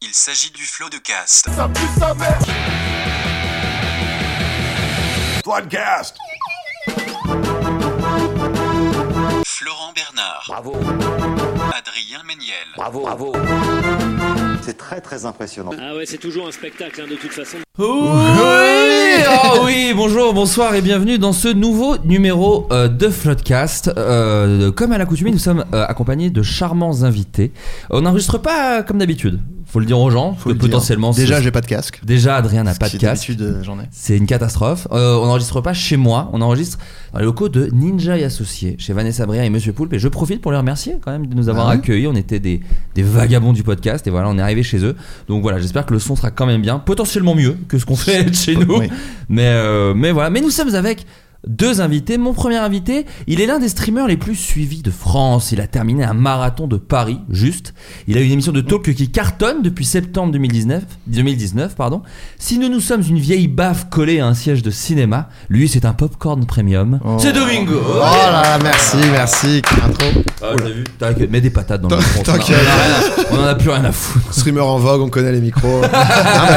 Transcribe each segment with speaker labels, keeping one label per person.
Speaker 1: Il s'agit du flot de cast.
Speaker 2: Floodcast.
Speaker 1: Florent Bernard,
Speaker 3: Bravo,
Speaker 1: Adrien Méniel,
Speaker 3: bravo, bravo.
Speaker 4: C'est très très impressionnant.
Speaker 5: Ah ouais, c'est toujours un spectacle hein, de toute façon.
Speaker 6: Oui Oh oui Bonjour, bonsoir et bienvenue dans ce nouveau numéro euh, de Floodcast. Euh, comme à l'accoutumée, nous sommes euh, accompagnés de charmants invités. On n'enregistre pas euh, comme d'habitude. Faut le dire aux gens,
Speaker 7: Faut
Speaker 6: que
Speaker 7: le dire.
Speaker 6: potentiellement. c'est-
Speaker 7: Déjà, j'ai pas de casque.
Speaker 6: Déjà, Adrien n'a pas de
Speaker 7: Qui,
Speaker 6: casque.
Speaker 7: d'habitude, euh, j'en ai.
Speaker 6: C'est une catastrophe. Euh, on n'enregistre pas chez moi, on enregistre dans les locaux de Ninja et Associés, chez Vanessa Brière et Monsieur Poulpe. Et je profite pour les remercier quand même de nous avoir
Speaker 7: Ah ouais
Speaker 6: accueillis. On était des, des vagabonds du podcast et voilà, on est arrivé chez eux. Donc voilà, j'espère que le son sera quand même bien, potentiellement mieux que ce qu'on fait chez nous.
Speaker 7: Oui.
Speaker 6: Mais, euh, mais voilà, mais nous sommes avec deux invités. Mon premier invité, il est l'un des streamers les plus suivis de France. Il a terminé un marathon de Paris, juste. Il a une émission de talk qui cartonne depuis septembre 2019. 2019 pardon. Si nous nous sommes une vieille baffe collée à un siège de cinéma, lui c'est un popcorn premium.
Speaker 7: Oh.
Speaker 6: C'est Domingo
Speaker 7: Oh là là, merci, merci. quelle Intro.
Speaker 6: Ah, t'as vu T'inquiète, Mets des patates dans le micro.
Speaker 7: t'inquiète.
Speaker 6: On en a- on en a plus rien à foutre.
Speaker 7: Streamer en vogue, on connaît les micros. Non,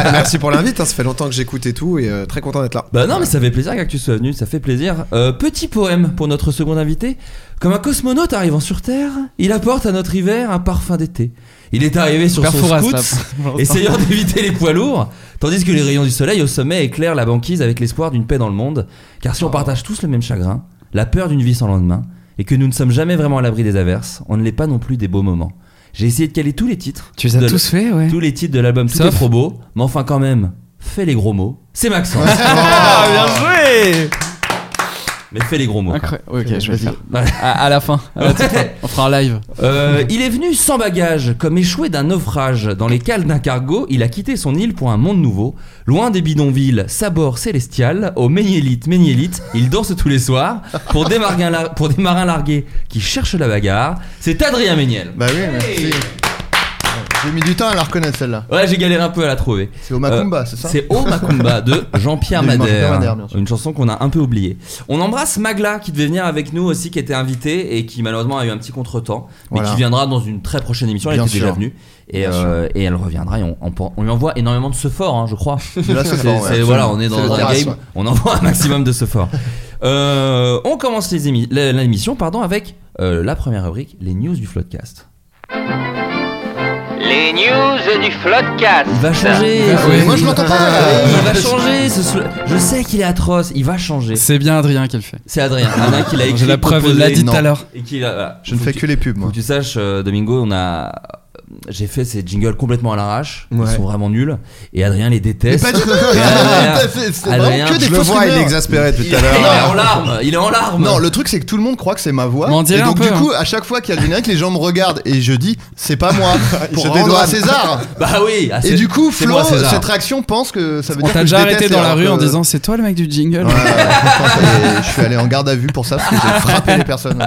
Speaker 7: mais merci pour l'invite, hein, ça fait longtemps que j'écoute et tout, et euh, très content d'être là.
Speaker 6: Bah non, mais ça fait plaisir gars, que tu sois venu, ça fait plaisir. Euh, petit poème pour notre second invité. Comme un cosmonaute arrivant sur Terre, il apporte à notre hiver un parfum d'été. Il est arrivé sur son
Speaker 8: Perforas, là,
Speaker 6: scoot,
Speaker 8: pour l'instant.
Speaker 6: essayant d'éviter les poids lourds, tandis que les rayons du soleil au sommet éclairent la banquise avec l'espoir d'une paix dans le monde. Car
Speaker 8: Oh.
Speaker 6: si on partage tous le même chagrin, la peur d'une vie sans lendemain, et que nous ne sommes jamais vraiment à l'abri des averses, on ne l'est pas non plus des beaux moments. J'ai essayé de caler tous les titres.
Speaker 8: Tu les as
Speaker 6: de-
Speaker 8: tous fait, ouais.
Speaker 6: tous les titres de l'album tout
Speaker 8: Sauf-
Speaker 6: est trop beau, mais enfin quand même, fais les gros mots. C'est Maxence.
Speaker 8: bien joué
Speaker 6: mais fais les gros mots. quoi.
Speaker 8: Incroyable. Ok, je vais le faire.
Speaker 6: Ouais.
Speaker 8: À, à la fin. à la toute fin. On fera un live.
Speaker 6: Euh, il est venu sans bagage, comme échoué d'un naufrage. Dans les cales d'un cargo, il a quitté son île pour un monde nouveau. Loin des bidonvilles, sabord célestial, au méniélite, méniélite, il danse tous les soirs pour des, marguins lar- pour des marins largués qui cherchent la bagarre. C'est Adrien Méniel.
Speaker 7: Bah oui, merci. J'ai mis du temps à la reconnaître celle-là.
Speaker 6: Ouais, j'ai galéré un peu à la trouver.
Speaker 7: C'est au Macumba,
Speaker 6: Euh,
Speaker 7: c'est ça
Speaker 6: C'est O Macumba de Jean-Pierre
Speaker 7: De
Speaker 6: Madère.
Speaker 7: Jean-Pierre Madère, bien sûr.
Speaker 6: une chanson qu'on a un peu oubliée. On embrasse Magla qui devait venir avec nous aussi, qui était invitée et qui malheureusement a eu un petit contretemps, mais
Speaker 7: Voilà.
Speaker 6: qui viendra dans une très prochaine émission. Elle
Speaker 7: Bien
Speaker 6: était déjà
Speaker 7: sûr.
Speaker 6: venue et,
Speaker 7: Bien
Speaker 6: euh, et elle reviendra et on, on- on lui envoie énormément de ce fort, hein, je crois.
Speaker 7: De la
Speaker 6: C'est-
Speaker 7: Sephora, ouais,
Speaker 6: c'est-
Speaker 7: absolument.
Speaker 6: voilà, on est dans
Speaker 7: C'est
Speaker 6: un
Speaker 7: le
Speaker 6: game,
Speaker 7: Horace, ouais.
Speaker 6: on envoie un maximum de ce fort. Euh, on commence les émi- la- l'émission pardon avec euh, la première rubrique, les news du Floodcast.
Speaker 5: Les news du Floodcast.
Speaker 6: Il va changer.
Speaker 8: Ah oui.
Speaker 7: Moi je l'entends pas.
Speaker 6: Il va changer. ce slo- Je sais qu'il est atroce. Il va changer.
Speaker 8: C'est bien Adrien qui le fait.
Speaker 6: C'est Adrien. Adrien qui l'a écrit.
Speaker 8: J'ai la preuve, il l'a
Speaker 6: proposé,
Speaker 8: dit
Speaker 7: non.
Speaker 8: tout à l'heure.
Speaker 6: Et qui l'a- voilà.
Speaker 7: Je ne
Speaker 6: Faut
Speaker 7: fais
Speaker 6: que
Speaker 7: que les pubs,
Speaker 6: Faut
Speaker 7: moi.
Speaker 6: que tu saches, euh, Domingo, on a. J'ai fait ces jingles complètement à l'arrache. Ils
Speaker 7: Ouais.
Speaker 6: sont vraiment nuls. Et Adrien les déteste.
Speaker 7: Mais pas du tout.
Speaker 6: Et Adrien-
Speaker 7: T'as fait- c'est vraiment
Speaker 6: Adrien,
Speaker 7: que des
Speaker 6: Ah, je
Speaker 7: fausses
Speaker 6: le vois,
Speaker 7: rumeurs.
Speaker 6: il est
Speaker 7: exaspéré
Speaker 6: Il, il est en larmes. Il est en larmes.
Speaker 7: Non, le truc c'est que tout le monde croit que c'est ma voix.
Speaker 8: Mais on dirait
Speaker 7: et donc
Speaker 8: un peu,
Speaker 6: hein.
Speaker 7: du coup, à chaque fois qu'il y a le générique, les gens me regardent et je dis c'est pas moi pour
Speaker 4: se
Speaker 7: rendre à
Speaker 4: dédouane.
Speaker 7: César.
Speaker 6: Bah oui. ah,
Speaker 7: Et
Speaker 6: c'est-
Speaker 7: du coup,
Speaker 6: c'est
Speaker 7: Flo,
Speaker 6: moi, César.
Speaker 7: cette réaction pense que ça veut
Speaker 8: On
Speaker 7: dire
Speaker 8: t'a
Speaker 7: que je
Speaker 8: déjà arrêté
Speaker 7: déteste
Speaker 8: dans
Speaker 7: les
Speaker 8: la rue
Speaker 7: rappeurs.
Speaker 8: en disant c'est toi le mec du jingle.
Speaker 7: Ouais, ouais, ouais. Et je suis allé en garde à vue pour ça parce que j'ai frappé les personnes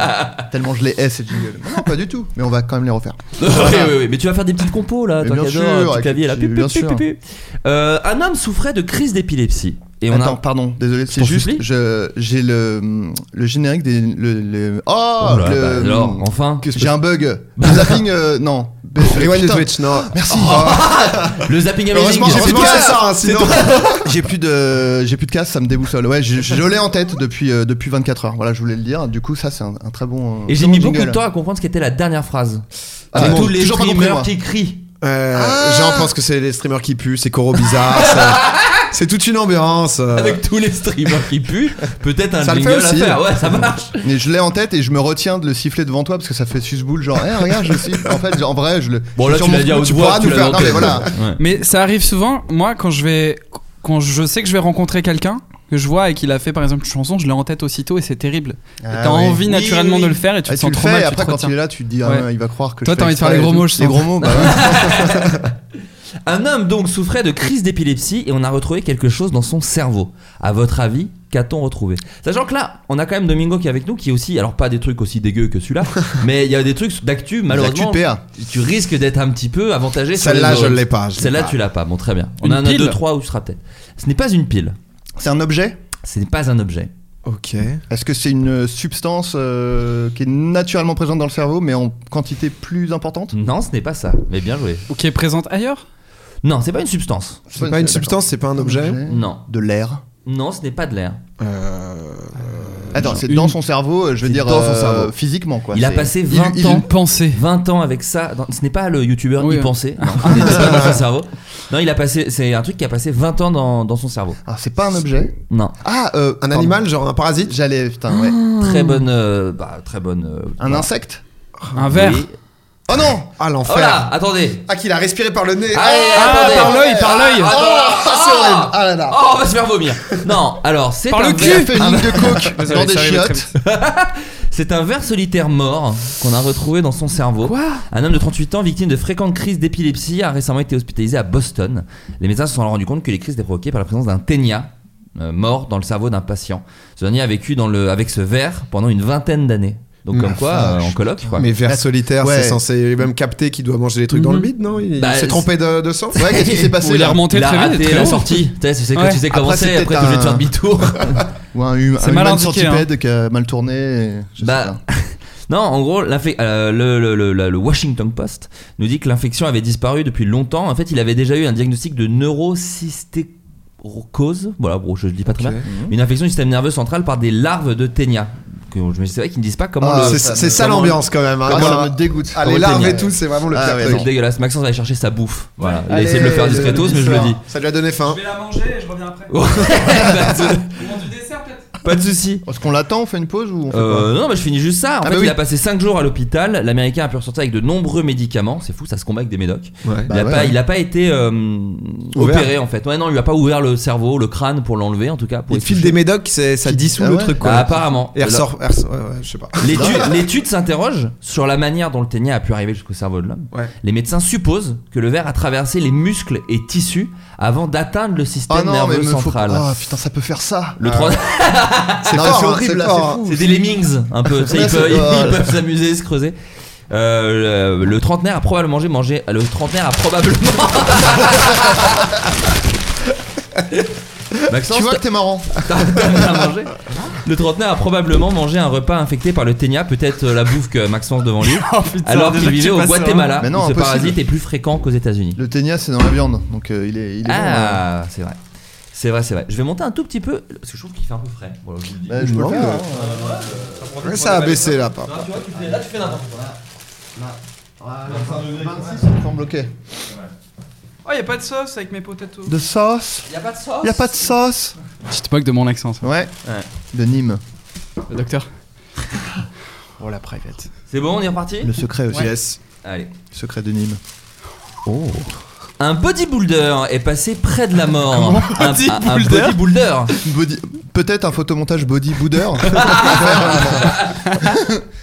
Speaker 7: tellement je les hais ces jingles. Non, pas du tout, mais on va quand même les refaire.
Speaker 6: oui, oui, oui, mais tu vas faire des petites compos là,
Speaker 7: Mais
Speaker 6: toi
Speaker 7: bien
Speaker 6: qui
Speaker 7: sûr,
Speaker 6: adores,
Speaker 7: avec
Speaker 6: petit clavier là.
Speaker 7: le petit-
Speaker 6: Pu,
Speaker 7: bien
Speaker 6: pu, pu,
Speaker 7: sûr.
Speaker 6: pu. Euh, un homme souffrait de crise d'épilepsie. Et on
Speaker 7: Attends,
Speaker 6: a.
Speaker 7: pardon, désolé, c'est
Speaker 6: t'en
Speaker 7: juste
Speaker 6: supplie.
Speaker 7: je j'ai le le générique des le, le- oh,
Speaker 6: Oh là,
Speaker 7: le-
Speaker 6: bah alors, enfin.
Speaker 7: que- j'ai un bug. Le zapping euh, non, Rewind
Speaker 2: Twitch, non.
Speaker 7: Merci.
Speaker 6: Oh. Le zapping amazing.
Speaker 7: Heureusement, j'ai plus de casse.
Speaker 6: C'est
Speaker 7: hein, sinon-
Speaker 6: toi.
Speaker 7: j'ai plus de, j'ai plus de casse, ça me déboussole. Ouais, je, je l'ai en tête depuis euh, depuis 24 heures. Voilà, je voulais le dire. Du coup, ça c'est un, un très bon. euh,
Speaker 6: Et j'ai
Speaker 7: très bon
Speaker 6: mis beaucoup
Speaker 7: jingle.
Speaker 6: de temps à comprendre ce qu'était la dernière phrase.
Speaker 7: Ah,
Speaker 6: C'est
Speaker 7: bon,
Speaker 6: tous les
Speaker 7: toujours pas compris,
Speaker 6: streamers
Speaker 7: moi.
Speaker 6: qui crient.
Speaker 2: Euh,
Speaker 6: Ah.
Speaker 2: Jean pense que c'est les streamers qui puent, c'est Coro bizarre. c'est- c'est toute une ambiance. euh.
Speaker 6: Avec tous les streamers qui puent, peut-être un
Speaker 7: Ça le
Speaker 6: jingle
Speaker 7: fait aussi.
Speaker 6: à faire. Ouais, ça marche.
Speaker 7: Mais je l'ai en tête et je me retiens de le siffler devant toi parce que ça fait susboule genre, eh, regarde, je siffle. En fait, en vrai, je le.
Speaker 6: Bon,
Speaker 7: je
Speaker 6: là,
Speaker 7: suis
Speaker 6: tu
Speaker 7: sur
Speaker 6: l'as
Speaker 7: mon
Speaker 6: dit à
Speaker 7: coup,
Speaker 6: haute
Speaker 7: tu
Speaker 6: voix,
Speaker 7: pourras
Speaker 6: tu
Speaker 7: nous
Speaker 6: l'as
Speaker 7: faire.
Speaker 6: dans
Speaker 7: Non,
Speaker 6: tes-
Speaker 7: mais voilà.
Speaker 6: Ouais.
Speaker 8: Mais ça arrive souvent, moi quand je vais quand je sais que je vais rencontrer quelqu'un que je vois et qu'il a fait par exemple une chanson, je l'ai en tête aussitôt et c'est terrible. Et
Speaker 7: Ah
Speaker 8: t'as
Speaker 7: oui.
Speaker 8: envie naturellement
Speaker 6: oui.
Speaker 8: de le faire et tu
Speaker 7: Ah,
Speaker 8: te sens
Speaker 7: le
Speaker 8: trop
Speaker 7: fais,
Speaker 8: mal,
Speaker 7: et
Speaker 8: tu te
Speaker 7: après quand
Speaker 8: retiens.
Speaker 7: il est là, tu te dis, ah,
Speaker 8: Ouais.
Speaker 7: non, il va croire que
Speaker 8: Toi,
Speaker 7: je
Speaker 8: t'as
Speaker 7: fais
Speaker 8: envie de faire les
Speaker 7: exprès
Speaker 8: gros
Speaker 7: et tout.
Speaker 8: mots, je
Speaker 7: Les
Speaker 8: sens.
Speaker 7: gros mots, bah ouais.
Speaker 6: Un homme donc souffrait de crise d'épilepsie et on a retrouvé quelque chose dans son cerveau. À votre avis, qu'a-t-on retrouvé Sachant que là, on a quand même Domingo qui est avec nous, qui est aussi, alors pas des trucs aussi dégueux que celui-là, mais il y a des trucs d'actu malheureusement.
Speaker 7: L'actu de PA.
Speaker 6: Tu risques d'être un petit peu avantagé. sur
Speaker 2: Celle-là,
Speaker 6: les autres.
Speaker 2: je l'ai pas, je l'ai
Speaker 6: Celle-là,
Speaker 2: pas.
Speaker 6: tu l'as pas. Bon, très bien. On
Speaker 8: Une
Speaker 6: a un
Speaker 8: pile
Speaker 6: 2 3 où tu seras peut-être. Ce n'est pas une pile.
Speaker 7: C'est un objet.
Speaker 6: Ce n'est pas un objet.
Speaker 2: Ok.
Speaker 7: Est-ce que c'est une substance euh, qui est naturellement présente dans le cerveau, mais en quantité plus importante
Speaker 6: Non, ce n'est pas ça. Mais bien joué.
Speaker 8: Ou qui est présente ailleurs
Speaker 6: Non, c'est pas une substance.
Speaker 2: C'est pas une substance, c'est pas un objet.
Speaker 6: Non.
Speaker 7: De l'air.
Speaker 6: Non, ce n'est pas de l'air.
Speaker 2: Euh,
Speaker 7: Attends, c'est
Speaker 8: Une-
Speaker 7: dans son cerveau, euh, je veux
Speaker 6: C'est
Speaker 7: dire,
Speaker 6: dans son
Speaker 7: euh,
Speaker 6: cerveau.
Speaker 7: physiquement quoi.
Speaker 6: Il a
Speaker 7: C'est-
Speaker 6: passé
Speaker 7: il-
Speaker 6: 20
Speaker 7: il-
Speaker 6: ans.
Speaker 8: Une pensée.
Speaker 6: 20 ans avec ça. dans- ce n'est pas le youtubeur
Speaker 8: Oui,
Speaker 6: y
Speaker 8: hein.
Speaker 6: penser. Non, ce n'est pas dans son cerveau. Non, il a passé. C'est un truc qui a passé 20 ans dans, dans son cerveau.
Speaker 7: Ah, c'est pas un objet.
Speaker 6: Non.
Speaker 7: Ah, euh,
Speaker 2: un
Speaker 7: pardon.
Speaker 2: animal, genre un parasite.
Speaker 7: J'allais, putain, ouais.
Speaker 6: Très bonne. euh, bah, très bonne. euh,
Speaker 7: Un
Speaker 6: bah,
Speaker 7: insecte
Speaker 8: Un verre.
Speaker 6: oui.
Speaker 2: Oh non Ah
Speaker 6: Oh là,
Speaker 2: l'enfer
Speaker 6: attendez.
Speaker 2: Ah qu'il a respiré par le nez
Speaker 6: Allez, attendez.
Speaker 8: par l'œil, par l'œil.
Speaker 6: Ah,
Speaker 7: Ah,
Speaker 6: attends.
Speaker 7: ça, c'est horrible. Ah là là.
Speaker 6: Oh, on va se faire vomir. Non, alors c'est
Speaker 8: Par
Speaker 6: un Ah,
Speaker 8: le
Speaker 7: Il a
Speaker 6: verre-
Speaker 7: fait une ligne de coke
Speaker 2: Désolé,
Speaker 7: dans des
Speaker 2: ça arrive très
Speaker 7: chiottes.
Speaker 2: vite.
Speaker 6: C'est un ver solitaire mort qu'on a retrouvé dans son cerveau. un homme de 38 ans, victime de fréquentes crises d'épilepsie, a récemment été hospitalisé à Boston. Les médecins se sont alors rendus compte que les crises étaient provoquées par la présence d'un ténia euh, mort dans le cerveau d'un patient. Ce dernier a vécu dans le, avec ce ver pendant une vingtaine d'années. Donc, comme quoi, euh, on colloque quoi.
Speaker 2: Mais vers
Speaker 7: Là-
Speaker 2: solitaire,
Speaker 7: Ouais. Mhm.
Speaker 2: c'est censé même capter qu'il doit manger des trucs dans le bide, non Il, il
Speaker 6: Bah,
Speaker 2: s'est trompé de, de sang
Speaker 7: Ouais, qu'est-ce qui s'est
Speaker 8: Ou
Speaker 7: passé
Speaker 8: il est
Speaker 7: là
Speaker 8: remonté
Speaker 6: Il a
Speaker 8: très vite. et
Speaker 6: raté
Speaker 8: très
Speaker 6: la
Speaker 8: haut.
Speaker 6: sortie. Tu sais, c'est quand
Speaker 8: Ouais.
Speaker 6: tu sais
Speaker 7: Après,
Speaker 6: commencer,
Speaker 7: c'est
Speaker 6: après,
Speaker 7: peut-être
Speaker 6: tu es obligé de
Speaker 7: un-
Speaker 6: faire demi-tour.
Speaker 7: Ou un, hum-
Speaker 8: C'est
Speaker 7: un
Speaker 8: mal
Speaker 7: human
Speaker 8: indiqué,
Speaker 7: centipède qui a mal tourné. et Je sais
Speaker 6: Bah,
Speaker 7: pas.
Speaker 6: non, en gros, l'infec- euh, le, le- le- le- le Washington Post nous dit que l'infection avait disparu depuis longtemps. En fait, il avait déjà eu un diagnostic de neurocystécose. Voilà, bon, je, je dis pas très
Speaker 2: Ok. Mhm.
Speaker 6: bien. Une infection du système nerveux central par des larves de ténia. Que je me- C'est vrai qu'ils ne disent pas comment.
Speaker 7: Ah,
Speaker 6: le-
Speaker 2: C'est c'est ça
Speaker 6: comment-
Speaker 2: l'ambiance quand même. hein.
Speaker 7: Ah,
Speaker 2: Comment-
Speaker 7: ça me dégoûte.
Speaker 2: Ah, les
Speaker 7: Ouais,
Speaker 2: larves
Speaker 7: t'es
Speaker 2: et
Speaker 7: bien.
Speaker 2: tout, c'est vraiment le
Speaker 7: Ah,
Speaker 2: pire
Speaker 7: ouais,
Speaker 2: truc.
Speaker 6: C'est dégueulasse. Maxence va aller chercher sa bouffe. Voilà, il a
Speaker 2: Allez,
Speaker 6: essayé de le faire discretos, mais je le dis.
Speaker 2: Ça lui a donné faim.
Speaker 8: la manger et je reviens après.
Speaker 6: pas, de,
Speaker 8: du dessert peut-être
Speaker 6: pas de soucis.
Speaker 7: Est-ce qu'on l'attend On fait une pause ou on fait
Speaker 6: Euh, non, mais je finis juste ça. En
Speaker 7: Ah
Speaker 6: fait,
Speaker 7: bah
Speaker 6: il
Speaker 7: oui.
Speaker 6: a passé 5 jours à l'hôpital. L'américain a pu ressortir avec de nombreux médicaments. C'est fou, ça se combat avec des médocs.
Speaker 2: Ouais.
Speaker 6: il, a
Speaker 7: Bah ouais,
Speaker 6: pas,
Speaker 7: ouais.
Speaker 6: il a pas été euh,
Speaker 2: Ouvert.
Speaker 6: opéré en fait. Ouais, non, il lui a pas ouvert le cerveau, le crâne pour l'enlever en tout cas. Pour
Speaker 2: Il
Speaker 6: y
Speaker 2: te file
Speaker 6: toucher.
Speaker 2: des médocs, c'est- ça dissout
Speaker 7: Ah
Speaker 2: le
Speaker 7: ouais.
Speaker 2: truc
Speaker 6: Ah,
Speaker 2: quoi.
Speaker 6: apparemment.
Speaker 2: Et ressort. elle ressort- ouais, ouais, je sais pas.
Speaker 6: L'étude l'étude s'interroge sur la manière dont le ténia a pu arriver jusqu'au cerveau de l'homme.
Speaker 2: Ouais.
Speaker 6: Les médecins supposent que le ver a traversé les muscles et tissus avant d'atteindre le
Speaker 7: pas
Speaker 6: système
Speaker 7: Ah non, mais
Speaker 6: nerveux
Speaker 7: me faut
Speaker 6: central.
Speaker 7: Ah putain, Ah ça peut faire ça.
Speaker 6: Le trois-
Speaker 2: C'est
Speaker 7: Non,
Speaker 2: fort,
Speaker 7: c'est
Speaker 2: hein,
Speaker 7: horrible, là,
Speaker 2: fort,
Speaker 7: c'est
Speaker 2: hein.
Speaker 7: fou.
Speaker 6: C'est des lemmings un peu, tu sais, ils
Speaker 7: Ouais, c'est-
Speaker 6: peuvent ils-
Speaker 7: voilà.
Speaker 6: ils peuvent s'amuser, se creuser. Euh, le, le trentenaire a probablement mangé, mangé- le trentenaire a probablement. Maxence,
Speaker 7: Tu vois que t'es marrant.
Speaker 6: t'as- t'as bien mangé Le trentenaire a probablement mangé un repas infecté par le ténia, peut-être euh, la bouffe que Maxence devant lui.
Speaker 7: Oh,
Speaker 6: alors qu'il vivait au Guatemala,
Speaker 7: Mais non,
Speaker 6: où ce
Speaker 7: impossible.
Speaker 6: parasite est plus fréquent qu'aux États-Unis.
Speaker 7: Le ténia, c'est dans la viande, donc euh, il est. il est bon, ouais.
Speaker 6: Ah, c'est vrai. C'est vrai, c'est vrai. Je vais monter un tout petit peu parce que je trouve qu'il fait un peu frais. Voilà, je vous le dis.
Speaker 7: Bah, je peux le
Speaker 2: Non,
Speaker 7: faire,
Speaker 2: mais-
Speaker 7: hein.
Speaker 2: Ouais, Ça a baissé là, pas.
Speaker 6: Ah, tu vois, tu fais- là, tu fais n'importe quoi.
Speaker 7: Ça me semble ok.
Speaker 8: Oh, y a pas de sauce avec mes potatoes.
Speaker 7: De sauce
Speaker 6: Y a pas de sauce.
Speaker 7: Y'a pas de sauce
Speaker 8: Tu te moques de mon accent, ça.
Speaker 7: Ouais.
Speaker 6: Ouais.
Speaker 7: De Nîmes.
Speaker 8: Le docteur. Oh la private.
Speaker 6: C'est bon, on est reparti
Speaker 7: Le secret aussi.
Speaker 2: Yes.
Speaker 6: Allez.
Speaker 7: Le secret de Nîmes.
Speaker 6: Un bodybuilder est passé près de la mort. un, un- un
Speaker 7: bodybuilder
Speaker 6: bodybuilder
Speaker 7: Body- Peut-être un photomontage body booder.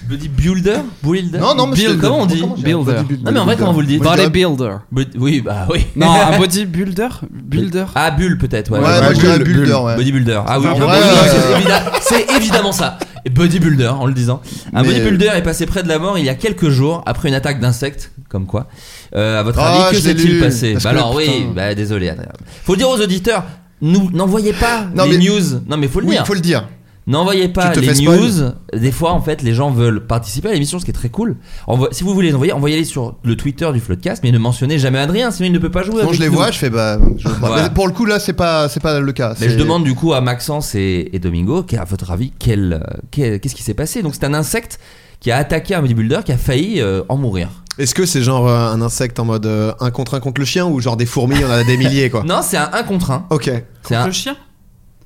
Speaker 6: Bodybuilder Builder
Speaker 7: non, non, mais
Speaker 6: Build,
Speaker 7: je-
Speaker 6: comment on dit
Speaker 7: comment j'ai-
Speaker 8: Builder.
Speaker 7: bodybuilder.
Speaker 6: Non, mais en vrai, comment vous le dites
Speaker 7: Body-
Speaker 8: Bodybuilder.
Speaker 6: Bod- Oui, bah oui.
Speaker 8: Non, un bodybuilder Builder
Speaker 6: Ah, bulle peut-être, ouais.
Speaker 7: Ouais,
Speaker 6: Ouais,
Speaker 7: moi je
Speaker 6: bulle.
Speaker 7: dirais
Speaker 2: bulle,
Speaker 7: builder,
Speaker 2: bulle.
Speaker 7: ouais.
Speaker 6: Bodybuilder. Ah oui,
Speaker 7: En
Speaker 6: bah,
Speaker 7: vrai,
Speaker 6: oui,
Speaker 7: euh,
Speaker 6: c'est évidemment- c'est évidemment ça. Et Bodybuilder, en le disant. Un
Speaker 7: Mais-
Speaker 6: bodybuilder est passé près de la mort il y a quelques jours après une attaque d'insectes, comme quoi. Euh, à votre
Speaker 7: Ah,
Speaker 6: avis, que
Speaker 7: je l'ai
Speaker 6: s'est-il
Speaker 7: lu,
Speaker 6: passé
Speaker 7: parce
Speaker 6: Bah
Speaker 7: que
Speaker 6: alors,
Speaker 7: putain.
Speaker 6: oui, bah désolé, Adrien. Faut dire aux auditeurs, nous n'envoyez pas
Speaker 7: Non,
Speaker 6: les
Speaker 7: mais-
Speaker 6: news. Non, mais faut le
Speaker 7: Oui,
Speaker 6: dire.
Speaker 7: faut le dire.
Speaker 6: N'envoyez pas
Speaker 2: Tu te
Speaker 6: les
Speaker 2: fais spoil.
Speaker 6: news. Des fois, en fait, les gens veulent participer à l'émission, ce qui est très cool. Envo- si vous voulez les envoyer, envoyez-les sur le Twitter du Floodcast, mais ne mentionnez jamais Adrien, sinon il ne peut pas jouer.
Speaker 7: Quand
Speaker 6: avec
Speaker 7: je les
Speaker 6: nous.
Speaker 7: vois, je fais bah. je-
Speaker 6: Voilà.
Speaker 7: Mais Pour le coup, là, c'est pas, c'est pas le cas.
Speaker 6: Mais je
Speaker 7: C'est-
Speaker 6: demande du coup à Maxence et, et Domingo, qu'à votre avis, quel, euh, quel- qu'est-ce qui s'est passé Donc c'est un insecte qui a attaqué un bodybuilder qui a failli euh, en mourir.
Speaker 2: Est-ce que c'est genre euh, un insecte en mode euh, un contre un contre le chien ou genre des fourmis, il y en a des milliers quoi
Speaker 6: Non, c'est un 1 contre 1.
Speaker 2: Ok.
Speaker 6: C'est un...
Speaker 8: Le chien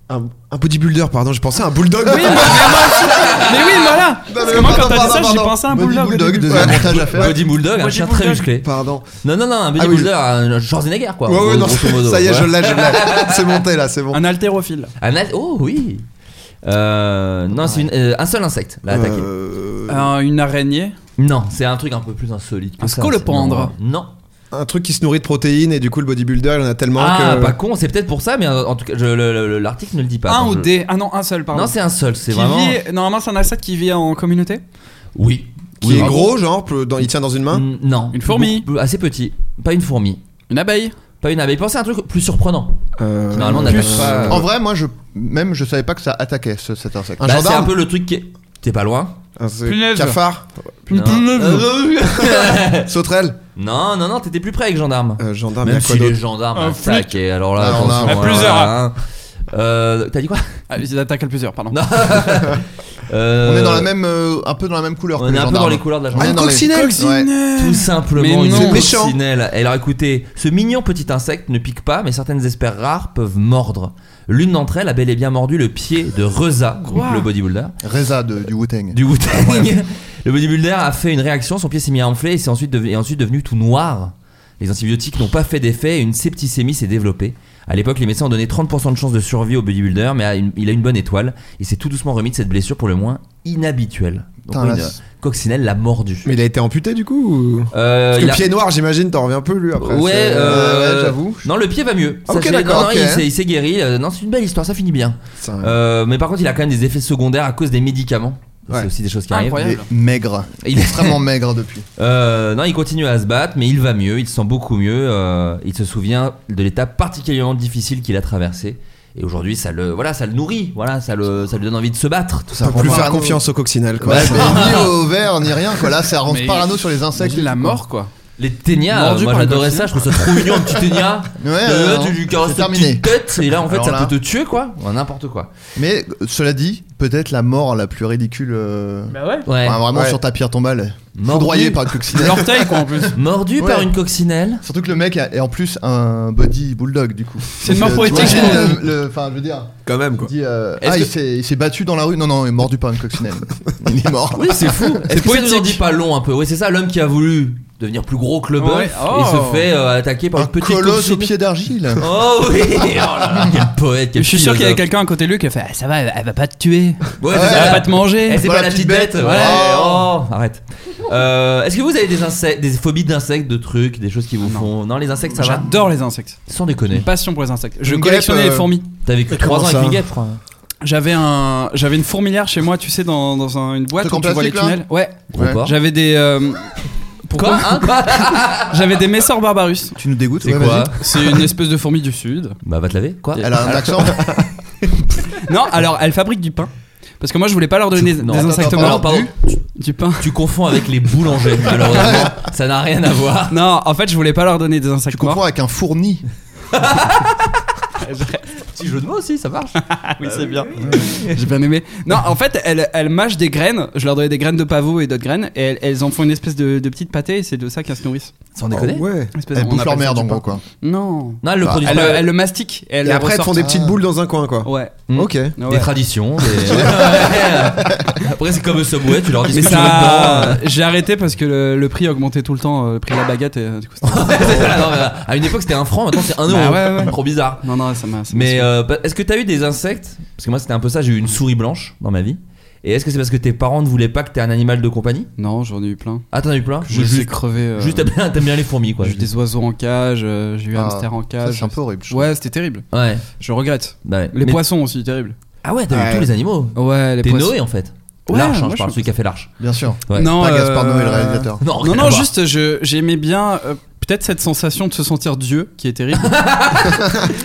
Speaker 2: Un, un bodybuilder, pardon, je pensais à un bulldog.
Speaker 8: Oui, mais vraiment, Mais oui, voilà Parce que moi, quand t'as dit ça, j'ai pensé à un bulldog. au début.
Speaker 2: deuxième montage à faire.
Speaker 6: Body Bulldog, un
Speaker 8: Body
Speaker 6: chien très
Speaker 8: Bulldog.
Speaker 6: musclé.
Speaker 2: Pardon.
Speaker 6: Non, non, non, un
Speaker 2: Ah oui,
Speaker 6: bodybuilder, un Schwarzenegger quoi.
Speaker 2: Ouais, ouais,
Speaker 6: gros-
Speaker 2: non,
Speaker 6: grosso modo,
Speaker 2: ça y est, je
Speaker 6: voilà.
Speaker 2: l'ai, je l'ai. C'est monté là, c'est bon.
Speaker 8: Un haltérophile.
Speaker 6: Un al- Oh oui Euh, Non,
Speaker 2: Ah,
Speaker 6: c'est une- euh, un seul insecte
Speaker 8: Ah,
Speaker 6: l'a attaqué.
Speaker 2: Euh,
Speaker 8: Un- une araignée.
Speaker 6: Non, c'est un truc un peu plus insolite. que
Speaker 8: Un
Speaker 6: ça,
Speaker 8: scolopendre.
Speaker 6: c'est- Non. non.
Speaker 2: Un truc qui se nourrit de protéines et du coup le bodybuilder il en a tellement
Speaker 6: Ah,
Speaker 2: que.
Speaker 6: pas con, c'est peut-être pour ça, mais euh, en tout cas, je- le- le- le- l'article ne le dit pas.
Speaker 8: un
Speaker 6: Attends,
Speaker 8: ou
Speaker 6: je-
Speaker 8: des. Ah non, un seul, pardon.
Speaker 6: Non, c'est un seul, c'est
Speaker 8: Qui
Speaker 6: vraiment.
Speaker 8: vit- Normalement, c'est un insecte qui vit en communauté.
Speaker 6: Oui.
Speaker 2: Qui
Speaker 6: Oui,
Speaker 2: est
Speaker 6: en
Speaker 2: gros, genre, peu- dans- il tient dans une main
Speaker 6: Mm, Non.
Speaker 8: Une fourmi.
Speaker 6: Beaucoup- assez petit. Pas une fourmi.
Speaker 8: Une abeille.
Speaker 6: Pas une abeille. Pensez à un truc plus surprenant.
Speaker 2: Euh,
Speaker 6: Normalement, on
Speaker 8: plus.
Speaker 6: n'attaque pas.
Speaker 7: En vrai, moi, je même je savais pas que ça attaquait ce- cet insecte.
Speaker 6: Bah, c'est un peu le truc qui. est- T'es pas loin.
Speaker 2: Un Ah, c'est-
Speaker 8: Punaise.
Speaker 2: Cafard
Speaker 6: Non. Euh,
Speaker 2: Sauterelle
Speaker 6: non, non, non, t'étais plus près avec gendarme.
Speaker 2: Euh, Gendarme, il y
Speaker 6: Même
Speaker 2: a quoi
Speaker 6: si les
Speaker 2: d'autre
Speaker 6: gendarmes
Speaker 8: Un flic.
Speaker 6: attaquent. et Alors là,
Speaker 2: Ah, on a-
Speaker 6: attention.
Speaker 2: à
Speaker 6: alors
Speaker 8: plusieurs.
Speaker 6: là, hein. Euh, T'as dit quoi
Speaker 8: Ah, ils attaquent à plusieurs, pardon.
Speaker 6: Non.
Speaker 7: On
Speaker 6: Euh,
Speaker 7: est dans la même, euh, un peu dans la même couleur.
Speaker 6: On
Speaker 7: que
Speaker 6: est un peu dans
Speaker 7: gendarmes. Ah,
Speaker 6: les couleurs de la
Speaker 7: On est
Speaker 6: gendarmerie.
Speaker 7: dans les-
Speaker 8: Coccinelle.
Speaker 2: Euh,
Speaker 6: Tout simplement
Speaker 8: Mais
Speaker 6: une
Speaker 8: non.
Speaker 2: C'est méchant.
Speaker 6: coccinelle. Et Alors écoutez, ce mignon petit insecte ne pique pas, mais certaines espèces rares peuvent mordre. L'une d'entre elles a bel et bien mordu le pied de Reza,
Speaker 8: Quoi
Speaker 6: le bodybuilder.
Speaker 7: Reza de- du Wu Tang.
Speaker 6: Du wu Le bodybuilder a fait une réaction, son pied s'est mis à enfler et c'est ensuite, deve- est ensuite devenu tout noir. Les antibiotiques n'ont pas fait d'effet et une septicémie s'est développée. À l'époque, les médecins ont donné 30% de chance de survie au bodybuilder, mais a une- il a une bonne étoile. Il s'est tout doucement remis de cette blessure pour le moins inhabituelle. Donc,
Speaker 7: Putain,
Speaker 6: oui,
Speaker 7: la-
Speaker 6: une coccinelle l'a mordu.
Speaker 2: Mais il a été amputé du coup ou-
Speaker 6: Euh,
Speaker 2: Parce que
Speaker 6: il a-
Speaker 2: pied noir, j'imagine, t'en reviens un peu lui après.
Speaker 6: Ouais,
Speaker 2: c'est-
Speaker 6: euh,
Speaker 7: ouais, j'avoue.
Speaker 6: Non, le pied va mieux.
Speaker 7: Ah, ok,
Speaker 6: Sachez-
Speaker 7: d'accord,
Speaker 6: non, non,
Speaker 7: ok.
Speaker 6: il s'est- il s'est guéri. Euh, Non, c'est une belle histoire, ça finit bien.
Speaker 2: C'est un-
Speaker 6: Euh, mais par contre, il a quand même des effets secondaires à cause des médicaments. C'est
Speaker 7: Ouais.
Speaker 6: aussi des choses qui arrivent.
Speaker 7: Il
Speaker 8: Incroyable.
Speaker 7: est maigre.
Speaker 6: Il
Speaker 7: Il
Speaker 6: est-
Speaker 7: est extrêmement maigre depuis.
Speaker 6: Euh, non, il continue à se battre, mais il va mieux, il se sent beaucoup mieux. euh, il se souvient de l'étape particulièrement difficile qu'il a traversée. Et aujourd'hui, ça le, voilà, ça le nourrit, voilà, ça, le, ça lui donne envie de se battre, tout
Speaker 2: Ça
Speaker 6: ça.
Speaker 2: peut plus
Speaker 7: prend
Speaker 2: faire
Speaker 7: pas, non.
Speaker 2: confiance au coccinelle quoi.
Speaker 7: Ouais, mais ni au vert ni rien quoi. Là, ça avance
Speaker 8: Mais-
Speaker 7: parano sur les insectes.
Speaker 8: Imagine la mort, quoi.
Speaker 6: Les ténias,
Speaker 8: Mordu
Speaker 6: euh, moi
Speaker 8: par le
Speaker 6: j'adorais ça,
Speaker 8: coccinelle.
Speaker 6: je trouve ça trop mignon, un petit ténia.
Speaker 7: Ouais,
Speaker 6: Euh,
Speaker 7: ouais,
Speaker 6: tu
Speaker 7: non,
Speaker 6: lui caresses
Speaker 7: c'est
Speaker 6: ta petite
Speaker 7: terminé.
Speaker 6: tête, et là en fait
Speaker 7: Alors
Speaker 6: ça
Speaker 7: là-
Speaker 6: peut te tuer quoi, Ouais, n'importe quoi.
Speaker 7: Mais euh, cela dit, peut-être la mort la plus ridicule. euh,
Speaker 8: Bah ouais.
Speaker 6: Ouais.
Speaker 7: enfin, vraiment
Speaker 2: Ouais.
Speaker 7: sur ta pierre tombale.
Speaker 6: Mordu.
Speaker 7: Foudroyé par le coccinelle.
Speaker 8: L'orteil, quoi, en plus.
Speaker 6: Mordu
Speaker 7: Ouais.
Speaker 6: par une coccinelle.
Speaker 7: Surtout que le mec a- est en plus un body bulldog du coup.
Speaker 8: C'est une mort
Speaker 7: Donc, euh,
Speaker 8: poétique.
Speaker 7: t'imagines, euh, le- Enfin, je veux dire.
Speaker 2: Quand même quoi.
Speaker 7: Dit, euh,
Speaker 6: Est-ce
Speaker 7: ah, il
Speaker 6: que-
Speaker 7: s'est- il s'est battu dans la rue. Non, non, il est mordu par une coccinelle. il est mort.
Speaker 8: Ah,
Speaker 6: Oui, c'est fou. Est-ce que ça nous en
Speaker 8: poétique.
Speaker 6: dit pas long un peu Oui, c'est ça, l'homme qui a voulu devenir plus gros que le bœuf
Speaker 8: Ouais.
Speaker 6: et
Speaker 8: Oh.
Speaker 6: se fait euh, attaquer par
Speaker 7: Un
Speaker 6: une petite
Speaker 7: colosse au
Speaker 6: coccinelle.
Speaker 7: pied d'argile.
Speaker 6: Oh oui Oh là là, Quel poète,
Speaker 8: Je
Speaker 6: quel
Speaker 8: suis sûr qu'il y avait
Speaker 6: philosophe.
Speaker 8: quelqu'un à côté de lui qui a fait ah, Ça va, elle elle va pas te tuer.
Speaker 6: Ouais, c'est
Speaker 8: Elle va
Speaker 6: ça.
Speaker 8: pas te manger.
Speaker 6: Eh, c'est pas la petite bête,
Speaker 7: bête.
Speaker 6: ouais.
Speaker 7: Oh.
Speaker 6: Oh, Arrête. Euh, Est-ce que vous avez des insectes, des phobies d'insectes, de trucs, des choses qui vous font Non, les insectes, ça va.
Speaker 8: Ah, J'adore les insectes.
Speaker 6: Sans
Speaker 8: Une
Speaker 6: déconner.
Speaker 8: passion pour les insectes. Je
Speaker 2: Une
Speaker 8: collectionnais
Speaker 2: guêpe,
Speaker 8: les
Speaker 2: euh,
Speaker 8: fourmis.
Speaker 6: T'as vécu
Speaker 2: Mais
Speaker 6: 3 ans
Speaker 2: comment
Speaker 6: avec
Speaker 2: ça
Speaker 6: une guêpe, je crois.
Speaker 8: J'avais un, j'avais une fourmilière chez moi, tu sais, dans, dans un- une boîte
Speaker 7: Truc
Speaker 8: où
Speaker 7: en
Speaker 8: tu vois les
Speaker 7: plastique, là
Speaker 8: tunnels. Ouais.
Speaker 6: Gros
Speaker 7: Ouais.
Speaker 6: porc.
Speaker 8: J'avais des. euh,
Speaker 6: Quoi Hein, quoi
Speaker 8: J'avais des Messor Barbarus.
Speaker 7: Tu nous dégoûtes.
Speaker 6: C'est
Speaker 7: ouais,
Speaker 6: quoi
Speaker 7: vas-y.
Speaker 8: C'est une espèce de fourmi du sud.
Speaker 6: Bah, va te laver. Quoi
Speaker 7: Elle a un accent.
Speaker 8: Non, alors elle fabrique du pain. Parce que moi je voulais pas leur donner des,
Speaker 6: Non.
Speaker 8: des
Speaker 6: Attends,
Speaker 8: insectes
Speaker 7: attends,
Speaker 8: morts.
Speaker 6: Alors, pardon,
Speaker 8: Du pain.
Speaker 6: tu confonds avec les boulangers, malheureusement. Ça n'a rien à voir.
Speaker 8: Non, en fait je voulais pas leur donner des insectes
Speaker 7: Tu comprends
Speaker 8: morts.
Speaker 7: avec un fourni.
Speaker 6: Petit jeu de mots aussi, ça marche.
Speaker 8: Bah oui, c'est bien. Mm. J'ai bien aimé. Non, en fait elle, elle mâche des graines. Je leur donnais des graines de pavot et d'autres graines. Et elles, elles en font une espèce de, de petite pâté et c'est de ça qu'elles se nourrissent.
Speaker 6: Sans déconner.
Speaker 2: Ouais.
Speaker 8: Une espèce-
Speaker 7: Elle
Speaker 8: on
Speaker 7: bouffe leur
Speaker 8: appelle ça
Speaker 7: merde
Speaker 8: du
Speaker 7: en
Speaker 8: pain.
Speaker 7: gros quoi.
Speaker 8: Non.
Speaker 6: Non, le produit
Speaker 8: Elle,
Speaker 6: pas-
Speaker 8: elle le mastique. Et, elle
Speaker 2: Et
Speaker 8: le
Speaker 2: après, elles te
Speaker 8: ressort.
Speaker 2: font des petites boules dans un coin quoi.
Speaker 8: Ouais.
Speaker 6: Mm.
Speaker 2: Ok.
Speaker 8: Ah Ouais.
Speaker 6: Des traditions. Des... Ouais. Après, c'est comme Subway, tu leur dis ce
Speaker 8: Mais
Speaker 6: que tu veux dedans.
Speaker 8: ça, j'ai arrêté parce que le, le prix augmentait tout le temps, euh, le prix de la baguette. Et, euh, du coup, c'était-
Speaker 6: C'est ça, non, mais à une époque, c'était un franc, maintenant c'est un euro.
Speaker 8: Bah ouais, ouais.
Speaker 6: Trop bizarre.
Speaker 8: non, non, ça m'a. ça m'a
Speaker 6: Mais
Speaker 8: saoulé.
Speaker 6: euh, bah, est-ce que t'as eu des insectes Parce que moi, c'était un peu ça. J'ai eu une souris blanche dans ma vie. Et est-ce que c'est parce que tes parents ne voulaient pas que t'aies un animal de compagnie
Speaker 8: Non, j'en ai eu plein.
Speaker 6: Ah, t'en as eu plein
Speaker 8: Je
Speaker 6: Juste-
Speaker 8: sais crever. euh,
Speaker 6: Juste, t'aimes bien, t'aimes bien les fourmis, quoi.
Speaker 8: j'ai eu des oiseaux en cage, euh, j'ai eu un
Speaker 7: Ah,
Speaker 8: hamster en
Speaker 7: Ça,
Speaker 8: cage.
Speaker 7: C'est un peu horrible. je trouve.
Speaker 8: Ouais, c'était terrible.
Speaker 6: Ouais.
Speaker 8: Je regrette.
Speaker 6: bah ouais.
Speaker 8: Les
Speaker 6: Mais-
Speaker 8: poissons aussi, terrible.
Speaker 6: Ah ouais, t'as
Speaker 2: Ouais.
Speaker 6: vu tous les animaux.
Speaker 8: Ouais, les
Speaker 6: T'es
Speaker 8: poissons.
Speaker 6: Noé, en fait.
Speaker 8: Ouais,
Speaker 6: l'arche, hein,
Speaker 8: moi,
Speaker 6: je parle,
Speaker 8: je-
Speaker 6: celui qui a fait l'arche.
Speaker 7: Bien sûr.
Speaker 6: Ouais.
Speaker 8: Non,
Speaker 7: Pas
Speaker 8: euh,
Speaker 7: Gaspard Noé, le réalisateur.
Speaker 6: Non,
Speaker 8: Non,
Speaker 6: rien à
Speaker 8: non,
Speaker 6: voir.
Speaker 8: juste, je- j'aimais bien. euh, peut-être cette sensation de se sentir Dieu qui est terrible.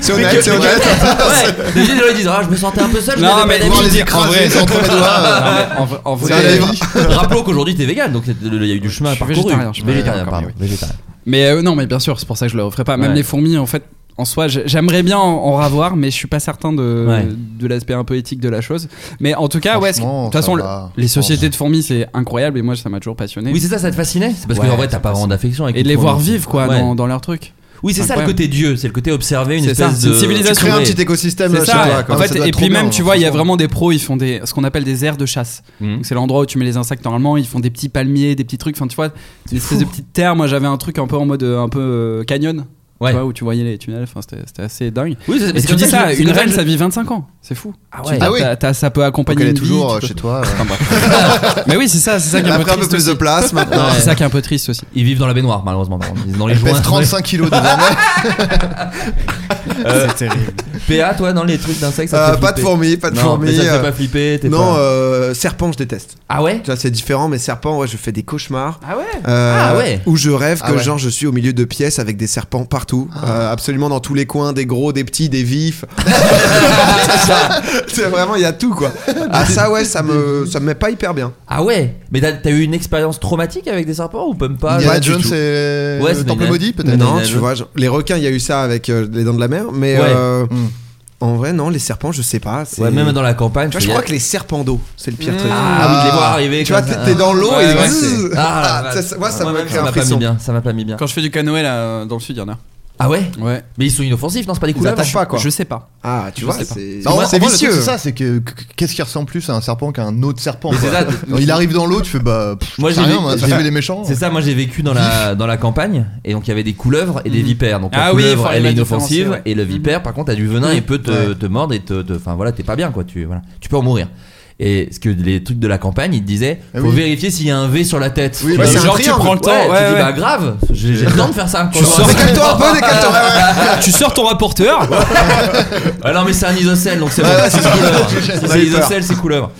Speaker 2: C'est honnête, c'est honnête.
Speaker 6: Ouais, les gens ils disent ah, je me sentais un peu seul, je
Speaker 8: Non,
Speaker 6: n'avais
Speaker 8: mais
Speaker 6: pas
Speaker 8: moi,
Speaker 6: d'amis.
Speaker 8: les écrans, En vrai, c'est entre mes doigts, euh, non, mais en vrai- en vrai- C'est un avis.
Speaker 6: rappelons qu'aujourd'hui t'es vegan, donc il y a eu du chemin à
Speaker 8: Je suis
Speaker 6: parcourir.
Speaker 8: végétarien, je suis
Speaker 6: végétarien,
Speaker 8: végétarien,
Speaker 6: pardon,
Speaker 8: oui.
Speaker 6: végétarien.
Speaker 8: Mais euh, non, mais bien sûr, c'est pour ça que je le referai pas. Même
Speaker 6: Ouais.
Speaker 8: les fourmis, en fait, en soi, j'ai- j'aimerais bien en, en ravoir, mais je suis pas certain de,
Speaker 6: Ouais.
Speaker 8: de l'aspect un peu éthique de la chose. Mais en tout cas, ouais, c'est- de
Speaker 7: Franchement,
Speaker 8: toute façon, le-
Speaker 7: ça va,
Speaker 8: les
Speaker 7: je pense.
Speaker 8: sociétés de fourmis, c'est incroyable et moi, ça m'a toujours passionné.
Speaker 6: Oui, c'est ça, ça te fascinait C'est parce
Speaker 8: Ouais,
Speaker 6: qu'en vrai
Speaker 8: ça
Speaker 6: t'as pas
Speaker 8: me fascine.
Speaker 6: vraiment d'affection avec
Speaker 8: Et de les
Speaker 6: ton
Speaker 8: voir
Speaker 6: fourmi.
Speaker 8: vivre, quoi,
Speaker 6: Ouais.
Speaker 8: dans, dans leur truc.
Speaker 6: Oui, c'est ça le
Speaker 8: Incroyable.
Speaker 6: côté Dieu, c'est le côté observer une
Speaker 8: C'est ça,
Speaker 6: espèce
Speaker 8: Ah, c'est
Speaker 6: de
Speaker 8: une civilisation.
Speaker 7: Tu crées un petit écosystème là,
Speaker 2: euh,
Speaker 8: C'est
Speaker 7: chez
Speaker 8: ça.
Speaker 7: toi. quoi.
Speaker 8: en
Speaker 7: Ça
Speaker 8: fait,
Speaker 7: doit
Speaker 8: et
Speaker 7: être
Speaker 8: puis
Speaker 7: trop
Speaker 8: même,
Speaker 2: hein,
Speaker 7: bien,
Speaker 8: tu vois, il y a
Speaker 7: franchement.
Speaker 8: vraiment des pros, ils font des, ce qu'on appelle des aires de chasse.
Speaker 6: Mhm.
Speaker 8: Donc, C'est l'endroit où tu mets les insectes normalement, ils font des petits palmiers, des petits trucs, enfin tu vois, une espèce de petite terre. Moi j'avais un truc un peu en mode euh, un peu euh, canyon, tu
Speaker 6: Ouais.
Speaker 8: vois, où tu voyais les tunnels, enfin c'était c'était assez dingue.
Speaker 6: Oui, c'est-
Speaker 8: Et
Speaker 6: mais c'est
Speaker 8: tu
Speaker 6: comme
Speaker 8: dis
Speaker 6: ça que
Speaker 8: ça,
Speaker 6: je- c'est
Speaker 8: une
Speaker 6: comme ça
Speaker 8: reine
Speaker 6: que je-
Speaker 8: ça vit 25 ans, c'est fou.
Speaker 6: Ah
Speaker 8: Tu
Speaker 6: ouais.
Speaker 8: dis,
Speaker 7: Ah oui.
Speaker 8: t'as- t'as- ça peut
Speaker 7: Donc
Speaker 8: accompagner
Speaker 7: elle est
Speaker 8: une vie,
Speaker 7: toujours
Speaker 8: tu
Speaker 7: euh,
Speaker 8: peux-
Speaker 7: chez toi. euh.
Speaker 8: Enfin, bref. Mais oui, c'est ça, c'est ça qui est
Speaker 7: Elle
Speaker 8: un
Speaker 7: a
Speaker 8: peu
Speaker 7: pris un peu
Speaker 8: triste
Speaker 7: plus de
Speaker 8: aussi.
Speaker 7: place maintenant.
Speaker 8: C'est ça qui est un peu triste aussi.
Speaker 6: Ah Ils vivent dans la baignoire, malheureusement. par contre. Ils sont Dans les
Speaker 7: Elle
Speaker 6: joints.
Speaker 7: pèse 35 kilos désormais.
Speaker 6: Ah,
Speaker 8: Euh,
Speaker 6: C'est terrible. PA, toi, dans les trucs d'insectes, ça te
Speaker 2: Euh,
Speaker 6: fait
Speaker 2: pas de
Speaker 6: flipper
Speaker 2: fourmis, pas de
Speaker 6: Non,
Speaker 2: fourmis.
Speaker 6: mais ça te fait
Speaker 2: euh,
Speaker 6: pas flipper. t'es
Speaker 2: non,
Speaker 6: pas-
Speaker 2: euh, serpent, je déteste.
Speaker 6: Ah ouais
Speaker 2: Tu vois, c'est différent, mais serpent, ouais, je fais des cauchemars.
Speaker 8: Ah ouais
Speaker 2: Euh,
Speaker 6: Ah ouais.
Speaker 2: Où je rêve que
Speaker 7: Ah ouais.
Speaker 2: genre je suis au milieu de pièces avec des serpents partout,
Speaker 8: Ah.
Speaker 2: euh, absolument dans tous les coins, des gros, des petits, des vifs. c'est vraiment il y a tout quoi. Ah ça ouais, ça me ça me met pas hyper bien.
Speaker 6: Ah ouais Mais t'as t'as eu une expérience traumatique avec des serpents ou même pas
Speaker 7: Indiana
Speaker 2: ouais, du
Speaker 7: Jones
Speaker 2: tout.
Speaker 7: et
Speaker 6: Ouais, c'est
Speaker 7: le Temple
Speaker 6: Indiana-
Speaker 7: maudit peut-être.
Speaker 2: non,
Speaker 6: des
Speaker 2: tu
Speaker 6: nains.
Speaker 2: vois, genre, les requins, il y a eu ça avec euh, les dents de la mer, mais
Speaker 6: Ouais.
Speaker 2: euh,
Speaker 7: Mm.
Speaker 2: en vrai non, les serpents, je sais pas. c'est-
Speaker 6: Ouais, même dans la campagne.
Speaker 2: Tu vois, je
Speaker 6: fais-
Speaker 2: crois que les serpents d'eau, c'est le
Speaker 7: Mm.
Speaker 2: pire truc.
Speaker 6: Ah oui, de les voir arriver.
Speaker 2: Tu vois,
Speaker 6: comme
Speaker 2: t'es
Speaker 6: ça.
Speaker 2: t'es dans l'eau
Speaker 8: Ouais,
Speaker 2: et
Speaker 8: ouais,
Speaker 2: Zzzz.
Speaker 6: c'est- Ah, la
Speaker 2: Ah, ça-
Speaker 6: vache.
Speaker 2: ça- moi, ça
Speaker 6: Moi,
Speaker 2: m'a
Speaker 6: même,
Speaker 2: créé un
Speaker 6: m'a pas mis
Speaker 2: frisson.
Speaker 6: bien. Ça m'a pas mis bien.
Speaker 8: Quand je fais du canoë là, euh, dans le sud, il y en a.
Speaker 6: Ah ouais
Speaker 8: Ouais.
Speaker 6: Mais ils sont inoffensifs, non C'est pas des
Speaker 2: Ils
Speaker 6: couleuvres
Speaker 2: attachent pas quoi.
Speaker 8: Je sais pas.
Speaker 2: Ah, tu
Speaker 8: Je
Speaker 2: vois,
Speaker 8: sais pas.
Speaker 2: c'est.
Speaker 7: Bah, en-
Speaker 2: Ouais,
Speaker 7: en
Speaker 2: c'est
Speaker 7: vrai, le truc,
Speaker 2: vicieux.
Speaker 7: C'est ça, c'est que que- qu'est-ce qui ressemble plus à un serpent qu'à un autre serpent
Speaker 6: Mais c'est
Speaker 7: quoi.
Speaker 6: ça.
Speaker 7: Il arrive dans l'eau, tu fais bah. pff,
Speaker 6: Moi,
Speaker 7: c'est
Speaker 6: j'ai
Speaker 7: rien,
Speaker 6: vu-
Speaker 7: on va
Speaker 6: j'ai
Speaker 7: tuer
Speaker 6: vu-
Speaker 7: les méchants.
Speaker 6: C'est ça, moi j'ai vécu dans la, dans la campagne et donc il y avait des couleuvres et des
Speaker 2: Mm.
Speaker 8: Mhm.
Speaker 6: vipères. Donc la
Speaker 8: Ah oui,
Speaker 6: couleuvre
Speaker 8: faut
Speaker 6: elle
Speaker 8: les
Speaker 6: est inoffensive
Speaker 8: différencier, ouais.
Speaker 6: et le vipère par contre a du
Speaker 2: Mm.
Speaker 6: venin et peut te,
Speaker 7: Ouais.
Speaker 6: te mordre et te. te- Enfin voilà, t'es pas bien quoi, tu, voilà. tu peux en mourir. Et ce que les trucs de la campagne, ils te disaient,
Speaker 7: Ah
Speaker 6: faut
Speaker 7: oui.
Speaker 6: vérifier s'il y a un V sur la tête.
Speaker 2: Oui,
Speaker 6: Et
Speaker 2: bah, c'est un
Speaker 6: genre, tu
Speaker 2: triangle.
Speaker 6: prends le temps,
Speaker 8: Ouais,
Speaker 6: tu
Speaker 8: ouais,
Speaker 6: dis
Speaker 8: ouais.
Speaker 6: bah grave, j'ai j'ai le temps de faire ça. quoi.
Speaker 8: sors-
Speaker 2: Décale-toi un peu, décale-toi. Ouais,
Speaker 7: bah, Ah,
Speaker 2: ouais.
Speaker 8: tu sors ton rapporteur
Speaker 6: Ah non, mais c'est un isocèle, donc c'est bon.
Speaker 7: ouais, c'est
Speaker 6: C'est couleuvre.
Speaker 7: cool.
Speaker 6: Si
Speaker 7: On a
Speaker 6: c'est
Speaker 7: eu peur.
Speaker 6: isocèle, c'est couleuvre.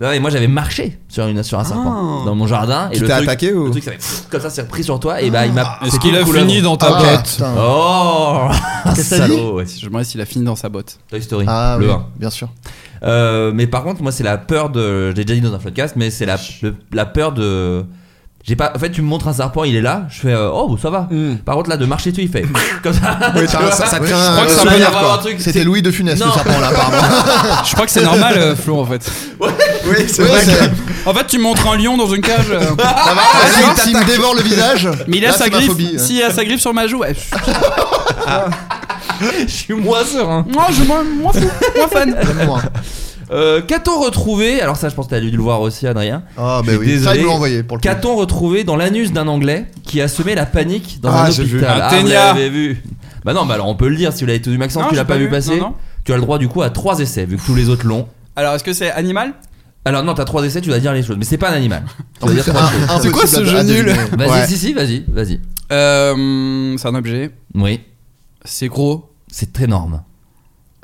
Speaker 6: Non, et moi j'avais marché sur, une, sur un serpent
Speaker 7: Ah.
Speaker 6: dans mon jardin et
Speaker 2: Tu
Speaker 6: le
Speaker 2: t'es
Speaker 6: truc,
Speaker 2: attaqué ou
Speaker 6: le truc ça fait pff, comme ça c'est repris sur toi et bah il m'a
Speaker 8: Est-ce
Speaker 6: c'était
Speaker 8: qu'il
Speaker 6: une
Speaker 8: a
Speaker 6: couleuvre.
Speaker 8: fini dans ta
Speaker 7: Ah,
Speaker 8: botte
Speaker 7: putain.
Speaker 6: Oh
Speaker 7: Qu'est-ce que t'as
Speaker 6: Salaud, ouais.
Speaker 8: Je me demandais s'il a fini dans sa botte.
Speaker 6: Toy Story,
Speaker 7: Ah
Speaker 6: le
Speaker 7: oui,
Speaker 6: 1.
Speaker 7: bien sûr.
Speaker 6: Euh, mais par contre, moi, c'est la peur de. Je l'ai déjà dit dans un podcast, mais c'est la, le- la peur de. J'ai pas. En fait, tu me montres un serpent, il est là, je fais euh, oh ça va.
Speaker 7: Hmm.
Speaker 6: Par contre, là, de marcher dessus, il fait comme ça.
Speaker 2: Oui, ça- ça- ça crée un-
Speaker 6: crois que
Speaker 2: un
Speaker 6: ça va
Speaker 2: souvenir,
Speaker 6: y avoir
Speaker 2: quoi.
Speaker 6: un truc.
Speaker 7: C'était Louis de Funès
Speaker 6: Non.
Speaker 7: le serpent là apparemment.
Speaker 8: Je crois que c'est normal, euh, Flo, en fait.
Speaker 2: Oui, c'est
Speaker 7: Ouais,
Speaker 2: vrai.
Speaker 7: c'est-
Speaker 8: En fait, tu montres un lion dans une cage. euh,
Speaker 7: Ah bah,
Speaker 2: Ah,
Speaker 7: vas-y,
Speaker 2: il
Speaker 7: S'il me
Speaker 2: t'attaque.
Speaker 7: dévore le visage,
Speaker 8: mais il a
Speaker 7: là,
Speaker 8: sa
Speaker 7: c'est ma
Speaker 8: griffe.
Speaker 7: phobie. hein.
Speaker 8: S'il a sa griffe sur ma joue, ouais.
Speaker 6: Je suis moins serein.
Speaker 8: Non, je m'en m'en fous. Moins fan.
Speaker 7: J'aime moins.
Speaker 6: Euh, Qu'a-t-on retrouvé Alors ça, je pense que t'as dû le voir aussi, Adrien.
Speaker 7: Ah
Speaker 6: Je
Speaker 7: bah
Speaker 6: suis
Speaker 7: oui, ça
Speaker 6: désolé.
Speaker 7: il me l'a envoyé pour le coup.
Speaker 6: Qu'a-t-on retrouvé dans l'anus d'un Anglais qui a semé la panique dans
Speaker 2: Ah,
Speaker 6: un
Speaker 2: j'ai vu.
Speaker 6: hôpital
Speaker 8: Un
Speaker 6: Ah, vous
Speaker 8: ténia.
Speaker 6: l'avez vu. Bah non, bah alors on peut le dire si vous l'avez tout vu, Maxence,
Speaker 8: Non,
Speaker 6: tu
Speaker 8: j'ai
Speaker 6: l'as pas,
Speaker 8: pas
Speaker 6: vu
Speaker 8: vu.
Speaker 6: passer.
Speaker 8: Non, non.
Speaker 6: Tu as le droit du coup à trois essais, vu que tous les autres l'ont.
Speaker 8: Alors, est-ce que c'est animal
Speaker 6: Alors non, t'as trois essais, tu dois dire les choses, mais c'est pas un animal. Tu
Speaker 7: En
Speaker 6: dois
Speaker 7: plus,
Speaker 6: dire
Speaker 7: c'est
Speaker 6: trois
Speaker 7: un-
Speaker 6: choses.
Speaker 7: impossible
Speaker 8: quoi ce
Speaker 7: à- à
Speaker 8: jeu nul
Speaker 7: deviner.
Speaker 6: Vas-y,
Speaker 7: Ouais.
Speaker 6: si, si, vas-y, vas-y.
Speaker 8: Euh. C'est un objet.
Speaker 6: Oui,
Speaker 8: C'est gros.
Speaker 6: c'est très norme.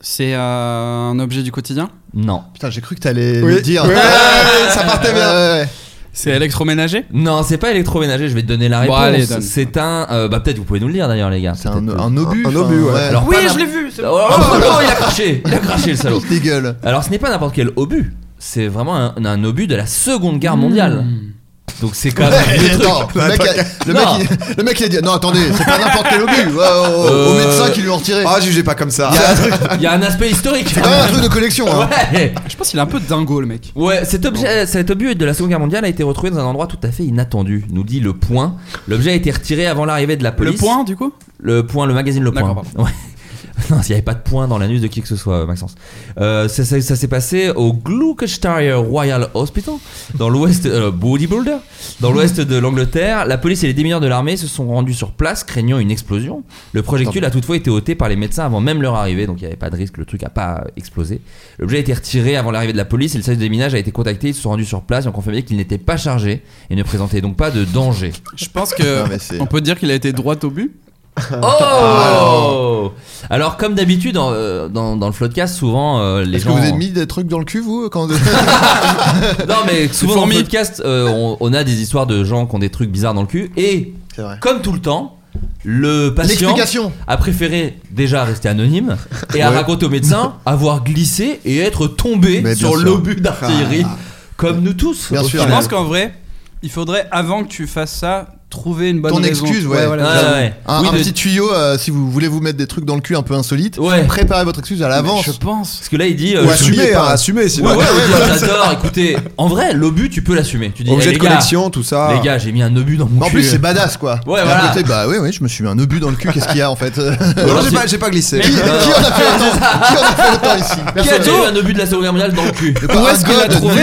Speaker 8: C'est euh, un objet du quotidien.
Speaker 6: Non.
Speaker 7: Putain, j'ai cru que t'allais
Speaker 2: Oui.
Speaker 7: le dire.
Speaker 2: Ouais, ouais, ouais,
Speaker 7: ça partait bien.
Speaker 8: C'est électroménager
Speaker 6: Non, c'est pas électroménager, je vais te donner la
Speaker 8: Bon,
Speaker 6: réponse.
Speaker 8: allez, donne.
Speaker 6: c'est un. euh, bah peut-être vous pouvez nous le dire d'ailleurs, les gars.
Speaker 7: C'est un,
Speaker 6: Peut-être.
Speaker 7: un obus. hein.
Speaker 2: Un
Speaker 7: enfin,
Speaker 2: obus, ouais.
Speaker 6: Alors,
Speaker 8: Oui,
Speaker 6: pas
Speaker 8: je
Speaker 6: n'im-
Speaker 8: l'ai vu. c'est-
Speaker 6: Oh, oh, non, il a craché Il a craché le salaud
Speaker 7: Il dégueule.
Speaker 6: Alors ce n'est pas n'importe quel obus, c'est vraiment un, un obus de la Seconde Guerre mondiale. Donc c'est quand même un vieux
Speaker 7: Eh,
Speaker 6: Ah, bah, truc.
Speaker 7: Hmm. attends, le mec, a- le, mec,
Speaker 6: Non.
Speaker 7: il, le mec il a dit non attendez c'est pas n'importe quel obus ouais, au, au
Speaker 6: Euh,
Speaker 7: médecin qui lui ont retiré
Speaker 2: Ah, jugez pas comme ça.
Speaker 6: Il y a un aspect historique.
Speaker 7: c'est quand même un truc de collection hein.
Speaker 6: Ouais.
Speaker 8: Je pense qu'il est un peu dingo, le mec.
Speaker 6: Ouais, cet, objet, cet obus de la Seconde Guerre mondiale a été retrouvé dans un endroit tout à fait inattendu, nous dit Le Point. L'objet a été retiré avant l'arrivée de la
Speaker 8: Le
Speaker 6: police.
Speaker 8: point, du coup
Speaker 6: Le Point, le magazine Le Point.
Speaker 8: D'accord,
Speaker 6: Ouais. Non, s'il n'y avait pas de point dans l'anus de qui que ce soit, Maxence. Euh, ça ça- ça s'est passé au Gloucestershire Royal Hospital, dans l'ouest, euh, bodybuilder, dans l'ouest de l'Angleterre. La police et les démineurs de l'armée se sont rendus sur place, craignant une explosion. Le projectile a toutefois été ôté par les médecins avant même leur arrivée, donc il n'y avait pas de risque, le truc n'a pas explosé. L'objet a été retiré avant l'arrivée de la police et le service de déminage a été contacté. Ils se sont rendus sur place et ont confirmé qu'il n'était pas chargé et ne présentait donc pas de danger.
Speaker 8: Je pense que.
Speaker 7: Non, mais c'est-
Speaker 8: on peut dire qu'il a été droit au but.
Speaker 6: Oh Alors comme d'habitude dans, euh, dans, dans le floodcast souvent euh, les
Speaker 7: est-ce
Speaker 6: gens
Speaker 7: que vous avez mis des trucs dans le cul vous quand vous êtes-
Speaker 6: Non mais souvent dans le
Speaker 8: fourmis.
Speaker 6: podcast euh, on, on a des histoires de gens qui ont des trucs bizarres dans le cul et
Speaker 7: c'est vrai
Speaker 6: comme tout le temps le patient
Speaker 7: L'explication.
Speaker 6: a préféré déjà rester anonyme et à
Speaker 7: Ouais.
Speaker 6: raconter au médecin avoir glissé et être tombé
Speaker 7: Mais bien
Speaker 6: sur
Speaker 7: sûr. Ah.
Speaker 6: l'obus d'artillerie, comme nous tous. au
Speaker 8: Je
Speaker 6: final.
Speaker 8: pense qu'en vrai, il faudrait, avant que tu fasses ça, trouver une bonne
Speaker 7: Ton
Speaker 8: raison.
Speaker 7: excuse, ouais. Ah,
Speaker 8: voilà.
Speaker 6: Ah,
Speaker 7: J'avoue. Un, un petit tuyau, euh, si vous voulez vous mettre des trucs dans le cul un peu insolites, préparez votre excuse à l'avance.
Speaker 8: Je pense.
Speaker 6: Parce que là, il dit. euh,
Speaker 7: Ou
Speaker 6: je-
Speaker 7: assumer,
Speaker 6: hein.
Speaker 7: pas assumer, sinon.
Speaker 6: Ouais, ouais,
Speaker 7: Ouais,
Speaker 6: il dit,
Speaker 7: voilà,
Speaker 6: j'adore.
Speaker 7: c'est-
Speaker 6: Écoutez, en vrai, l'obus, tu peux l'assumer. Tu dis.
Speaker 2: Objet
Speaker 6: eh, les
Speaker 2: de
Speaker 6: gars,
Speaker 2: connexion, tout ça.
Speaker 6: Les gars, j'ai mis un obus dans mon
Speaker 7: En
Speaker 6: cul.
Speaker 7: plus, c'est badass quoi.
Speaker 6: Ouais,
Speaker 7: Et à
Speaker 6: voilà.
Speaker 7: côté, bah oui, oui, je me suis mis un obus dans le cul, qu'est-ce qu'il y a en fait
Speaker 6: alors,
Speaker 2: j'ai
Speaker 6: c'est-
Speaker 2: pas, j'ai pas glissé.
Speaker 7: Qui, qui en a fait autant Qui en a fait autant ici
Speaker 6: Qui a
Speaker 7: Personne.
Speaker 6: déjà eu un obus de la Seconde Guerre mondiale dans le cul
Speaker 7: Où est-ce qu'il l'a trouvé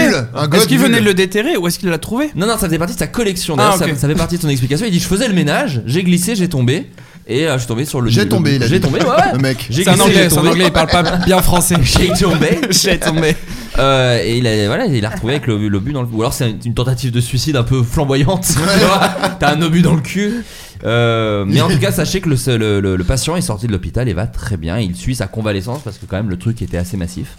Speaker 8: Est-ce qu'il venait de le déterrer ou est-ce qu'il l'a trouvé
Speaker 6: Non, non, ça faisait partie de sa collection.
Speaker 8: Ah,
Speaker 6: D'ailleurs, ça-
Speaker 8: ok.
Speaker 6: ça, fait partie de son explication. Il dit Je faisais le ménage, j'ai glissé, j'ai tombé. Et euh, je suis tombé sur le.
Speaker 7: J'ai
Speaker 6: le-
Speaker 7: tombé, il a
Speaker 6: J'ai
Speaker 7: dit.
Speaker 6: tombé, ouais, ouais.
Speaker 7: Le mec.
Speaker 6: J'ai
Speaker 8: C'est un
Speaker 6: glissé,
Speaker 8: anglais,
Speaker 6: j'ai
Speaker 8: c'est un
Speaker 6: tombé.
Speaker 8: anglais, il parle pas bien français.
Speaker 6: J'ai tombé.
Speaker 8: J'ai tombé.
Speaker 6: Euh, et il a, voilà, il a retrouvé avec le- l'obus dans le cul. Ou alors c'est une tentative de suicide un peu flamboyante. tu vois. T'as un obus dans le cul. Euh, mais en tout cas, sachez que le, le- le- le patient est sorti de l'hôpital et va très bien. Il suit sa convalescence parce que quand même le truc était assez massif.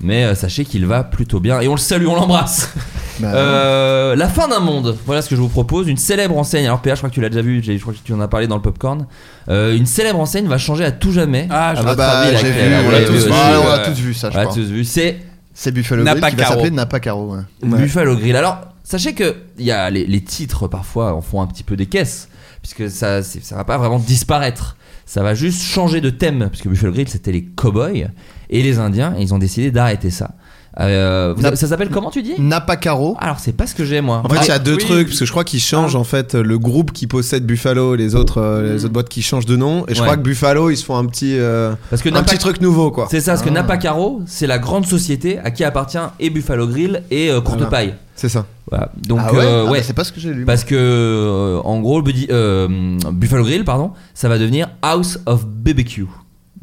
Speaker 6: Mais euh, sachez qu'il va plutôt bien et on le salue, on l'embrasse.
Speaker 7: Bah,
Speaker 6: Euh, la fin d'un monde, voilà ce que je vous propose. Une célèbre enseigne, alors PH, je crois que tu l'as déjà vu, j'ai- je crois que tu en as parlé dans le popcorn. Euh, une célèbre enseigne va changer à tout jamais.
Speaker 8: Ah, je-
Speaker 6: À
Speaker 7: Ah
Speaker 6: votre
Speaker 7: bah,
Speaker 6: avis,
Speaker 7: j'ai
Speaker 6: laquelle
Speaker 7: vu,
Speaker 6: Ah,
Speaker 7: on
Speaker 6: vous
Speaker 7: l'a
Speaker 6: l'avez
Speaker 7: tous
Speaker 6: aussi,
Speaker 7: vu,
Speaker 6: ouais.
Speaker 7: on l'a tous vu, ça, je
Speaker 6: On l'a
Speaker 7: crois.
Speaker 6: tous vu. C'est
Speaker 7: C'est Buffalo
Speaker 8: Napa
Speaker 7: Grill qui va
Speaker 8: Caro.
Speaker 7: s'appeler Napa Caro. ouais.
Speaker 6: Buffalo Grill. Alors, sachez que il y a les, les titres parfois en font un petit peu des caisses, puisque ça, c'est- ça va pas vraiment disparaître. Ça va juste changer de thème, puisque Buffalo Grill c'était les cowboys et les Indiens, et ils ont décidé d'arrêter ça. Euh, vous-
Speaker 7: Nap-
Speaker 6: ça s'appelle comment tu dis
Speaker 7: Napa Caro.
Speaker 6: Alors c'est pas ce que j'ai moi.
Speaker 2: En fait, il y a
Speaker 8: Ah,
Speaker 2: deux
Speaker 8: oui.
Speaker 2: trucs parce que je crois qu'ils changent en fait le groupe qui possède Buffalo, et les autres euh, les autres boîtes qui changent de nom. Et je
Speaker 6: Mm. Ouais.
Speaker 2: crois que Buffalo, ils se font un petit euh,
Speaker 6: Parce que
Speaker 2: un
Speaker 6: Napa-
Speaker 2: petit truc nouveau
Speaker 7: Ah.
Speaker 2: quoi.
Speaker 6: C'est ça, parce que Napa Caro, c'est la grande société à qui appartient et Buffalo Grill et euh, Courte
Speaker 2: Voilà.
Speaker 6: Paille.
Speaker 2: C'est ça.
Speaker 6: Voilà. Donc
Speaker 7: Ah ouais,
Speaker 6: euh,
Speaker 7: Ah bah,
Speaker 6: ouais.
Speaker 7: c'est pas ce que j'ai lu.
Speaker 6: parce que euh, en gros, Buddy- euh, Buffalo Grill, pardon, ça va devenir House of BBQ.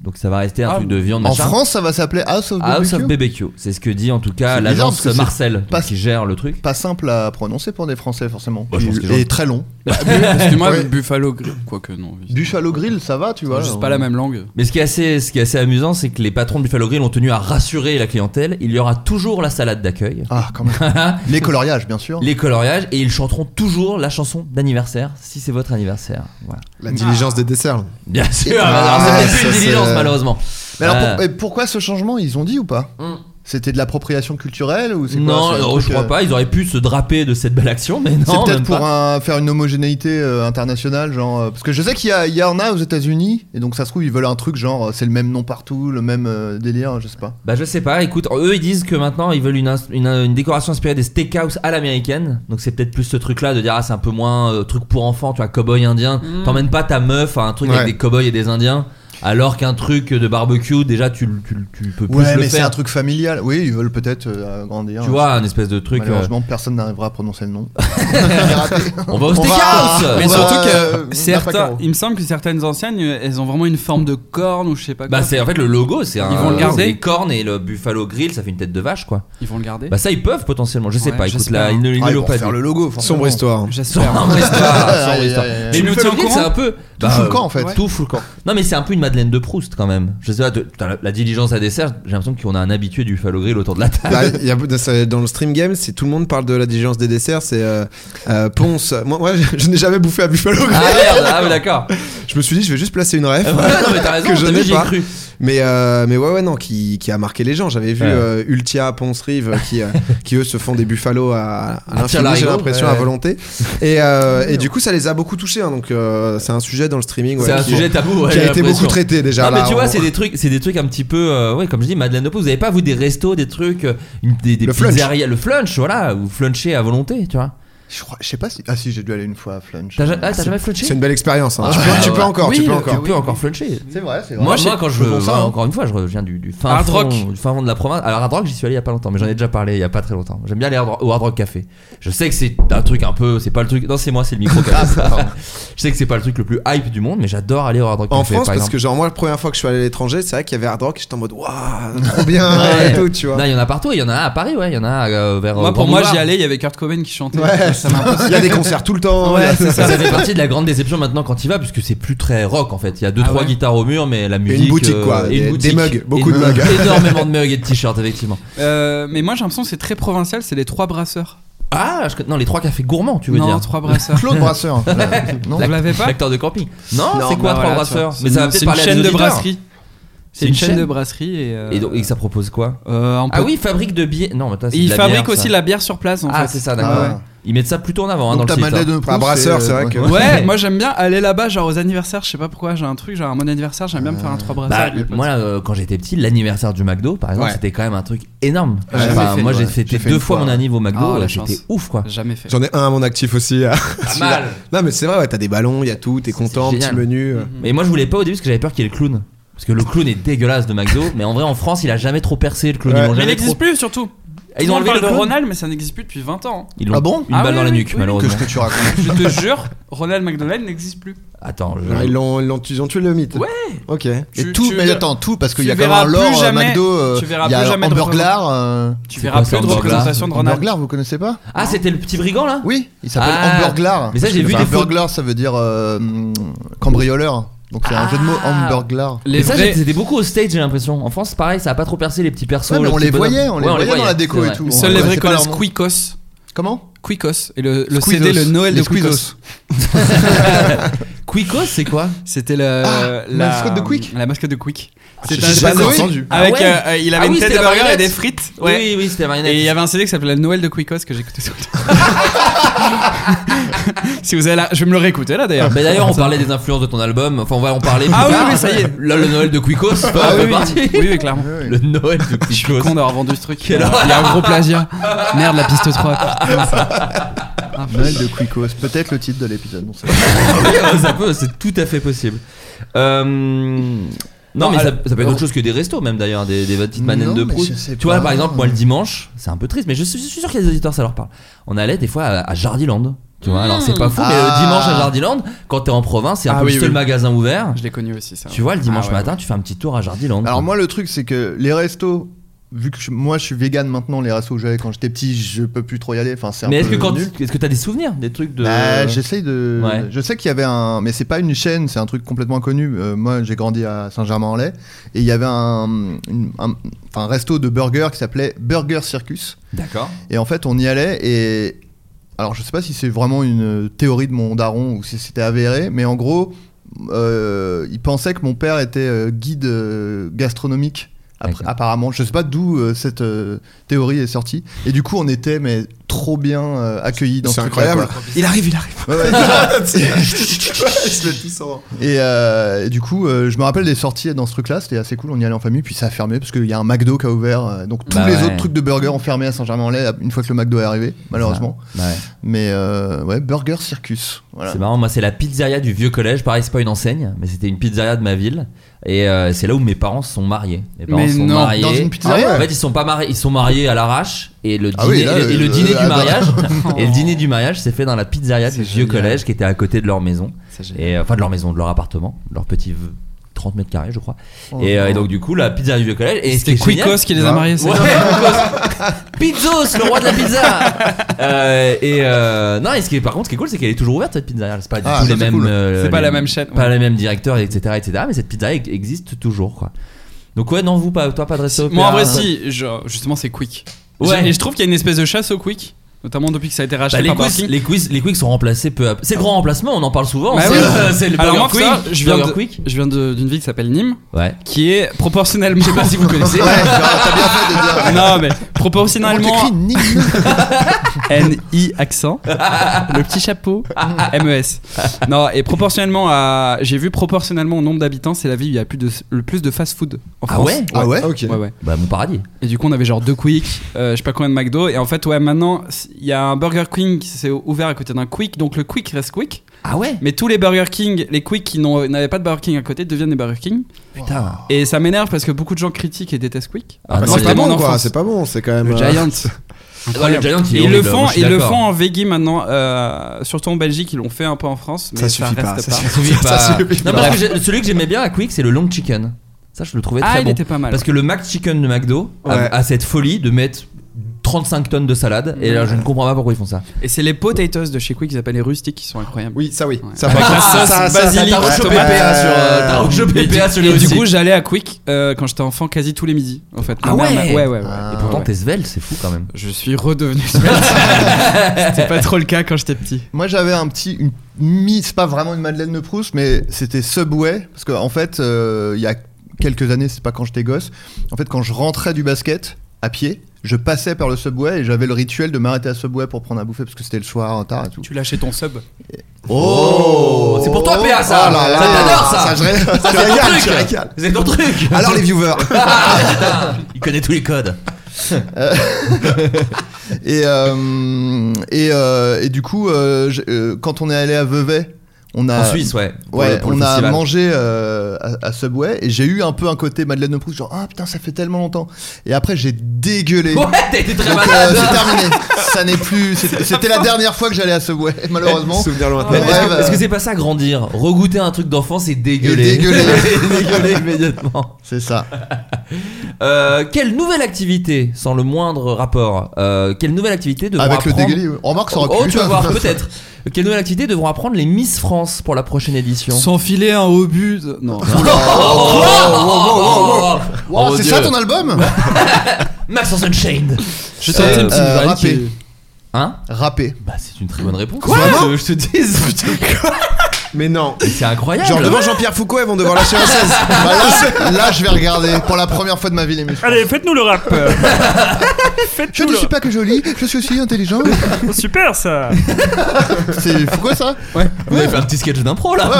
Speaker 6: Donc ça va rester un
Speaker 8: Ah,
Speaker 6: truc de viande
Speaker 7: En
Speaker 6: machin.
Speaker 7: France, ça va s'appeler House of
Speaker 6: House of
Speaker 7: BBQ.
Speaker 6: BBQ, c'est ce que dit en tout cas
Speaker 7: C'est bizarre,
Speaker 6: l'agence
Speaker 7: parce que c'est
Speaker 6: Marcel
Speaker 7: pas-
Speaker 6: qui gère le truc.
Speaker 7: Pas simple à prononcer pour des Français forcément.
Speaker 6: Bah, je pense que les
Speaker 7: et
Speaker 6: gens-
Speaker 7: très long.
Speaker 8: Excuse-moi,
Speaker 7: Ouais.
Speaker 8: Buffalo Grill. Quoique, non.
Speaker 7: Buffalo Grill, ça va, tu vois. hein.
Speaker 8: C'est juste pas la même langue.
Speaker 6: Mais ce qui est assez, ce qui est assez amusant, c'est que les patrons de Buffalo Grill ont tenu à rassurer la clientèle. Il y aura toujours la salade d'accueil.
Speaker 7: Ah, quand même. Les coloriages, bien sûr.
Speaker 6: les coloriages et ils chanteront toujours la chanson d'anniversaire si c'est votre anniversaire. Voilà.
Speaker 2: La diligence des desserts.
Speaker 6: Bien sûr,
Speaker 7: Ah,
Speaker 6: alors c'était
Speaker 7: ça,
Speaker 6: plus une
Speaker 7: c'est-
Speaker 6: diligence malheureusement.
Speaker 7: Mais alors,
Speaker 6: Euh,
Speaker 7: pour- et pourquoi ce changement Ils ont dit ou pas
Speaker 6: Hmm.
Speaker 7: C'était de l'appropriation culturelle ou c'est quoi
Speaker 6: non,
Speaker 7: C'est un
Speaker 6: alors,
Speaker 7: truc,
Speaker 6: je crois
Speaker 7: euh,
Speaker 6: pas, ils auraient pu se draper de cette belle action, mais non.
Speaker 7: C'est peut-être
Speaker 6: même
Speaker 7: pour
Speaker 6: pas.
Speaker 7: un- faire une homogénéité euh, internationale, genre. euh, parce que je sais qu'il y, a- il y en a aux États-Unis, et donc ça se trouve, ils veulent un truc genre, euh, c'est le même nom partout, le même euh, délire, je sais pas.
Speaker 6: Bah, je sais pas, écoute, eux ils disent que maintenant ils veulent une, ins- une, euh, une décoration inspirée des steakhouse à l'américaine, donc c'est peut-être plus ce truc là de dire ah c'est un peu moins euh, truc pour enfants, tu vois, cowboy indien.
Speaker 7: Mm.
Speaker 6: T'emmènes pas ta meuf à un truc
Speaker 2: Ouais.
Speaker 6: avec des cowboys et des indiens, alors qu'un truc de barbecue, déjà tu, le- tu le- tu peux plus
Speaker 7: Ouais,
Speaker 6: le
Speaker 7: mais c'est
Speaker 6: faire.
Speaker 7: un truc familial. Oui, ils veulent peut-être euh, agrandir.
Speaker 6: Tu vois, un espèce de truc. euh,
Speaker 7: Malheureusement, personne n'arrivera à prononcer le nom. J'ai raté.
Speaker 6: On va au
Speaker 7: On va-
Speaker 6: steakhouse
Speaker 8: Mais
Speaker 7: On va,
Speaker 8: surtout que
Speaker 7: euh,
Speaker 8: certains,
Speaker 7: Napacaro.
Speaker 8: il me semble que certaines anciennes, elles ont vraiment une forme de corne ou je sais pas quoi.
Speaker 6: Bah c'est en fait le logo, c'est un.
Speaker 8: vont le
Speaker 6: c'est
Speaker 8: garder
Speaker 6: Les cornes et le buffalo grill, ça fait une tête de vache quoi.
Speaker 8: Ils vont le garder.
Speaker 6: Bah ça ils peuvent potentiellement, je sais
Speaker 8: Ouais,
Speaker 6: pas. hein. Écoute
Speaker 8: j'espère.
Speaker 6: là, ils ne ils
Speaker 7: Ah,
Speaker 6: ne
Speaker 7: ils
Speaker 6: l'ont
Speaker 7: vont
Speaker 6: pas
Speaker 7: faire
Speaker 6: dit.
Speaker 7: le logo, forcément.
Speaker 2: Sombre histoire.
Speaker 8: J'espère.
Speaker 6: Sombre histoire,
Speaker 7: Aïe,
Speaker 6: sombre
Speaker 7: aïe,
Speaker 6: histoire.
Speaker 7: aïe, aïe.
Speaker 6: Ah, Mais
Speaker 8: Tu nous tiens
Speaker 6: Buffalo
Speaker 8: au
Speaker 6: Grill,
Speaker 8: courant
Speaker 6: c'est un peu bah,
Speaker 7: fout le
Speaker 6: euh,
Speaker 7: camp, en fait.
Speaker 6: Tout fout le camp. Non mais c'est un peu une Madeleine de Proust quand même. Je sais pas, de- t'as la, la diligence à dessert, j'ai l'impression qu'on a un habitué du buffalo grill autour de la table.
Speaker 2: Bah, il y a- ça- dans le stream game, c'est tout le monde parle de la diligence des desserts. C'est euh, euh, Ponce. Moi, moi, je, je n'ai jamais bouffé à Buffalo. Grill.
Speaker 6: Ah merde, ah mais d'accord.
Speaker 2: Je me suis dit, je vais juste placer une ref
Speaker 6: Euh, voilà, non, mais t'as raison,
Speaker 2: que je
Speaker 6: t'as vu,
Speaker 2: n'ai
Speaker 6: j'y ai
Speaker 2: pas.
Speaker 6: cru.
Speaker 2: Mais euh, mais ouais ouais non, qui, qui a marqué les gens. J'avais vu
Speaker 6: Ouais.
Speaker 2: euh, Ultia, Ponce Rive, euh, qui euh, qui eux se font des Buffalo à, à
Speaker 6: Ultia
Speaker 2: l'infini. J'ai
Speaker 6: Larigot,
Speaker 2: l'impression
Speaker 6: ouais.
Speaker 2: à volonté. Et euh, et du coup, ça les a beaucoup touchés. hein. donc euh, c'est un sujet dans le streaming. ouais,
Speaker 6: C'est un
Speaker 2: qui-
Speaker 6: sujet tabou. ouais,
Speaker 2: qui
Speaker 6: j'ai
Speaker 2: a été
Speaker 6: l'impression.
Speaker 2: beaucoup traité déjà.
Speaker 6: Non mais
Speaker 2: là,
Speaker 6: tu
Speaker 2: on-
Speaker 6: vois c'est des trucs c'est des trucs un petit peu euh, ouais comme je dis Madeleine de Proust vous avez pas vous des restos des trucs euh, une- des, des
Speaker 2: Le flunch.
Speaker 6: pizzerias le flunch voilà vous flunchez à volonté tu vois
Speaker 7: Je, crois- je sais pas si. Ah si, j'ai dû aller une fois à Flunch.
Speaker 6: T'as ja- ah, t'as Ah, jamais flunché
Speaker 2: C'est une belle expérience. hein. tu, peux,
Speaker 7: ouais,
Speaker 2: tu peux
Speaker 7: ouais.
Speaker 2: encore,
Speaker 6: Oui,
Speaker 2: tu peux
Speaker 6: le-
Speaker 2: encore.
Speaker 6: Tu peux encore fluncher.
Speaker 7: C'est vrai, c'est vrai.
Speaker 6: Moi,
Speaker 7: je
Speaker 6: moi, quand je
Speaker 7: faisons ça,
Speaker 6: voilà,
Speaker 7: hein.
Speaker 6: encore une fois je reviens du, du fin
Speaker 8: Hard
Speaker 6: fond,
Speaker 8: Rock.
Speaker 6: du fin fond de la province. Alors Hard Rock j'y suis allé il y a pas longtemps mais j'en ai déjà parlé il y a pas très longtemps. J'aime bien aller hard- au Hard Rock Café. Je sais que c'est un truc un peu c'est pas le truc non c'est moi c'est le micro café. je sais que c'est pas le truc le plus hype du monde mais j'adore aller au Hard Rock
Speaker 2: En
Speaker 6: Café
Speaker 2: France,
Speaker 6: par
Speaker 2: parce
Speaker 6: exemple.
Speaker 2: que genre moi, la première fois que je suis allé à l'étranger, c'est vrai qu'il y avait Hard Rock, j'étais en mode waouh, trop bien
Speaker 6: Ouais.
Speaker 2: et tout, tu vois.
Speaker 6: Non, il y en a partout, il y en a à Paris ouais, il y en a euh, vers
Speaker 8: Moi,
Speaker 6: euh,
Speaker 8: pour
Speaker 6: Grand
Speaker 8: moi,
Speaker 6: Boulevard.
Speaker 8: j'y allais, il y avait Kurt Cobain qui chantait.
Speaker 2: Ouais.
Speaker 8: Ça m'a
Speaker 2: Il y a des concerts tout le temps.
Speaker 8: Ouais,
Speaker 2: il y a-
Speaker 8: c'est
Speaker 6: Ça, ça fait partie de la grande déception maintenant quand il va, puisque c'est plus très rock en fait. Il y a deux
Speaker 8: Ah
Speaker 6: trois
Speaker 8: ouais.
Speaker 6: guitares au mur, mais la musique. euh,
Speaker 2: boutique, quoi.
Speaker 6: et une
Speaker 2: Des-
Speaker 6: boutique.
Speaker 2: des mugs, beaucoup de
Speaker 6: Éno-
Speaker 2: mugs.
Speaker 6: Énormément de mugs et de t-shirts, effectivement.
Speaker 8: Euh, mais moi j'ai l'impression que c'est très provincial, c'est les trois brasseurs.
Speaker 6: Ah, je- non, les trois cafés gourmands, tu veux
Speaker 8: Non,
Speaker 6: dire
Speaker 8: trois brasseurs. Claude Brasseur.
Speaker 6: non,
Speaker 8: Vous l'avez pas
Speaker 6: L'acteur de camping. Non,
Speaker 8: Non,
Speaker 6: c'est
Speaker 8: bah
Speaker 6: quoi trois
Speaker 8: voilà, tu
Speaker 6: brasseurs
Speaker 8: vois.
Speaker 6: Mais ça va
Speaker 8: C'est une
Speaker 6: peut-être parler à
Speaker 8: chaîne
Speaker 6: des
Speaker 8: de
Speaker 6: auditeurs.
Speaker 8: brasserie. C'est une chaîne de brasserie et, euh,
Speaker 6: donc, ça propose quoi
Speaker 8: un
Speaker 6: Ah
Speaker 8: peu-
Speaker 6: oui, ils fabriquent de billets. Non, mais toi, c'est
Speaker 8: Ils
Speaker 6: de la
Speaker 8: fabriquent
Speaker 6: bière,
Speaker 8: aussi
Speaker 6: ça.
Speaker 8: la bière sur place en
Speaker 6: Ah,
Speaker 8: fait.
Speaker 6: c'est ça, d'accord.
Speaker 8: Ah ouais.
Speaker 6: Ils mettent ça plutôt en avant hein,
Speaker 8: Donc,
Speaker 6: dans
Speaker 8: t'as
Speaker 6: le site.
Speaker 8: Madeleine
Speaker 6: hein.
Speaker 8: de Proust,
Speaker 2: brasseur, c'est vrai que-
Speaker 8: Ouais, moi j'aime bien aller là-bas, genre aux anniversaires, je sais pas pourquoi, j'ai un truc, genre à mon anniversaire, j'aime bien me faire un trois
Speaker 6: Bah,
Speaker 8: brasseurs. avec mes potes.
Speaker 6: moi, euh, quand j'étais petit, l'anniversaire du McDo, par exemple,
Speaker 8: Ouais.
Speaker 6: c'était quand même un truc énorme.
Speaker 8: Ouais, j'ai
Speaker 6: Enfin,
Speaker 8: fait,
Speaker 6: moi, j'ai
Speaker 8: ouais.
Speaker 6: fêté
Speaker 8: J'ai fait
Speaker 6: deux
Speaker 8: une
Speaker 6: fois,
Speaker 8: fois,
Speaker 6: mon anniveau au
Speaker 8: ouais.
Speaker 6: McDo,
Speaker 8: Ah, la
Speaker 6: et c'était
Speaker 8: chance.
Speaker 6: ouf, quoi.
Speaker 8: Jamais fait.
Speaker 2: J'en ai un à mon actif aussi.
Speaker 6: mal.
Speaker 2: Non, mais c'est vrai, ouais, t'as des ballons, il y a tout, t'es content,
Speaker 6: C'est
Speaker 2: petit
Speaker 6: génial.
Speaker 2: menu. euh.
Speaker 6: Mais moi, je voulais pas au début parce que j'avais peur qu'il y ait le clown. Parce que le clown est dégueulasse de McDo, mais en vrai, en France, il a jamais trop percé le clown. Ils l'ont
Speaker 8: Mais il
Speaker 6: jamais
Speaker 8: n'existe
Speaker 6: trop-
Speaker 8: plus surtout.
Speaker 6: Ah, ils
Speaker 8: Tout
Speaker 6: ont
Speaker 8: le monde
Speaker 6: enlevé le
Speaker 8: parle de
Speaker 6: clown
Speaker 8: Ronald, mais ça n'existe plus depuis 20 ans.
Speaker 6: Ils l'ont une
Speaker 8: Ah
Speaker 6: balle
Speaker 8: oui,
Speaker 6: dans la
Speaker 8: oui,
Speaker 6: nuque,
Speaker 8: oui.
Speaker 6: malheureusement.
Speaker 2: Qu'est-ce que tu racontes
Speaker 8: Je te jure, Ronald McDonald n'existe plus.
Speaker 6: Attends,
Speaker 7: Ah,
Speaker 2: Genre,
Speaker 8: Ah,
Speaker 2: ils l'ont, ils l'ont- ils ont tué le mythe.
Speaker 8: Ouais.
Speaker 2: Ok.
Speaker 8: Tu-
Speaker 7: Et tout,
Speaker 8: tu
Speaker 7: mais
Speaker 8: verras-
Speaker 7: attends, tout, parce qu'il
Speaker 8: tu
Speaker 7: y a quand même
Speaker 8: verras
Speaker 7: un lore
Speaker 8: plus
Speaker 7: euh,
Speaker 8: jamais-
Speaker 7: McDo, euh,
Speaker 8: tu verras
Speaker 7: il
Speaker 8: plus
Speaker 7: y a
Speaker 8: jamais de
Speaker 7: Hamburglar.
Speaker 8: représentation.
Speaker 7: euh,
Speaker 8: Tu verras plus de représentation de Ronald.
Speaker 7: Hamburglar, vous connaissez pas
Speaker 6: Ah, c'était le petit brigand là
Speaker 7: Oui, il s'appelle
Speaker 6: Ah.
Speaker 7: Hamburglar.
Speaker 6: Mais ça, j'ai vu des photos.
Speaker 7: Hamburglar, ça veut dire euh, hum, cambrioleur. Donc c'est un jeu de mots Hamburglar.
Speaker 6: Mais ça, j'ai- c'était beaucoup au stage, j'ai l'impression. En France, pareil, ça a pas trop percé les petits persos.
Speaker 7: Ouais, mais
Speaker 6: le
Speaker 7: on
Speaker 6: petit
Speaker 7: les
Speaker 6: bonhomme.
Speaker 7: voyait, on les
Speaker 6: Ouais,
Speaker 7: voyait dans la déco
Speaker 6: c'est
Speaker 7: et
Speaker 6: vrai.
Speaker 7: tout.
Speaker 8: Seuls les
Speaker 7: Ouais,
Speaker 8: vrais
Speaker 7: c'est pas leur
Speaker 8: connaissent
Speaker 7: nom.
Speaker 8: Quicos.
Speaker 7: Comment
Speaker 8: Quicos. Et le, le
Speaker 7: Squeezos.
Speaker 8: CD, le Noël
Speaker 7: Les
Speaker 8: de Quicos.
Speaker 7: Squeezos.
Speaker 6: Quicos, c'est quoi
Speaker 8: C'était le, la
Speaker 7: mascotte de Quick
Speaker 8: La mascotte de Quick.
Speaker 7: j'ai
Speaker 8: un
Speaker 7: jamais
Speaker 8: jazz-
Speaker 7: entendu.
Speaker 8: Avec,
Speaker 6: Ah ouais.
Speaker 8: euh, il avait
Speaker 6: Ah oui,
Speaker 8: une tête
Speaker 6: c'était
Speaker 8: de
Speaker 6: la
Speaker 8: burger et
Speaker 6: marionnette.
Speaker 8: des frites.
Speaker 6: Oui, oui, oui, c'était la marionnette.
Speaker 8: Et euh, il y avait un CD qui s'appelait Noël de Quicos que j'écoutais tout le temps. si vous avez la... Je vais me le réécouter là d'ailleurs.
Speaker 6: Mais d'ailleurs, on parlait des influences de ton album. Enfin, on va en parler.
Speaker 8: Ah
Speaker 6: plus
Speaker 8: oui,
Speaker 6: tard.
Speaker 8: oui, ça y est.
Speaker 6: Là, le Noël de Quicos, ça
Speaker 8: Ah
Speaker 6: fait
Speaker 8: oui,
Speaker 6: partie.
Speaker 8: oui, oui, clairement.
Speaker 6: Le Noël de
Speaker 8: Je suis
Speaker 6: Quicos.
Speaker 8: con d'avoir vendu ce truc. Il y
Speaker 6: Quelle
Speaker 8: a
Speaker 6: horreur.
Speaker 8: il y a un gros plagiat. Merde, la piste 3. putain.
Speaker 7: Noël de Quicos, peut-être le titre de l'épisode. on sait pas.
Speaker 6: ça peut, c'est tout à fait possible. Euh, Non, mais ça,
Speaker 8: alors-
Speaker 6: ça peut être autre chose que des restos, même d'ailleurs, des, des petites manettes
Speaker 7: Non,
Speaker 6: de
Speaker 7: mais
Speaker 6: prout.
Speaker 7: je sais
Speaker 6: Tu vois,
Speaker 7: pas.
Speaker 6: par exemple, moi le dimanche, c'est un peu triste, mais je suis, je suis sûr qu'il y a des auditeurs, ça leur parle. On allait des fois à, à Jardiland. Tu vois, alors c'est pas fou, mais
Speaker 7: Ah.
Speaker 6: le dimanche à Jardiland, quand t'es en province, c'est un
Speaker 8: Ah
Speaker 6: peu
Speaker 8: oui,
Speaker 6: le seul
Speaker 8: oui.
Speaker 6: magasin ouvert.
Speaker 8: Je l'ai connu aussi ça.
Speaker 6: Tu vois, le dimanche
Speaker 8: Ah ouais,
Speaker 6: matin, tu fais un petit tour à Jardiland.
Speaker 7: Alors
Speaker 6: quoi.
Speaker 7: moi le truc c'est que les restos vu que je- moi je suis vegan maintenant les restos que j'avais quand j'étais petit je peux plus trop y aller enfin c'est un
Speaker 6: mais est-ce
Speaker 7: peu
Speaker 6: que quand
Speaker 7: nul.
Speaker 6: tu- est-ce que t'as des souvenirs, des trucs de.
Speaker 7: Bah, j'essaye de
Speaker 6: Ouais.
Speaker 7: je sais qu'il y avait un mais c'est pas une chaîne c'est un truc complètement connu Euh, moi j'ai grandi à Saint-Germain-en-Laye et il y avait un, une- un- enfin, un resto de burger qui s'appelait Burger Circus
Speaker 6: D'accord.
Speaker 7: et en fait, on y allait et alors je sais pas si c'est vraiment une euh, théorie de mon daron ou si c'était avéré, mais en gros, euh, il pensait que mon père était euh, guide euh, gastronomique. Après-
Speaker 6: D'accord.
Speaker 7: apparemment, je sais pas d'où euh, cette euh, théorie est sortie. Et du coup, on était mais trop bien euh, accueillis dans
Speaker 2: C'est
Speaker 7: ce truc-là,
Speaker 2: incroyable.
Speaker 7: quoi.
Speaker 2: Il arrive, il arrive.
Speaker 7: Ouais, ouais.
Speaker 2: Je le tous en.
Speaker 7: et, euh, et du coup, euh, je me rappelle des sorties dans ce truc-là, c'était assez cool. On y allait en famille, puis ça a fermé parce qu'il y a un McDo qui a ouvert. euh, donc tous
Speaker 6: Bah
Speaker 7: les
Speaker 6: ouais.
Speaker 7: autres trucs de burger ont fermé à Saint-Germain-en-Laye une fois que le McDo est arrivé, malheureusement.
Speaker 2: Ah.
Speaker 6: Ouais.
Speaker 7: Mais euh, ouais, Burger Circus. Voilà.
Speaker 6: C'est marrant, moi c'est la pizzeria du vieux collège. Pareil, c'est pas une enseigne, mais c'était une pizzeria de ma ville. Et euh, c'est là où mes parents se sont mariés. Mes parents
Speaker 8: Mais
Speaker 6: se sont
Speaker 8: non,
Speaker 6: mariés. Ah
Speaker 7: dans une pizzeria
Speaker 6: En fait, ils sont pas mariés, ils sont mariés à l'arrache. Et le dîner,
Speaker 7: Ah oui, là,
Speaker 6: et le- et le
Speaker 7: euh,
Speaker 6: dîner
Speaker 7: euh,
Speaker 6: du
Speaker 7: ah bah.
Speaker 6: mariage, et le dîner du mariage s'est fait dans la pizzeria du vieux collège qui était à côté de leur maison.
Speaker 8: C'est génial.
Speaker 6: Et euh, enfin de leur maison, de leur appartement, de leur petit v- 30 mètres carrés, je crois.
Speaker 7: Oh,
Speaker 6: et, euh, et
Speaker 7: non.
Speaker 6: donc du coup, la pizzeria du vieux collège. Et ce
Speaker 8: C'était
Speaker 6: qui est génial-
Speaker 8: Quicos qui les a mariés. c'est
Speaker 6: Ouais,
Speaker 8: ça
Speaker 6: Pizzos. Pizzos, le roi de la pizza. Euh, et euh, non, et ce qui est, par contre, ce qui est cool, c'est qu'elle est toujours ouverte cette pizzeria. C'est pas du
Speaker 7: Ah,
Speaker 6: tout
Speaker 7: ça,
Speaker 6: les
Speaker 7: c'est
Speaker 6: mêmes,
Speaker 7: cool.
Speaker 6: euh,
Speaker 8: C'est pas
Speaker 6: les-
Speaker 8: la même chaîne,
Speaker 6: pas
Speaker 8: ouais.
Speaker 6: les mêmes directeurs, etc., etc. Mais cette pizzeria ex- existe toujours, quoi. Donc ouais, non, vous pas, toi pas de resto.
Speaker 8: Moi en
Speaker 6: opéra,
Speaker 8: vrai,
Speaker 6: ouais.
Speaker 8: si, genre, justement, c'est Quick.
Speaker 6: Ouais.
Speaker 8: Et je trouve qu'il y a une espèce de chasse au Quick, notamment depuis que ça a été
Speaker 6: Bah,
Speaker 8: racheté
Speaker 6: les
Speaker 8: par
Speaker 6: quicks,
Speaker 8: Burger King.
Speaker 6: les quicks, les quicks sont remplacés peu à peu. C'est le grand remplacement, on en parle souvent.
Speaker 8: Ah. Bah
Speaker 6: c'est
Speaker 8: oui.
Speaker 6: le- c'est le
Speaker 8: Alors moi,
Speaker 6: Burger
Speaker 8: ça,
Speaker 6: Quick.
Speaker 8: je viens
Speaker 6: Burger
Speaker 8: de-
Speaker 6: Quick.
Speaker 8: je viens de- d'une ville qui s'appelle Nîmes,
Speaker 6: Ouais.
Speaker 8: qui est proportionnellement. Je sais pas si vous connaissez.
Speaker 7: Ouais, genre, t'as bien fait de dire.
Speaker 8: non mais
Speaker 7: On
Speaker 8: proportionnellement
Speaker 7: t'écrit Nîmes.
Speaker 8: euh, N-I accent, le petit chapeau, MES. Non, et proportionnellement à. J'ai vu proportionnellement au nombre d'habitants, c'est la ville où il y a plus de, le plus de fast-food en
Speaker 6: Ah
Speaker 8: France.
Speaker 6: ouais
Speaker 7: Ah ouais
Speaker 2: Ok.
Speaker 8: Ouais, ouais.
Speaker 6: Bah mon paradis.
Speaker 8: Et du coup, on avait genre deux Quick, euh, je sais pas combien de McDo. Et en fait, ouais, maintenant, il y a un Burger King qui s'est ouvert à côté d'un Quick, donc le Quick reste Quick.
Speaker 6: Ah ouais.
Speaker 8: Mais tous les Burger King, les Quick qui n'ont- n'avaient pas de Burger King à côté deviennent des Burger King.
Speaker 6: Putain.
Speaker 8: Et ça m'énerve parce que beaucoup de gens critiquent et détestent Quick.
Speaker 6: Ah,
Speaker 2: Bah,
Speaker 6: non,
Speaker 2: c'est
Speaker 6: mais-
Speaker 2: pas bon,
Speaker 8: mon
Speaker 2: quoi.
Speaker 8: enfance.
Speaker 2: C'est pas bon. C'est quand même.
Speaker 8: Le
Speaker 2: euh,
Speaker 8: Giant.
Speaker 6: Ouais, le Giant, il est
Speaker 8: Ah. Ils le
Speaker 6: horrible,
Speaker 8: font,
Speaker 6: moi, je suis
Speaker 8: ils le
Speaker 6: d'accord.
Speaker 8: font en veggie maintenant, euh, surtout en Belgique, ils l'ont fait un peu en France, mais ça,
Speaker 2: Ça suffit pas.
Speaker 8: reste
Speaker 2: ça
Speaker 8: pas.
Speaker 2: suffit-
Speaker 6: Suffit
Speaker 2: ça
Speaker 6: pas.
Speaker 2: suffit
Speaker 6: Non,
Speaker 2: pas.
Speaker 6: parce que j'ai- celui que j'aimais bien à Quick, c'est le long chicken. Ça, je le trouvais
Speaker 8: Ah,
Speaker 6: très
Speaker 8: il
Speaker 6: bon.
Speaker 8: était pas mal.
Speaker 6: Parce que le Mac Chicken de McDo a,
Speaker 2: Ouais.
Speaker 6: a cette folie de mettre 35 tonnes de salade. Et là, je ne comprends pas pourquoi ils font ça.
Speaker 8: Et c'est les potatoes de chez Quick qu'ils appellent les rustiques qui sont incroyables.
Speaker 2: Oui, ça oui.
Speaker 6: Ça,
Speaker 8: Avec
Speaker 6: par
Speaker 8: la
Speaker 6: contre,
Speaker 8: sauce
Speaker 6: ça, ça,
Speaker 8: basilic,
Speaker 6: ça, t'as rechopé
Speaker 8: tomate.
Speaker 6: PA sur, euh, t'as rechopé
Speaker 8: Et du-
Speaker 6: PA sur les
Speaker 8: Et du
Speaker 6: rustiques.
Speaker 8: coup, j'allais à Quick euh, quand j'étais enfant quasi tous les midis en fait.
Speaker 6: Ah
Speaker 8: Ma mère
Speaker 6: ouais
Speaker 8: m'a- ouais ouais ouais.
Speaker 6: Et pourtant,
Speaker 8: Ouais.
Speaker 6: t'es svelte, c'est fou quand même.
Speaker 8: Je suis redevenu svelte. C'était pas trop le cas quand j'étais petit.
Speaker 7: Moi j'avais un petit une mi, c'est pas vraiment une Madeleine de Proust, mais c'était Subway parce qu'en en fait euh, il y a quelques années, c'est pas quand j'étais gosse. En fait, quand je rentrais du basket à pied, je passais par le Subway et j'avais le rituel de m'arrêter à Subway pour prendre à bouffer parce que c'était le soir tard et tout.
Speaker 8: Tu lâchais ton sub.
Speaker 6: Oh, C'est pour toi, PA, ça.
Speaker 7: Oh là là.
Speaker 6: ça t'adore, Ah, ça.
Speaker 7: Ça, je ré-
Speaker 6: Ça,
Speaker 7: je
Speaker 6: c'est ton
Speaker 7: régale, je
Speaker 6: truc.
Speaker 7: régale.
Speaker 6: C'est ton truc.
Speaker 7: Alors, les viewers.
Speaker 6: Putain, Il connaît tous les codes.
Speaker 7: et, euh, et, euh, et du coup, euh, j'ai- euh, quand on est allé à Vevey, on a
Speaker 6: En Suisse, ouais, pour
Speaker 7: Euh, ouais,
Speaker 6: le- pour le
Speaker 7: on a
Speaker 6: festival.
Speaker 7: mangé euh, à, à Subway et j'ai eu un peu un côté Madeleine de Proust, genre ah putain ça fait tellement longtemps. Et après j'ai dégueulé.
Speaker 6: Ouais, t'as été très
Speaker 7: Donc, euh,
Speaker 6: malade.
Speaker 7: c'est terminé. ça n'est plus. c'était- C'était la dernière fois que j'allais à Subway, malheureusement.
Speaker 2: Souvenir lointain.
Speaker 6: Mais
Speaker 7: Mon
Speaker 6: Est-ce
Speaker 7: rêve,
Speaker 6: que-
Speaker 7: euh,
Speaker 6: est-ce que c'est pas ça grandir Regoûter un truc d'enfance et dégueuler.
Speaker 7: Et dégueuler.
Speaker 6: Et dégueuler immédiatement.
Speaker 7: c'est ça.
Speaker 6: Euh, quelle nouvelle activité, sans le moindre rapport, euh, quelle nouvelle activité devront
Speaker 7: Avec le
Speaker 6: apprendre...
Speaker 7: dégueulé, ouais. Remarque, ça
Speaker 6: oh,
Speaker 7: aurait pu.
Speaker 6: tu vas voir, peut-être. Quelle nouvelle activité devront apprendre les Miss France pour la prochaine édition
Speaker 8: S'enfiler un obus. de- Non.
Speaker 7: Oh,
Speaker 6: Oh,
Speaker 7: c'est
Speaker 6: Dieu.
Speaker 7: ça ton album
Speaker 6: Max Sunshine
Speaker 8: Je sentais une petite
Speaker 7: Euh,
Speaker 8: vanne
Speaker 7: rapper.
Speaker 8: qui-
Speaker 6: Hein
Speaker 7: Rapper.
Speaker 6: Bah, c'est une très bonne réponse.
Speaker 2: Vraiment
Speaker 6: je, je te dis,
Speaker 2: Mais non.
Speaker 6: c'est incroyable.
Speaker 2: Genre devant Jean-Pierre Foucault, ils vont devoir lâcher un 16.
Speaker 7: Bah, là, là, je vais regarder pour la première fois de ma vie les Miss France.
Speaker 9: Allez, faites-nous le rap.
Speaker 7: Je
Speaker 9: faites-nous
Speaker 7: ne suis
Speaker 9: le Oh,
Speaker 7: pas que jolie, je suis aussi intelligent.
Speaker 9: Super ça.
Speaker 7: C'est Foucault ça
Speaker 6: Vous avez fait un petit sketch d'impro là.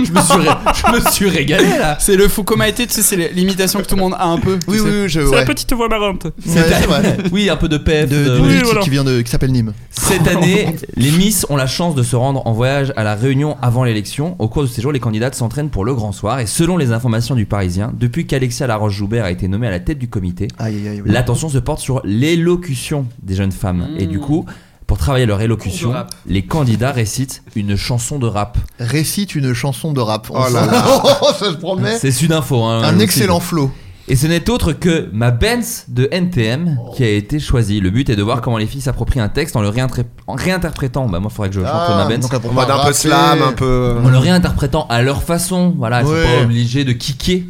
Speaker 6: je, me suis ré- je me suis régalé là.
Speaker 8: C'est le Foucault Maïté, tu sais, c'est l'imitation que tout le monde a un peu. tu
Speaker 7: Oui,
Speaker 8: sais.
Speaker 7: oui, oui, je.
Speaker 9: C'est
Speaker 7: ouais.
Speaker 9: la petite voix marrante.
Speaker 7: Ouais, c'est vrai.
Speaker 6: Oui, un peu de PF.
Speaker 7: De-
Speaker 6: de-
Speaker 7: D'une
Speaker 9: Oui,
Speaker 7: ville qui-
Speaker 9: voilà.
Speaker 7: qui vient de qui s'appelle Nîmes.
Speaker 6: Cette année, les Miss ont la chance de se rendre en voyage à la Réunion avant l'élection. Au cours de ces jours, les candidates s'entraînent pour le grand soir. Et selon les informations du Parisien, depuis qu'Alexia Laroche-Joubert a été nommée à la tête du comité,
Speaker 7: Aïe aïe aïe. Ah, oui.
Speaker 6: l'attention se porte sur l'élocution des jeunes femmes. Et du coup, pour travailler leur élocution,
Speaker 8: Cours de rap.
Speaker 6: les candidats récitent une chanson de rap.
Speaker 7: Récite une chanson de rap. On
Speaker 2: Oh là
Speaker 7: s'en-
Speaker 2: là.
Speaker 7: ça se promet.
Speaker 6: C'est Sudinfo. Hein,
Speaker 7: Un
Speaker 6: le
Speaker 7: excellent
Speaker 6: site.
Speaker 7: flow.
Speaker 6: Et ce n'est autre que ma Benz de NTM qui a été choisie. Le but est de voir comment les filles s'approprient un texte en le réintré- en réinterprétant. Bah moi, faudrait que je chante ma Benz.
Speaker 7: Ah, donc, on
Speaker 2: En
Speaker 7: va
Speaker 2: mode un peu
Speaker 7: rapper.
Speaker 2: slam, un peu.
Speaker 6: en le réinterprétant à leur façon. Voilà, elles sont
Speaker 7: Ouais.
Speaker 6: pas obligées de kicker.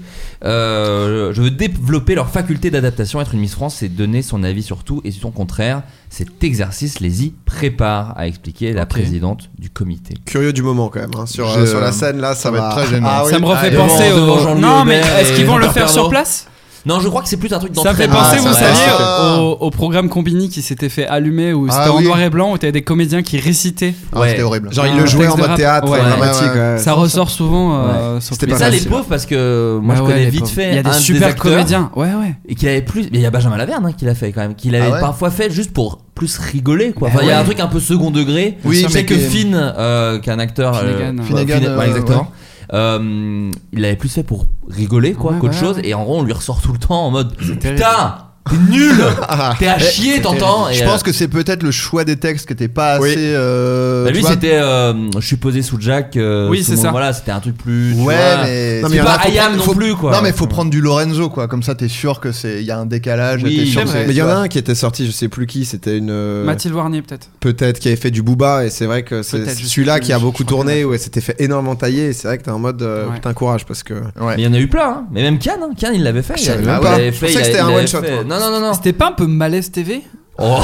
Speaker 6: Euh, je veux développer leur faculté d'adaptation. Être une Miss France, c'est donner son avis sur tout et son contraire. Cet exercice les y prépare, a expliqué la
Speaker 8: Ok.
Speaker 6: présidente du comité.
Speaker 2: Curieux du moment quand même. hein, Sur,
Speaker 7: Je-
Speaker 2: euh, sur la scène là, ça,
Speaker 7: ça va être très gênant.
Speaker 2: Ah oui.
Speaker 8: Ça me refait
Speaker 2: Ah,
Speaker 6: devant-
Speaker 8: penser
Speaker 6: devant
Speaker 8: au.
Speaker 6: Jean-Louis
Speaker 8: Non, mais
Speaker 6: Aubert
Speaker 8: est-ce
Speaker 6: et
Speaker 8: qu'ils vont le
Speaker 6: Jean-Pierre
Speaker 8: faire sur
Speaker 6: Pernaut
Speaker 8: place
Speaker 6: Non, je crois que c'est plus un truc
Speaker 8: Ça me fait
Speaker 6: d'entraînement.
Speaker 8: penser,
Speaker 7: Ah,
Speaker 8: vous
Speaker 7: ça va.
Speaker 8: saviez,
Speaker 7: Ah.
Speaker 8: au, au programme Combini qui s'était fait allumer où
Speaker 7: Ah
Speaker 8: c'était en
Speaker 7: oui.
Speaker 8: noir et blanc, où t'avais des comédiens qui récitaient.
Speaker 7: Ah,
Speaker 6: Ouais.
Speaker 7: C'était horrible.
Speaker 2: Genre, il
Speaker 8: Un
Speaker 2: le jouait
Speaker 8: texte
Speaker 2: en
Speaker 8: de
Speaker 2: mode
Speaker 8: rap.
Speaker 2: théâtre, euh,
Speaker 8: Ouais.
Speaker 2: dramatique.
Speaker 7: Ouais, ouais.
Speaker 2: ouais.
Speaker 8: Ça ressort souvent euh, sur
Speaker 2: C'était
Speaker 6: Mais
Speaker 2: pas
Speaker 6: ça, les
Speaker 2: facile.
Speaker 6: pauvres, parce que moi
Speaker 8: Ouais,
Speaker 6: je
Speaker 8: Bah ouais,
Speaker 6: connais
Speaker 8: les
Speaker 6: vite
Speaker 8: pauvres.
Speaker 6: fait.
Speaker 8: Il y a des
Speaker 6: un
Speaker 8: super
Speaker 6: acteurs
Speaker 8: comédiens. Ouais, ouais.
Speaker 6: Et qu'il avait plus. mais Il y a Benjamin Laverne hein, qui l'a fait quand même. Qu'il avait
Speaker 7: Ah ouais
Speaker 6: parfois fait juste pour plus rigoler quoi.
Speaker 8: Bah
Speaker 6: Enfin, Il y a
Speaker 8: ouais.
Speaker 6: un truc un peu second degré.
Speaker 7: Oui,
Speaker 6: je sais
Speaker 7: mais
Speaker 6: que
Speaker 7: qui-
Speaker 6: Finn, euh, qui est un acteur.
Speaker 8: Finnegan,
Speaker 6: euh,
Speaker 7: Finnegan,
Speaker 6: Finne- ouais,
Speaker 7: euh,
Speaker 6: exactement.
Speaker 7: ouais.
Speaker 6: Euh, il avait plus fait pour rigoler quoi
Speaker 8: Ouais,
Speaker 6: qu'autre
Speaker 8: voilà,
Speaker 6: chose.
Speaker 8: ouais.
Speaker 6: Et en gros, on lui ressort tout le temps en mode
Speaker 8: terrible.
Speaker 6: Putain, t'es nul
Speaker 7: Ah.
Speaker 6: T'es à chier, t'entends
Speaker 7: Je
Speaker 6: Et,
Speaker 7: pense
Speaker 6: euh,
Speaker 7: que c'est peut-être le choix des textes qui était pas
Speaker 2: Oui.
Speaker 7: assez. euh,
Speaker 6: bah,
Speaker 7: tu
Speaker 6: lui,
Speaker 7: vois.
Speaker 6: c'était. euh, je suis posé sous Jack. euh,
Speaker 8: Oui,
Speaker 6: tout
Speaker 8: c'est
Speaker 6: le monde-
Speaker 8: ça.
Speaker 6: Voilà, c'était un truc plus. tu vois.
Speaker 7: Ouais, mais.
Speaker 2: Non, mais
Speaker 6: C'est
Speaker 2: il y en
Speaker 6: pas
Speaker 2: a, faut
Speaker 6: I am
Speaker 2: prendre-
Speaker 6: non
Speaker 2: faut-
Speaker 6: plus quoi.
Speaker 7: Non, mais faut prendre du Lorenzo, quoi. Comme ça, t'es sûr que c'est. Il y a un décalage.
Speaker 6: Oui,
Speaker 7: t'es sûr
Speaker 6: c'est
Speaker 7: que
Speaker 6: vrai.
Speaker 2: Mais il y en a
Speaker 7: tu vois.
Speaker 2: un qui était sorti, je sais plus qui, c'était une. euh,
Speaker 8: Mathilde Warnier, peut-être.
Speaker 2: Peut-être qui avait fait du Booba, et c'est vrai que c'est
Speaker 8: Peut-être, je sais
Speaker 2: celui-là
Speaker 8: plus,
Speaker 2: qui a
Speaker 8: je-
Speaker 2: beaucoup
Speaker 8: je crois
Speaker 2: tourné,
Speaker 8: qu'elle
Speaker 2: où elle s'était fait énormément tailler, et c'est vrai que t'es en mode. euh,
Speaker 8: Ouais.
Speaker 2: Putain, courage, parce que.
Speaker 7: Ouais.
Speaker 6: Mais il y en a eu plein, hein. mais même Kian, hein. Kian il l'avait fait.
Speaker 2: Je
Speaker 6: Il
Speaker 2: savais
Speaker 6: avait-
Speaker 2: même
Speaker 6: il
Speaker 2: pas.
Speaker 6: l'avait
Speaker 2: Je
Speaker 6: fait,
Speaker 2: pensais
Speaker 6: il
Speaker 2: que c'était
Speaker 6: avait-
Speaker 2: un
Speaker 6: il
Speaker 2: one
Speaker 6: avait
Speaker 2: shot,
Speaker 6: fait-
Speaker 2: moi.
Speaker 6: Non, non, non, non.
Speaker 8: C'était pas un peu Malaise TV
Speaker 6: Oh.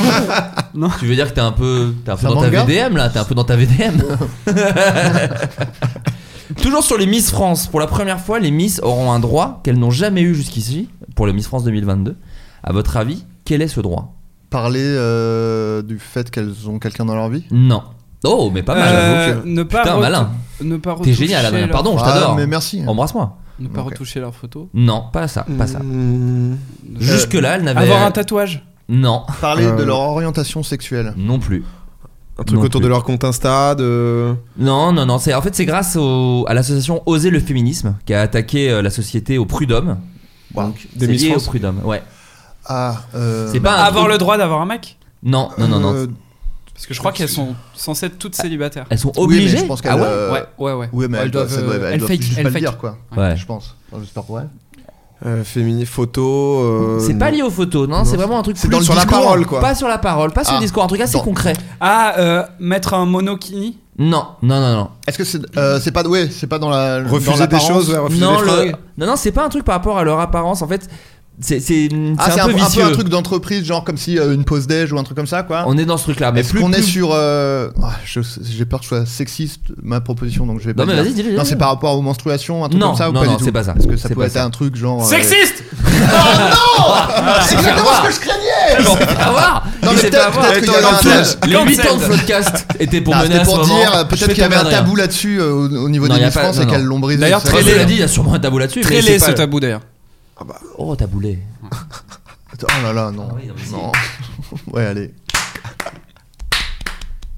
Speaker 8: Non.
Speaker 6: Tu veux dire que t'es un peu, t'es un peu
Speaker 7: C'est un
Speaker 6: dans ta
Speaker 7: manga
Speaker 6: VDM là, t'es un peu dans ta VDM. Toujours sur les Miss France, pour la première fois, les Miss auront un droit qu'elles n'ont jamais eu jusqu'ici pour le Miss France 2022. À votre avis, quel est ce droit
Speaker 7: Parler euh, du fait qu'elles ont quelqu'un dans leur vie.
Speaker 6: Non. Oh, mais pas mal.
Speaker 8: Euh,
Speaker 6: j'avoue que-
Speaker 8: ne pas
Speaker 6: Putain,
Speaker 8: retou-
Speaker 6: malin.
Speaker 8: Ne pas
Speaker 6: T'es
Speaker 8: retoucher
Speaker 6: génial, Adrien.
Speaker 8: leur-
Speaker 6: Pardon, je
Speaker 7: Ah,
Speaker 6: t'adore.
Speaker 7: mais merci.
Speaker 6: Embrasse-moi.
Speaker 8: Ne pas
Speaker 7: Ok.
Speaker 8: retoucher leurs photos.
Speaker 6: Non, pas ça, pas ça.
Speaker 2: Mmh.
Speaker 6: Jusque là, elle n'avait.
Speaker 8: Euh, Avoir un tatouage.
Speaker 6: Non,
Speaker 7: Parler de
Speaker 2: Euh,
Speaker 7: leur orientation sexuelle.
Speaker 6: non plus.
Speaker 2: Un truc
Speaker 6: Non
Speaker 2: autour
Speaker 6: plus.
Speaker 2: de leur compte Insta, de.
Speaker 6: Non, non, non. C'est en fait c'est grâce au- à l'association Oser le féminisme qui a attaqué euh, la société au prud'homme. Donc
Speaker 2: des
Speaker 6: c'est
Speaker 2: Miss
Speaker 6: lié au
Speaker 2: France.
Speaker 6: prud'homme. Ouais.
Speaker 7: Ah, euh,
Speaker 6: C'est pas un
Speaker 8: Avoir
Speaker 6: truc-
Speaker 8: le droit d'avoir un mec.
Speaker 6: Non, non, non, non.
Speaker 7: euh,
Speaker 8: Parce que je crois qu'elles sont censées être
Speaker 6: Ah.
Speaker 8: toutes célibataires.
Speaker 6: Elles sont
Speaker 7: oui, mais
Speaker 6: obligées.
Speaker 7: je pense qu'elles,
Speaker 6: ah ouais.
Speaker 7: euh,
Speaker 8: Ouais, ouais, ouais.
Speaker 7: Oui, mais
Speaker 8: Elles
Speaker 7: elles doivent,
Speaker 8: doivent,
Speaker 7: ça doit-
Speaker 8: euh,
Speaker 7: elles
Speaker 8: elles
Speaker 7: doivent
Speaker 8: fake,
Speaker 7: juste
Speaker 8: elles
Speaker 7: pas le
Speaker 8: fake.
Speaker 7: dire, quoi.
Speaker 6: Ouais.
Speaker 7: Je pense. Enfin, J'espère pour elles.
Speaker 2: euh, féminin, photo. euh,
Speaker 6: C'est pas lié aux photos, non, c'est vraiment un truc
Speaker 2: c'est
Speaker 6: plus
Speaker 2: dans le
Speaker 6: sur la
Speaker 2: discours.
Speaker 6: parole,
Speaker 2: quoi.
Speaker 6: Pas sur la parole, pas sur
Speaker 2: Ah,
Speaker 6: le discours, un truc assez
Speaker 2: dans-
Speaker 6: concret.
Speaker 8: Ah, euh, mettre un monokini
Speaker 6: Non, non, non, non.
Speaker 7: Est-ce que c'est euh, c'est pas ouais, c'est pas dans la
Speaker 2: Refuser
Speaker 7: dans
Speaker 2: des
Speaker 7: l'apparence
Speaker 2: choses, ouais, refuser
Speaker 6: non,
Speaker 2: des
Speaker 6: le- Ah,
Speaker 2: fringues.
Speaker 6: non, non, c'est pas un truc par rapport à leur apparence. En fait, c'est c'est-
Speaker 7: Ah,
Speaker 6: c'est un, peu vicieux.
Speaker 7: un truc d'entreprise, genre comme si euh, une pause déj ou un truc comme ça, quoi.
Speaker 6: On est dans ce truc-là, mais
Speaker 7: Est-ce
Speaker 6: plus-
Speaker 7: qu'on est
Speaker 6: plus-
Speaker 7: sur. euh, ah, je- J'ai peur que je sois sexiste, ma proposition, donc je vais pas.
Speaker 6: Non, mais
Speaker 7: dire.
Speaker 6: vas-y, dis-le,
Speaker 7: Non,
Speaker 6: dis-le.
Speaker 7: c'est par rapport aux menstruations, un truc
Speaker 6: Non,
Speaker 7: comme ça ou
Speaker 6: non,
Speaker 7: pas
Speaker 6: non,
Speaker 7: du tout
Speaker 6: c'est pas ça.
Speaker 7: Parce que ça
Speaker 6: C'est
Speaker 7: pourrait
Speaker 6: pas
Speaker 7: être
Speaker 6: ça.
Speaker 7: un truc genre. euh, Ah,
Speaker 9: Sexiste
Speaker 7: C'est exactement ce que je craignais
Speaker 6: Bon, à voir.
Speaker 7: Non,
Speaker 6: Il
Speaker 7: mais
Speaker 6: s'est
Speaker 7: peut-être-
Speaker 6: fait avoir.
Speaker 7: peut-être qu'il y avait un
Speaker 6: Tout,
Speaker 7: tabou.
Speaker 6: Les 8 ans de podcast étaient pour
Speaker 7: Non,
Speaker 6: mener
Speaker 7: C'était
Speaker 6: à ce
Speaker 7: pour
Speaker 6: moment.
Speaker 7: dire, euh,
Speaker 6: Je
Speaker 7: peut-être
Speaker 6: fais
Speaker 7: qu'il y avait
Speaker 6: ton
Speaker 7: un
Speaker 6: rien.
Speaker 7: tabou là-dessus euh, au au niveau
Speaker 6: Non,
Speaker 7: des
Speaker 6: y a
Speaker 7: Miss
Speaker 6: pas-
Speaker 7: France
Speaker 6: non,
Speaker 7: et
Speaker 6: non.
Speaker 7: qu'elle l'ont brisé.
Speaker 8: D'ailleurs,
Speaker 7: c'est
Speaker 8: très
Speaker 7: pas-
Speaker 6: Cela
Speaker 8: laid.
Speaker 6: dit, il y a sûrement un tabou là-dessus. mais
Speaker 8: Très
Speaker 6: c'est
Speaker 8: laid ce
Speaker 6: pas-
Speaker 8: tabou d'ailleurs.
Speaker 6: Oh, taboulé.
Speaker 7: Oh là là, non.
Speaker 6: Ah oui, non, mais si.
Speaker 7: Non. Ouais, allez.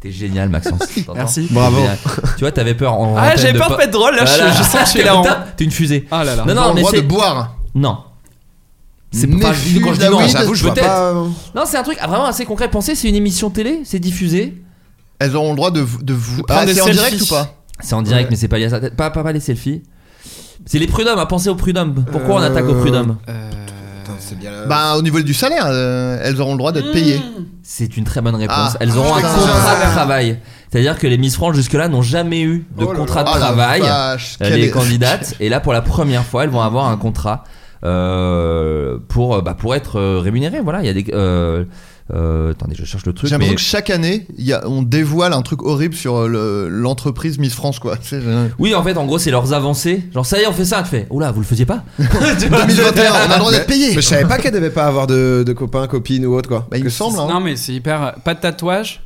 Speaker 6: T'es génial, Maxence. T'entends
Speaker 8: Merci.
Speaker 6: T'es
Speaker 2: Bravo.
Speaker 6: génial. Tu vois, t'avais peur en.
Speaker 8: Ah,
Speaker 6: antenne
Speaker 8: j'avais
Speaker 6: de
Speaker 8: peur de pas être drôle, là, je-
Speaker 6: Voilà.
Speaker 8: je sens que je suis là en-
Speaker 6: Putain, T'es une fusée.
Speaker 8: Ah là là.
Speaker 6: Non,
Speaker 7: Pas
Speaker 6: non,
Speaker 7: le
Speaker 6: mais
Speaker 7: droit de
Speaker 6: c'est.
Speaker 7: boire.
Speaker 6: Non. C'est
Speaker 7: Mais
Speaker 6: pas
Speaker 7: fus
Speaker 6: quand je dis
Speaker 7: la
Speaker 6: non,
Speaker 7: weed,
Speaker 6: j'avoue, je
Speaker 2: je vois
Speaker 6: peut-être.
Speaker 2: pas, euh,
Speaker 6: Non, c'est un truc vraiment assez concret. Pensez, c'est une émission télé, c'est diffusé.
Speaker 7: Elles auront le droit de vous- de vous.
Speaker 8: prendre
Speaker 7: Ah,
Speaker 8: des
Speaker 7: c'est en
Speaker 8: selfies.
Speaker 7: direct ou pas
Speaker 6: C'est en direct,
Speaker 7: Ouais.
Speaker 6: mais c'est pas lié à ça. Pas, pas, pas les selfies. C'est les prud'hommes, à penser aux prud'hommes. Pourquoi on
Speaker 2: Euh,
Speaker 6: attaque aux prud'hommes
Speaker 2: putain, c'est bien
Speaker 6: Euh.
Speaker 2: là.
Speaker 7: Bah, au niveau du salaire, euh, elles auront le droit
Speaker 6: Mmh.
Speaker 7: d'être payées.
Speaker 6: C'est une très bonne réponse.
Speaker 7: Ah.
Speaker 6: Elles auront un
Speaker 7: Putain.
Speaker 6: contrat de travail. C'est-à-dire que les Miss France jusque-là n'ont jamais eu de
Speaker 2: Oh là
Speaker 6: contrat de
Speaker 7: Ah, la
Speaker 6: travail.
Speaker 7: vache,
Speaker 6: Euh,
Speaker 7: quelle
Speaker 6: les
Speaker 7: est-
Speaker 6: candidates. Et là, pour la première fois, elles vont avoir un contrat euh, pour, euh, bah, pour être euh, rémunérées. Voilà, il y a des. euh, euh, attendez, je cherche le truc.
Speaker 7: J'ai l'impression
Speaker 6: mais-
Speaker 7: que chaque année, il y a- on dévoile un truc horrible sur euh, le- l'entreprise Miss France, quoi. euh, Tu sais, j'ai-
Speaker 6: Oui, en fait, en gros, c'est leurs avancées. Genre, ça y est, on fait ça. Tu fais, oula, vous le faisiez pas
Speaker 7: 2021, on a le droit d'être payé.
Speaker 2: Mais je savais pas qu'elle devait pas avoir de, de copains, copines ou autre quoi.
Speaker 7: Bah, il
Speaker 2: Que
Speaker 7: me semble. hein.
Speaker 8: Non, mais c'est hyper. euh, Pas de tatouage.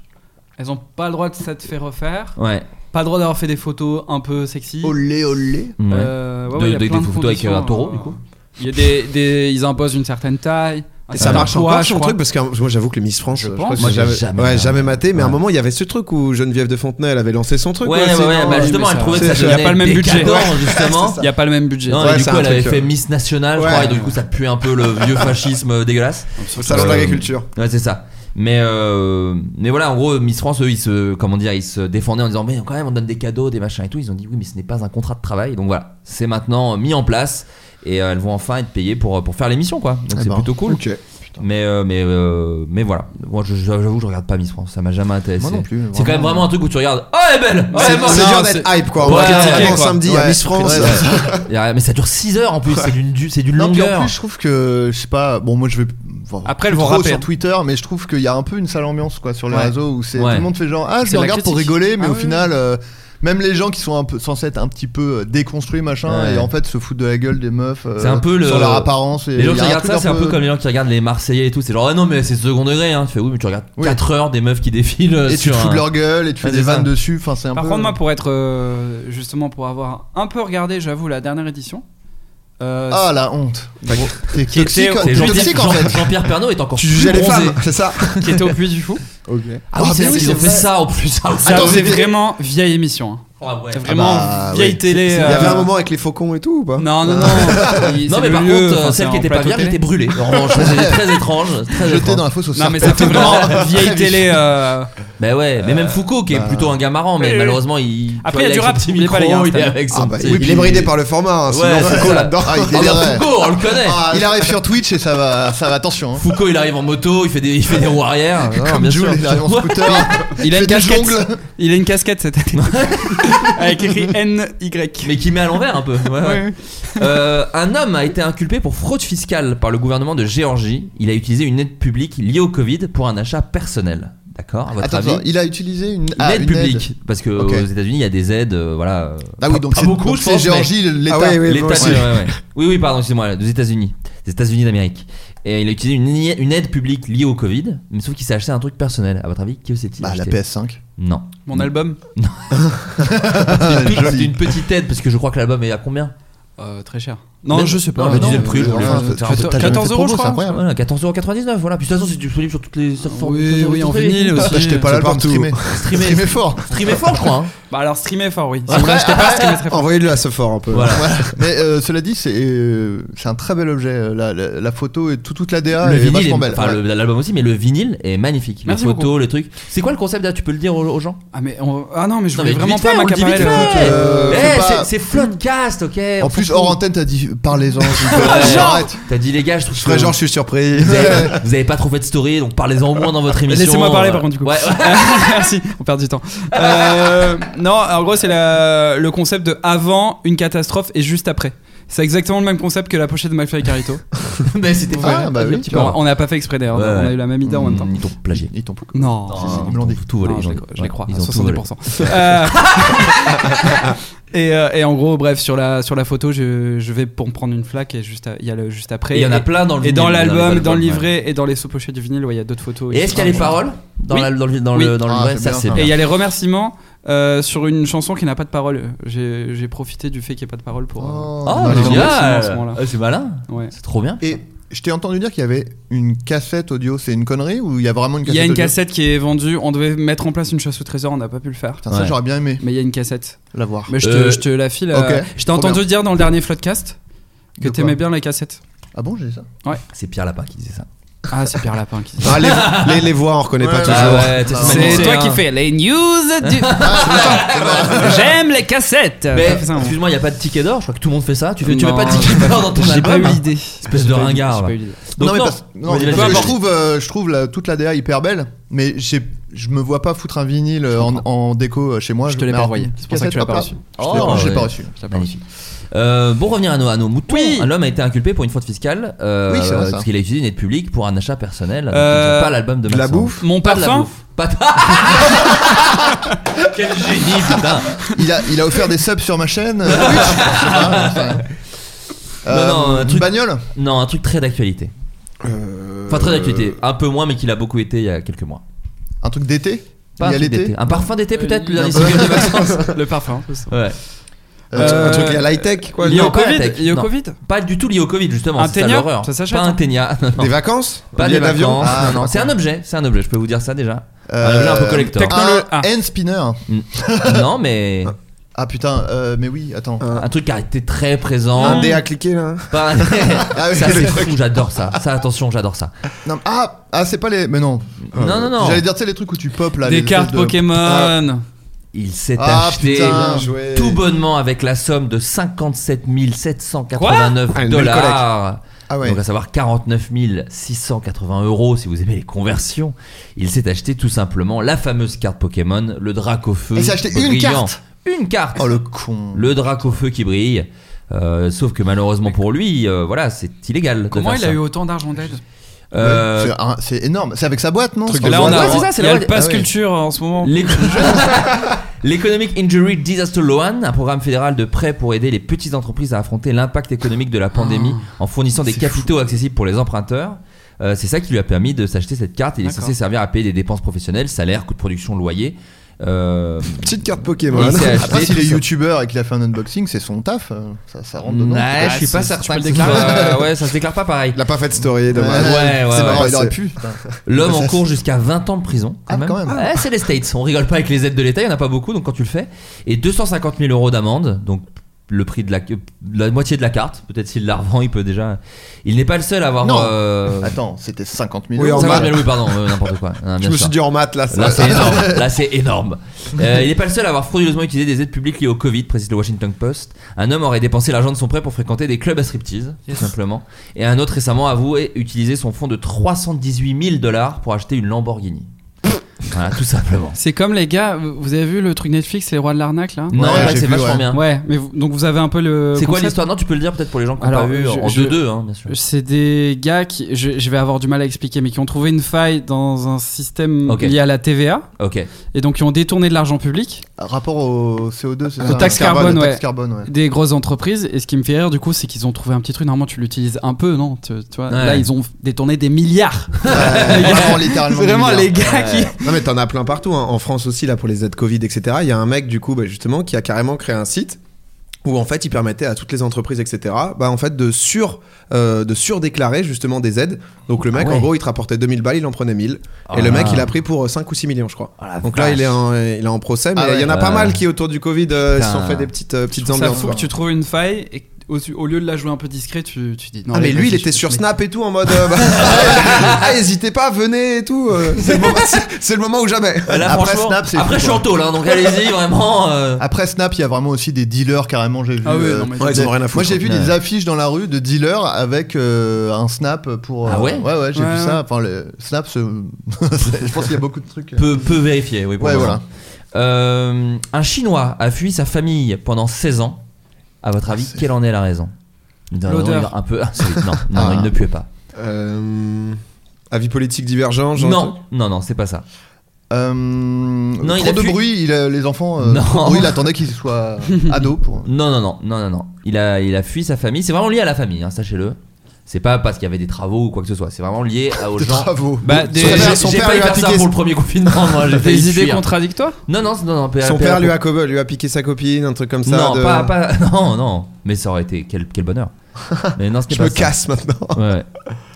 Speaker 8: Elles ont pas le droit de ça te faire refaire.
Speaker 6: Ouais.
Speaker 8: Pas le droit d'avoir fait des photos un peu sexy.
Speaker 2: Oh,
Speaker 7: Olé, olé.
Speaker 6: ouais.
Speaker 8: Euh, ouais,
Speaker 6: De-
Speaker 8: ouais, il y a
Speaker 6: de-
Speaker 8: plein
Speaker 6: des
Speaker 8: de
Speaker 6: photos avec,
Speaker 8: conditions,
Speaker 6: euh, un taureau,
Speaker 8: euh,
Speaker 6: du coup.
Speaker 8: il y a des, des- ils imposent une certaine taille. un
Speaker 2: Et ça
Speaker 8: certain
Speaker 2: marche
Speaker 8: poids,
Speaker 2: encore
Speaker 8: je
Speaker 2: son
Speaker 8: crois.
Speaker 2: truc parce que moi j'avoue que le Miss France,
Speaker 8: Je
Speaker 2: je
Speaker 8: pense.
Speaker 2: crois que
Speaker 6: Moi, j'ai
Speaker 2: j'avais
Speaker 6: jamais
Speaker 2: ouais,
Speaker 6: regardé.
Speaker 2: jamais maté, mais à un
Speaker 6: Ouais.
Speaker 2: moment il y avait ce truc où Geneviève de Fontenay elle avait lancé son truc.
Speaker 6: Ouais,
Speaker 2: aussi,
Speaker 6: ouais, ouais,
Speaker 2: non
Speaker 6: bah,
Speaker 8: mais
Speaker 6: justement,
Speaker 8: ça-
Speaker 6: elle trouvait que
Speaker 2: c'est-
Speaker 6: ça
Speaker 2: c'est-
Speaker 8: y a pas le même
Speaker 6: des
Speaker 8: budget.
Speaker 6: cadors,
Speaker 8: Ouais,
Speaker 6: justement.
Speaker 8: Il y a pas le même budget.
Speaker 6: Non,
Speaker 2: Ouais,
Speaker 6: et du
Speaker 2: c'est
Speaker 6: coup,
Speaker 2: un
Speaker 6: elle avait
Speaker 2: truc,
Speaker 6: fait
Speaker 2: euh,
Speaker 6: Miss National, je
Speaker 2: ouais.
Speaker 6: crois, et du coup, ça pue un peu le vieux fascisme euh, dégueulasse.
Speaker 2: Au salon de
Speaker 6: Euh,
Speaker 2: l'agriculture.
Speaker 6: Ouais, c'est ça. Mais, euh, mais voilà, en gros, Miss France, eux, ils se, comment dire, ils se défendaient en disant, mais quand même, on donne des cadeaux, des machins et tout. Ils ont dit, oui, mais ce n'est pas un contrat de travail. Donc voilà, c'est maintenant euh, mis en place et euh, elles vont enfin être payées pour, euh, pour faire l'émission, quoi. Donc
Speaker 7: Eh
Speaker 6: c'est
Speaker 7: ben,
Speaker 6: plutôt cool.
Speaker 7: ok.
Speaker 6: Mais, euh, mais, euh, mais voilà, moi je- j'avoue, je regarde pas Miss France, ça m'a jamais intéressé.
Speaker 7: Moi non plus,
Speaker 6: c'est quand même
Speaker 7: vraiment.
Speaker 6: vraiment un truc où tu regardes, oh, elle est belle! Oh, elle est
Speaker 2: C'est
Speaker 6: morte
Speaker 2: c'est
Speaker 8: non,
Speaker 2: dur
Speaker 8: c'est-
Speaker 2: d'être hype quoi.
Speaker 6: Ouais,
Speaker 2: On va
Speaker 6: ouais,
Speaker 2: dire,
Speaker 6: ouais.
Speaker 2: samedi à
Speaker 7: Ouais.
Speaker 2: Miss France.
Speaker 7: Ouais.
Speaker 6: Y a- Mais ça dure 6 heures en plus, c'est d'une du- c'est d'une
Speaker 7: Non, puis en
Speaker 6: longueur.
Speaker 7: plus, je trouve que, je sais pas, bon, moi je vais. enfin,
Speaker 8: Après, elles vont
Speaker 7: trop
Speaker 8: rapper, hein.
Speaker 7: sur Twitter, mais je trouve qu'il y a un peu une sale ambiance, quoi, sur les
Speaker 8: Ouais.
Speaker 7: réseaux où c'est
Speaker 6: Ouais.
Speaker 7: tout le monde fait genre, ah,
Speaker 8: C'est
Speaker 7: je le
Speaker 8: la
Speaker 7: regarde pour
Speaker 8: critique.
Speaker 7: rigoler, mais
Speaker 8: Ah
Speaker 7: au
Speaker 8: ouais.
Speaker 7: final, euh, même les gens qui sont un peu, censés être un petit peu euh, déconstruits, machin,
Speaker 6: Ouais.
Speaker 7: et en fait se foutent de la gueule des meufs euh,
Speaker 6: C'est un peu le-
Speaker 7: sur leur apparence. Et
Speaker 6: Les gens
Speaker 7: il
Speaker 6: qui
Speaker 7: y a un
Speaker 6: regardent
Speaker 7: truc
Speaker 6: ça, c'est un peu comme les gens qui regardent les Marseillais et tout. C'est genre, ah non, mais c'est second degré. Hein. Tu fais, oui, mais tu regardes
Speaker 7: Oui.
Speaker 6: 4 heures des meufs qui défilent. euh,
Speaker 7: Et tu
Speaker 6: sur
Speaker 7: te fous
Speaker 6: un-
Speaker 7: de leur gueule, et tu
Speaker 6: Ouais,
Speaker 7: fais
Speaker 6: c'est
Speaker 7: des vannes
Speaker 6: ça.
Speaker 7: dessus, enfin, c'est un
Speaker 8: Par
Speaker 7: peu.
Speaker 8: contre, moi, pour être euh, justement pour avoir un peu regardé, j'avoue, la dernière édition. euh,
Speaker 7: Ah, la honte. T'es toxique,
Speaker 6: C'est
Speaker 7: t'es
Speaker 6: Jean-
Speaker 7: toxique en fait.
Speaker 6: Jean-Pierre Pernaut est encore
Speaker 2: Tu
Speaker 6: plus
Speaker 2: jugeais les
Speaker 6: bronzé.
Speaker 2: femmes, c'est ça
Speaker 8: qui était au Puy du Fou.
Speaker 2: Ok.
Speaker 6: Ah oui,
Speaker 7: Ah,
Speaker 6: c'est
Speaker 7: mais oui,
Speaker 6: ils ont
Speaker 7: c'est
Speaker 6: fait
Speaker 7: vrai.
Speaker 6: ça en plus. Ah, ça,
Speaker 8: Ça,
Speaker 7: Attends,
Speaker 8: c'est
Speaker 7: mais-
Speaker 8: vraiment vieille émission. hein.
Speaker 6: ah ouais.
Speaker 8: C'est vraiment
Speaker 7: bah,
Speaker 8: vieille
Speaker 7: oui.
Speaker 8: télé.
Speaker 2: Il y avait
Speaker 8: euh,
Speaker 2: un moment avec les faucons et tout ou
Speaker 7: hein.
Speaker 2: pas
Speaker 8: Non, non, non. Il-
Speaker 6: Non,
Speaker 8: c'est
Speaker 6: mais
Speaker 8: le
Speaker 6: par
Speaker 8: lieu,
Speaker 6: contre,
Speaker 8: enfin,
Speaker 6: euh,
Speaker 8: c'est
Speaker 6: celle
Speaker 8: un
Speaker 6: qui était pas
Speaker 8: plateau
Speaker 6: vierge
Speaker 8: télé.
Speaker 6: était brûlée. En revanche, c'était très étrange. Très
Speaker 7: Jeté
Speaker 6: étrange.
Speaker 7: dans la fosse au
Speaker 8: Non,
Speaker 7: cerf.
Speaker 8: mais ça fait vraiment vieille télé. euh,
Speaker 6: Mais ouais, mais même Foucault qui est plutôt un gars marrant, mais
Speaker 9: oui.
Speaker 6: malheureusement, il.
Speaker 8: Après,
Speaker 6: tu
Speaker 8: il
Speaker 6: vois,
Speaker 8: y a du
Speaker 6: avec son
Speaker 8: rap,
Speaker 6: petit
Speaker 8: n'oubliez
Speaker 6: micro,
Speaker 8: pas, les gars,
Speaker 6: il est
Speaker 8: c'est-à-dire-
Speaker 6: avec
Speaker 2: Ah
Speaker 6: son
Speaker 2: bah,
Speaker 6: petit-
Speaker 2: il, il est bridé par le format, hein, sinon
Speaker 6: Ouais, c'est
Speaker 2: Foucault
Speaker 6: ça.
Speaker 2: là-dedans.
Speaker 7: Ah, il
Speaker 6: Ah bah,
Speaker 7: délirait.
Speaker 6: Foucault, on le connaît.
Speaker 7: Ah, Il arrive sur Twitch et ça va, ça va, attention. hein.
Speaker 6: Foucault, il arrive en moto, il fait des, il fait des roues arrière. Non,
Speaker 7: Comme
Speaker 6: bien
Speaker 7: Jules,
Speaker 6: sûr.
Speaker 7: il arrive en
Speaker 6: Ouais.
Speaker 7: scooter.
Speaker 8: Il a
Speaker 7: fait
Speaker 8: une
Speaker 7: du
Speaker 8: casquette.
Speaker 7: jongle.
Speaker 8: Il a une casquette cette année. Avec écrit NY.
Speaker 6: Mais qui met à l'envers un peu. Ouais, ouais.
Speaker 8: Ouais.
Speaker 6: Euh, un homme a été inculpé pour fraude fiscale par le gouvernement de Géorgie. Il a utilisé une aide publique liée au Covid pour un achat personnel. D'accord À votre
Speaker 7: Attends,
Speaker 6: avis
Speaker 7: attends, il a utilisé une,
Speaker 6: Une
Speaker 7: ah,
Speaker 6: aide
Speaker 7: une
Speaker 6: publique. Parce que
Speaker 7: Ok.
Speaker 6: aux États-Unis, il y a des aides, euh, voilà.
Speaker 7: Ah oui, donc
Speaker 6: pas
Speaker 7: c'est
Speaker 6: beaucoup,
Speaker 7: donc
Speaker 6: je
Speaker 7: c'est
Speaker 6: pense, mais-
Speaker 7: Géorgie, l'État.
Speaker 2: Ah ouais, ouais,
Speaker 6: Les
Speaker 2: moi
Speaker 6: tas-
Speaker 2: aussi.
Speaker 6: ouais, ouais, ouais. Oui, oui, pardon, excusez-moi, des États-Unis. Des États-Unis d'Amérique. Et il a utilisé une, i- une aide publique liée au Covid, mais sauf qu'il s'est acheté un truc personnel. À votre avis, que c'est-il
Speaker 7: Bah, la
Speaker 6: acheté
Speaker 7: PS5.
Speaker 6: Non.
Speaker 8: Mon album
Speaker 6: Une petite-
Speaker 7: Joli.
Speaker 6: une petite aide, parce que je crois que l'album est à combien
Speaker 8: Euh, Très cher. Non,
Speaker 6: Mais-
Speaker 8: je sais pas.
Speaker 6: non, mais
Speaker 8: Non,
Speaker 6: disais le
Speaker 8: euh,
Speaker 6: prix, je voulais
Speaker 7: enfin,
Speaker 6: faire un
Speaker 7: t'as
Speaker 6: peu-
Speaker 7: jamais fait de
Speaker 8: 14 euros,
Speaker 7: promo,
Speaker 8: je
Speaker 7: c'est
Speaker 8: crois.
Speaker 7: incroyable.
Speaker 6: Voilà, 14,99€, voilà. Puis de toute façon, c'est disponible sur toutes les plateformes.
Speaker 8: Oui, oui, en
Speaker 6: streaming.
Speaker 8: vinyle aussi.
Speaker 7: T'achetais pas
Speaker 2: C'est
Speaker 7: l'album,
Speaker 2: partout.
Speaker 7: streamer.
Speaker 6: Streamer.
Speaker 7: Streamer fort.
Speaker 6: Streamer fort, je crois. hein.
Speaker 8: Bah alors streamer fort, oui.
Speaker 7: Après,
Speaker 2: Envoyez-le à ce fort un peu.
Speaker 6: Voilà.
Speaker 7: Voilà. Mais euh, cela dit, c'est euh, c'est un très bel objet. euh, La, la- la photo et tout, toute la DA
Speaker 6: le
Speaker 7: Ah, est
Speaker 6: vinyle, est-
Speaker 7: vachement belle.
Speaker 6: enfin
Speaker 7: Ouais.
Speaker 6: le- l'album aussi, mais le vinyle est magnifique.
Speaker 8: Merci
Speaker 6: les
Speaker 8: beaucoup.
Speaker 6: photos, les trucs. C'est quoi le concept là Tu peux le dire aux, aux gens
Speaker 8: Ah mais on- ah non mais je
Speaker 6: Non,
Speaker 8: voulais
Speaker 6: mais
Speaker 8: vraiment
Speaker 6: vite
Speaker 8: pas
Speaker 6: fait, on le dit
Speaker 8: m'accaparer
Speaker 6: vite
Speaker 8: le
Speaker 6: fait.
Speaker 8: truc.
Speaker 7: Euh,
Speaker 6: Eh,
Speaker 7: fais pas-
Speaker 6: c'est-
Speaker 7: fais
Speaker 6: c'est Floodcast, ok.
Speaker 7: En
Speaker 6: on
Speaker 7: plus,
Speaker 6: s'en
Speaker 7: hors
Speaker 6: fout.
Speaker 7: antenne, t'as dit parlez-en. s'il vous plaît.
Speaker 6: Ouais.
Speaker 7: Arrête.
Speaker 6: T'as dit les gars, je trouve
Speaker 2: Je ferais
Speaker 6: que-
Speaker 2: genre, je suis surpris.
Speaker 6: Vous avez, vous avez pas trop fait de story, donc parlez-en au moins dans votre émission.
Speaker 8: Laissez-moi parler
Speaker 6: Euh,
Speaker 8: par contre du coup.
Speaker 6: ouais, ouais.
Speaker 8: Merci, on perd du temps. Euh, non, en gros c'est la- le concept de avant une catastrophe et juste après. C'est exactement le même concept que la pochette de McFly et Carito.
Speaker 6: Mais c'était
Speaker 7: Ah, bah oui, tu vois.
Speaker 8: on n'a pas fait exprès d'ailleurs,
Speaker 6: Ouais,
Speaker 8: on a
Speaker 6: ouais. Mm.
Speaker 8: eu la même idée en même temps.
Speaker 6: Ils t'ont plagié.
Speaker 7: Ils t'ont plus.
Speaker 2: Oh,
Speaker 8: Non,
Speaker 6: Non,
Speaker 8: si, si,
Speaker 6: ils
Speaker 8: ils me l'ont
Speaker 6: t'ont
Speaker 8: dit.
Speaker 6: tout volé,
Speaker 8: Non,
Speaker 6: ils
Speaker 8: je
Speaker 6: ont-
Speaker 8: les- je les crois,
Speaker 6: ils
Speaker 8: à
Speaker 6: ont tout volé.
Speaker 8: 70%. Euh, et, euh, et en gros, bref, sur la, sur la photo, je, je vais pour me prendre une flaque et juste, à- il y a le, juste après.
Speaker 6: Et il y en a plein dans le
Speaker 8: Et dans
Speaker 6: vinyle, dans
Speaker 8: l'album,
Speaker 6: les
Speaker 8: dans le
Speaker 6: albums,
Speaker 8: livret et dans les sous-pochettes du vinyle, ouais, il y a d'autres photos.
Speaker 6: Et est-ce qu'il y a les paroles dans
Speaker 8: Oui.
Speaker 6: la- dans le dans
Speaker 8: Oui.
Speaker 6: le dans le
Speaker 7: Ah,
Speaker 6: vrai
Speaker 7: c'est
Speaker 6: Ça
Speaker 7: bien,
Speaker 6: c'est
Speaker 7: ça.
Speaker 8: Et il y
Speaker 6: bien.
Speaker 8: a les remerciements euh, sur une chanson qui n'a pas de paroles. J'ai j'ai profité du fait qu'il n'y ait pas de paroles pour. euh,
Speaker 7: Oh,
Speaker 6: Ah,
Speaker 8: les
Speaker 6: génial.
Speaker 8: remerciements à ce moment-là.
Speaker 6: Ah, C'est malin.
Speaker 8: Ouais.
Speaker 6: C'est trop bien.
Speaker 7: Et je t'ai entendu dire qu'il y avait une cassette audio. C'est une connerie ou il y a vraiment une
Speaker 8: Il
Speaker 7: cassette
Speaker 8: y a une
Speaker 7: audio
Speaker 8: cassette qui est vendue. On devait mettre en place une chasse au trésor, on n'a pas pu le faire.
Speaker 7: Putain, ça,
Speaker 6: Ouais.
Speaker 7: j'aurais bien aimé
Speaker 8: Mais il y a une cassette.
Speaker 7: la voir.
Speaker 8: Mais je te,
Speaker 6: Euh,
Speaker 8: je te la file.
Speaker 7: ok,
Speaker 8: euh, je t'ai
Speaker 7: trop
Speaker 8: entendu
Speaker 7: bien.
Speaker 8: dire dans le dernier Floodcast que
Speaker 7: De
Speaker 8: t'aimais
Speaker 7: quoi
Speaker 8: bien la cassette.
Speaker 7: Ah bon, j'ai ça
Speaker 6: C'est Pierre Lapin qui disait ça.
Speaker 8: Ah, c'est Pierre Lapin qui dit ça.
Speaker 2: Ah, les, les, les voix, on reconnaît pas
Speaker 7: Ouais,
Speaker 2: toujours.
Speaker 6: Ah ouais, t'es
Speaker 8: C'est
Speaker 6: magnifique,
Speaker 8: toi
Speaker 6: hein.
Speaker 8: qui fais les news du.
Speaker 6: Ah,
Speaker 8: J'aime les cassettes.
Speaker 6: Mais,
Speaker 8: T'as fait ça, hein.
Speaker 6: excuse-moi, il n'y a pas de ticket d'or, je crois que tout le monde fait ça. Tu, fais, tu mets
Speaker 8: Non.
Speaker 6: pas de ticket d'or dans ton
Speaker 8: J'ai
Speaker 6: album
Speaker 8: pas eu l'idée. Espèce
Speaker 6: de ringard, là. Donc
Speaker 7: non, mais
Speaker 6: non.
Speaker 7: parce- non,
Speaker 6: Vas-y,
Speaker 7: parce
Speaker 6: vas-y,
Speaker 7: que
Speaker 6: vas-y.
Speaker 7: je trouve, euh, je trouve la- toute la DA hyper belle, mais j'ai- je me vois pas foutre un vinyle euh, en, en déco euh, chez moi.
Speaker 8: Je te l'ai
Speaker 7: mais
Speaker 8: pas
Speaker 7: alors,
Speaker 8: envoyé.
Speaker 7: une
Speaker 8: C'est pour ça que tu l'as
Speaker 7: cassette,
Speaker 8: pas reçu.
Speaker 7: hop, là. Je l'ai-
Speaker 6: Oh,
Speaker 7: je l'ai
Speaker 6: ouais.
Speaker 7: pas reçu. je l'ai pas reçu.
Speaker 6: Magnifique. Euh, bon, revenir à nos, à nos moutons.
Speaker 8: Oui.
Speaker 6: L'homme a été inculpé pour une faute fiscale euh,
Speaker 7: Oui, c'est vrai, ça.
Speaker 6: parce qu'il a utilisé une aide publique pour un achat personnel. Donc,
Speaker 8: Euh,
Speaker 6: il n'a pas l'album de
Speaker 2: de la
Speaker 6: Maxence.
Speaker 2: bouffe
Speaker 8: Mon
Speaker 6: Pas de la
Speaker 8: parfum
Speaker 6: bouffe. Pas de- Quel génie, putain.
Speaker 7: Il a, il a offert des subs sur ma chaîne. euh, Twitch, je sais pas, enfin, euh,
Speaker 6: Ah non, un
Speaker 7: une
Speaker 6: truc-
Speaker 7: bagnole
Speaker 6: Non, un truc très d'actualité. Enfin,
Speaker 8: Euh,
Speaker 6: très d'actualité. Un peu moins, mais qu'il a beaucoup été il y a quelques mois.
Speaker 7: Euh, Un truc d'été
Speaker 6: Pas un
Speaker 7: Il y a
Speaker 6: truc
Speaker 7: l'été
Speaker 6: d'été. hein. Un parfum d'été, peut-être, le
Speaker 8: Euh,
Speaker 6: dernier single de Maxence.
Speaker 8: Le parfum.
Speaker 6: Ouais.
Speaker 7: Euh,
Speaker 8: Euh,
Speaker 2: Un truc à l'high-tech, quoi.
Speaker 8: Lié
Speaker 6: Non,
Speaker 8: au
Speaker 6: pas la
Speaker 8: Covid.
Speaker 6: tech,
Speaker 8: Lié au
Speaker 6: non.
Speaker 8: Covid.
Speaker 6: Pas du tout lié au Covid, justement.
Speaker 8: Un
Speaker 6: c'est ça
Speaker 8: ténia
Speaker 6: l'horreur.
Speaker 8: Ça s'achète,
Speaker 6: Pas un
Speaker 8: hein.
Speaker 6: ténia. non, non.
Speaker 2: Des vacances
Speaker 6: Pas
Speaker 2: Lié
Speaker 6: des
Speaker 2: à l'avion
Speaker 6: vacances,
Speaker 7: Ah, Euh,
Speaker 6: non, non. C'est un Ah, objet, c'est un objet, je peux vous dire ça déjà. Un objet un peu collector.
Speaker 8: techno-
Speaker 7: Un
Speaker 8: Ah.
Speaker 7: hand spinner.
Speaker 6: non, mais
Speaker 7: Ah putain, euh, mais oui, attends.
Speaker 6: un truc qui a été très présent.
Speaker 2: Un dé à cliquer, là
Speaker 6: Pas-
Speaker 7: Ah oui,
Speaker 6: ça
Speaker 7: le
Speaker 6: c'est
Speaker 7: truc.
Speaker 6: fou, j'adore ça. Ça attention, j'adore ça.
Speaker 7: Non, ah, ah, c'est pas les. Mais non. Euh,
Speaker 6: Non non non.
Speaker 7: J'allais dire, tu sais, les trucs où tu pop là.
Speaker 8: Des
Speaker 7: les
Speaker 8: cartes
Speaker 7: espèces de-
Speaker 8: Pokémon.
Speaker 6: Il s'est
Speaker 7: Ah,
Speaker 6: acheté
Speaker 7: putain, joué.
Speaker 6: tout bonnement avec la somme de 57 789
Speaker 2: Ah, une belle
Speaker 6: dollars.
Speaker 7: Ah ouais.
Speaker 6: Donc à savoir 49 680 euros si vous aimez les conversions. Il s'est acheté tout simplement la fameuse carte Pokémon, le drac au feu.
Speaker 7: Il s'est acheté une
Speaker 6: brillant.
Speaker 7: carte
Speaker 6: Une carte.
Speaker 7: Oh le con.
Speaker 6: Le drac au feu qui brille. Euh, sauf que malheureusement pour lui, euh, voilà, c'est illégal. de
Speaker 8: Comment
Speaker 6: faire
Speaker 8: il a
Speaker 6: ça.
Speaker 8: eu autant d'argent d'aide
Speaker 6: Euh,
Speaker 7: C'est un- C'est énorme. C'est avec sa boîte, non
Speaker 2: Truc
Speaker 7: Sans
Speaker 2: de
Speaker 8: Là, on
Speaker 7: boîte.
Speaker 8: a,
Speaker 6: Ouais, c'est ça, c'est
Speaker 8: il y
Speaker 6: la
Speaker 8: a
Speaker 6: vraie-
Speaker 8: le pass
Speaker 7: Ah oui.
Speaker 8: culture en ce moment.
Speaker 6: L'éco- L'Economic Injury Disaster Loan, un programme fédéral de prêt pour aider les petites entreprises à affronter l'impact économique de la pandémie
Speaker 8: Ah,
Speaker 6: en fournissant des capitaux accessibles pour les emprunteurs. Euh, c'est ça qui lui a permis de s'acheter cette carte. Il est
Speaker 8: D'accord.
Speaker 6: censé servir à payer des dépenses professionnelles, salaire, coût de production, loyer. Euh,
Speaker 2: Petite carte Pokémon.
Speaker 6: Il s'est acheté-
Speaker 7: Après, s'il
Speaker 6: tout
Speaker 7: est
Speaker 6: ça.
Speaker 7: youtubeur et qu'il a fait un unboxing, c'est son taf. euh, Ça, ça rentre dedans.
Speaker 6: ouais, je suis pas
Speaker 8: Ah, c'est- tu
Speaker 6: certain
Speaker 8: peux
Speaker 6: que
Speaker 8: le
Speaker 6: ce
Speaker 8: déclarer.
Speaker 6: soit- ouais, ça se déclare pas pareil.
Speaker 2: Il a pas fait de story,
Speaker 7: Ouais,
Speaker 2: dommage.
Speaker 6: ouais, ouais.
Speaker 2: Bah, C'est
Speaker 7: Ah,
Speaker 2: marrant,
Speaker 7: il aurait pu. putain.
Speaker 6: L'homme
Speaker 7: Ça,
Speaker 6: en
Speaker 7: c'est-
Speaker 6: cours jusqu'à 20 ans de prison. Quand
Speaker 7: Ah,
Speaker 6: même.
Speaker 7: quand même.
Speaker 6: Ouais, c'est les States. On rigole pas avec les aides de l'État, il n'y en a pas beaucoup, donc quand tu le fais. Et 250 000 euros d'amende, donc le prix de la, la moitié de la carte. Peut-être s'il la revend, il peut déjà. Il n'est pas le seul à avoir.
Speaker 7: Non.
Speaker 6: euh,
Speaker 7: Attends, c'était 50 000
Speaker 2: Oui,
Speaker 7: euros.
Speaker 2: en
Speaker 6: ça va,
Speaker 2: bas.
Speaker 6: bien, oui, pardon, euh, n'importe quoi. Hein,
Speaker 2: Je
Speaker 6: bien
Speaker 2: me
Speaker 6: sûr.
Speaker 2: suis dit en maths, là. ça-
Speaker 6: Là, c'est énorme. Là, c'est énorme. Euh, il n'est pas le seul à avoir frauduleusement utilisé des aides publiques liées au Covid, précise le Washington Post. Un homme aurait dépensé l'argent de son prêt pour fréquenter des clubs à striptease, tout simplement. Et un autre récemment avoué utiliser son fonds de 318 000 dollars pour acheter une Lamborghini. voilà, tout simplement.
Speaker 8: C'est comme les gars, vous vous avez vu le truc Netflix, les rois de l'arnaque là
Speaker 6: non,
Speaker 7: j'ai
Speaker 6: ouais, c'est
Speaker 7: vu,
Speaker 6: vachement
Speaker 7: ouais.
Speaker 6: bien.
Speaker 8: Ouais, mais vous- donc vous avez un peu le.
Speaker 6: C'est quoi
Speaker 8: concept
Speaker 6: l'histoire Non, tu peux le dire peut-être pour les gens qui n'ont
Speaker 8: Alors,
Speaker 6: pas vu
Speaker 8: je-
Speaker 6: en
Speaker 8: je-
Speaker 6: 2-2, hein, bien sûr.
Speaker 8: C'est des gars qui, je, je vais avoir du mal à expliquer, mais qui ont trouvé une faille dans un système
Speaker 6: Ok.
Speaker 8: lié à la TVA
Speaker 6: Ok.
Speaker 8: et donc qui ont détourné de l'argent public
Speaker 7: Rapport au CO2, c'est
Speaker 8: Au
Speaker 7: ça
Speaker 8: taxe carbone,
Speaker 7: taxe
Speaker 8: ouais.
Speaker 7: carbone, ouais.
Speaker 8: des grosses entreprises. Et ce qui me fait rire du coup, c'est qu'ils ont trouvé un petit truc. Normalement, tu l'utilises un peu, non tu, tu vois,
Speaker 6: Ouais.
Speaker 8: Là, ils ont détourné des milliards.
Speaker 7: Ouais, vraiment, littéralement.
Speaker 8: Vraiment, les gars qui.
Speaker 2: Non mais t'en as plein partout. hein. En France aussi, là pour les aides Covid, etc. Il y a un mec du coup, bah, justement, qui a carrément créé un site où en fait il permettait à toutes les entreprises, etc. Bah en fait de sur euh, de surdéclarer justement des aides. Donc le mec,
Speaker 6: Ah ouais.
Speaker 2: en gros, il te rapportait 2000 balles, il en prenait 1000.
Speaker 6: Ah.
Speaker 2: et le mec, il a pris pour euh, 5 ou 6 millions, je crois.
Speaker 6: Ah, la
Speaker 2: Donc là,
Speaker 6: vache.
Speaker 2: il est en, il est en procès, mais
Speaker 7: Ah
Speaker 2: il
Speaker 7: ouais.
Speaker 2: y en a pas
Speaker 6: Ouais.
Speaker 2: mal qui autour du Covid euh, se
Speaker 6: Putain.
Speaker 2: sont fait des petites euh, petites
Speaker 8: Ça
Speaker 6: hein.
Speaker 2: ambiances.
Speaker 8: faut que
Speaker 2: quoi.
Speaker 8: tu trouves une faille et au, au lieu de la jouer un peu discret, tu, tu dis non.
Speaker 2: ah mais
Speaker 8: allez,
Speaker 2: lui il
Speaker 8: vas-y,
Speaker 2: était
Speaker 8: je-
Speaker 2: sur
Speaker 8: mais-
Speaker 2: Snap et tout en mode euh, bah, ah, hésitez pas venez et tout euh, c'est le, moment- c'est- c'est le moment ou jamais
Speaker 6: Là, franchement, après, je suis en tôle, hein, donc allez-y, vraiment, euh.
Speaker 7: Après Snap, il y a vraiment aussi des dealers carrément. J'ai vu.
Speaker 6: Ah oui,
Speaker 7: euh,
Speaker 6: non, mais Ouais, ils
Speaker 7: des-
Speaker 6: en ont rien à
Speaker 7: Moi,
Speaker 6: foutre,
Speaker 7: j'ai vu
Speaker 6: hein.
Speaker 7: des
Speaker 6: Ouais.
Speaker 7: affiches dans la rue de dealers avec euh, un Snap pour. euh,
Speaker 6: Ah ouais
Speaker 7: Ouais, ouais, j'ai
Speaker 6: Ouais,
Speaker 7: vu
Speaker 6: ouais.
Speaker 7: ça. Enfin, le Snap, c'est- je pense qu'il y a beaucoup de trucs. euh.
Speaker 6: Peu, peu vérifié, oui. Pour
Speaker 7: Ouais,
Speaker 6: le
Speaker 7: voilà.
Speaker 6: moment. Euh, un Chinois a fui sa famille pendant 16 ans. À
Speaker 7: Ah,
Speaker 6: votre avis, quelle en est la raison Une raison
Speaker 2: L'odeur.
Speaker 6: Un peu. Non, non,
Speaker 2: Ah.
Speaker 6: il ne puait pas.
Speaker 2: Euh, avis politique divergent genre-
Speaker 6: Non, non, non, c'est pas ça.
Speaker 7: non,
Speaker 6: il
Speaker 7: Euh, trop
Speaker 6: a
Speaker 7: de
Speaker 6: fui-
Speaker 7: bruit, il a- les enfants. euh,
Speaker 6: Non.
Speaker 7: trop de bruit, il attendait qu'ils soient ados pour.
Speaker 6: Non, non, non, non, non, non. Il a, il a fui sa famille. C'est vraiment lié à la famille, hein, sachez-le. C'est pas parce qu'il y avait des travaux ou quoi que ce soit. C'est vraiment lié à- aux
Speaker 7: Des
Speaker 6: gens.
Speaker 7: travaux.
Speaker 6: Bah,
Speaker 7: Son
Speaker 6: des-
Speaker 7: père-
Speaker 6: j'ai-
Speaker 7: son
Speaker 6: j'ai
Speaker 7: père
Speaker 6: failli
Speaker 7: lui a
Speaker 6: faire ça
Speaker 7: piqué
Speaker 6: pour
Speaker 7: son-
Speaker 6: le premier confinement. Moi, j'ai
Speaker 8: Des
Speaker 6: failli
Speaker 8: idées
Speaker 6: fuir.
Speaker 8: contradictoires
Speaker 6: Non, non, non, non.
Speaker 2: son père lui a, co- lui a piqué sa copine un truc comme ça
Speaker 6: Non,
Speaker 2: de-
Speaker 6: pas, pas- Non, non. Mais ça aurait été. Quel, quel bonheur. Mais non, c'était
Speaker 2: Je
Speaker 6: pas
Speaker 2: me
Speaker 6: ça.
Speaker 2: casse maintenant.
Speaker 6: Ouais, ouais.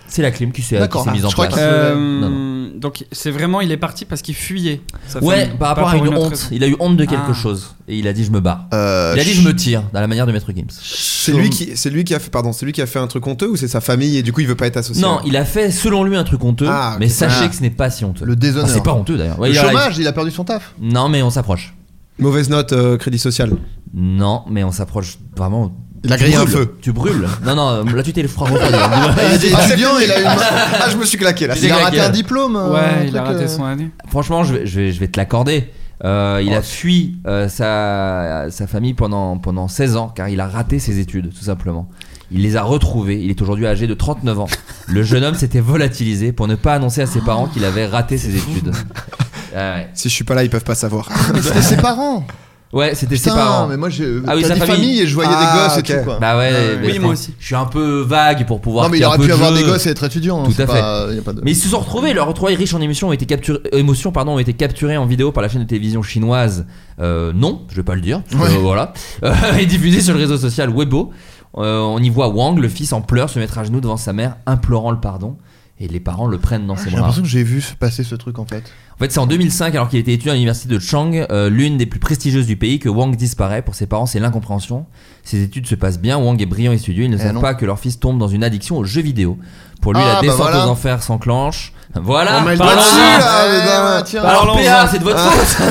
Speaker 6: C'est la clim qui s'est qui
Speaker 8: D'accord.
Speaker 6: s'est mise en
Speaker 8: Je crois
Speaker 6: place.
Speaker 8: que-
Speaker 6: Non, non.
Speaker 8: Euh, Donc c'est vraiment il est parti parce qu'il fuyait. sa
Speaker 6: Ouais,
Speaker 8: famille,
Speaker 6: par
Speaker 8: pas
Speaker 6: rapport à
Speaker 8: pour
Speaker 6: une,
Speaker 8: autre
Speaker 6: honte.
Speaker 8: raison.
Speaker 6: Il a eu honte de quelque
Speaker 8: Ah.
Speaker 6: chose. Et il a dit je me barre.
Speaker 7: Euh,
Speaker 6: il a dit
Speaker 7: je-
Speaker 6: je me tire, dans la manière de Maître Gims.
Speaker 2: c'est lui qui c'est lui qui a fait pardon c'est lui qui a fait un truc honteux ou c'est sa famille et du coup il veut pas être associé
Speaker 6: Non, il a fait selon lui un truc honteux,
Speaker 2: Ah, ok.
Speaker 6: mais sachez
Speaker 2: Ah.
Speaker 6: que ce n'est pas si honteux.
Speaker 2: Le déshonneur.
Speaker 6: Enfin, c'est pas honteux d'ailleurs. Ouais,
Speaker 7: le
Speaker 6: il a-
Speaker 7: chômage, il a perdu son taf.
Speaker 6: Non, mais on s'approche.
Speaker 2: mauvaise note euh, crédit social
Speaker 6: non mais on s'approche vraiment
Speaker 2: il a
Speaker 6: Tu
Speaker 2: grillé un
Speaker 6: brûles.
Speaker 2: feu
Speaker 6: Tu brûles. non, non, euh, là tu t'es le froid.
Speaker 7: Il était étudiant, il a eu une-
Speaker 2: ah je me suis claqué là
Speaker 6: Il s'est
Speaker 7: Il a raté
Speaker 6: claqué,
Speaker 7: un
Speaker 6: là.
Speaker 7: diplôme. euh, un truc, euh,
Speaker 8: année.
Speaker 6: Franchement, je vais, je vais, je vais te l'accorder. Euh,
Speaker 7: Oh.
Speaker 6: il a fui euh, sa, sa famille pendant, pendant 16 ans car il a raté ses études, tout simplement. Il les a retrouvées. Il est aujourd'hui âgé de 39 ans. Le jeune homme s'était volatilisé pour ne pas annoncer à ses parents qu'il avait raté ses études. Ah Ouais.
Speaker 2: si je suis pas là ils peuvent pas savoir Ah,
Speaker 7: Mais C'était ses parents.
Speaker 6: Ouais, c'était ses
Speaker 7: Putain,
Speaker 6: parents.
Speaker 7: mais moi, j'ai-
Speaker 6: ah oui,
Speaker 7: t'as
Speaker 6: sa
Speaker 7: dit
Speaker 6: famille.
Speaker 7: famille et je voyais des
Speaker 6: Ah,
Speaker 7: gosses et
Speaker 6: ok.
Speaker 7: tout, quoi.
Speaker 6: Bah ouais,
Speaker 7: Ouais,
Speaker 6: mais
Speaker 7: oui,
Speaker 6: attends,
Speaker 7: moi aussi.
Speaker 6: Je suis un peu vague pour pouvoir.
Speaker 7: Non, mais
Speaker 6: qu'il
Speaker 7: il
Speaker 6: y ait un
Speaker 7: aurait
Speaker 6: peu
Speaker 7: pu
Speaker 6: de
Speaker 7: avoir
Speaker 6: jeu.
Speaker 7: des gosses et être étudiant, hein,
Speaker 6: Tout
Speaker 7: c'est
Speaker 6: à fait.
Speaker 7: pas- y a pas de-
Speaker 6: Mais ils se sont retrouvés, leurs retrouvailles riches en émotions ont été capturés, euh, émotions pardon, ont été capturées en vidéo par la chaîne de télévision chinoise. euh, non, je vais pas le dire. parce que,
Speaker 7: Ouais.
Speaker 6: voilà. Euh, et diffusée sur le réseau social Weibo. Euh, on y voit Wang, le fils en pleurs, se mettre à genoux devant sa mère, implorant le pardon. Et les parents le prennent dans ses
Speaker 7: J'ai
Speaker 6: bras.
Speaker 7: l'impression que j'ai vu se passer ce truc en fait.
Speaker 6: En fait, c'est en 2005, alors qu'il était étudiant à l'université de Chang, euh, l'une des plus prestigieuses du pays, que Wang disparaît. Pour ses parents, c'est l'incompréhension. Ses études se passent bien, Wang est brillant et studieux. Ils ne
Speaker 7: Eh
Speaker 6: savent
Speaker 7: non.
Speaker 6: pas que leur fils tombe dans une addiction aux jeux vidéo. Pour lui,
Speaker 7: Ah,
Speaker 6: la
Speaker 7: bah
Speaker 6: descente
Speaker 7: voilà.
Speaker 6: aux enfers s'enclenche. Voilà.
Speaker 7: On met le
Speaker 6: Parlons-en.
Speaker 7: doigt dessus, là,
Speaker 6: Ouais,
Speaker 7: mais ben,
Speaker 6: ouais,
Speaker 7: tiens.
Speaker 6: Alors,
Speaker 7: Parlons-en.
Speaker 6: PA, c'est de votre
Speaker 7: Ah.
Speaker 6: faute.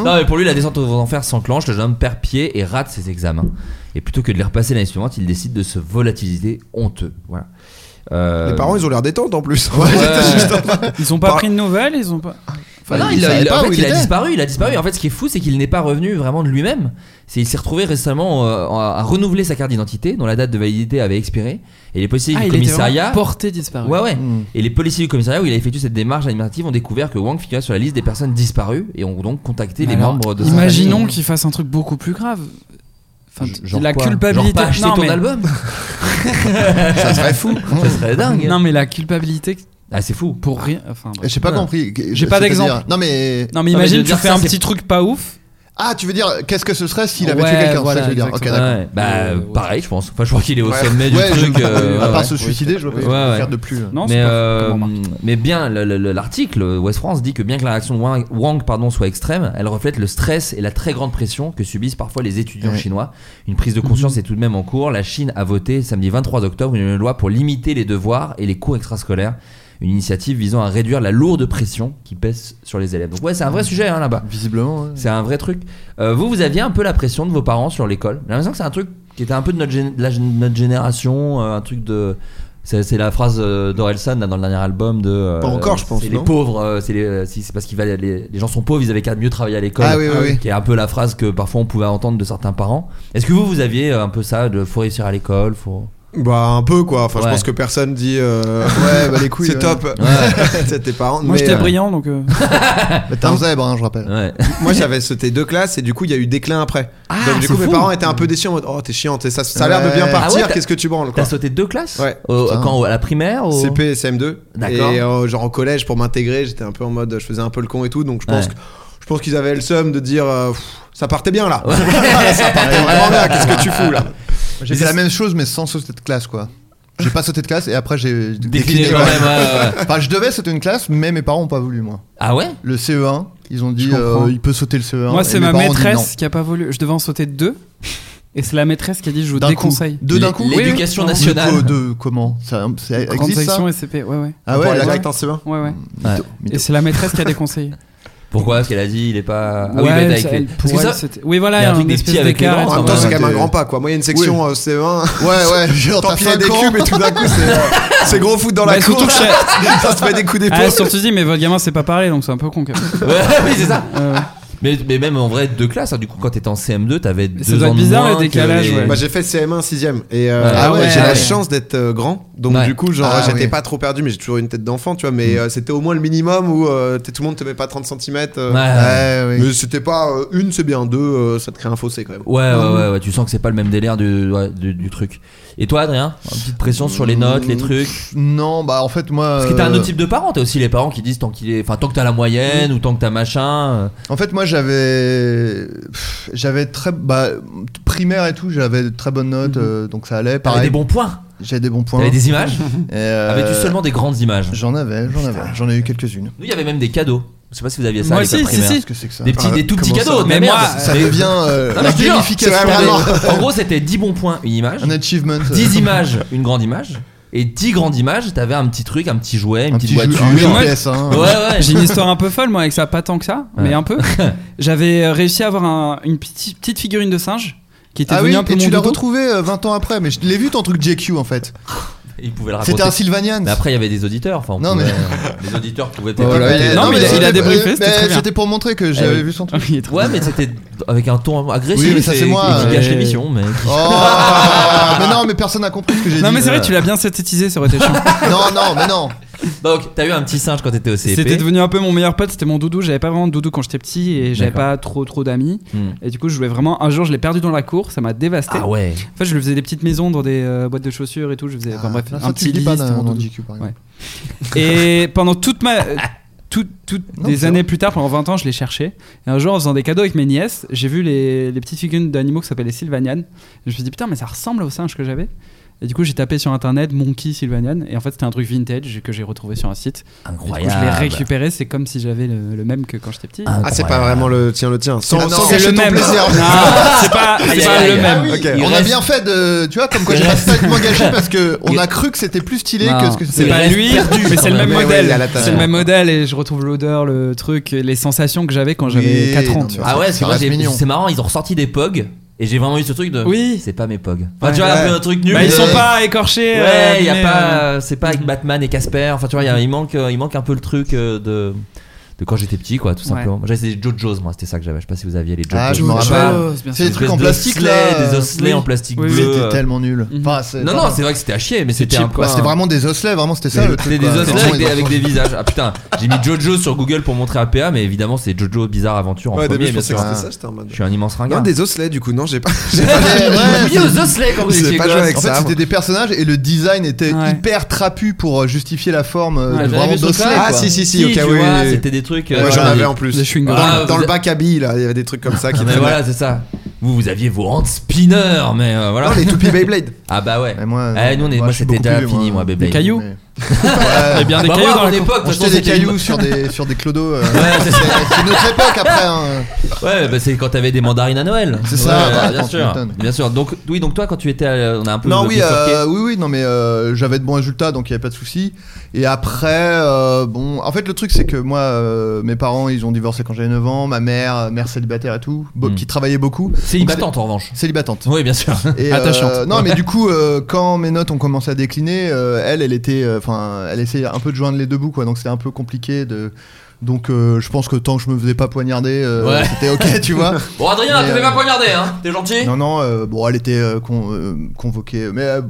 Speaker 7: Hein
Speaker 6: non, mais pour lui, la descente aux enfers s'enclenche. Le jeune homme perd pied et rate ses examens. Et plutôt que de les repasser l'année suivante, il décide de se volatiliser honteux. Voilà. Euh,
Speaker 2: les parents ils ont l'air détente en plus
Speaker 6: Ouais.
Speaker 8: Ils ont pas pris de nouvelles, ils ont pas.
Speaker 6: Bah non, il, a, il- en fait, il a disparu, il a disparu. En fait, ce qui est fou, c'est qu'il n'est pas revenu vraiment de lui-même. C'est il s'est retrouvé récemment euh, à, à renouveler sa carte d'identité, dont la date de validité avait expiré, et les policiers
Speaker 8: Ah,
Speaker 6: du
Speaker 8: il était
Speaker 6: commissariat.
Speaker 8: vraiment porté disparu.
Speaker 6: Ouais, ouais.
Speaker 8: Hmm.
Speaker 6: Et les policiers du commissariat où il a effectué cette démarche administrative ont découvert que Wang figurait sur la liste des personnes disparues et ont donc contacté les
Speaker 8: Alors,
Speaker 6: membres de sa
Speaker 8: Imaginons
Speaker 6: famille.
Speaker 8: qu'il fasse un truc beaucoup plus grave. Enfin,
Speaker 6: genre
Speaker 8: la
Speaker 6: quoi
Speaker 8: culpabilité.
Speaker 6: Genre pas acheter
Speaker 8: Non,
Speaker 6: ton
Speaker 8: mais-
Speaker 6: album Ça serait fou. Ça serait dingue.
Speaker 8: Non, mais la culpabilité.
Speaker 6: Ah, c'est fou.
Speaker 8: Pour rien. Enfin, bref.
Speaker 7: J'ai pas
Speaker 8: Ouais.
Speaker 7: compris.
Speaker 8: J'ai pas
Speaker 7: C'est-à-dire-
Speaker 8: d'exemple.
Speaker 7: Non mais.
Speaker 8: Non, mais
Speaker 6: Non, mais
Speaker 8: imagine,
Speaker 6: de
Speaker 8: tu
Speaker 6: dire
Speaker 8: fais
Speaker 6: ça,
Speaker 8: un
Speaker 6: c'est-
Speaker 8: petit truc pas ouf.
Speaker 7: Ah, tu veux dire, qu'est-ce que ce serait s'il avait
Speaker 8: Ouais,
Speaker 7: tué quelqu'un
Speaker 8: voilà,
Speaker 7: c'est ça que je veux dire. Ok,
Speaker 8: exactement.
Speaker 7: d'accord.
Speaker 6: Ouais, bah
Speaker 8: Euh,
Speaker 6: pareil, je pense. Enfin, je crois qu'il est au
Speaker 7: Ouais.
Speaker 6: sommet
Speaker 7: Ouais,
Speaker 6: du
Speaker 7: je-
Speaker 6: truc. euh,
Speaker 7: à part
Speaker 6: ouais.
Speaker 7: se suicider, je vois pas ce qu'on peut faire de plus. Non, c'est
Speaker 6: mais,
Speaker 7: pas
Speaker 6: euh,
Speaker 7: comment
Speaker 6: mais bien, le- le- le- l'article West France dit que bien que la réaction de Wang, Wang, pardon, soit extrême, elle reflète le stress et la très grande pression que subissent parfois les étudiants
Speaker 7: Ouais. Mhm.
Speaker 6: chinois. Une prise de conscience est tout de même en cours. La Chine a voté samedi 23 octobre une loi pour limiter les devoirs et les cours extrascolaires. Une initiative visant à réduire la lourde pression qui pèse sur les élèves. Donc ouais, c'est un vrai sujet hein, là-bas.
Speaker 7: Visiblement. ouais.
Speaker 6: C'est un vrai truc. Euh, vous, vous aviez un peu la pression de vos parents sur l'école. J'ai l'impression que c'est un truc qui était un peu de notre, gén- de la gén- notre génération, euh, un truc de. C'est c'est la phrase euh, d'Orelsan là, dans le dernier album de. euh,
Speaker 2: Pas encore, je pense,
Speaker 6: C'est les
Speaker 2: non
Speaker 6: pauvres, euh, c'est les- euh, si- c'est parce qu'ils valent- les, les gens sont pauvres, ils avaient qu'à mieux travailler à l'école.
Speaker 2: Ah oui, oui, oui.
Speaker 6: Qui est un peu la phrase que parfois on pouvait entendre de certains parents. Est-ce que vous, vous aviez euh, un peu ça de faut réussir à l'école, faut.
Speaker 2: bah un peu quoi enfin
Speaker 6: Ouais.
Speaker 2: je pense que personne dit euh,
Speaker 7: Ouais, bah les couilles.
Speaker 2: c'est
Speaker 7: ouais.
Speaker 2: top
Speaker 6: Ouais.
Speaker 2: c'est tes parents
Speaker 8: Moi,
Speaker 2: mais,
Speaker 8: j'étais
Speaker 2: euh,
Speaker 8: brillant, donc. euh,
Speaker 7: Mais T'es un zèbre, hein, je rappelle.
Speaker 6: Ouais.
Speaker 2: Moi j'avais sauté deux classes et du coup il y a eu déclin après.
Speaker 6: Ah,
Speaker 2: Donc du
Speaker 6: c'est
Speaker 2: coup mes
Speaker 6: fou.
Speaker 2: parents étaient un peu déçus en mode oh t'es chiant, t'es- ça, ça a l'air de bien
Speaker 7: Ouais.
Speaker 2: partir,
Speaker 6: Ah ouais, t'as-
Speaker 2: qu'est-ce que tu branles quoi.
Speaker 6: T'as sauté deux classes
Speaker 2: Ouais.
Speaker 6: Au-
Speaker 7: Putain.
Speaker 6: Quand au- À la primaire au-
Speaker 2: CP et CM2.
Speaker 6: D'accord.
Speaker 2: Et euh, genre au collège pour m'intégrer j'étais un peu en mode je faisais un peu le con et tout donc je pense
Speaker 6: Ouais.
Speaker 2: que- je pense qu'ils avaient le seum de dire euh, Pff, ça partait bien là.
Speaker 6: Ouais.
Speaker 2: Ah, ça partait vraiment bien, qu'est-ce que tu fous là
Speaker 7: J'ai fait la même chose, mais sans sauter de classe, quoi. J'ai pas sauté de classe et après j'ai
Speaker 6: Décliné
Speaker 7: décliné.
Speaker 6: quand
Speaker 7: ouais.
Speaker 6: même, ouais, ouais.
Speaker 7: Enfin, je devais sauter une classe, mais mes parents ont pas voulu, moi.
Speaker 6: Ah ouais
Speaker 7: Le CE1, ils ont dit
Speaker 8: Je comprends.
Speaker 7: euh, il peut sauter le CE1.
Speaker 8: Moi,
Speaker 7: et
Speaker 8: c'est
Speaker 7: mes
Speaker 8: ma
Speaker 7: parents ont dit non.
Speaker 8: maîtresse qui a pas voulu. Je devais en sauter deux. Et c'est la maîtresse qui a dit je vous
Speaker 7: D'un coup.
Speaker 8: déconseille.
Speaker 7: Deux d'un coup
Speaker 8: L'éducation
Speaker 7: Oui, oui.
Speaker 8: nationale.
Speaker 7: De, de- comment ça, ça
Speaker 8: Grande
Speaker 7: existe ça
Speaker 8: section SCP, ouais, ouais.
Speaker 7: Ah ouais,
Speaker 8: Pour les
Speaker 7: la-
Speaker 8: actes en
Speaker 2: E
Speaker 8: CE1. Ouais, ouais. Et c'est la maîtresse qui a déconseillé.
Speaker 6: Pourquoi Parce qu'elle a dit il est pas. Ah oui,
Speaker 8: Ouais,
Speaker 6: bête
Speaker 8: ça-
Speaker 6: avec les.
Speaker 8: elle-
Speaker 6: Parce que
Speaker 8: pour
Speaker 6: ça-
Speaker 8: elle, c'était- oui, voilà,
Speaker 6: il y a un
Speaker 8: un
Speaker 6: truc des
Speaker 8: espèce
Speaker 6: petits avec les
Speaker 8: d'écart,
Speaker 6: grands.
Speaker 8: en
Speaker 6: en
Speaker 8: même
Speaker 6: même hein.
Speaker 8: temps,
Speaker 2: C'est quand même un
Speaker 6: de-
Speaker 2: grand pas quoi. Moi, il y a une section
Speaker 6: Oui.
Speaker 2: euh, CE1.
Speaker 7: Ouais, ouais, genre, t'as
Speaker 2: T'empiler des
Speaker 7: cinq ans.
Speaker 2: cubes et tout d'un coup, c'est, euh, c'est gros foot dans la
Speaker 8: Bah,
Speaker 2: cour.
Speaker 8: surtout que je-
Speaker 2: Ça se fait des coups d'épaule.
Speaker 8: Ah, surtout dit, mais votre gamin c'est pas pareil, donc c'est un peu con. quand même. Euh,
Speaker 6: Ouais, oui, c'est ça. Mais, mais même en vrai, deux classes. hein. Du coup, quand t'étais en CM2, t'avais deux ans de moins que les-
Speaker 2: Bah, j'ai fait CM1 6ème et euh,
Speaker 6: Ouais. Ah ouais,
Speaker 2: j'ai
Speaker 6: ouais.
Speaker 2: la chance d'être euh, grand donc
Speaker 6: Ouais.
Speaker 2: du coup genre
Speaker 6: Ah
Speaker 2: j'étais
Speaker 6: oui.
Speaker 2: pas trop perdu mais j'ai toujours une tête d'enfant tu vois mais euh, c'était au moins le minimum où euh, t'es- tout le monde te met pas 30 cm
Speaker 6: Ouais.
Speaker 2: mais c'était pas euh, une c'est bien deux euh, ça te crée un fossé quand même
Speaker 6: Ouais, ouais, ouais, ouais, tu sens que c'est pas le même délire du, ouais, du, du truc. Et toi, Adrien Une petite pression sur les notes, les trucs
Speaker 7: Non, bah en fait, moi.
Speaker 6: Parce que t'as un
Speaker 7: euh,
Speaker 6: autre type de parents, t'as aussi les parents qui disent tant qu'il est, enfin tant que t'as la moyenne ou tant que t'as machin. euh.
Speaker 7: En fait, moi, j'avais, pff, j'avais très, bah, primaire et tout, j'avais de très bonnes notes, euh, donc ça allait. Pareil.
Speaker 6: Mhm. des bons points.
Speaker 7: J'avais des bons points.
Speaker 6: T'avais des images
Speaker 7: Et, euh,
Speaker 6: Avais-tu seulement des grandes images
Speaker 7: J'en avais, j'en avais, j'en ai eu quelques-unes.
Speaker 6: Nous, il y avait même des cadeaux. Je sais pas si vous aviez ça.
Speaker 7: Moi
Speaker 6: à l'école
Speaker 7: si, si,
Speaker 6: primaire.
Speaker 7: si. Qu'est-ce que c'est que ça
Speaker 6: Des petits,
Speaker 7: Ah,
Speaker 6: des tout petits
Speaker 7: comment
Speaker 6: cadeaux.
Speaker 7: ça
Speaker 6: de la
Speaker 7: Mais
Speaker 6: merde.
Speaker 7: moi, ça devient, euh,
Speaker 6: Non, mais
Speaker 7: la
Speaker 6: je te jure,
Speaker 7: gamification.
Speaker 6: c'est vraiment-
Speaker 7: Vraiment.
Speaker 6: En gros, c'était 10 bons points, une image.
Speaker 7: Un achievement.
Speaker 6: 10 images, une grande image. Et 10 grandes images, t'avais un petit truc, un petit jouet, une petite
Speaker 7: petit
Speaker 6: voiture.
Speaker 7: jeu- un jeu hein.
Speaker 6: Ouais.
Speaker 7: PS1.
Speaker 6: Ouais, ouais.
Speaker 8: J'ai une histoire un peu folle, moi, avec ça, pas tant que ça,
Speaker 6: Ouais.
Speaker 8: mais un peu. J'avais euh, réussi à avoir un- une petit- petite figurine de singe qui était
Speaker 7: Ah
Speaker 8: devenue
Speaker 7: oui,
Speaker 8: un peu
Speaker 7: et
Speaker 8: mon
Speaker 7: tu l'as
Speaker 8: doudou.
Speaker 7: retrouvé euh, 20 ans après, mais je l'ai vu ton truc JQ en fait.
Speaker 6: Il pouvait le raconter.
Speaker 7: C'était un Sylvanian.
Speaker 6: Mais après, il y avait des auditeurs. Enfin, on
Speaker 7: Non,
Speaker 6: pouvait-
Speaker 7: mais-
Speaker 6: Les auditeurs pouvaient
Speaker 7: Oh là là, il a- Non, mais il a- il a débriefé, c'était très bien. Eh oui.
Speaker 6: Ouais, mais c'était avec un ton agressif.
Speaker 7: oui, mais ça c'est moi.
Speaker 6: Qui gâche
Speaker 7: euh,
Speaker 6: l'émission, mais.
Speaker 7: Oh, mais non, mais personne n'a compris ce que j'ai dit. Euh,
Speaker 8: Non, mais c'est vrai, tu l'as bien synthétisé, ça aurait été chiant.
Speaker 7: Non, non, mais non.
Speaker 6: Donc, t'as eu un petit singe quand t'étais au CP.
Speaker 8: C'était devenu un peu mon meilleur pote, c'était mon doudou. J'avais pas vraiment de doudou quand j'étais petit et j'avais
Speaker 6: D'accord.
Speaker 8: pas trop trop d'amis.
Speaker 6: Hmm.
Speaker 8: Et du coup, je voulais vraiment. Un jour, je l'ai perdu dans la cour, ça m'a dévasté.
Speaker 6: Ah ouais.
Speaker 8: En fait, je lui faisais des petites maisons dans des euh, boîtes de chaussures et tout. Je faisais. enfin, bref,
Speaker 7: là, Ah, ça,
Speaker 8: un petit
Speaker 7: tu le dis
Speaker 8: lit,
Speaker 7: pas
Speaker 8: c'était
Speaker 7: dans-
Speaker 8: mon
Speaker 7: dans
Speaker 8: doudou.
Speaker 7: GQ, par exemple.
Speaker 8: Ouais. Et pendant toute ma. euh, Toutes, toutes
Speaker 7: Non,
Speaker 8: des
Speaker 7: c'est
Speaker 8: années plus tard, pendant 20 ans, je l'ai cherché. Et un jour, en faisant des cadeaux avec mes nièces, j'ai vu les, les petites figurines d'animaux qui s'appelaient Sylvanian. Et je me suis dit, putain, mais ça ressemble au singe que j'avais. Et du coup, j'ai tapé sur internet Monkey Sylvanian. Et en fait, c'était un truc vintage que j'ai retrouvé sur un site. Et du coup, je l'ai
Speaker 6: Incroyable.
Speaker 8: récupéré. C'est comme si j'avais le, le même que quand j'étais petit.
Speaker 2: ah c'est pas vraiment le tien le tien sans,
Speaker 8: Ah non,
Speaker 2: sans
Speaker 8: c'est
Speaker 2: gâcher
Speaker 8: le
Speaker 2: ton
Speaker 8: même.
Speaker 2: plaisir
Speaker 8: Non, c'est pas-
Speaker 7: Ah,
Speaker 8: c'est
Speaker 7: il
Speaker 8: pas
Speaker 7: reste-
Speaker 8: le même.
Speaker 7: Ah oui,
Speaker 8: Ok.
Speaker 7: On
Speaker 8: Il
Speaker 7: a
Speaker 8: reste-
Speaker 7: bien fait de. Tu vois, comme quoi j'ai
Speaker 8: Il
Speaker 7: pas
Speaker 8: reste-
Speaker 7: fait de m'engager parce que on a cru que c'était plus
Speaker 2: Ah
Speaker 7: stylé
Speaker 8: Non,
Speaker 7: que ce que
Speaker 8: c'est pas lui, mais c'est le même modèle. c'est le même modèle et je retrouve l'odeur, le truc, et les sensations que j'avais quand j'avais
Speaker 7: Oui,
Speaker 8: 4 ans.
Speaker 7: non,
Speaker 8: tu
Speaker 7: mais
Speaker 8: vois.
Speaker 6: Ah ouais, parce que
Speaker 7: Ça
Speaker 6: moi,
Speaker 7: reste
Speaker 6: j'ai-
Speaker 7: mignon.
Speaker 6: c'est marrant, ils ont ressorti des POG. Et j'ai vraiment eu ce truc de.
Speaker 8: Oui.
Speaker 6: C'est pas mes POG. Enfin,
Speaker 8: Ouais.
Speaker 6: tu vois, un peu
Speaker 8: Ouais.
Speaker 6: un truc nul.
Speaker 8: Bah, ils sont
Speaker 6: mais-
Speaker 8: pas écorchés,
Speaker 6: Ouais,
Speaker 8: euh,
Speaker 6: y a
Speaker 8: mais,
Speaker 6: pas.
Speaker 8: euh,
Speaker 6: C'est pas avec Batman et Casper. Enfin, tu vois, y a- il, manque, euh, il manque un peu le truc euh, de. De quand j'étais petit, quoi, tout
Speaker 8: Ouais.
Speaker 6: simplement. Moi, J'avais des JoJo's, moi, c'était ça que j'avais. Je sais pas si vous aviez les JoJo's.
Speaker 7: Ah, je me
Speaker 6: Jojo,
Speaker 7: rappelle.
Speaker 6: bien
Speaker 7: C'est
Speaker 6: sûr.
Speaker 7: des trucs
Speaker 6: Espèce
Speaker 7: en
Speaker 6: de
Speaker 7: plastique
Speaker 6: osselets,
Speaker 7: là.
Speaker 6: Des osselets en plastique bleu.
Speaker 7: C'était
Speaker 6: euh.
Speaker 7: tellement nul. Enfin, c'est-
Speaker 6: Non, non,
Speaker 7: pardon.
Speaker 6: c'est vrai que c'était à chier, mais
Speaker 7: C'est
Speaker 6: c'était
Speaker 7: cheap,
Speaker 6: un peu.
Speaker 7: quoi. C'était vraiment des osselets, vraiment, c'était ça, le truc,
Speaker 6: C'était des
Speaker 7: quoi.
Speaker 6: osselets
Speaker 7: Vraiment,
Speaker 6: avec
Speaker 7: ils
Speaker 6: des,
Speaker 7: en
Speaker 6: avec
Speaker 7: font.
Speaker 6: des visages. Ah putain, j'ai mis Jojo sur Google pour montrer à PA, mais évidemment, c'est Jojo Bizarre Aventure en
Speaker 2: Ouais, d'abord,
Speaker 6: premier,
Speaker 2: je
Speaker 6: bien
Speaker 2: pensais
Speaker 6: sûr.
Speaker 2: que c'était ça, j'étais en mode-
Speaker 6: Je suis un immense
Speaker 2: Ah. non
Speaker 6: ringard.
Speaker 2: des osselets du coup non j'ai pas
Speaker 6: mis aux osselets quand vous
Speaker 2: J'ai
Speaker 6: étiez
Speaker 2: pas
Speaker 6: gosse.
Speaker 2: joué avec
Speaker 7: en fait,
Speaker 2: ça
Speaker 7: c'était des personnages et le design était
Speaker 6: Ouais.
Speaker 7: hyper trapu pour euh, justifier la forme euh,
Speaker 6: Ouais, j'avais
Speaker 7: vraiment
Speaker 6: vu ce
Speaker 7: d'osselet.
Speaker 6: truc,
Speaker 7: quoi.
Speaker 6: Ah, si, si, si, Si, ok, tu oui, vois, oui, oui. c'était des trucs, euh,
Speaker 2: moi j'en
Speaker 6: voilà,
Speaker 2: avais
Speaker 6: des-
Speaker 2: en plus
Speaker 6: des chewing-gums. Ah,
Speaker 2: dans, dans
Speaker 6: vous
Speaker 2: le
Speaker 6: a-
Speaker 2: bac à billes là il y avait des trucs comme ça qui
Speaker 6: Ah, mais
Speaker 2: traînaient.
Speaker 6: voilà, c'est ça. Vous, vous aviez vos hand spinners, mais euh, voilà.
Speaker 2: Non, les toupies Beyblade.
Speaker 6: Ah bah ouais.
Speaker 7: moi,
Speaker 6: nous, on est-
Speaker 7: moi,
Speaker 6: moi,
Speaker 7: je suis
Speaker 6: c'était
Speaker 7: beaucoup
Speaker 6: déjà
Speaker 7: plus vieux,
Speaker 6: fini,
Speaker 7: moi.
Speaker 6: moi, Beyblade.
Speaker 7: Des cailloux
Speaker 6: Eh bien, des Bah, cailloux moi, dans à la mon cour. époque, de toute
Speaker 7: on jetait
Speaker 6: façon,
Speaker 7: des
Speaker 6: c'était
Speaker 7: cailloux
Speaker 6: une-
Speaker 7: sur des sur des clodos. euh,
Speaker 6: c'est
Speaker 7: c'est c'est une autre époque après. hein.
Speaker 6: Ouais, bah, c'est quand t'avais des mandarines à Noël.
Speaker 7: C'est ça,
Speaker 6: Ouais,
Speaker 7: bah,
Speaker 6: bien
Speaker 7: tu
Speaker 6: sûr.
Speaker 7: m'étonnes.
Speaker 6: Bien sûr. Donc, oui, donc toi, quand tu étais. à- On a un peu.
Speaker 7: Non oui,
Speaker 6: bifurqué.
Speaker 7: euh, oui oui non mais euh, j'avais de bons résultats donc il y avait pas de souci. Et après euh, bon en fait le truc c'est que moi euh, mes parents ils ont divorcé quand j'avais 9 ans, ma mère euh, mère célibataire et tout,
Speaker 6: Hmm.
Speaker 7: bo- qui travaillait beaucoup.
Speaker 6: Célibatante,
Speaker 7: Donc, c'est-
Speaker 6: en revanche.
Speaker 7: Célibatante.
Speaker 6: Oui, bien sûr.
Speaker 7: Et, euh, non, mais du coup, euh, quand mes notes ont commencé à décliner, euh, elle, elle était, euh, enfin, elle essayait un peu de joindre les deux bouts, quoi. Donc c'était un peu compliqué de. Donc euh, je pense que tant que je me faisais pas poignarder, euh,
Speaker 6: Ouais.
Speaker 7: c'était ok, tu vois.
Speaker 6: Bon, Adrien,
Speaker 7: Mais,
Speaker 6: tu
Speaker 7: euh,
Speaker 6: fais pas poignarder, hein. T'es gentil
Speaker 7: Non, non, euh, bon, elle était euh, con- euh, convoquée, mais. euh,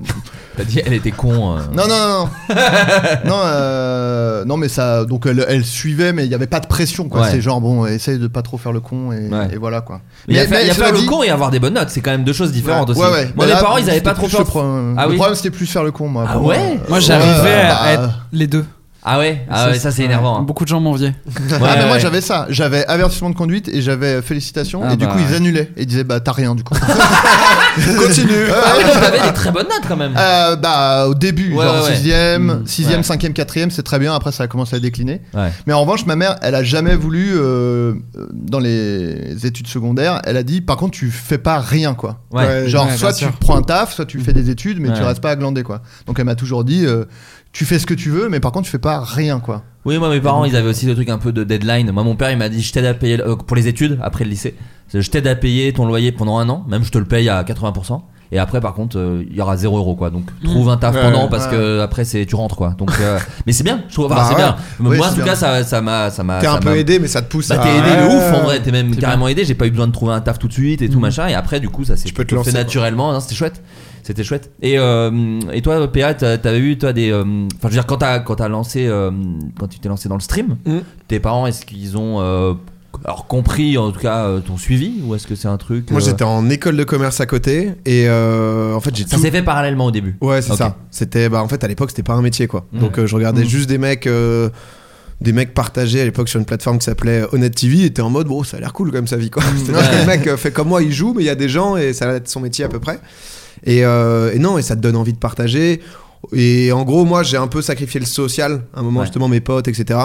Speaker 6: T'as dit, elle était con. euh.
Speaker 7: non, non, non, non. non, euh, non, mais ça. Donc elle, elle suivait, mais il n'y avait pas de pression, quoi.
Speaker 6: Ouais.
Speaker 7: C'est genre, bon, essaye de pas trop faire le con, et, et voilà, quoi.
Speaker 6: Mais il y a, faire- il y a
Speaker 7: cela
Speaker 6: faire le
Speaker 7: dit-
Speaker 6: con et avoir des bonnes notes, c'est quand même deux choses différentes
Speaker 7: Ouais,
Speaker 6: aussi.
Speaker 7: ouais, ouais.
Speaker 6: Moi,
Speaker 7: Bah
Speaker 6: mes
Speaker 7: là,
Speaker 6: parents, ils avaient
Speaker 7: c'était
Speaker 6: pas trop
Speaker 7: plus
Speaker 6: peur.
Speaker 7: le problème.
Speaker 6: Ah
Speaker 7: Le
Speaker 6: oui.
Speaker 7: problème, c'était plus faire le con, moi.
Speaker 6: Ah
Speaker 7: pour moi.
Speaker 6: ouais
Speaker 7: Euh,
Speaker 8: Moi, j'arrivais
Speaker 7: ouais,
Speaker 8: à
Speaker 7: bah,
Speaker 8: être les deux.
Speaker 6: Ah ouais, ah ouais, ça c'est énervant. hein.
Speaker 8: Beaucoup de gens m'enviaient.
Speaker 6: Ouais,
Speaker 7: ah, mais moi
Speaker 6: ouais.
Speaker 7: j'avais ça, j'avais avertissement de conduite et j'avais félicitations,
Speaker 8: Ah
Speaker 7: et du
Speaker 8: bah
Speaker 7: coup ils
Speaker 8: ouais.
Speaker 7: annulaient et ils disaient bah t'as rien du coup.
Speaker 2: Continue
Speaker 6: Ah ouais, tu avais des très bonnes notes quand même.
Speaker 7: Euh, bah au début,
Speaker 6: Ouais,
Speaker 7: genre
Speaker 6: ouais, ouais.
Speaker 7: 6ème,
Speaker 6: Mmh,
Speaker 7: 6ème,
Speaker 6: ouais.
Speaker 7: 5ème, 4ème, c'est très bien, après ça a commencé à décliner.
Speaker 6: Ouais.
Speaker 7: Mais en revanche, ma mère, elle a jamais voulu, euh, dans les études secondaires, elle a dit par contre tu fais pas rien quoi.
Speaker 6: Ouais.
Speaker 7: Genre
Speaker 8: Ouais,
Speaker 7: soit
Speaker 8: bien
Speaker 7: tu
Speaker 8: sûr.
Speaker 7: prends un taf, soit tu fais des études, mais tu
Speaker 6: Ouais.
Speaker 7: restes pas à glander quoi. Donc elle m'a toujours dit euh, tu fais ce que tu veux, mais par contre tu fais pas rien quoi.
Speaker 6: Oui, moi mes parents ils avaient aussi des trucs un peu de deadline. Moi mon père il m'a dit je t'aide à payer euh, pour les études après le lycée. Je t'aide à payer ton loyer pendant un an, même je te le paye à 80%. Et après par contre euh, il y aura 0 euros quoi. Donc trouve un taf
Speaker 7: Ouais,
Speaker 6: pendant parce
Speaker 7: ouais.
Speaker 6: que après c'est tu rentres quoi. Donc euh, mais c'est bien, je trouve enfin,
Speaker 2: Bah,
Speaker 6: c'est
Speaker 2: ouais.
Speaker 6: bien.
Speaker 2: Oui,
Speaker 6: moi en
Speaker 2: c'est
Speaker 6: tout
Speaker 2: bien.
Speaker 6: cas ça ça m'a ça m'a
Speaker 2: T'es un
Speaker 6: Ah, ça
Speaker 2: peu
Speaker 6: m'a-
Speaker 2: aidé, mais ça te pousse
Speaker 6: Bah
Speaker 2: à.
Speaker 6: t'es aidé de
Speaker 2: Ah Ouais,
Speaker 6: ouf en
Speaker 2: ouais,
Speaker 6: vrai, t'es même
Speaker 8: C'est
Speaker 6: carrément aidé, j'ai pas eu besoin de trouver un taf tout de suite et tout
Speaker 8: Mhm.
Speaker 6: machin, et après du coup ça s'est
Speaker 2: peux te
Speaker 6: plutôt
Speaker 2: lancer,
Speaker 6: fait
Speaker 2: quoi.
Speaker 6: naturellement, Non, c'était chouette. C'était chouette. Et, euh, et toi, PA, t'as- t'avais eu toi des. euh, Enfin, je veux dire, quand t'as quand t'as lancé, euh, quand tu t'es lancé dans le stream,
Speaker 2: Mhm.
Speaker 6: tes parents, est-ce qu'ils ont euh, alors compris en tout cas euh, ton suivi ou est-ce que c'est un truc
Speaker 2: Moi
Speaker 6: euh,
Speaker 2: j'étais en école de commerce à côté et euh, en fait j'ai
Speaker 6: Ça
Speaker 2: tout-
Speaker 6: s'est fait parallèlement au début.
Speaker 2: Ouais, c'est
Speaker 6: Ok.
Speaker 2: ça. C'était bah en fait à l'époque c'était pas un métier quoi.
Speaker 6: Mmh.
Speaker 2: Donc euh, je regardais
Speaker 8: Mm.
Speaker 7: Mmh.
Speaker 2: juste des mecs euh, des mecs partagés à l'époque sur une plateforme qui s'appelait Honnête TV et t'es en mode bon ça a l'air cool comme sa vie quoi. C'est-à-dire
Speaker 6: Ouais.
Speaker 2: que le mec euh, fait comme moi il joue mais il y a des gens et ça va être son métier à peu près. Et, euh, et non et ça te donne envie de partager. Et en gros moi j'ai un peu sacrifié le social à un moment
Speaker 6: Ouais.
Speaker 2: justement mes potes etc.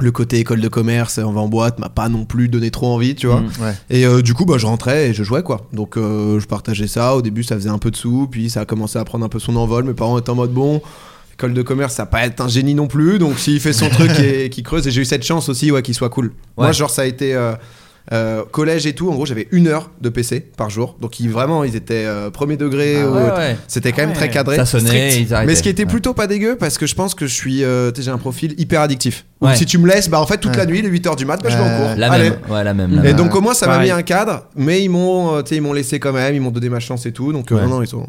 Speaker 2: Le côté école de commerce, on va en boîte, m'a pas non plus donné trop envie, tu vois.
Speaker 6: Mmh.
Speaker 7: Ouais.
Speaker 2: Et euh, du coup, bah, je rentrais et je jouais quoi. Donc euh, je partageais ça. Au début, ça faisait un peu de sous, puis ça a commencé à prendre un peu son envol. Mes parents étaient en mode bon. École de commerce, ça va pas être un génie non plus, donc s'il fait son truc et qu'il creuse, et j'ai eu cette chance aussi, ouais, qu'il soit cool. Moi,
Speaker 6: Ouais.
Speaker 2: genre, ça a été euh, euh, collège et tout, en gros, j'avais une heure de PC par jour, donc ils, vraiment, ils étaient euh, premier degré,
Speaker 6: Ah
Speaker 2: au-
Speaker 6: ouais, ouais.
Speaker 2: c'était quand même très cadré.
Speaker 6: Ça sonnait,
Speaker 2: strict.
Speaker 6: ils arrêtaient.
Speaker 2: Mais ce qui était
Speaker 6: Ouais.
Speaker 2: plutôt pas dégueu, parce que je pense que je suis, euh, tu sais, j'ai un profil hyper addictif. Où
Speaker 6: Ouais. Euh,
Speaker 2: si tu me laisses, bah en fait, toute
Speaker 7: Ouais.
Speaker 2: la nuit, les 8h du mat, bah, je vais en cours.
Speaker 6: La
Speaker 2: Allez.
Speaker 6: même, ouais, la même. la
Speaker 2: Et
Speaker 6: même.
Speaker 2: donc au moins ça m'a
Speaker 8: Pareil.
Speaker 2: mis un cadre, mais ils m'ont, euh, tu sais, ils m'ont laissé quand même, ils m'ont donné ma chance et tout. Donc euh,
Speaker 6: Ouais.
Speaker 2: non, non, ils sont.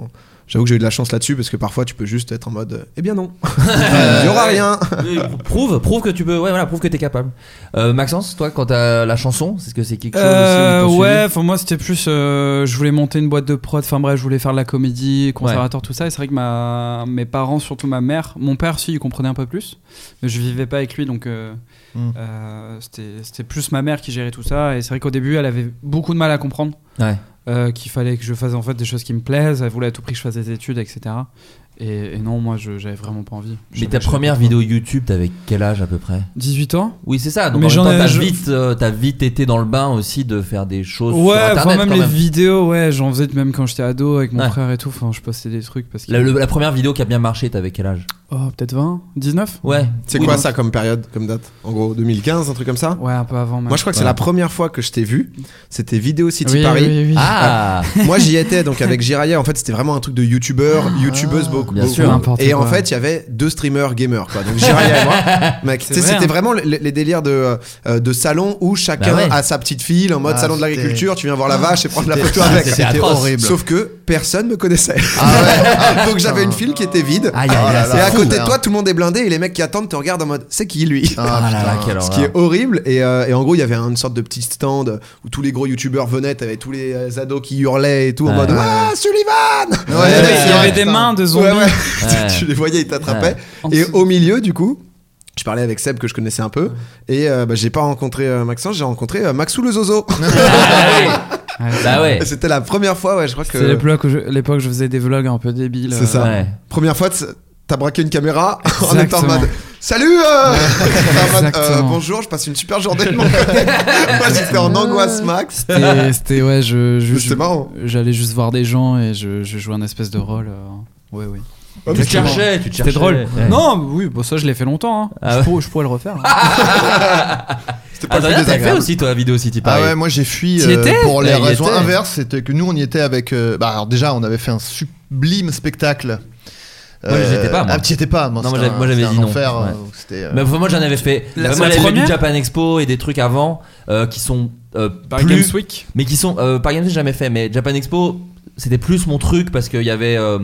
Speaker 2: J'avoue que j'ai eu de la chance là-dessus parce que parfois tu peux juste être en mode, euh, eh bien non, il y aura rien.
Speaker 6: Oui, prouve, prouve que tu peux, ouais, voilà, prouve que t'es capable. Euh, Maxence, toi, quand t'as la chanson, c'est ce que c'est quelque chose
Speaker 8: Euh,
Speaker 6: aussi où t'as
Speaker 8: ouais, enfin, moi c'était plus. euh, je voulais monter une boîte de prod, enfin bref, je voulais faire de la comédie, conservatoire, tout ça. Et c'est vrai que ma, mes parents, surtout ma mère, mon père, si, il comprenait un peu plus. Mais je vivais pas avec lui, donc euh,
Speaker 7: Mm.
Speaker 8: euh, c'était c'était plus ma mère qui gérait tout ça. Et c'est vrai qu'au début, elle avait beaucoup de mal à comprendre
Speaker 6: suivi Ouais.
Speaker 8: euh, qu'il fallait que je fasse en fait des choses qui me plaisent. Elle voulait à tout prix que je fasse des études, etc. Et, et non, moi, je- j'avais vraiment pas envie.
Speaker 6: Mais
Speaker 8: J'avais-
Speaker 6: ta
Speaker 8: j'avais
Speaker 6: première
Speaker 8: pas-
Speaker 6: vidéo YouTube, t'avais quel âge à peu près
Speaker 8: 18 ans
Speaker 6: Oui, c'est ça. Donc
Speaker 8: Mais
Speaker 6: en même
Speaker 8: j'en
Speaker 6: temps,
Speaker 8: ai-
Speaker 6: t'as
Speaker 8: je-
Speaker 6: vite, euh, t'as vite été dans le bain aussi de faire des choses
Speaker 8: Ouais,
Speaker 6: sur
Speaker 8: enfin,
Speaker 6: Internet.
Speaker 8: même,
Speaker 6: quand
Speaker 8: les vidéos, ouais, j'en faisais même quand j'étais ado avec mon
Speaker 6: Ouais.
Speaker 8: frère et tout. Enfin, je postais des trucs parce que.
Speaker 6: La, le- la première vidéo qui a bien marché, t'avais quel âge
Speaker 8: Oh, peut-être 20, 19
Speaker 6: Ouais.
Speaker 2: C'est
Speaker 6: Oui,
Speaker 2: quoi
Speaker 6: donc-
Speaker 2: ça comme période, comme date En gros, 2015, un truc comme ça.
Speaker 8: Ouais, un peu avant même.
Speaker 2: Moi, je crois que c'est
Speaker 6: Ouais.
Speaker 2: la première fois que je t'ai vu. C'était Vidéo City
Speaker 8: Oui,
Speaker 2: Paris.
Speaker 8: oui, oui. Ah,
Speaker 6: Ah
Speaker 2: Moi j'y étais donc avec Jiraya en fait c'était vraiment un truc de youtubeur, youtubeuse beaucoup.
Speaker 6: bien
Speaker 2: beaucoup.
Speaker 6: sûr,
Speaker 8: n'importe
Speaker 2: et en
Speaker 8: quoi.
Speaker 2: fait il y avait deux streamers gamers quoi. Donc Jiraya et moi. Mec, tu sais,
Speaker 8: vrai,
Speaker 2: c'était
Speaker 8: hein.
Speaker 2: vraiment les, les délires de, euh, de salon où chacun
Speaker 6: Bah ouais.
Speaker 2: a sa petite file en mode
Speaker 7: Ah,
Speaker 2: salon de
Speaker 7: c'était-
Speaker 2: l'agriculture, tu viens voir la vache et prendre la
Speaker 7: c'était-
Speaker 2: photo Ah, avec.
Speaker 6: Ah, c'était atroce.
Speaker 2: Sauf que personne me connaissait.
Speaker 6: Ah
Speaker 2: donc j'avais une file qui était vide.
Speaker 6: Aïe, aïe,
Speaker 7: Ah
Speaker 6: aïe,
Speaker 7: là
Speaker 6: c'est
Speaker 2: et à
Speaker 7: là.
Speaker 6: fou.
Speaker 7: fou,
Speaker 2: côté de
Speaker 7: hein.
Speaker 2: toi tout le monde est blindé et les mecs qui attendent te regardent en mode c'est qui lui
Speaker 6: Ah, là là, quelle
Speaker 2: ce qui
Speaker 6: horreur.
Speaker 2: est horrible et, euh, et en gros il y avait une sorte de petit stand où tous les gros youtubeurs venaient t'avais tous les euh, ados qui hurlaient et tout en
Speaker 6: Ouais.
Speaker 2: mode ah Sullivan
Speaker 7: Ouais,
Speaker 8: Ouais,
Speaker 7: ouais,
Speaker 8: il y
Speaker 7: ouais,
Speaker 8: avait des
Speaker 7: putain.
Speaker 8: mains de zombies.
Speaker 2: Ouais, ouais.
Speaker 6: Ouais.
Speaker 2: tu les voyais ils t'attrapaient
Speaker 8: Ouais.
Speaker 2: et au milieu du coup je parlais avec Seb que je connaissais un peu et euh, bah, j'ai pas rencontré euh, Maxence j'ai rencontré euh, Maxou le Zozo
Speaker 6: Ah, ouais. Bah ouais.
Speaker 2: Et c'était la première fois ouais je crois
Speaker 8: C'est
Speaker 2: que
Speaker 8: l'époque où, je- l'époque où je faisais des vlogs un peu débiles. euh,
Speaker 2: C'est ça.
Speaker 6: Ouais.
Speaker 2: première fois t'as- t'as braqué une caméra en étant en
Speaker 8: Exactement.
Speaker 2: mode salut euh en mode, euh,
Speaker 8: Exactement.
Speaker 2: bonjour je passe une super journée de mon côté moi j'étais en angoisse max
Speaker 8: C'était- C'était, ouais, je. je-
Speaker 2: C'était
Speaker 8: je-
Speaker 2: marrant.
Speaker 8: J'allais juste voir des gens et je, je jouais un espèce de rôle. euh, Ouais, ouais.
Speaker 6: Tu te cherchais, tu te
Speaker 8: C'était
Speaker 6: cherchais.
Speaker 8: drôle.
Speaker 6: Ouais.
Speaker 8: Non, oui, bon, ça, je l'ai fait longtemps. hein.
Speaker 6: Ah
Speaker 8: je,
Speaker 6: ouais.
Speaker 8: pourrais, je pourrais le refaire. hein.
Speaker 2: C'était pas
Speaker 6: Adrien,
Speaker 2: le plus
Speaker 6: Ah, t'as fait
Speaker 2: désagréable.
Speaker 6: aussi toi vidéo City
Speaker 7: Ah
Speaker 6: Paris.
Speaker 7: ouais, moi j'ai fui
Speaker 8: T'y
Speaker 7: euh,
Speaker 8: étais
Speaker 7: pour les
Speaker 6: Ouais, Bah, y
Speaker 7: raisons
Speaker 6: était.
Speaker 7: inverses. C'était que nous on y était avec. euh, bah alors déjà, on avait fait un sublime spectacle.
Speaker 6: Moi, j'y étais pas, moi.
Speaker 7: Ah, t'y étais pas. Moi,
Speaker 6: Non, moi,
Speaker 7: c'était
Speaker 6: j'avais- moi,
Speaker 7: un-
Speaker 6: j'avais
Speaker 7: c'était
Speaker 6: dit
Speaker 7: un
Speaker 6: non.
Speaker 7: enfer,
Speaker 6: Ouais.
Speaker 7: euh, où c'était, euh,
Speaker 6: Mais enfin, moi j'en avais fait.
Speaker 8: La-
Speaker 6: moi
Speaker 8: la
Speaker 6: j'avais fait du
Speaker 8: première
Speaker 6: Japan Expo et des trucs avant euh, qui sont euh,
Speaker 8: Par
Speaker 6: plus
Speaker 8: Games Week.
Speaker 6: Mais qui sont. Euh, Paris Games, j'ai jamais fait, mais Japan Expo, c'était plus mon truc parce qu'il y avait. euh,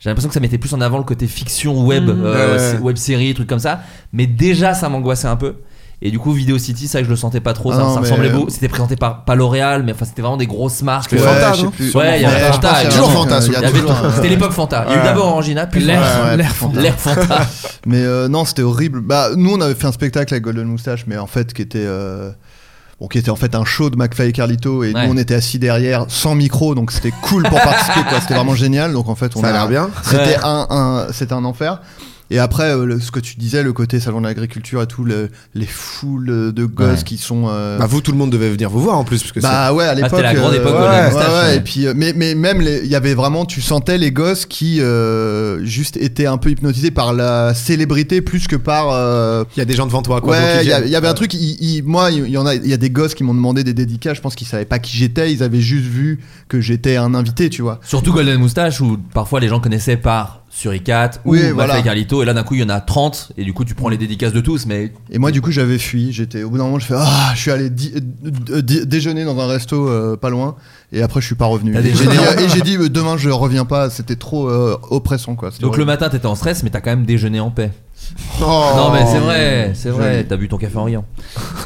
Speaker 6: j'ai l'impression que ça mettait plus en avant le côté fiction web,
Speaker 8: Mhm.
Speaker 6: euh,
Speaker 2: Mmh. Ouais.
Speaker 6: sé- web série, trucs comme ça. Mais déjà, ça m'angoissait un peu. Et du coup, Video City, ça que je le sentais pas trop.
Speaker 7: Ah
Speaker 6: ça,
Speaker 7: non,
Speaker 6: ça
Speaker 7: mais-
Speaker 6: ressemblait beaucoup. C'était présenté par pas L'Oréal, mais enfin, c'était vraiment des grosses marques. Euh,
Speaker 7: Ouais,
Speaker 6: Fanta,
Speaker 7: je sais
Speaker 6: non
Speaker 7: plus.
Speaker 6: Ouais, il y avait
Speaker 7: Ouais, je
Speaker 6: Ah,
Speaker 7: pense
Speaker 6: Fanta.
Speaker 7: qu'il y a
Speaker 6: hein. il y
Speaker 7: toujours
Speaker 6: avait-
Speaker 7: Fanta,
Speaker 6: il y
Speaker 7: il y a
Speaker 6: avait-
Speaker 7: toujours un-
Speaker 6: C'était l'époque Fanta. Il y a eu
Speaker 7: Ouais.
Speaker 6: d'abord Orangina, puis Fanta.
Speaker 7: Ouais,
Speaker 6: L'air Fanta. L'air Fanta.
Speaker 7: mais euh, non, c'était horrible. Bah, nous, on avait fait un spectacle avec Golden Moustache, mais en fait, qui était. euh, Bon, qui était en fait un show de McFly et Carlito, et
Speaker 2: Ouais.
Speaker 7: nous on était assis derrière sans micro, donc c'était cool pour participer, quoi. C'était vraiment génial. Donc en fait, on
Speaker 2: Ça a l'air bien.
Speaker 7: C'était
Speaker 2: Ouais.
Speaker 7: un, un- c'était un enfer. Et après, euh, le- ce que tu disais, le côté salon de l'agriculture et tout, le- les foules de gosses
Speaker 2: Ouais.
Speaker 7: qui sont. euh,
Speaker 2: Bah, vous, tout le monde devait venir vous voir en plus. Parce que
Speaker 7: bah
Speaker 2: c'est-
Speaker 7: ouais, à l'époque. euh, ouais,
Speaker 2: ouais.
Speaker 7: ouais, ouais, et puis euh, mais mais même les- il y avait vraiment tu sentais les gosses qui euh, juste étaient un peu hypnotisés par la célébrité plus que par euh,
Speaker 2: il y a des gens devant toi quoi, donc
Speaker 7: Ouais,
Speaker 2: ils
Speaker 7: il y, a-
Speaker 2: viennent.
Speaker 7: il y avait un
Speaker 2: Ouais.
Speaker 7: truc il- il- moi il y en a il y a des gosses qui m'ont demandé des dédicaces, je pense qu'ils savaient pas qui j'étais, ils avaient juste vu que j'étais un invité, tu vois.
Speaker 6: Surtout Golden Moustache où parfois les gens connaissaient par Suricat ou
Speaker 7: Oui,
Speaker 6: Mafia
Speaker 7: voilà.
Speaker 6: Carlito et là d'un coup il y en a 30 et du coup tu prends les dédicaces de tous mais
Speaker 7: Et moi, du coup, j'avais fui. J'étais au bout d'un moment, je fais ah, je suis allé di- euh, dé- déjeuner dans un resto euh, pas loin, et après, je suis pas revenu.
Speaker 6: T'as
Speaker 7: Et j'ai dit,
Speaker 6: déjeuné en-
Speaker 7: et j'ai dit euh, demain, je reviens pas. C'était trop euh, oppressant, quoi. C'était
Speaker 6: donc le
Speaker 7: horrible.
Speaker 6: matin t'étais en stress mais t'as quand même déjeuné en paix.
Speaker 7: Oh.
Speaker 6: non mais c'est vrai, c'est vrai,
Speaker 7: Joli.
Speaker 6: t'as bu ton café en riant.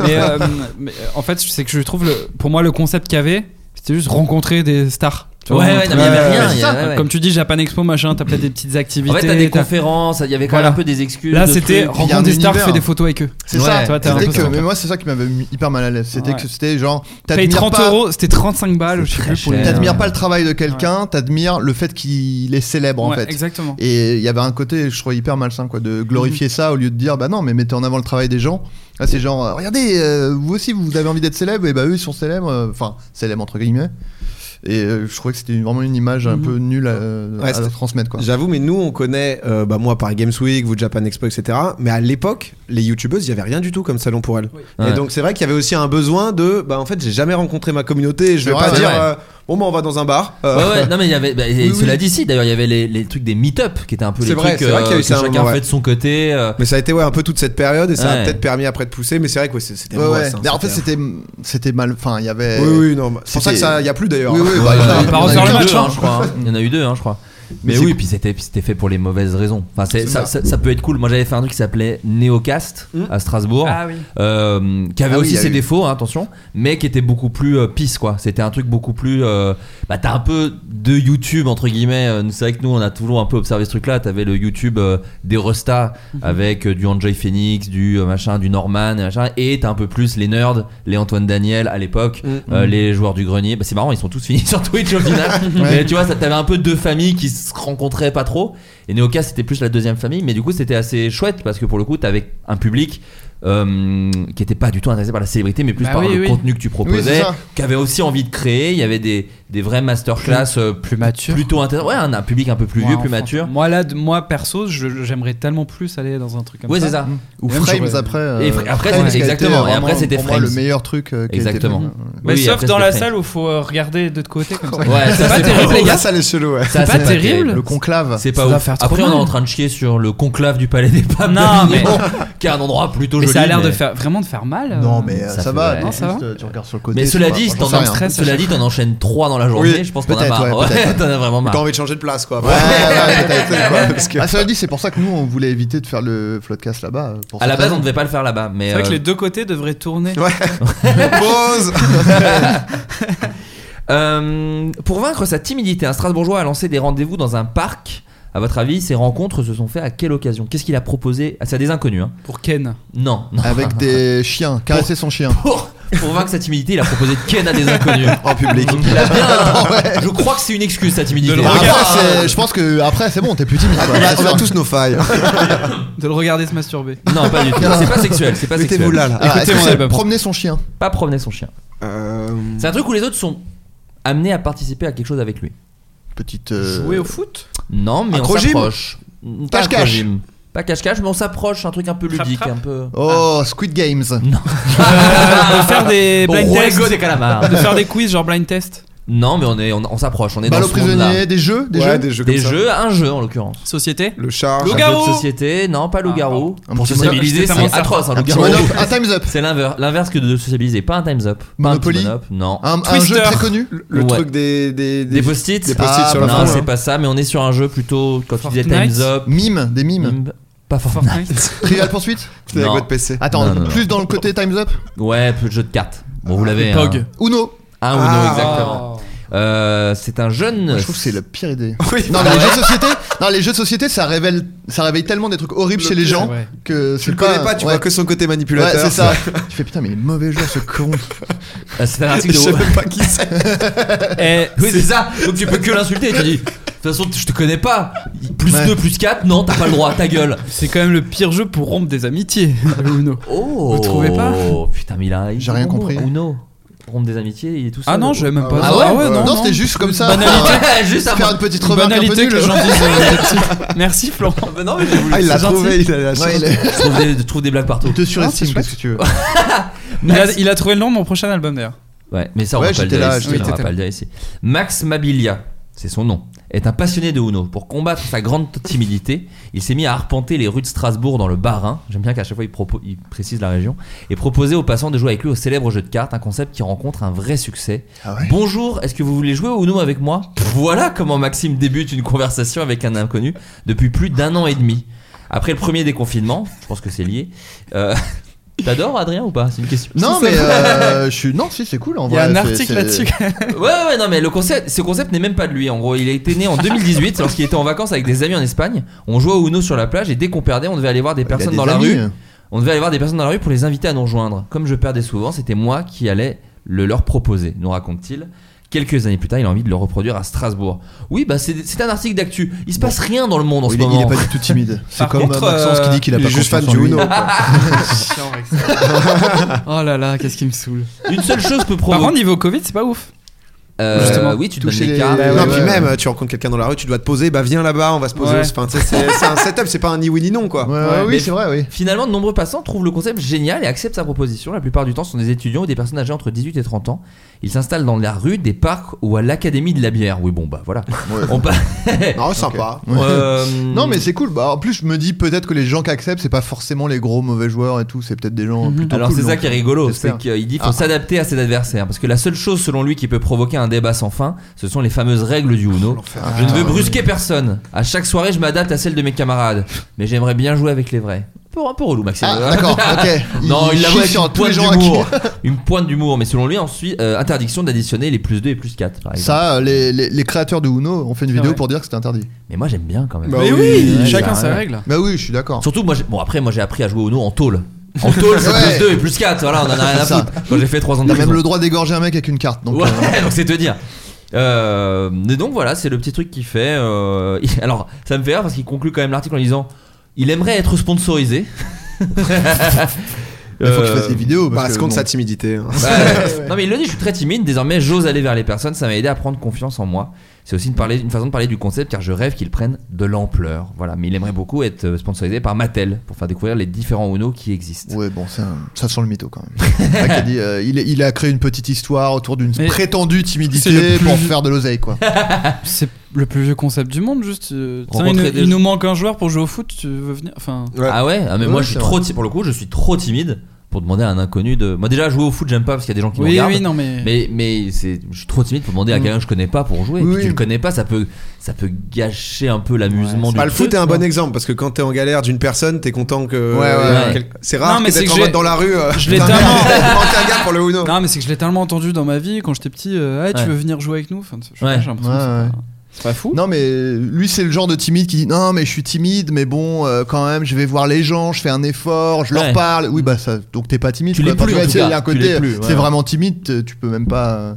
Speaker 8: Mais, euh, mais, euh, en fait, c'est que je trouve, le, pour moi, le concept qu'il y avait, c'était juste rencontrer des stars. Tu vois,
Speaker 6: Ouais,
Speaker 8: un
Speaker 6: ouais,
Speaker 8: truc-
Speaker 6: non, mais il y avait rien,
Speaker 8: c'est
Speaker 6: il y
Speaker 8: ça.
Speaker 6: avait- ouais.
Speaker 8: Comme tu dis, Japan Expo, machin, t'as peut-être des petites activités.
Speaker 6: En fait, t'as des conférences, il y avait quand même un peu des excuses,
Speaker 8: Là,
Speaker 6: de
Speaker 8: c'était
Speaker 6: trucs.
Speaker 7: Puis il y
Speaker 8: rencontrer
Speaker 7: a un
Speaker 8: des stars,
Speaker 7: univers.
Speaker 8: fais des photos avec eux.
Speaker 7: C'est ça.
Speaker 8: Tu vois, t'as un
Speaker 7: C'était
Speaker 8: peu
Speaker 7: que-
Speaker 8: ça.
Speaker 7: mais moi, c'est ça qui m'avait mis hyper mal à l'aise. C'était
Speaker 8: Ouais.
Speaker 7: que c'était genre.
Speaker 8: Paye
Speaker 7: t'admires
Speaker 8: 30
Speaker 7: pas-
Speaker 8: euros, c'était 35 balles, je sais plus. pour les-
Speaker 7: T'admires pas le travail de quelqu'un, t'admires le fait qu'il est célèbre en
Speaker 8: Ouais,
Speaker 7: fait.
Speaker 8: exactement.
Speaker 7: Et il y avait un côté, je trouvais hyper malsain quoi, de
Speaker 8: Mhm.
Speaker 7: glorifier ça au lieu de dire bah non, mais mettez en avant le travail des gens. Là, c'est genre, euh, regardez, euh, vous aussi vous avez envie d'être célèbre, et bah eux ils sont célèbres, euh, enfin célèbres entre guillemets. Et euh, je trouvais que c'était une- vraiment une image un
Speaker 2: Mhm.
Speaker 7: peu nulle à,
Speaker 2: Ouais,
Speaker 7: à
Speaker 2: c'était-
Speaker 7: transmettre quoi.
Speaker 2: J'avoue, mais nous, on connaît, euh, bah, moi, par Games Week, vous, Japan Expo, etc. Mais à l'époque, les youtubeuses, il n'y avait rien du tout comme salon pour elles.
Speaker 6: Ouais.
Speaker 2: Et donc, c'est vrai qu'il y avait aussi un besoin de, bah, en fait, j'ai jamais rencontré ma communauté et je vais
Speaker 6: Ouais,
Speaker 2: pas
Speaker 6: c'est
Speaker 2: dire,
Speaker 6: vrai.
Speaker 2: euh, bon, bah, on va dans un bar.
Speaker 6: Ouais,
Speaker 2: Euh,
Speaker 6: ouais, non, mais il y avait, bah, et
Speaker 2: Oui,
Speaker 6: cela
Speaker 2: oui.
Speaker 6: dit, si d'ailleurs, il y avait les, les trucs des meet-up qui étaient un peu les
Speaker 2: C'est vrai,
Speaker 6: trucs
Speaker 2: c'est vrai qu'il y a
Speaker 6: euh,
Speaker 2: eu
Speaker 6: que
Speaker 2: ça à un
Speaker 6: chacun
Speaker 2: moment,
Speaker 6: fait
Speaker 2: ouais.
Speaker 6: de son côté. euh,
Speaker 2: Mais ça a été, ouais, un peu toute cette période et ça
Speaker 6: Ouais.
Speaker 2: a peut-être permis après de pousser, mais c'est vrai que ouais, c'est- c'était
Speaker 7: Ouais, ouais.
Speaker 2: angoissant,
Speaker 7: Mais en fait, c'était c'était mal. Enfin, il y avait.
Speaker 2: Oui, oui, non, bah, c'est pour ça que ça- y a plus, d'ailleurs.
Speaker 7: Oui, oui,
Speaker 6: Ouais,
Speaker 7: bah,
Speaker 6: il y en
Speaker 7: il y
Speaker 6: a-
Speaker 7: en a-
Speaker 6: il y en a
Speaker 7: il y en a
Speaker 6: eu
Speaker 7: eu
Speaker 6: deux,
Speaker 7: deux,
Speaker 6: hein, je crois. hein. Il y en a eu deux, hein, je crois. Mais,
Speaker 7: Mais c'est-
Speaker 6: oui, puis c'était puis c'était fait pour les mauvaises raisons. Enfin, c'est- ça, ça- ça peut être cool. Moi, j'avais fait un truc qui s'appelait Neocast
Speaker 2: Hum.
Speaker 6: à Strasbourg,
Speaker 8: Ah oui.
Speaker 6: euh, qui avait
Speaker 8: Ah oui,
Speaker 6: aussi
Speaker 8: il y a
Speaker 6: ses
Speaker 8: eu.
Speaker 6: défauts, hein, attention, mais qui était beaucoup plus euh, pisse, quoi. C'était un truc beaucoup plus. euh, bah, t'as un peu de YouTube entre guillemets. Euh, C'est vrai que nous, on a toujours un peu observé ce truc-là. T'avais le YouTube euh, des restas
Speaker 8: Mhm.
Speaker 6: avec euh, du Enjoy Phoenix, du euh, machin, du Norman, et machin, et t'as un peu plus les nerds, les Antoine Daniel à l'époque,
Speaker 2: Mhm.
Speaker 6: euh, les joueurs du grenier. Bah, c'est marrant, ils sont tous finis sur Twitch au final. Mais tu vois, ça t'avais un peu deux familles qui se rencontraient pas trop. Et Neocas, c'était plus la deuxième famille. Mais du coup, c'était assez chouette parce que pour le coup, t'avais un public. euh, qui était pas du tout intéressé par la célébrité mais plus
Speaker 8: Bah
Speaker 6: par
Speaker 8: oui,
Speaker 6: le
Speaker 8: oui.
Speaker 6: contenu que tu
Speaker 8: Oui, c'est
Speaker 6: proposais
Speaker 8: ça.
Speaker 6: qui avait aussi envie de créer il y avait des, des vrais masterclass euh, plus matures plutôt intéressant ouais un, un public un peu plus
Speaker 8: Ouais,
Speaker 6: vieux
Speaker 8: en
Speaker 6: plus
Speaker 8: France.
Speaker 6: mature
Speaker 8: Moi, là, de- moi perso, je- j'aimerais tellement plus aller dans un truc comme
Speaker 6: Ouais,
Speaker 8: ça.
Speaker 6: c'est ça.
Speaker 7: Ou
Speaker 8: Même
Speaker 7: Frames
Speaker 8: j'aurais-
Speaker 7: après. euh,
Speaker 6: Et Fra- après, c'était-
Speaker 7: Frames qui a été
Speaker 6: exactement, et
Speaker 7: vraiment,
Speaker 6: après, c'était
Speaker 7: pour moi,
Speaker 6: Frames.
Speaker 7: le meilleur truc. euh, qui a été
Speaker 6: Exactement.
Speaker 7: fait.
Speaker 8: Mais
Speaker 6: Oui,
Speaker 8: sauf
Speaker 6: après,
Speaker 8: dans
Speaker 6: c'était
Speaker 8: la
Speaker 6: Frames.
Speaker 8: salle où faut euh, regarder de côté comme ça.
Speaker 6: Ouais,
Speaker 8: c'est
Speaker 6: ça,
Speaker 8: pas
Speaker 6: c'est
Speaker 8: terrible, les gars.
Speaker 2: Ça, les chelous, ouais.
Speaker 6: Ça,
Speaker 8: C'est pas terrible.
Speaker 7: Le conclave.
Speaker 6: C'est
Speaker 8: Ça
Speaker 6: pas
Speaker 8: doit
Speaker 6: ouf.
Speaker 8: faire trop
Speaker 6: Après, on est
Speaker 8: mal.
Speaker 6: en train de chier sur le conclave du Palais des Papes.
Speaker 8: Non,
Speaker 6: de
Speaker 8: mais-
Speaker 6: Avignon, qui est un endroit plutôt
Speaker 8: Mais
Speaker 6: joli.
Speaker 8: ça a l'air de
Speaker 6: mais-
Speaker 8: faire vraiment de faire mal. euh.
Speaker 7: Non, mais euh,
Speaker 6: Ça
Speaker 7: ça,
Speaker 6: fait-
Speaker 7: va.
Speaker 6: ouais.
Speaker 7: t'es
Speaker 6: Non,
Speaker 8: ça
Speaker 7: juste, euh, Tu regardes sur le côté.
Speaker 6: Mais
Speaker 7: tu
Speaker 6: cela
Speaker 7: vois,
Speaker 6: dit,
Speaker 7: j'en
Speaker 6: t'en
Speaker 7: sais rien.
Speaker 6: en, cela dit, t'en enchaînes 3 dans la journée.
Speaker 7: Oui,
Speaker 6: je pense qu'on a
Speaker 7: peut-être,
Speaker 6: marre.
Speaker 7: ouais, peut-être.
Speaker 6: t'en as vraiment
Speaker 2: T'as
Speaker 6: marre.
Speaker 2: envie de changer de place, quoi.
Speaker 7: Ouais, ouais, ouais,
Speaker 2: Ouais.
Speaker 7: peut-être, ouais, ouais, parce que- Ah, cela dit, c'est pour ça que nous, on voulait éviter de faire le floodcast là-bas. euh, pour
Speaker 6: À la
Speaker 7: cette
Speaker 6: base, on
Speaker 7: raison.
Speaker 6: devait pas le faire là-bas. Mais
Speaker 8: C'est vrai que
Speaker 6: euh,
Speaker 8: les deux côtés devraient tourner.
Speaker 2: Pause
Speaker 6: Euh, pour vaincre sa timidité, un Strasbourgeois a lancé des rendez-vous dans un parc. À votre avis, ces rencontres se sont faites à quelle occasion Qu'est-ce qu'il a proposé à ça des inconnus hein.
Speaker 8: Pour Ken.
Speaker 6: Non, non.
Speaker 7: Avec des chiens, caresser son chien.
Speaker 6: Pour, pour vaincre sa timidité, il a proposé de Ken à des inconnus.
Speaker 7: En Oh, public.
Speaker 6: Donc il a bien- Je crois que c'est une excuse sa timidité.
Speaker 7: Bah, après, c'est- je pense que après, c'est bon, t'es plus timide. quoi.
Speaker 2: On a- on a tous nos failles.
Speaker 8: De le regarder se masturber.
Speaker 6: Non, pas du tout. C'est pas sexuel. C'est pas sexuel.
Speaker 2: Mettez-vous là, là.
Speaker 7: Ah,
Speaker 8: Écoutez
Speaker 7: est-ce que
Speaker 8: mon
Speaker 7: c'est
Speaker 8: album.
Speaker 7: Promener son chien.
Speaker 6: Pas promener son chien.
Speaker 2: Euh,
Speaker 6: C'est un truc où les autres sont amenés à participer à quelque chose avec lui.
Speaker 7: Petite. euh,
Speaker 8: Jouer au foot
Speaker 6: Non, mais on
Speaker 2: Acrogym.
Speaker 6: s'approche. Pas
Speaker 7: Cache-cache.
Speaker 6: acrogym. Pas cache-cache, mais on s'approche. Un truc un peu ludique,
Speaker 8: Trap-trap.
Speaker 6: un peu.
Speaker 7: Oh, Squid Games.
Speaker 6: Non.
Speaker 8: Euh, De faire des
Speaker 6: Au
Speaker 8: blind
Speaker 6: Ruego
Speaker 8: tests.
Speaker 6: Oh, des calamars.
Speaker 8: De faire des quiz genre blind test.
Speaker 6: Non, mais on est, on, on s'approche. On est
Speaker 7: Balle
Speaker 6: dans
Speaker 7: aux
Speaker 6: ce monde-là.
Speaker 7: prisonniers, des jeux, des
Speaker 2: Ouais,
Speaker 7: jeux.
Speaker 2: des jeux
Speaker 6: Des
Speaker 2: comme ça.
Speaker 6: jeux, un jeu en l'occurrence.
Speaker 8: Société
Speaker 2: Le char.
Speaker 6: Un
Speaker 8: Loup-garou.
Speaker 6: jeu de société, non, pas loup-garou.
Speaker 7: Un
Speaker 6: Pour
Speaker 7: petit
Speaker 6: sociabiliser,
Speaker 8: monop-
Speaker 6: c'est atroce. Un
Speaker 7: Un petit
Speaker 6: loup-garou.
Speaker 7: monop, un Ah, time's up.
Speaker 6: C'est l'inverse l'inverse que de sociabiliser. Pas un time's up. Pas un petit
Speaker 7: Monopoly. Ah,
Speaker 6: monop, Non.
Speaker 7: Un, un
Speaker 8: Twister.
Speaker 7: jeu très connu.
Speaker 2: Le
Speaker 6: Ouais.
Speaker 2: truc des. Des,
Speaker 6: Des post-it
Speaker 2: Des post-it
Speaker 7: Ah,
Speaker 2: sur la
Speaker 6: Non,
Speaker 2: France.
Speaker 6: c'est pas ça, mais on est sur un jeu plutôt. Quand tu disais
Speaker 8: Fortnite.
Speaker 6: time's up.
Speaker 7: Mime, des mimes.
Speaker 6: Mime. Pas Fortnite.
Speaker 7: Trivial poursuite
Speaker 6: C'était la Non. boîte
Speaker 2: Ah,
Speaker 6: PC.
Speaker 7: Attends,
Speaker 6: Non, non, non.
Speaker 7: plus dans le côté Time's Up
Speaker 6: Ouais, peu de jeu de cartes. Bon, vous l'avez.
Speaker 7: Pog.
Speaker 6: hein.
Speaker 7: Uno.
Speaker 6: Ah, Uno,
Speaker 7: Ah.
Speaker 6: exactement. Euh, c'est un jeune.
Speaker 7: Moi, je trouve que c'est la pire idée. Non,
Speaker 6: Ah
Speaker 7: mais les
Speaker 6: ouais.
Speaker 7: jeux de société, non, les jeux de société, ça révèle, ça réveille tellement des trucs horribles
Speaker 2: Le
Speaker 7: chez les
Speaker 2: pire,
Speaker 7: gens
Speaker 2: ouais.
Speaker 7: que
Speaker 2: Tu le connais pas, tu vois que son côté manipulateur.
Speaker 7: Ouais, c'est ça. tu fais putain, mais il est mauvais joueur ce con.
Speaker 6: Euh, C'est un article de.
Speaker 7: Je sais même
Speaker 2: pas qui c'est.
Speaker 6: Eh, oui, c'est ça. Donc tu peux que l'insulter. Tu dis, de toute façon, je te connais pas. Plus 2, plus 4, non, t'as pas le droit, ta gueule.
Speaker 8: C'est quand même le pire jeu pour rompre des amitiés, le Uno.
Speaker 6: Oh
Speaker 8: Vous trouvez pas
Speaker 6: Putain, mais il a.
Speaker 7: J'ai rien compris.
Speaker 6: Uno. Rompre des amitiés, il est tout seul.
Speaker 8: Ah non, j'avais même pas.
Speaker 6: Ah ouais,
Speaker 7: non, c'était juste comme ça.
Speaker 6: Banalité.
Speaker 7: Enfin,
Speaker 6: Juste
Speaker 7: faire
Speaker 6: avant.
Speaker 7: une petite remarque un peu
Speaker 8: Banalité
Speaker 7: nulle.
Speaker 8: que les gens disent, euh, Merci Florent.
Speaker 6: Bah non, mais j'ai voulu-
Speaker 7: Ah, il
Speaker 6: c'est
Speaker 7: l'a
Speaker 6: gentil.
Speaker 7: trouvé, il a la chance. Ouais, il est-
Speaker 6: Je trouve des- je trouve des blagues partout.
Speaker 7: Te surestime, qu'est-ce que tu veux
Speaker 8: Il a, il a trouvé le nom de mon prochain album d'ailleurs.
Speaker 6: Ouais, mais ça on
Speaker 8: Ouais,
Speaker 6: va pas le
Speaker 8: j'étais
Speaker 6: dire
Speaker 8: là,
Speaker 6: ici,
Speaker 8: j'étais
Speaker 6: on va
Speaker 8: là.
Speaker 6: pas le dire ici. Max Mabilia, c'est son nom, est un passionné de Uno. Pour combattre sa grande timidité, il s'est mis à arpenter les rues de Strasbourg dans le Bas-Rhin. J'aime bien qu'à chaque fois il, propo- il précise la région et proposer aux passants de jouer avec lui au célèbre jeu de cartes, un concept qui rencontre un vrai succès.
Speaker 8: Ah
Speaker 6: Bonjour, est-ce que vous voulez jouer au Uno avec moi Voilà comment Maxime débute une conversation avec un inconnu depuis plus d'un an et demi. Après le premier déconfinement, je pense que c'est lié. euh, T'adores Adrien ou pas C'est une question.
Speaker 7: Non, mais euh, je suis. Non, si, c'est cool en vrai. c'est- c'est-
Speaker 6: ouais, ouais, non, mais le concept, ce concept n'est même pas de lui. En gros, il a été né en 2018 lorsqu'il était en vacances avec des amis en Espagne. On jouait au Uno sur la plage et dès qu'on perdait, on devait aller voir des personnes
Speaker 7: des
Speaker 6: dans la
Speaker 7: amis. hein.
Speaker 6: rue. On devait aller voir des personnes dans la rue pour les inviter à nous rejoindre. Comme je perdais souvent, c'était moi qui allais le leur proposer, nous raconte-t-il. Quelques années plus tard, il a envie de le reproduire à Strasbourg. Oui, bah c'est c'est un article d'actu. Il se passe rien dans le monde en ce
Speaker 7: Il est, il
Speaker 6: moment.
Speaker 7: est pas du tout timide. C'est
Speaker 6: Par
Speaker 7: comme
Speaker 6: contre,
Speaker 7: Maxence qui dit qu'il a
Speaker 6: euh,
Speaker 7: pas
Speaker 6: il est juste
Speaker 7: confiance
Speaker 6: fan
Speaker 7: en
Speaker 6: du
Speaker 7: lui.
Speaker 6: Uno, quoi.
Speaker 8: oh là là, qu'est-ce qui me saoule.
Speaker 6: Une seule chose peut
Speaker 8: Par
Speaker 6: provoquer-
Speaker 8: contre, niveau Covid, c'est pas ouf.
Speaker 6: Euh,
Speaker 8: Justement. Bah
Speaker 6: oui, tu te
Speaker 2: Toucher
Speaker 6: donnes
Speaker 2: les-
Speaker 6: des cartes.
Speaker 2: non, puis même, tu rencontres quelqu'un dans la rue, tu dois te poser, bah viens là-bas, on va se poser.
Speaker 6: Ouais.
Speaker 2: Enfin, tu sais, c'est c'est un setup, c'est pas un ni oui ni non quoi.
Speaker 6: Mais Finalement, de nombreux passants trouvent le concept génial et acceptent sa proposition. La plupart du temps, ce sont des étudiants ou des personnes âgées entre 18 et 30 ans. Ils s'installent dans la rue, des parcs ou à l'académie de la bière. Oui, bon, bah voilà. On pa-
Speaker 2: Non, sympa.
Speaker 7: Ouais.
Speaker 6: Euh,
Speaker 7: Non mais c'est cool. Bah, en plus je me dis peut-être que les gens qui acceptent c'est pas forcément les gros mauvais joueurs et tout. C'est peut-être des gens plutôt.
Speaker 6: Alors
Speaker 7: cool,
Speaker 6: c'est ça
Speaker 7: donc,
Speaker 6: qui est rigolo, c'est
Speaker 7: j'espère.
Speaker 6: qu'il dit faut
Speaker 7: Ah.
Speaker 6: s'adapter à ses adversaires parce que la seule chose selon lui qui peut provoquer un débat sans fin, ce sont les fameuses règles du Uno. je ne veux
Speaker 7: Ah.
Speaker 6: brusquer personne. À chaque soirée, je m'adapte à celle de mes camarades, mais j'aimerais bien jouer avec les vrais. Un peu, un peu relou, Maxime.
Speaker 7: Ah, d'accord, ok. Il
Speaker 6: non, il
Speaker 7: chie
Speaker 6: l'avoue avec
Speaker 7: sur
Speaker 6: une
Speaker 7: tous
Speaker 6: pointe
Speaker 7: les gens à qui-
Speaker 6: d'humour. Une pointe d'humour, mais selon lui, ensuite, euh, interdiction d'additionner les plus 2 et plus 4, par exemple.
Speaker 7: Ça, euh, les, les- les créateurs de Uno ont fait une vidéo pour dire que c'était interdit.
Speaker 6: Mais moi, j'aime bien quand même.
Speaker 7: Bah Mais oui, oui,
Speaker 6: Ouais,
Speaker 7: chacun
Speaker 6: bah,
Speaker 7: sa
Speaker 6: ouais.
Speaker 7: règle. Bah oui, je suis d'accord.
Speaker 6: Surtout, moi, j'ai- bon, après, moi, j'ai appris à jouer au Uno en tôle. En tôle, c'est
Speaker 7: Ouais.
Speaker 6: plus 2 et plus 4, voilà, on en a rien à
Speaker 7: Ça.
Speaker 6: foutre. Quand j'ai fait 3 ans de
Speaker 7: T'as même
Speaker 6: prison.
Speaker 7: le droit d'égorger un mec avec une carte. Donc,
Speaker 6: Ouais,
Speaker 7: euh,
Speaker 6: donc c'est te dire. Euh, mais donc voilà, c'est le petit truc qu'il fait. euh, il- alors, ça me fait rire parce qu'il conclut quand même l'article en disant Il aimerait être sponsorisé.
Speaker 7: euh, Il faut que je
Speaker 6: Euh,
Speaker 7: fasse des vidéos.
Speaker 2: Bah,
Speaker 7: Parce
Speaker 2: se
Speaker 7: que,
Speaker 2: compte
Speaker 7: bon.
Speaker 2: sa timidité. hein.
Speaker 6: Bah, Non mais il le dit, je suis très timide, désormais j'ose aller vers les personnes, ça m'a aidé à prendre confiance en moi. C'est aussi une, parler- une façon de parler du concept car je rêve qu'il prenne de l'ampleur. Voilà, mais il aimerait beaucoup être euh, sponsorisé par Mattel pour faire découvrir les différents Uno qui existent.
Speaker 7: Ouais, bon, ça, ça sent le mytho quand même. Le mec a dit, euh, il, il a créé une petite histoire autour d'une
Speaker 8: Mais
Speaker 7: prétendue
Speaker 8: c'est
Speaker 7: timidité
Speaker 8: le plus-
Speaker 7: pour faire de l'oseille, quoi.
Speaker 8: C'est le plus vieux concept du monde, juste. euh, tiens, il,
Speaker 6: Rencontrer
Speaker 8: nous-
Speaker 6: des-
Speaker 8: il nous manque un joueur pour jouer au foot, tu veux venir Enfin.
Speaker 6: Ah ouais, Ah, mais
Speaker 8: Ouais,
Speaker 6: moi je suis
Speaker 8: c'est
Speaker 6: trop
Speaker 8: vrai.
Speaker 6: ti- pour le coup, je suis trop timide pour demander à un inconnu de Moi déjà jouer au foot, j'aime pas parce qu'il y a des gens qui me
Speaker 8: Oui,
Speaker 6: regardent.
Speaker 8: oui, non, mais-
Speaker 6: mais mais c'est je suis trop timide pour demander à
Speaker 8: Mm.
Speaker 6: quelqu'un que je connais pas pour jouer. Et
Speaker 2: Oui,
Speaker 6: puis tu
Speaker 2: oui.
Speaker 6: le connais pas, ça peut ça peut gâcher un peu l'amusement du
Speaker 2: Bah, le
Speaker 6: truc,
Speaker 2: foot est un bon
Speaker 6: quoi.
Speaker 2: exemple parce que quand t'es en galère d'une personne, t'es content que. euh,
Speaker 6: Ouais, ouais, ouais.
Speaker 2: quel- C'est rare
Speaker 8: Non, mais
Speaker 2: que
Speaker 8: c'est
Speaker 2: d'être
Speaker 8: que
Speaker 2: en
Speaker 8: j'ai-
Speaker 2: mode dans la rue. euh,
Speaker 8: Je l'ai
Speaker 2: putain,
Speaker 8: tellement.
Speaker 2: manqué un gars pour le Uno.
Speaker 8: Non, mais c'est que je l'ai tellement entendu dans ma vie quand j'étais petit. euh, Hey, tu
Speaker 7: Ouais.
Speaker 8: veux venir jouer avec nous Enfin, je sais pas,
Speaker 7: Ouais.
Speaker 8: j'ai l'impression que c'est
Speaker 7: Ouais, ouais.
Speaker 8: pas- c'est pas fou.
Speaker 7: Non mais lui c'est le genre de timide qui dit non mais je suis timide mais bon euh, quand même je vais voir les gens je fais un effort je
Speaker 6: Ouais.
Speaker 7: leur parle oui bah ça donc t'es pas timide
Speaker 6: Tu
Speaker 7: quoi.
Speaker 6: l'es plus,
Speaker 7: Parce que,
Speaker 6: en tout
Speaker 7: tu sais, il y
Speaker 6: cas.
Speaker 7: a un
Speaker 6: Tu
Speaker 7: côté
Speaker 6: l'es plus, ouais.
Speaker 7: c'est vraiment timide euh, tu peux même pas euh,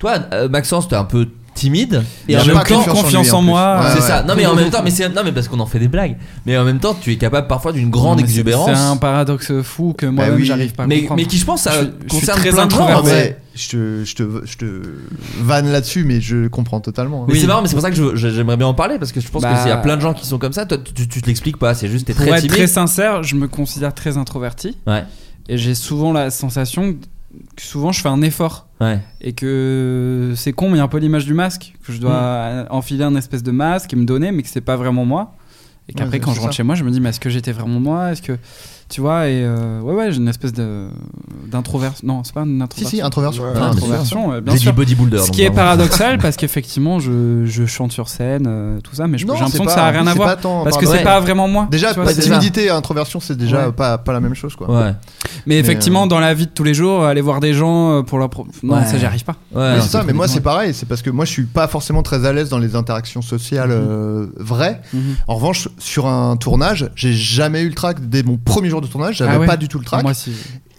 Speaker 6: Toi euh, Maxence, t'es un peu timide
Speaker 7: Il
Speaker 6: et en
Speaker 7: a
Speaker 6: même
Speaker 7: pas
Speaker 6: temps
Speaker 7: confiance en lui, en plus.
Speaker 8: euh,
Speaker 7: Ouais,
Speaker 8: Ah
Speaker 6: c'est
Speaker 7: ouais.
Speaker 6: ça. Non mais en même temps mais c'est non mais parce qu'on en fait des blagues. Mais en même temps, tu es capable parfois d'une grande
Speaker 8: Non, mais c'est-
Speaker 6: exubérance.
Speaker 8: C'est un paradoxe fou que moi-même
Speaker 7: Bah oui.
Speaker 8: j'arrive pas à
Speaker 6: Mais-
Speaker 8: comprendre.
Speaker 6: mais qui, je pense, ça
Speaker 8: Je- je suis
Speaker 6: concerne
Speaker 8: très
Speaker 6: plein de gens,
Speaker 8: introverti.
Speaker 7: Non, mais je te je te je te vanne là-dessus mais je comprends totalement hein.
Speaker 6: Mais c'est marrant, mais c'est pour ça que je- je- j'aimerais bien en parler parce que je pense
Speaker 8: Bah.
Speaker 6: que qu'il y a plein de gens qui sont comme ça. Toi, tu, tu- tu te l'expliques pas, c'est juste t'es
Speaker 8: Pour
Speaker 6: très
Speaker 8: être
Speaker 6: timide.
Speaker 8: très sincère, je me considère très introverti.
Speaker 6: Ouais.
Speaker 8: Et j'ai souvent la sensation que souvent je fais un effort.
Speaker 6: Ouais.
Speaker 8: Et que c'est con, mais il y a un peu l'image du masque. Que je dois
Speaker 7: Mm.
Speaker 8: enfiler un espèce de masque et me donner, mais que c'est pas vraiment moi. Et qu'après,
Speaker 7: Ouais,
Speaker 8: quand
Speaker 7: c'est
Speaker 8: je rentre
Speaker 7: ça.
Speaker 8: chez moi, je me dis, mais est-ce que j'étais vraiment moi Est-ce que Tu vois, et euh, ouais, ouais, j'ai une espèce de- d'introversion. Non, c'est pas une introversion.
Speaker 7: si, introversion.
Speaker 8: Une
Speaker 7: Ouais, bien
Speaker 8: introversion,
Speaker 7: sûr.
Speaker 8: euh, bien
Speaker 7: J'ai dit
Speaker 8: sûr.
Speaker 7: bodybuilder,
Speaker 8: Ce
Speaker 7: donc
Speaker 8: qui est
Speaker 7: vraiment.
Speaker 8: paradoxal parce qu'effectivement, je, je chante sur scène, euh, tout ça, mais je- j'ai
Speaker 7: Non,
Speaker 8: l'impression
Speaker 7: c'est
Speaker 8: que
Speaker 7: pas-
Speaker 8: ça a rien à
Speaker 7: c'est
Speaker 8: voir.
Speaker 7: pas tant-
Speaker 8: parce que
Speaker 7: pardon.
Speaker 8: c'est
Speaker 7: Ouais.
Speaker 8: pas vraiment moi.
Speaker 7: Déjà,
Speaker 8: tu vois,
Speaker 7: pas
Speaker 8: c'est-
Speaker 7: timidité et introversion, c'est déjà
Speaker 8: Ouais.
Speaker 7: pas, pas la même chose. Quoi.
Speaker 6: Ouais.
Speaker 8: Mais effectivement, dans la vie de tous les jours, aller voir des gens euh, pour leur. pro- Non,
Speaker 7: euh, Ouais.
Speaker 8: ça, j'y arrive pas.
Speaker 7: Mais c'est ça, mais moi c'est pareil, c'est parce que moi je suis pas forcément très à l'aise dans les interactions sociales euh, vraies.
Speaker 8: Mhm.
Speaker 7: En revanche, sur un tournage, j'ai jamais eu le trac dès mon premier jour de tournage, j'avais
Speaker 8: Ah ouais.
Speaker 7: pas du tout le trac.
Speaker 8: Moi, si.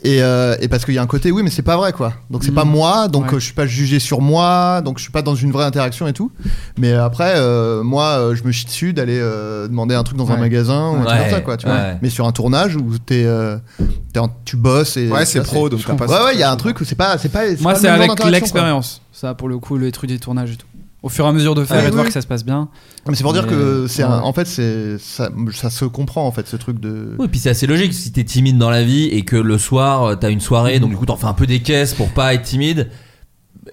Speaker 7: Et, euh, et parce qu'il y a un côté, oui, mais c'est pas vrai quoi. Donc c'est
Speaker 8: Mhm.
Speaker 7: pas moi, donc
Speaker 8: Ouais.
Speaker 7: euh, je suis pas jugé sur moi, donc je suis pas dans une vraie interaction et tout. Mais après, euh, moi euh, je me chie dessus d'aller euh, demander un truc dans un
Speaker 2: Ouais.
Speaker 7: magasin ou un truc
Speaker 2: Ouais.
Speaker 7: comme ça quoi, tu vois.
Speaker 2: Ouais.
Speaker 7: Mais sur un tournage où t'es, euh, t'es en- tu bosses et.
Speaker 2: Ouais, c'est
Speaker 7: là,
Speaker 2: pro, donc
Speaker 7: je
Speaker 2: t'as pas
Speaker 7: comprends.
Speaker 2: ce
Speaker 7: Ouais, ouais, il y a un truc où c'est pas. c'est pas
Speaker 8: Moi,
Speaker 7: pas le
Speaker 8: c'est
Speaker 7: même genre
Speaker 8: avec
Speaker 7: d'interaction, quoi.
Speaker 8: l'expérience. Ça, pour le coup, le truc des tournages et tout. Au fur et à mesure de faire
Speaker 7: Ouais,
Speaker 8: et de
Speaker 7: oui,
Speaker 8: voir
Speaker 7: oui.
Speaker 8: que ça se passe bien.
Speaker 7: Mais c'est pour dire que c'est
Speaker 8: ouais.
Speaker 7: un- en fait c'est ça, ça se comprend en fait ce truc de
Speaker 6: Oui, puis c'est assez logique si t'es timide dans la vie et que le soir euh, t'as une soirée, donc du coup t'en fais un peu des caisses pour pas être timide.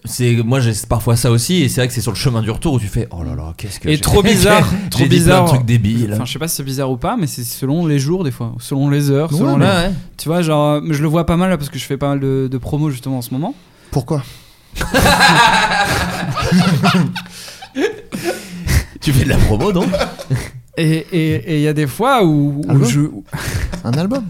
Speaker 6: C'est moi j'ai parfois ça aussi et c'est vrai que c'est sur le chemin du retour où tu fais oh là là qu'est-ce que
Speaker 8: Et
Speaker 6: j'ai-
Speaker 8: trop bizarre,
Speaker 6: j'ai
Speaker 8: trop
Speaker 6: dit plein de
Speaker 8: bizarre.
Speaker 6: trucs débiles.
Speaker 8: Enfin, je sais pas si c'est bizarre ou pas, mais c'est selon les jours des fois, selon les heures,
Speaker 6: Ouais,
Speaker 8: selon
Speaker 6: ouais,
Speaker 8: les-
Speaker 6: ouais.
Speaker 8: Tu vois, genre, euh, je le vois pas mal là, parce que je fais pas mal de, de promos justement en ce moment.
Speaker 7: Pourquoi
Speaker 6: tu fais de la promo donc
Speaker 8: Et et- et il y a des fois où,
Speaker 7: Ah
Speaker 8: où
Speaker 6: Album
Speaker 8: je.
Speaker 7: un album.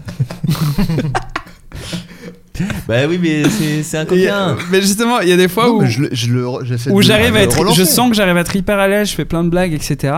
Speaker 6: Bah oui mais c'est c'est un
Speaker 7: euh,
Speaker 6: coquin.
Speaker 8: Mais justement, il y a des fois
Speaker 7: Non,
Speaker 8: où.
Speaker 7: mais je le- je le- j'essaie
Speaker 8: où
Speaker 7: de-
Speaker 8: j'arrive
Speaker 7: de
Speaker 8: à être
Speaker 7: relancer.
Speaker 8: je sens que j'arrive à être hyper à l'aise je fais plein de blagues etc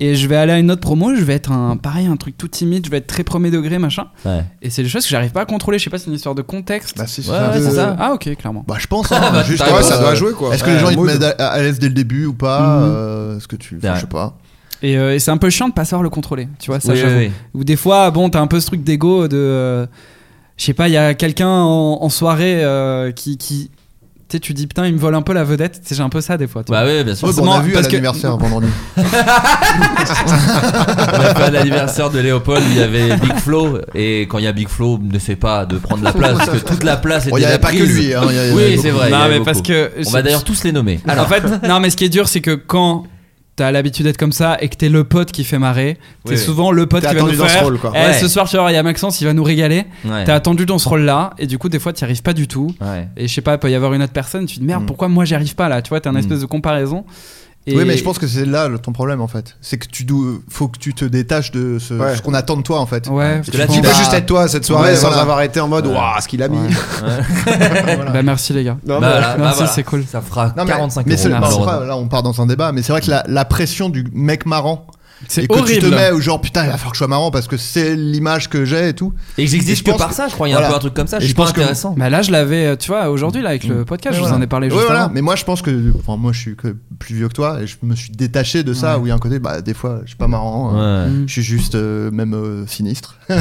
Speaker 8: et je vais aller à une autre promo je vais être un pareil un truc tout timide je vais être très premier degré machin
Speaker 6: Ouais.
Speaker 8: et c'est des choses que j'arrive pas à contrôler je sais pas c'est une histoire de contexte
Speaker 7: Bah, c'est
Speaker 8: Ouais,
Speaker 7: ça.
Speaker 8: ouais,
Speaker 7: De-
Speaker 8: c'est ça. ah ok clairement
Speaker 7: bah je pense hein,
Speaker 6: Bah,
Speaker 7: juste
Speaker 6: t'as-
Speaker 7: euh,
Speaker 6: ça doit jouer, quoi.
Speaker 7: est-ce que
Speaker 6: Ouais,
Speaker 7: les gens ils te
Speaker 6: mood.
Speaker 7: mettent à, à l'aise dès le début ou pas
Speaker 8: Mhm.
Speaker 7: euh, est-ce que tu enfin, je sais pas
Speaker 8: et, euh, et c'est un peu chiant de pas savoir le contrôler tu vois ça
Speaker 6: Oui,
Speaker 8: j'avoue.
Speaker 6: oui, oui.
Speaker 8: ou des fois bon t'as un peu ce truc d'ego de euh, je sais pas il y a quelqu'un en, en soirée euh, qui, qui tu sais, tu dis putain, il me vole un peu la vedette. Tu sais, j'ai un peu ça des fois. tu
Speaker 6: Bah
Speaker 8: vois.
Speaker 6: oui, bien sûr.
Speaker 7: Ouais, bah, on a vu à
Speaker 8: parce que-
Speaker 7: l'anniversaire vendredi
Speaker 6: On a fait à l'anniversaire de Léopold, il y avait Big Flo et quand il y a Big Flo, ne fait pas de prendre la place parce que toute la place est
Speaker 7: Bon, il y
Speaker 6: déjà
Speaker 7: avait pas que
Speaker 6: prise.
Speaker 7: lui, hein, il y avait
Speaker 6: oui
Speaker 7: beaucoup.
Speaker 6: c'est vrai. il y
Speaker 8: Non,
Speaker 6: avait
Speaker 8: mais
Speaker 6: beaucoup.
Speaker 8: parce que-
Speaker 6: on va d'ailleurs tous les nommer. Alors
Speaker 8: En fait, non, mais ce qui est dur, c'est que quand t'as l'habitude d'être comme ça et que t'es le pote qui fait marrer, t'es
Speaker 6: Oui, oui.
Speaker 8: souvent le pote
Speaker 6: T'es
Speaker 8: qui va nous
Speaker 6: attendu dans ce
Speaker 8: faire.
Speaker 6: rôle, quoi.
Speaker 8: Eh,
Speaker 6: Ouais.
Speaker 8: Ce soir, tu vois, il y a Maxence, il va nous régaler.
Speaker 6: Ouais.
Speaker 8: T'as attendu dans ce rôle-là, et du coup, des fois, t'y arrives pas du tout.
Speaker 6: Ouais.
Speaker 8: Et je sais pas, il peut y avoir une autre personne, tu te dis
Speaker 2: Mm.
Speaker 8: merde, pourquoi moi j'y arrive pas là Tu vois, t'as une
Speaker 7: Mm.
Speaker 8: espèce de comparaison. Et-
Speaker 7: oui mais je pense que c'est là le- ton problème en fait c'est que tu dois- faut que tu te détaches de ce,
Speaker 2: Ouais.
Speaker 7: ce qu'on attend de toi en fait
Speaker 8: Ouais.
Speaker 7: Parce
Speaker 8: Parce
Speaker 2: que là, tu
Speaker 7: peux
Speaker 2: peux juste être toi à cette soirée
Speaker 7: Ouais,
Speaker 2: sans
Speaker 7: voilà.
Speaker 2: avoir été en mode waouh ce qu'il a mis.
Speaker 8: Bah, merci les gars.
Speaker 2: Non,
Speaker 6: Bah,
Speaker 2: mais-
Speaker 6: voilà, bah,
Speaker 8: Merci,
Speaker 6: voilà.
Speaker 8: c'est cool.
Speaker 6: Ça fera
Speaker 7: Non, mais-
Speaker 6: 45
Speaker 7: mais
Speaker 6: euros,
Speaker 7: c'est- non, c'est
Speaker 6: malheureusement.
Speaker 7: pas- là, on part dans un débat, mais c'est vrai que la, la pression du mec marrant.
Speaker 8: C'est
Speaker 7: et que tu te
Speaker 8: horrible.
Speaker 7: mets au genre putain, il va falloir que je sois marrant parce que c'est l'image que j'ai et tout.
Speaker 6: Et j'existe
Speaker 7: Et je
Speaker 6: que
Speaker 7: pense
Speaker 6: par
Speaker 7: que-
Speaker 6: ça, je crois. Il y a un
Speaker 7: voilà.
Speaker 6: peu un truc comme ça.
Speaker 7: Et
Speaker 6: Je
Speaker 7: je
Speaker 6: suis pas
Speaker 7: pense que-
Speaker 6: intéressant.
Speaker 8: Bah là, je l'avais, tu vois, aujourd'hui, là, avec le podcast, je
Speaker 7: Ouais,
Speaker 8: vous en ai parlé
Speaker 7: Ouais,
Speaker 8: juste
Speaker 7: voilà.
Speaker 8: avant.
Speaker 7: Mais moi, je pense que enfin, moi, je suis que plus vieux que toi et je me suis détaché de ça où il y a un côté, bah, des fois, je suis pas marrant.
Speaker 8: Mm.
Speaker 7: hein.
Speaker 6: Ouais.
Speaker 7: Je suis juste euh, même euh, sinistre. non,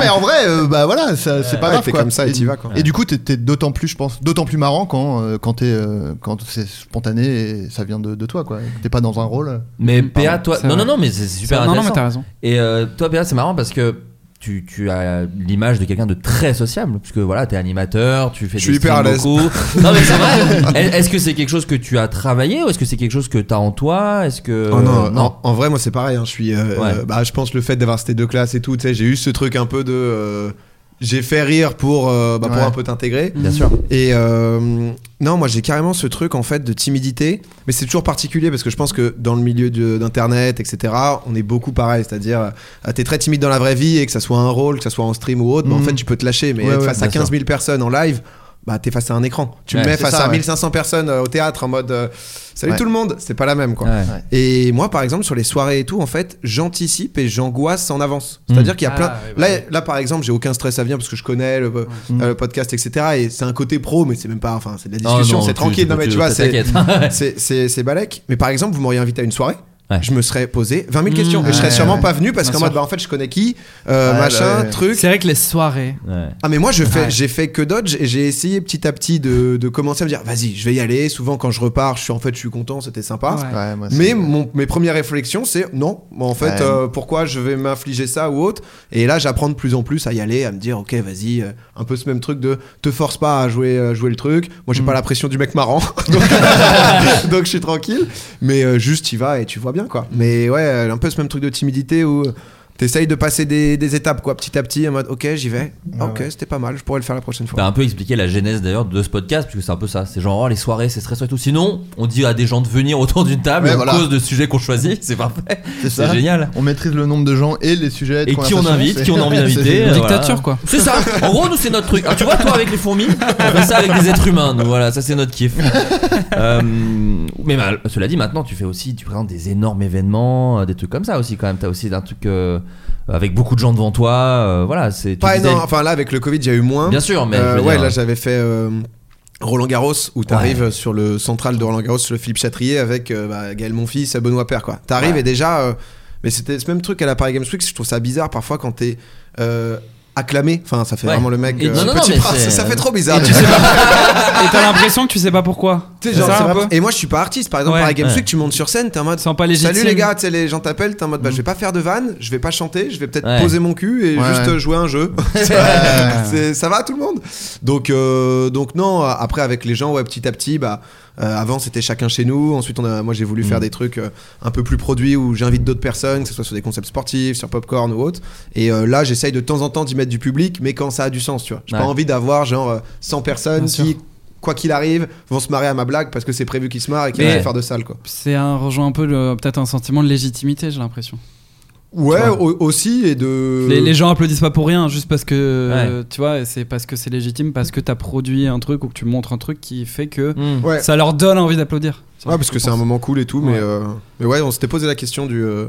Speaker 7: mais en vrai, euh, bah voilà, ça- c'est pas
Speaker 2: Ouais,
Speaker 7: grave.
Speaker 2: t'es
Speaker 7: quoi.
Speaker 2: comme ça et
Speaker 7: et
Speaker 2: t'y vas, quoi.
Speaker 7: Et du coup, t'es- t'es d'autant plus, je pense, d'autant plus marrant quand euh, quand t'es euh, quand c'est spontané et ça vient de, de toi, quoi. T'es pas dans un rôle.
Speaker 6: Mais
Speaker 7: Pardon.
Speaker 6: PA, toi.
Speaker 8: C'est
Speaker 6: Non, non,
Speaker 8: vrai.
Speaker 6: non, mais c'est c'est
Speaker 8: Non,
Speaker 6: super
Speaker 8: non, mais
Speaker 6: intéressant.
Speaker 8: t'as raison.
Speaker 6: Et euh, toi, PA, c'est marrant parce que. Tu, tu as l'image de quelqu'un de très sociable puisque voilà t'es animateur tu fais
Speaker 2: Je
Speaker 6: des
Speaker 2: suis hyper
Speaker 6: streams
Speaker 2: à l'aise.
Speaker 6: beaucoup non mais c'est vrai Est- est-ce que c'est quelque chose que tu as travaillé ou est-ce que c'est quelque chose que t'as en toi est-ce que
Speaker 2: Oh non, En, en vrai, moi, c'est pareil. hein, je suis. euh,
Speaker 6: Ouais.
Speaker 2: bah, je pense le fait d'avoir ces deux classes et tout. Tu sais, j'ai eu ce truc un peu de. euh, j'ai fait rire pour, euh, bah, pour
Speaker 7: Ouais.
Speaker 2: un peu t'intégrer.
Speaker 6: bien sûr
Speaker 2: Et euh, non, moi j'ai carrément ce truc en fait de timidité, mais c'est toujours particulier parce que je pense que dans le milieu de- d'internet, etc., on est beaucoup pareil, c'est-à-dire euh, t'es très timide dans la vraie vie et que ça soit un rôle, que ça soit en stream ou autre, bah, en
Speaker 7: Mhm.
Speaker 2: fait tu peux te lâcher, mais
Speaker 7: Ouais,
Speaker 2: être
Speaker 7: ouais,
Speaker 2: face à
Speaker 6: bien
Speaker 2: 15
Speaker 6: sûr.
Speaker 2: 000 personnes en live. Bah, t'es face à un écran. Tu
Speaker 6: Ouais,
Speaker 2: me mets
Speaker 7: c'est
Speaker 2: face
Speaker 7: ça,
Speaker 2: à
Speaker 7: ouais.
Speaker 2: 1500 personnes euh, au théâtre en mode euh, Salut
Speaker 7: Ouais.
Speaker 2: tout le monde C'est pas la même quoi.
Speaker 6: Ouais.
Speaker 2: Et moi, par exemple, sur les soirées et tout, en fait, j'anticipe et j'angoisse en avance.
Speaker 6: Hmm.
Speaker 2: C'est-à-dire qu'il y a
Speaker 8: Ah,
Speaker 2: plein.
Speaker 8: ouais, bah
Speaker 2: là, là, par exemple, j'ai aucun stress à venir parce que je connais le, euh, le podcast, etc. Et c'est un côté pro, mais c'est même pas. Enfin, c'est de la
Speaker 6: Oh
Speaker 2: discussion,
Speaker 6: non,
Speaker 2: c'est
Speaker 6: tu-
Speaker 2: tranquille.
Speaker 6: tu-
Speaker 2: non, mais
Speaker 6: tu-
Speaker 2: tu vois, c'est,
Speaker 6: t'inquiète. Ouais.
Speaker 2: c'est, c'est, c'est balèque. Mais par exemple, vous m'auriez invité à une soirée.
Speaker 6: Ouais.
Speaker 2: Je me serais posé 20 000 questions et je serais
Speaker 7: ouais,
Speaker 2: sûrement
Speaker 7: ouais.
Speaker 2: pas venu parce
Speaker 8: Mm. Bien
Speaker 2: qu'en
Speaker 8: sûr.
Speaker 2: mode bah en fait je connais qui, euh,
Speaker 7: Ouais,
Speaker 2: machin,
Speaker 7: bah ouais.
Speaker 2: truc.
Speaker 8: C'est vrai que les soirées.
Speaker 6: Ouais.
Speaker 2: Ah mais moi je fais,
Speaker 8: Ouais.
Speaker 2: j'ai fait que dodge et j'ai essayé petit à petit de, de commencer à me dire vas-y je vais y aller. Souvent quand je repars je suis en fait je suis content c'était sympa.
Speaker 8: Ouais.
Speaker 7: Ah, Ouais, moi,
Speaker 2: Mais
Speaker 7: c'est-
Speaker 2: mon- mes premières réflexions, c'est non, en fait,
Speaker 7: Ouais.
Speaker 2: euh, pourquoi je vais m'infliger ça ou autre Et là, j'apprends de plus en plus à y aller, à me dire, ok, vas-y, euh, un peu ce même truc de te force pas à jouer, euh, jouer le truc. Moi, j'ai pas la pression du mec marrant, donc, donc je suis tranquille. Mais euh, juste, y vas et tu vois bien, quoi. Mais ouais, euh, un peu ce même truc de timidité où. euh, T'essayes de passer des, des étapes, quoi, petit à petit, en mode, ok, j'y vais. ok, c'était pas mal, je pourrais le faire la prochaine fois.
Speaker 6: T'as un peu expliqué la genèse d'ailleurs de ce podcast, puisque c'est un peu ça. C'est genre, oh, les soirées, c'est stressant et tout. Sinon, on dit à des gens de venir autour d'une table
Speaker 7: Ouais,
Speaker 6: à
Speaker 7: voilà.
Speaker 6: cause de sujets qu'on choisit. C'est parfait.
Speaker 7: C'est
Speaker 6: C'est
Speaker 7: ça.
Speaker 6: génial.
Speaker 7: On maîtrise le nombre de gens et les sujets. de
Speaker 6: Et qui on
Speaker 7: conversation,
Speaker 6: invite,
Speaker 7: c'est-
Speaker 6: qui on a envie d'inviter.
Speaker 7: c'est-
Speaker 6: euh, voilà. C'est ça. En gros, nous, c'est notre truc. Ah, tu vois, toi, avec les fourmis, on fait ça avec des êtres humains. Nous, voilà, ça, c'est notre kiff. Euh, mais mal- cela dit, maintenant, tu fais aussi, tu présentes des énormes événements, euh, des trucs comme ça aussi, quand même. T'as aussi un truc euh, avec beaucoup de gens devant toi. euh, voilà, c'est. tu
Speaker 2: Pas
Speaker 6: disais-
Speaker 2: énorme. Enfin là, avec le Covid, j'ai eu moins.
Speaker 6: Bien sûr, mais
Speaker 2: Euh,
Speaker 6: je veux
Speaker 2: ouais,
Speaker 6: dire- hein.
Speaker 2: là j'avais fait euh, Roland Garros où t'arrives euh, sur le central de Roland Garros, sur le Philippe Chatrier avec euh, bah, Gaël Monfils, et Benoît Père quoi. T'arrives et déjà, euh, mais c'était ce même truc à la Paris Games Week. Je trouve ça bizarre parfois quand t'es euh, acclamé. Enfin, ça fait
Speaker 8: Ouais.
Speaker 2: vraiment le mec.
Speaker 8: Et
Speaker 2: euh,
Speaker 8: tu- non, non,
Speaker 2: petit
Speaker 8: mais
Speaker 2: prince.
Speaker 8: c'est-
Speaker 2: ça fait trop bizarre.
Speaker 8: Et tu sais pas- et t'as l'impression que tu sais pas pourquoi.
Speaker 2: T'sais,
Speaker 8: C'est
Speaker 2: genre,
Speaker 8: ça,
Speaker 2: c'est pas-
Speaker 8: un peu
Speaker 2: Et moi je suis pas artiste, par exemple,
Speaker 8: Ouais.
Speaker 2: par la Games
Speaker 8: Ouais.
Speaker 2: Week, tu montes sur scène, t'es en mode
Speaker 8: légitime.
Speaker 2: Salut les gars, tu sais, les gens t'appellent, t'es en mode bah, je vais pas faire de vanne, je vais pas chanter, je vais peut-être
Speaker 8: Ouais.
Speaker 2: poser mon cul et
Speaker 8: Ouais,
Speaker 2: juste
Speaker 8: ouais.
Speaker 2: euh, jouer à un jeu. C'est- ça va tout le monde. Donc, euh, donc non, après avec les gens, ouais, petit à petit, bah. euh, avant c'était chacun chez nous, ensuite on a, moi j'ai voulu
Speaker 6: Mm.
Speaker 2: faire des trucs euh, un peu plus produits où j'invite d'autres personnes, que ce soit sur des concepts sportifs, sur popcorn ou autre. Et euh, là j'essaye de temps en temps d'y mettre du public, mais quand ça a du sens, tu vois. J'ai pas
Speaker 6: Ouais.
Speaker 2: envie d'avoir genre euh, 100 personnes
Speaker 8: Bien
Speaker 2: qui, quoi qu'il arrive, vont se marrer à ma blague parce que c'est prévu qu'ils se marrent et qu'ils
Speaker 8: Mais-
Speaker 2: vont faire de sale quoi.
Speaker 8: C'est un rejoint un peu le- peut-être un sentiment de légitimité, j'ai l'impression.
Speaker 2: Ouais, au- euh, aussi et de.
Speaker 8: Les, les gens applaudissent pas pour rien, juste parce que euh,
Speaker 2: Ouais.
Speaker 8: tu vois, c'est parce que c'est légitime, parce que t'as produit un truc ou que tu montres un truc qui fait que
Speaker 6: Hmm.
Speaker 2: Ouais.
Speaker 8: ça leur donne envie d'applaudir.
Speaker 2: Ouais, parce que c'est un moment cool et tout, mais euh, mais ouais, on s'était posé la question du euh,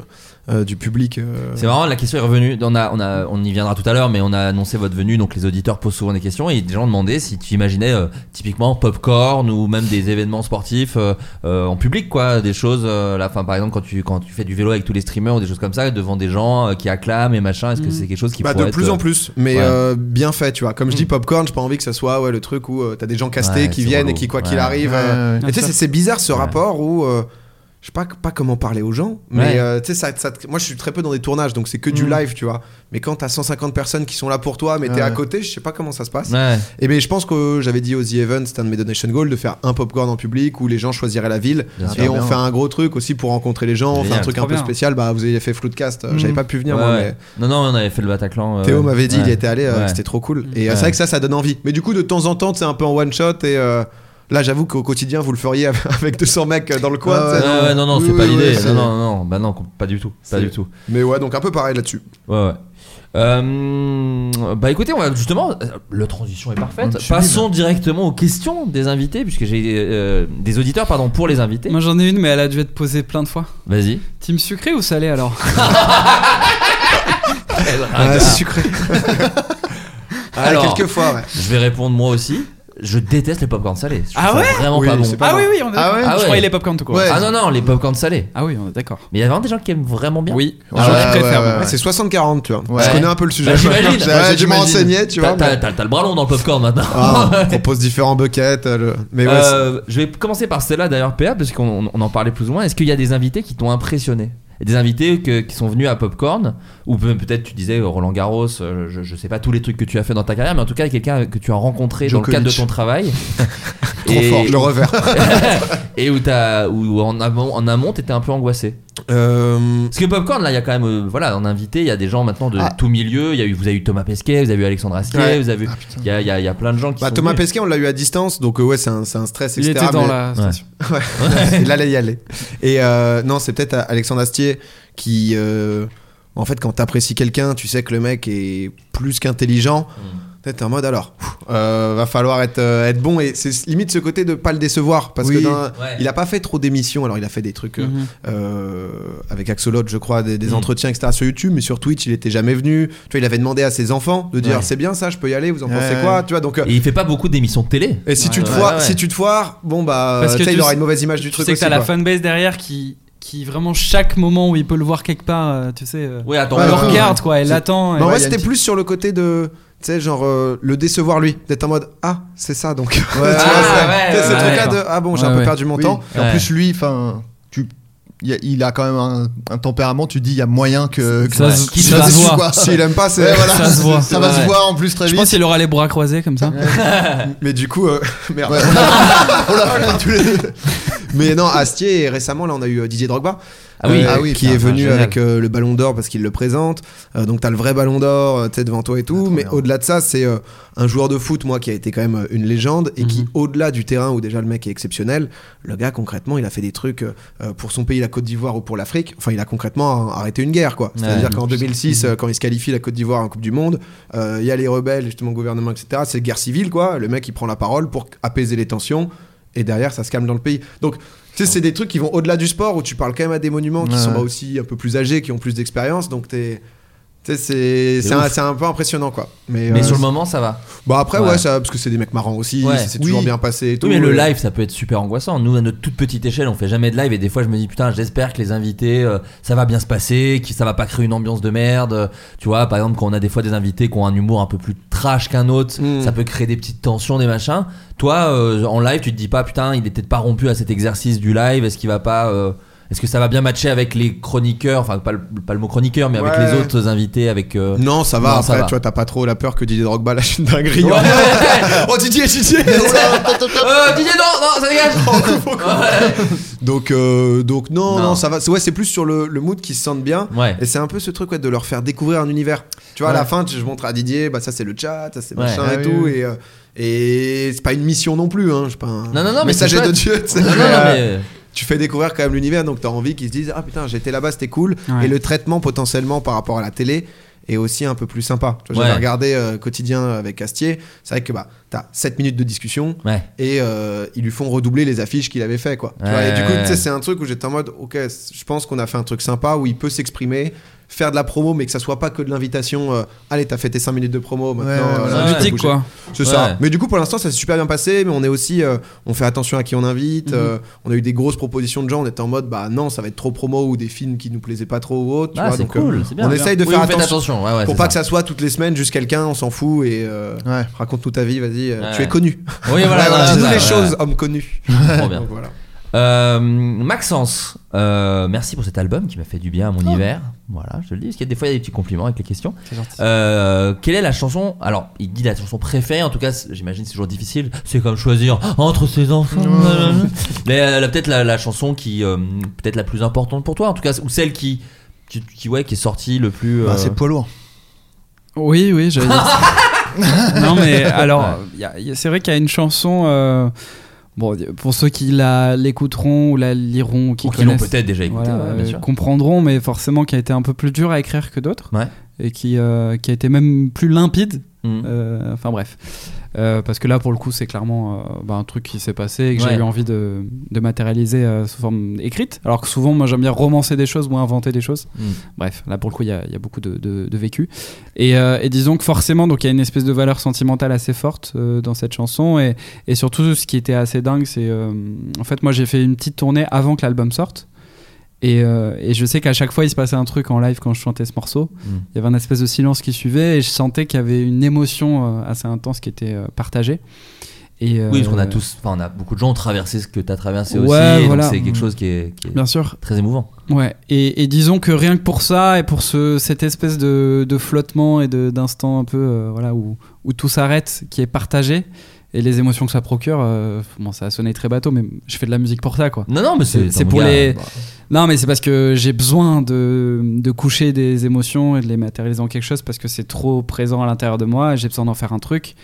Speaker 2: euh, du public. euh,
Speaker 6: C'est vraiment la question est revenue. On, a, on, a, on y viendra tout à l'heure, mais on a annoncé votre venue, donc les auditeurs posent souvent des questions et des gens demandaient si tu imaginais euh, typiquement popcorn ou même des événements sportifs euh, euh, en public, quoi, des choses. euh, là, fin, par exemple, quand tu, quand tu fais du vélo avec tous les streamers ou des choses comme ça, devant des gens euh, qui acclament et machin, est-ce que c'est quelque chose qui
Speaker 2: Bah,
Speaker 6: pourrait
Speaker 2: de plus
Speaker 6: être,
Speaker 2: en plus, Mm. mais
Speaker 6: ouais.
Speaker 2: euh, bien fait, tu vois. Comme je dis popcorn, j'ai pas envie que ça soit ouais, le truc où euh, t'as des gens castés
Speaker 6: Ouais,
Speaker 2: qui
Speaker 6: c'est
Speaker 2: viennent
Speaker 6: relou.
Speaker 2: et qui, quoi
Speaker 6: Ouais.
Speaker 2: qu'il arrive.
Speaker 6: Ouais,
Speaker 2: euh,
Speaker 6: ouais, ouais.
Speaker 2: mais tu sais, c'est- c'est bizarre ce rapport où. euh, je sais pas, pas comment parler aux gens, mais
Speaker 6: Ouais.
Speaker 2: euh, tu sais, ça, ça te- moi je suis très peu dans des tournages, donc c'est que du
Speaker 6: Mm.
Speaker 2: live, tu vois. Mais quand t'as 150 personnes qui sont là pour toi, mais t'es
Speaker 6: Ouais.
Speaker 2: à côté, je sais pas comment ça se passe.
Speaker 6: Ouais.
Speaker 2: Et bien je pense que euh, j'avais dit aux The Event, c'était un de mes donation goals, de faire un popcorn en public où les gens choisiraient la ville.
Speaker 6: Bien
Speaker 2: et
Speaker 6: sûr.
Speaker 2: on
Speaker 6: Bien.
Speaker 2: fait un gros truc aussi pour rencontrer les gens, on fait
Speaker 6: Génial.
Speaker 2: un truc un
Speaker 6: Trop
Speaker 2: peu
Speaker 6: bien.
Speaker 2: spécial. Bah, vous avez fait Floodcast, euh, j'avais pas pu venir
Speaker 6: Ouais,
Speaker 2: moi,
Speaker 6: ouais.
Speaker 2: mais
Speaker 6: Non, non, on avait fait le Bataclan. euh,
Speaker 2: Théo m'avait dit, il
Speaker 6: ouais.
Speaker 2: y était allé, euh,
Speaker 6: Ouais.
Speaker 2: c'était trop
Speaker 8: Mm.
Speaker 2: cool. Et euh,
Speaker 6: Ouais.
Speaker 2: c'est vrai que ça, ça donne envie. Mais du coup, de temps en temps, c'est un peu en one shot. Et euh, là, j'avoue qu'au quotidien, vous le feriez avec 200 mecs euh, dans le coin.
Speaker 6: Ah ouais,
Speaker 2: tu sais.
Speaker 6: ouais, non, non,
Speaker 2: Oui,
Speaker 6: c'est pas
Speaker 2: oui,
Speaker 6: l'idée.
Speaker 2: oui,
Speaker 6: non,
Speaker 2: c'est-
Speaker 6: non, non, bah non, com- pas du tout, pas
Speaker 2: c'est-
Speaker 6: du tout.
Speaker 2: Mais ouais, donc un peu pareil là-dessus.
Speaker 6: Ouais, ouais. Euh, bah écoutez, on va justement, euh, le transition est parfaite.
Speaker 8: Sublime.
Speaker 6: Passons directement aux questions des invités, puisque j'ai euh, des auditeurs, pardon, pour les invités.
Speaker 8: Moi j'en ai une, mais elle a dû être posée plein de fois.
Speaker 6: Vas-y.
Speaker 8: Team sucré ou salé alors
Speaker 6: Ah,
Speaker 2: sucré.
Speaker 6: Alors,
Speaker 2: quelquefois, ouais.
Speaker 6: Je vais répondre moi aussi. Je déteste les popcorn salés. Je trouve
Speaker 8: Ah
Speaker 6: ça
Speaker 8: ouais
Speaker 6: Vraiment
Speaker 8: Oui,
Speaker 6: pas bon.
Speaker 8: c'est pas Ah bon. oui, oui, on est d'accord. Je croyais les popcorn tout court. Ouais.
Speaker 6: Ah non, non, les popcorn salés.
Speaker 8: Ah oui, on est d'accord.
Speaker 6: Mais il y a vraiment des gens qui aiment vraiment bien.
Speaker 8: Oui.
Speaker 2: Ah ouais, ouais, ouais, ouais. C'est 60-40, tu vois. Je connais un peu le sujet.
Speaker 6: Bah, j'imagine.
Speaker 2: J'ai- j'ai- je m'en renseignais, tu vois.
Speaker 6: T'as- T'as
Speaker 2: mais-
Speaker 6: t'as- t'as le bras long dans le popcorn maintenant.
Speaker 2: Ah, on propose différents buckets. euh, le- Mais ouais, c'est-
Speaker 6: Euh, je vais commencer par celle-là d'ailleurs, PA, parce qu'on on en parlait plus ou moins. Est-ce qu'il y a des invités qui t'ont impressionné Des invités que- qui sont venus à Popcorn Ou peut- peut-être tu disais euh, Roland Garros, euh, je, je sais pas tous les trucs que tu as fait dans ta carrière, mais en tout cas quelqu'un que tu as rencontré dans le cadre de
Speaker 2: Djokovic.
Speaker 6: ton travail.
Speaker 2: Trop fort, je le revers.
Speaker 6: et où, t'as- où en amont, en amont t'étais un peu angoissé. Parce que Popcorn, là, il y a quand même, euh, voilà, en invité, il y a des gens maintenant de tout milieu. Il Y a eu, vous avez eu Thomas Pesquet, vous avez eu Alexandre Astier,
Speaker 2: Ah. Ouais. Ah,
Speaker 6: vous avez eu. Il y, a- il y a- il y a plein de gens qui.
Speaker 2: Bah,
Speaker 6: sont
Speaker 2: Thomas
Speaker 6: venus.
Speaker 2: Pesquet, on l'a eu à distance, donc euh, ouais, c'est un, c'est un stress,
Speaker 8: Il
Speaker 2: etc.
Speaker 8: était dans
Speaker 2: mais-
Speaker 8: la station.
Speaker 2: Ouais. il allait y aller. Et euh, non, c'est peut-être Alexandre Astier qui, euh, en fait, quand t'apprécies quelqu'un, tu sais que le mec est plus qu'intelligent. Peut-être en mode alors, pff, euh, va falloir être, euh, être bon et c'est limite ce côté de pas le décevoir parce que
Speaker 6: Oui.
Speaker 2: dans-
Speaker 6: Ouais.
Speaker 2: euh, il a pas fait trop d'émissions. Alors il a fait des trucs euh,
Speaker 6: Mhm.
Speaker 2: euh, avec Axolot, je crois, des, des
Speaker 6: Mhm.
Speaker 2: entretiens etc sur YouTube, mais sur Twitch il était jamais venu. Tu vois, il avait demandé à ses enfants de dire
Speaker 6: Ouais.
Speaker 2: c'est bien ça, je peux y aller. Vous en
Speaker 6: Ouais.
Speaker 2: pensez quoi Tu vois donc. euh,
Speaker 6: Et il fait pas beaucoup d'émissions de télé.
Speaker 2: et si,
Speaker 6: Ouais,
Speaker 2: tu te
Speaker 6: ouais,
Speaker 2: foires,
Speaker 6: ouais.
Speaker 2: si tu te foires, bon bah,
Speaker 8: Parce que
Speaker 2: tu sais,
Speaker 8: tu
Speaker 2: il aura
Speaker 8: sais-
Speaker 2: une mauvaise image du
Speaker 8: tu
Speaker 2: truc
Speaker 8: sais que
Speaker 2: aussi,
Speaker 8: t'as la
Speaker 2: quoi.
Speaker 8: fanbase derrière qui qui vraiment chaque moment où il peut le voir quelque part, euh, tu sais. euh,
Speaker 6: Oui, attends,
Speaker 8: elle
Speaker 6: ouais, ouais,
Speaker 8: regarde
Speaker 6: ouais.
Speaker 8: quoi, elle
Speaker 6: C'est-
Speaker 8: attend.
Speaker 2: Mais
Speaker 8: et
Speaker 2: en vrai,
Speaker 8: il y a
Speaker 2: c'était
Speaker 8: une-
Speaker 2: plus sur le côté de. Tu sais, genre euh, le décevoir lui, d'être en mode Ah, c'est ça donc. tu vois,
Speaker 7: Ouais,
Speaker 6: ah,
Speaker 2: c'est-
Speaker 7: ouais,
Speaker 2: tu sais,
Speaker 7: ouais,
Speaker 2: ce
Speaker 7: ouais,
Speaker 2: truc-là
Speaker 7: d'accord.
Speaker 2: de Ah bon, j'ai
Speaker 7: Ouais,
Speaker 2: un peu
Speaker 7: ouais.
Speaker 2: perdu mon
Speaker 7: Oui.
Speaker 2: temps.
Speaker 7: Et en plus, lui, enfin, tu. Il y a, il a quand même un, un tempérament, tu dis, il y a moyen que. que
Speaker 8: Ça se- qui se
Speaker 7: déçue,
Speaker 8: voit.
Speaker 7: quoi.
Speaker 2: S'il aime pas, c'est-
Speaker 7: Ouais, voilà.
Speaker 8: Ça se voit.
Speaker 7: euh, Ça va
Speaker 8: Ouais.
Speaker 7: se voir en plus très
Speaker 8: Je
Speaker 7: vite.
Speaker 8: pense qu'il aura les bras croisés comme ça.
Speaker 2: Mais du coup, euh, merde.
Speaker 7: Ouais. on l'a fait tous les deux.
Speaker 2: Mais non, Astier, et récemment, là, on a eu euh, Didier Drogba.
Speaker 6: Ah oui.
Speaker 2: euh,
Speaker 6: Ah oui,
Speaker 2: qui
Speaker 6: putain,
Speaker 2: est venu
Speaker 6: génial.
Speaker 2: avec euh, le ballon d'or parce qu'il le présente. Euh, donc t'as le vrai ballon d'or, euh, t'es devant toi et tout. mais au-delà de ça, c'est euh, un joueur de foot, moi, qui a été quand même euh, une légende et qui, au-delà du terrain où déjà le mec est exceptionnel, le gars concrètement, il a fait des trucs euh, pour son pays, la Côte d'Ivoire ou pour l'Afrique. Enfin, il a concrètement arrêté une guerre, quoi. C'est-à-dire
Speaker 6: Ouais.
Speaker 2: qu'en 2006, euh, quand il se qualifie la Côte d'Ivoire en Coupe du Monde, euh, il y a les rebelles, justement, gouvernement, etc. C'est guerre civile, quoi. Le mec, il prend la parole pour apaiser les tensions et derrière, ça se calme dans le pays. Donc, tu sais, c'est des trucs qui vont au-delà du sport où tu parles quand même à des monuments qui
Speaker 7: Ouais.
Speaker 2: sont bah, aussi un peu plus âgés, qui ont plus d'expérience. Donc, t'es. tu sais, C'est
Speaker 6: C'est
Speaker 2: c'est un,
Speaker 6: ouf.
Speaker 2: c'est un peu impressionnant quoi. Mais,
Speaker 6: Mais
Speaker 2: euh,
Speaker 6: sur le moment, ça va.
Speaker 2: Bah après,
Speaker 6: Ouais.
Speaker 2: ouais, ça, parce que c'est des mecs marrants aussi,
Speaker 6: Ouais.
Speaker 2: c'est toujours bien passé et tout. euh.
Speaker 6: Oui, mais le live, ça peut être super angoissant. Nous, à notre toute petite échelle, on fait jamais de live et des fois, je me dis putain, j'espère que les invités, euh, ça va bien se passer, que ça va pas créer une ambiance de merde. Euh, Tu vois, par exemple, quand on a des fois des invités qui ont un humour un peu plus trash qu'un autre,
Speaker 2: Hmm.
Speaker 6: ça peut créer des petites tensions, des machins. Toi, euh, en live, tu te dis pas putain, il est peut-être pas rompu à cet exercice du live. Est-ce qu'il va pas euh, Est-ce que ça va bien matcher avec les chroniqueurs, enfin pas le, pas le mot chroniqueur, mais
Speaker 2: Ouais.
Speaker 6: avec les autres invités, avec euh,
Speaker 2: Non, ça va,
Speaker 6: non,
Speaker 2: après,
Speaker 6: ça va.
Speaker 2: tu vois, t'as pas trop la peur que Didier Drogba lâche une dinguerie.
Speaker 6: Ouais.
Speaker 2: oh, Didier, Didier Oh,
Speaker 6: Euh, Didier, non, non, ça dégage.
Speaker 2: Donc, euh, donc non,
Speaker 6: Non.
Speaker 2: non, ça va. C'est- Ouais, c'est plus sur le, le mood qu'ils se sentent bien. Et c'est un peu ce truc ouais, de leur faire découvrir un univers. Tu vois, à la
Speaker 6: Ouais.
Speaker 2: fin, tu- je montre à Didier, bah ça c'est le chat, ça c'est
Speaker 6: Ouais.
Speaker 2: machin
Speaker 6: Ah
Speaker 2: et
Speaker 6: oui,
Speaker 2: tout.
Speaker 6: oui.
Speaker 2: Et, euh, et c'est pas une mission non plus, hein. Je sais pas un
Speaker 6: Non, non, non, mais
Speaker 2: messager
Speaker 6: c'est
Speaker 2: de
Speaker 6: chouette.
Speaker 2: Dieu. tu sais.
Speaker 6: Non, non, non,
Speaker 2: Euh,
Speaker 6: mais-
Speaker 2: Tu fais découvrir quand même l'univers, donc t'as envie qu'ils se disent ah putain j'étais là-bas c'était cool
Speaker 6: Ouais.
Speaker 2: et le traitement potentiellement par rapport à la télé est aussi un peu plus sympa. Tu vois,
Speaker 6: Ouais.
Speaker 2: J'avais regardé euh, quotidien avec Astier, c'est vrai que bah t'as 7 minutes de discussion
Speaker 6: Ouais.
Speaker 2: et euh, ils lui font redoubler les affiches qu'il avait fait quoi. Tu vois, et du coup,
Speaker 6: Ouais.
Speaker 2: tu sais, c'est un truc où j'étais en mode, ok, c- je pense qu'on a fait un truc sympa où il peut s'exprimer, faire de la promo, mais que ça soit pas que de l'invitation. euh, Allez, t'as fait tes 5 minutes de promo maintenant.
Speaker 7: Ouais, ouais,
Speaker 2: euh,
Speaker 7: ouais.
Speaker 2: tu peux
Speaker 7: Ludique,
Speaker 2: bouger.
Speaker 7: quoi.
Speaker 2: C'est ça.
Speaker 7: Ouais.
Speaker 2: Mais du coup, pour l'instant, ça s'est super bien passé. Mais on est aussi, euh, on fait attention à qui on invite.
Speaker 6: Mhm.
Speaker 2: euh, on a eu des grosses propositions de gens. On était en mode, bah non, ça va être trop promo ou des films qui nous plaisaient pas trop ou autre. tu
Speaker 6: Ah,
Speaker 2: vois,
Speaker 6: c'est
Speaker 2: donc,
Speaker 6: cool,
Speaker 2: euh,
Speaker 6: c'est bien,
Speaker 2: on
Speaker 6: bien.
Speaker 2: essaye de
Speaker 6: Oui,
Speaker 2: faire
Speaker 6: vous faites
Speaker 2: attention.
Speaker 6: attention, ouais, ouais,
Speaker 2: pour
Speaker 6: c'est
Speaker 2: pas
Speaker 6: ça.
Speaker 2: que ça soit toutes les semaines juste quelqu'un, on s'en fout et euh, raconte-nous ta vie, vas-y. euh,
Speaker 6: Ouais.
Speaker 2: Tu es connu.
Speaker 6: Oui, voilà,
Speaker 2: Ouais,
Speaker 6: c'est
Speaker 2: dis-nous
Speaker 6: ça,
Speaker 2: les
Speaker 6: ouais,
Speaker 2: choses,
Speaker 6: ouais.
Speaker 2: homme connu.
Speaker 6: Trop bien.
Speaker 2: Donc, voilà.
Speaker 6: Euh, Maxence, euh, merci pour cet album qui m'a fait du bien à
Speaker 2: Oh.
Speaker 6: mon hiver. Voilà, je te le dis. Parce qu'il y a des fois, il y a des petits compliments avec les questions. Euh, quelle est la chanson Alors, il dit la chanson préférée. En tout cas, c'est- j'imagine que c'est toujours difficile. C'est comme choisir entre ses enfants. Mais euh, la- peut-être la, la chanson qui, euh, peut-être la plus importante pour toi. En tout cas, ou celle qui, qui, qui, ouais, qui est sortie le plus.
Speaker 7: Bah,
Speaker 6: euh,
Speaker 7: c'est poids lourd.
Speaker 8: Oui, oui, j'allais dire ça. non, mais
Speaker 6: Ouais.
Speaker 8: alors, y a- y a- c'est vrai qu'il y a une chanson. euh, Bon, pour ceux qui la l'écouteront ou la liront ou qui,
Speaker 6: Ou qui l'ont
Speaker 8: connaissent,
Speaker 6: peut-être déjà écoutée,
Speaker 8: voilà,
Speaker 6: ouais, bien
Speaker 8: euh,
Speaker 6: sûr.
Speaker 8: comprendront, mais forcément qui a été un peu plus dur à écrire que d'autres
Speaker 6: Ouais.
Speaker 8: et qui, euh, qui a été même plus limpide.
Speaker 6: Mhm.
Speaker 8: Euh, enfin bref, Euh, parce que là pour le coup c'est clairement euh, bah, un truc qui s'est passé et que
Speaker 6: Ouais.
Speaker 8: j'ai eu envie de, de matérialiser euh, sous forme écrite. Alors que souvent moi j'aime bien romancer des choses ou inventer des choses.
Speaker 6: Mm.
Speaker 8: Bref, là pour le coup, il y a, il y a beaucoup de, de- de vécu. Et, euh, et disons que forcément, donc il y a une espèce de valeur sentimentale assez forte euh, dans cette chanson. Et, et surtout, ce qui était assez dingue, c'est. euh, en fait, moi j'ai fait une petite tournée avant que l'album sorte. Et, euh, et je sais qu'à chaque fois, il se passait un truc en live quand je chantais ce morceau.
Speaker 6: Mm.
Speaker 8: Il y avait un espèce de silence qui suivait et je sentais qu'il y avait une émotion euh, assez intense qui était euh, partagée. Et,
Speaker 6: Oui, parce qu'on a
Speaker 8: euh,
Speaker 6: tous, enfin, on a beaucoup de gens ont traversé ce que tu as traversé
Speaker 8: Ouais,
Speaker 6: aussi. et donc
Speaker 8: voilà. Mm.
Speaker 6: c'est quelque chose qui est, qui est
Speaker 8: Bien sûr.
Speaker 6: très émouvant.
Speaker 8: Ouais, et, et disons que rien que pour ça et pour ce, cette espèce de, de flottement et de- d'instant un peu euh, voilà, où, où tout s'arrête, qui est partagé, et les émotions que ça procure, euh, bon, ça a sonné très bateau, mais je fais de la musique pour ça, quoi.
Speaker 6: Non, non, mais c'est-
Speaker 8: c'est
Speaker 6: mon
Speaker 8: pour
Speaker 6: gars,
Speaker 8: les.
Speaker 6: bah.
Speaker 8: Non, mais c'est parce que j'ai besoin de, de coucher des émotions et de les matérialiser en quelque chose parce que c'est trop présent à l'intérieur de moi, et j'ai besoin d'en faire un truc.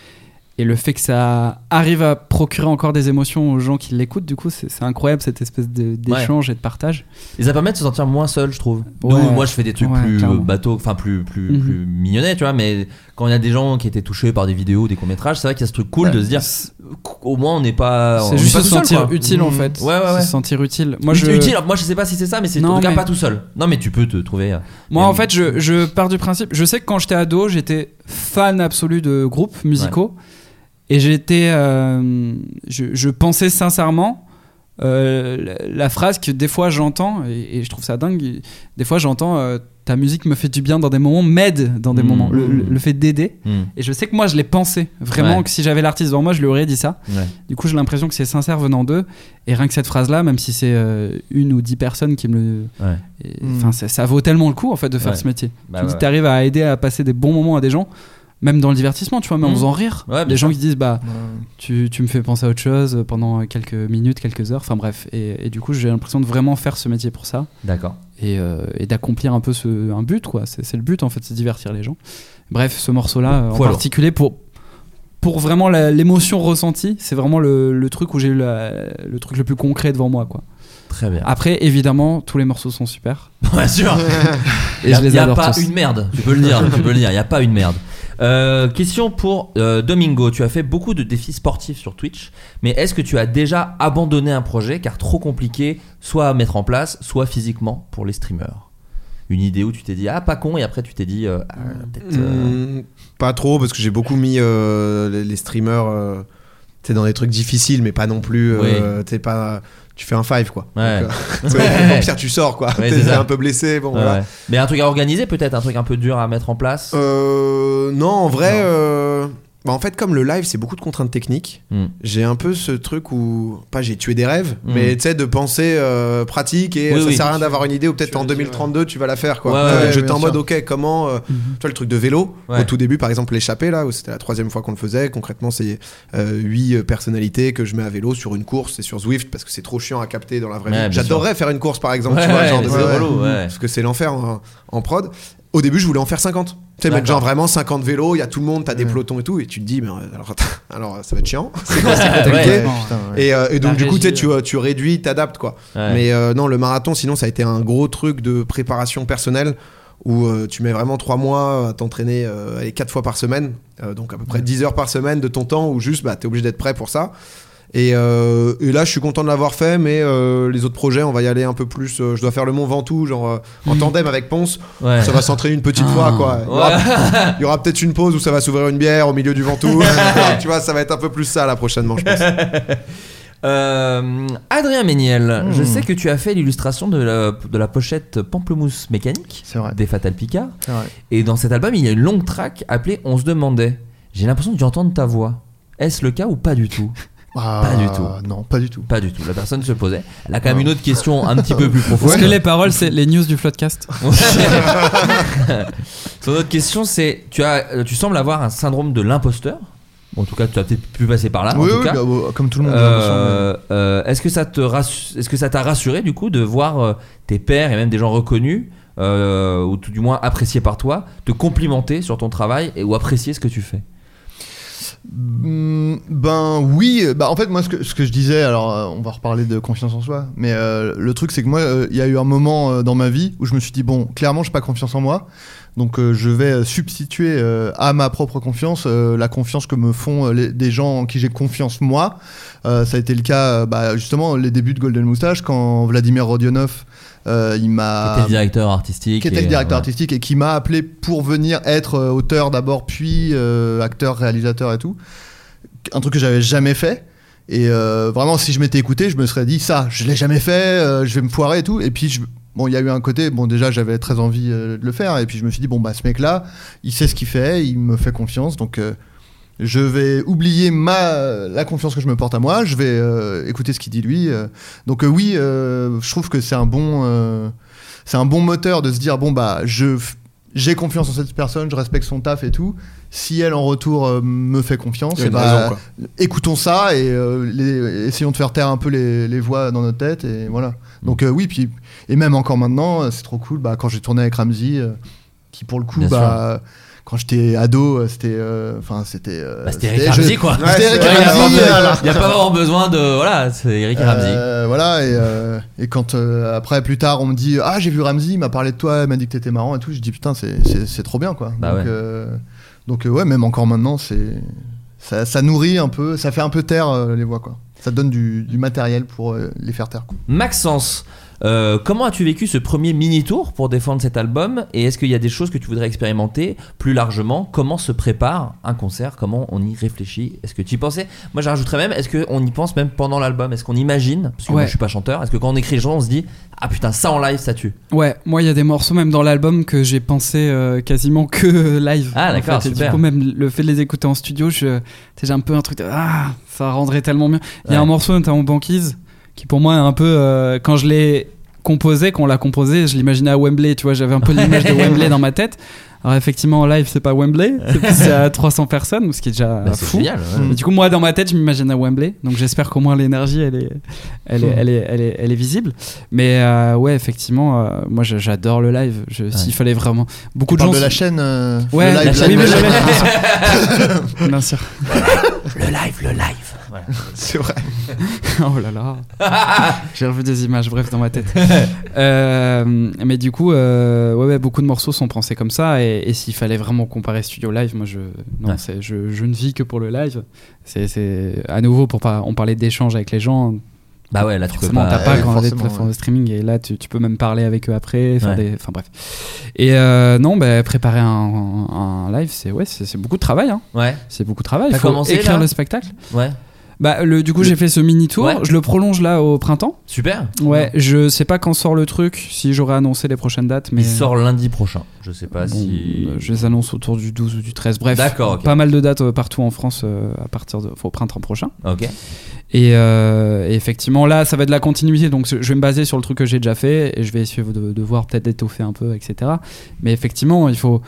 Speaker 8: Et le fait que ça arrive à procurer encore des émotions aux gens qui l'écoutent, du coup, c'est c'est incroyable cette espèce de- d'échange et de partage.
Speaker 6: Et ça permet de se sentir moins seul, je trouve.
Speaker 8: Ouais.
Speaker 6: Nous, moi, je fais des trucs
Speaker 8: Ouais,
Speaker 6: plus
Speaker 8: clairement.
Speaker 6: euh, bateaux, enfin plus plus
Speaker 8: Mhm.
Speaker 6: plus mignonnets, tu vois. Mais quand il y a des gens qui étaient touchés par des vidéos, des courts métrages, c'est vrai qu'il y a ce truc cool
Speaker 8: Ouais.
Speaker 6: de se dire, au moins, on n'est pas. on
Speaker 8: C'est
Speaker 6: n'est
Speaker 8: juste
Speaker 6: pas
Speaker 8: se
Speaker 6: tout seul,
Speaker 8: sentir
Speaker 6: quoi.
Speaker 8: utile en
Speaker 6: Mhm.
Speaker 8: fait.
Speaker 6: Ouais, ouais,
Speaker 8: Se
Speaker 6: ouais.
Speaker 8: sentir utile. Moi,
Speaker 6: Ut-
Speaker 8: je...
Speaker 6: utile. Alors, moi, je sais pas si c'est ça, mais c'est en
Speaker 8: Non,
Speaker 6: tout cas
Speaker 8: mais-
Speaker 6: pas tout seul. Non, mais tu peux te trouver. euh,
Speaker 8: Moi,
Speaker 6: et-
Speaker 8: en fait, je, je pars du principe. Je sais que quand j'étais ado, j'étais fan absolu de groupes musicaux. Et j'étais. euh, je, je pensais sincèrement. euh, la, la phrase que des fois j'entends, et, et je trouve ça dingue, des fois j'entends euh, ta musique me fait du bien dans des moments, m'aide dans des
Speaker 6: Mmh.
Speaker 8: moments, le, le- le fait d'aider.
Speaker 6: Mmh.
Speaker 8: Et je sais que moi je l'ai pensé, vraiment,
Speaker 6: Ouais.
Speaker 8: que si j'avais l'artiste devant moi, je lui aurais dit ça.
Speaker 6: Ouais.
Speaker 8: Du coup, j'ai l'impression que c'est sincère venant d'eux. Et rien que cette phrase-là, même si c'est euh, une ou dix personnes qui me le.
Speaker 6: Ouais.
Speaker 8: Et- Enfin, ça, ça vaut tellement le coup en fait de faire
Speaker 6: Ouais.
Speaker 8: ce métier.
Speaker 6: Bah
Speaker 8: tu me
Speaker 6: ouais,
Speaker 8: dis, t'arrives à aider à passer des bons moments à des gens. même dans le divertissement, tu vois, mais en
Speaker 6: Mhm.
Speaker 8: faisant rire.
Speaker 6: Ouais, bien
Speaker 8: les
Speaker 6: sûr.
Speaker 8: gens qui disent, bah, tu, tu me fais penser à autre chose pendant quelques minutes, quelques heures, enfin bref. Et, et du coup, j'ai l'impression de vraiment faire ce métier pour ça.
Speaker 6: D'accord.
Speaker 8: Et, euh, et d'accomplir un peu ce, un but, quoi. C'est c'est le but, en fait, c'est divertir les gens. Bref, ce morceau-là, euh, en
Speaker 6: Poids lourd.
Speaker 8: particulier, pour, pour vraiment la- l'émotion ressentie, c'est vraiment le, le truc où j'ai eu la- le truc le plus concret devant moi, quoi.
Speaker 6: Très bien.
Speaker 8: Après, évidemment, tous les morceaux sont super.
Speaker 6: Bien sûr.
Speaker 8: Et
Speaker 6: Y a-
Speaker 8: je les
Speaker 6: y a
Speaker 8: adore
Speaker 6: pas
Speaker 8: tous.
Speaker 6: une merde. Tu peux le dire. tu peux le dire. Il y a pas une merde. Euh, question pour euh, Domingo. Tu as fait beaucoup de défis sportifs sur Twitch, mais est-ce que tu as déjà abandonné un projet car trop compliqué, soit à mettre en place, soit physiquement pour les streamers Une idée où tu t'es dit ah pas con et après tu t'es dit euh, Ah, peut-être, euh,
Speaker 2: Hmm, Pas trop, parce que j'ai beaucoup mis euh, les, les streamers euh, tu sais, dans des trucs difficiles, mais pas non plus. euh, tu sais, pas, tu fais un five, quoi.
Speaker 6: Ouais.
Speaker 2: Donc, euh, tu
Speaker 6: Ouais.
Speaker 2: sais, au pire, tu sors, quoi.
Speaker 6: Ouais,
Speaker 2: T'es
Speaker 6: c'est ça.
Speaker 2: un peu blessé. Bon,
Speaker 6: Ouais,
Speaker 2: voilà.
Speaker 6: ouais. Mais un truc à organiser peut-être, un truc un peu dur à mettre en place.
Speaker 2: Euh, non, en vrai, euh, bah, en fait, comme le live, c'est beaucoup de contraintes techniques.
Speaker 6: Hmm.
Speaker 2: J'ai un peu ce truc où, pas j'ai tué des rêves,
Speaker 6: Hmm.
Speaker 2: mais tu sais, de penser euh, pratique et
Speaker 6: Oui,
Speaker 2: ça
Speaker 6: oui.
Speaker 2: sert à rien d'avoir une idée ou peut-être en 2032 tu vas la faire quoi.
Speaker 6: Ouais,
Speaker 2: Euh,
Speaker 6: ouais, ouais,
Speaker 2: J'étais
Speaker 6: bien
Speaker 2: en
Speaker 6: sûr.
Speaker 2: mode ok, comment, euh, tu vois, le truc de vélo
Speaker 6: Ouais.
Speaker 2: au tout début par exemple, l'échappée là où c'était la troisième fois qu'on le faisait, concrètement, c'est euh, huit euh, personnalités que je mets à vélo sur une course et sur Zwift parce que c'est trop chiant à capter dans la vraie
Speaker 6: Ouais, bien
Speaker 2: vie. J'adorerais
Speaker 6: sûr.
Speaker 2: faire une course par exemple,
Speaker 6: Ouais,
Speaker 2: tu vois,
Speaker 6: ouais,
Speaker 2: genre de
Speaker 6: c'est
Speaker 2: vélo,
Speaker 6: relou, ouais.
Speaker 2: parce que c'est l'enfer en, en prod. Au début, je voulais en faire 50. Tu sais, mettre genre
Speaker 6: D'accord.
Speaker 2: vraiment 50 vélos, il y a tout le monde, t'as des pelotons et tout, et tu te dis, mais euh, alors, attends, alors ça va être chiant. C'est quoi, c'est compliqué.
Speaker 6: Ouais,
Speaker 7: putain, ouais.
Speaker 2: Et, euh, et donc,
Speaker 7: La
Speaker 2: du coup, tu sais,
Speaker 7: régie,
Speaker 2: tu, euh, tu réduis, t'adaptes quoi.
Speaker 7: Ouais.
Speaker 2: Mais euh, non, le marathon, sinon, ça a été un gros truc de préparation personnelle où euh, tu mets vraiment 3 mois à t'entraîner 4 euh, fois par semaine, euh, donc à peu près 10 heures par semaine de ton temps où juste bah, t'es obligé d'être prêt pour ça. Et, euh, et là, je suis content de l'avoir fait, mais euh, les autres projets, on va y aller un peu plus. euh, je dois faire le Mont Ventoux, genre euh, en tandem avec Ponce.
Speaker 6: Mmh. Ouais.
Speaker 2: Ça va s'entraîner une petite
Speaker 6: Ah.
Speaker 2: fois, quoi. Il y aura,
Speaker 6: Ouais.
Speaker 2: il y aura peut-être une pause où ça va s'ouvrir une bière au milieu du Ventoux. tu vois, ça va être un peu plus ça là prochainement, je pense.
Speaker 6: Euh, Adrien Méniel,
Speaker 2: Hmm.
Speaker 6: je sais que tu as fait l'illustration de la, de la pochette Pamplemousse Mécanique des Fatal Picard.
Speaker 7: C'est vrai.
Speaker 6: Et dans cet album, il y a une longue track appelée On se demandait. J'ai l'impression d'entendre ta voix. Est-ce le cas ou pas du tout Pas du tout.
Speaker 7: Non, pas du tout.
Speaker 6: Ah, Pas du tout. La personne se posait. Elle a
Speaker 7: Ah.
Speaker 6: quand même une autre question un petit peu plus profonde.
Speaker 8: Parce que les paroles, c'est les news du Floodcast.
Speaker 6: Son autre question, c'est tu, as, euh, tu sembles avoir un syndrome de l'imposteur. En tout cas, tu as peut-être pu passer par là. en
Speaker 7: Oui,
Speaker 6: tout
Speaker 7: oui,
Speaker 6: cas.
Speaker 7: bah, bah, comme tout le
Speaker 2: hein,
Speaker 7: monde, j'ai
Speaker 6: Euh, euh, Est-ce que ça te rassu- est-ce que ça t'a rassuré du coup de voir euh, tes pairs et même des gens reconnus euh, ou tout du moins appréciés par toi te complimenter sur ton travail et ou apprécier ce que tu fais
Speaker 7: Mm, Ben oui, euh, bah en fait moi ce que, ce que je disais, alors euh, on va reparler de confiance en soi, mais euh, le truc c'est que moi euh, il y a eu un moment euh, dans ma vie où je me suis dit bon clairement j'ai pas confiance en moi, donc euh, je vais euh, substituer euh, à ma propre confiance euh, la confiance que me font euh, les- des gens en qui j'ai confiance moi. Euh, ça a été le cas euh, bah, justement les débuts de Golden Moustache quand Vladimir Rodionov euh, il m'a
Speaker 6: Qui était le directeur artistique
Speaker 7: qui était
Speaker 6: et,
Speaker 7: le directeur
Speaker 6: euh,
Speaker 7: artistique et qui m'a appelé pour venir être euh, auteur d'abord, puis euh, acteur, réalisateur et tout. Un truc que j'avais jamais fait. Et euh, vraiment, si je m'étais écouté, je me serais dit ça, je l'ai jamais fait, euh, je vais me foirer et tout. Et puis, je- bon, il y a eu un côté, bon, déjà, j'avais très envie euh, de le faire. Et puis, je me suis dit, bon, bah, ce mec-là, il sait ce qu'il fait, il me fait confiance. Donc, euh, je vais oublier ma la confiance que je me porte à moi. Je vais euh, écouter ce qu'il dit lui. euh. Donc euh, oui, euh, je trouve que c'est un bon euh, c'est un bon moteur de se dire bon bah je f- j'ai confiance en cette personne, je respecte son taf et tout. Si elle en retour euh, me fait confiance,
Speaker 2: Il y a
Speaker 7: eh
Speaker 2: une
Speaker 7: bah,
Speaker 2: raison,
Speaker 7: écoutons ça et euh, les- essayons de faire taire un peu les, les voix dans notre tête et voilà.
Speaker 2: Mm.
Speaker 7: Donc euh, oui, puis et même encore maintenant, euh, c'est trop cool. Bah, quand j'ai tourné avec Ramsey, euh, qui pour le coup,
Speaker 6: Bien
Speaker 7: bah, quand j'étais ado, euh, c'était, euh, enfin, c'était, euh,
Speaker 6: Bah, c'était Eric Ramsey, quoi.
Speaker 7: Ouais, c'était Eric
Speaker 6: Ouais, il y a
Speaker 7: Ramsey,
Speaker 6: pas-
Speaker 7: euh,
Speaker 6: Il n'y a pas vraiment besoin de. Voilà, c'est Eric Ramsey.
Speaker 7: euh, voilà, et, euh, et quand euh, après, plus tard, on me dit Ah, j'ai vu Ramsey, il m'a parlé de toi, il m'a dit que t'étais marrant et tout. Je dis Putain, c'est- c'est c'est trop bien, quoi.
Speaker 6: Bah
Speaker 7: donc,
Speaker 6: ouais.
Speaker 7: euh, donc, euh, ouais, même encore maintenant, c'est ça, ça nourrit un peu, ça fait un peu taire euh, les voix, quoi. Ça donne du, du matériel pour euh, les faire taire, quoi.
Speaker 6: Maxence, euh, comment as-tu vécu ce premier mini-tour pour défendre cet album Et est-ce qu'il y a des choses que tu voudrais expérimenter plus largement Comment se prépare un concert Comment on y réfléchit Est-ce que tu y pensais Moi, je rajouterais même, est-ce qu'on y pense même pendant l'album Est-ce qu'on imagine Parce que moi,
Speaker 8: Ouais.
Speaker 6: je suis pas chanteur. Est-ce que quand on écrit les chansons, on se dit Ah putain, ça en live, ça tue
Speaker 8: Ouais, moi il y a des morceaux même dans l'album que j'ai pensé euh, quasiment que euh, live.
Speaker 6: Ah,
Speaker 8: en
Speaker 6: d'accord,
Speaker 8: fait. Et
Speaker 6: super.
Speaker 8: Du coup même le fait de les écouter en studio, je- tu sais, j'ai un peu un truc de ah ça rendrait tellement mieux. Il y a
Speaker 6: Ouais.
Speaker 8: un morceau notamment Banquise qui pour moi est un peu euh, quand je l'ai composée qu'on l'a composée, je l'imaginais à Wembley, tu vois, j'avais un peu l'image de Wembley dans ma tête. Alors effectivement en live c'est pas Wembley, c'est- c'est à 300 personnes, ce qui est déjà
Speaker 6: Bah, c'est
Speaker 8: fou.
Speaker 6: génial, ouais.
Speaker 8: Mais Euh, du coup moi dans ma tête je m'imagine à Wembley, donc j'espère qu'au moins l'énergie elle est, elle est, elle est, elle est, elle est visible. Mais euh, ouais effectivement, euh, moi je- j'adore le live. Je- S'il fallait vraiment beaucoup
Speaker 7: Tu
Speaker 8: de gens
Speaker 7: parles de la
Speaker 8: se-
Speaker 7: chaîne, euh,
Speaker 8: ouais,
Speaker 7: le live,
Speaker 8: la
Speaker 7: la
Speaker 8: chaîne, oui, mais
Speaker 7: chaîne.
Speaker 8: je- bien sûr.
Speaker 6: Le live, le live. Voilà.
Speaker 7: C'est vrai.
Speaker 8: oh là là. J'ai revu des images, bref, dans ma tête. Euh, mais du coup, euh, ouais, ouais, beaucoup de morceaux sont pensés comme ça. Et, et s'il fallait vraiment comparer studio live, moi, je, non,
Speaker 6: Ouais.
Speaker 8: c'est- je, je ne vis que pour le live. C'est, c'est- à nouveau pour pas, on parlait d'échanges avec les gens.
Speaker 6: Bah ouais, là, tu peux
Speaker 8: Forcément,
Speaker 6: pas-
Speaker 8: t'as pas
Speaker 6: ouais,
Speaker 8: quand on a des
Speaker 6: forcément,
Speaker 8: plateformes
Speaker 6: ouais.
Speaker 8: de streaming et là tu, tu peux même parler avec eux après, faire des,
Speaker 6: Ouais.
Speaker 8: enfin bref. Et euh, non, bah, préparer un, un live, c'est ouais, c'est, c'est beaucoup de travail. hein.
Speaker 6: Ouais.
Speaker 8: C'est beaucoup de travail. Il
Speaker 6: T'as
Speaker 8: faut
Speaker 6: commencé,
Speaker 8: écrire
Speaker 6: là
Speaker 8: le spectacle.
Speaker 6: Ouais.
Speaker 8: Bah, le, du coup,
Speaker 6: Le-
Speaker 8: j'ai fait ce mini tour.
Speaker 6: Ouais.
Speaker 8: Je le prolonge là au printemps.
Speaker 6: Super.
Speaker 8: Ouais, je sais pas quand sort le truc, si j'aurais annoncé les prochaines dates. Mais
Speaker 6: Il sort lundi prochain. Je sais pas
Speaker 8: Bon,
Speaker 6: si.
Speaker 8: euh, Je les annonce autour du 12 ou du 13. Bref,
Speaker 6: D'accord, ok.
Speaker 8: pas mal de dates euh, partout en France euh, à partir de, enfin, au printemps prochain.
Speaker 6: Ok.
Speaker 8: Et, euh, et effectivement, là, ça va être de la continuité. Donc, je vais me baser sur le truc que j'ai déjà fait et je vais essayer de, de voir peut-être d'étoffer un peu, etc. Mais effectivement, il faut.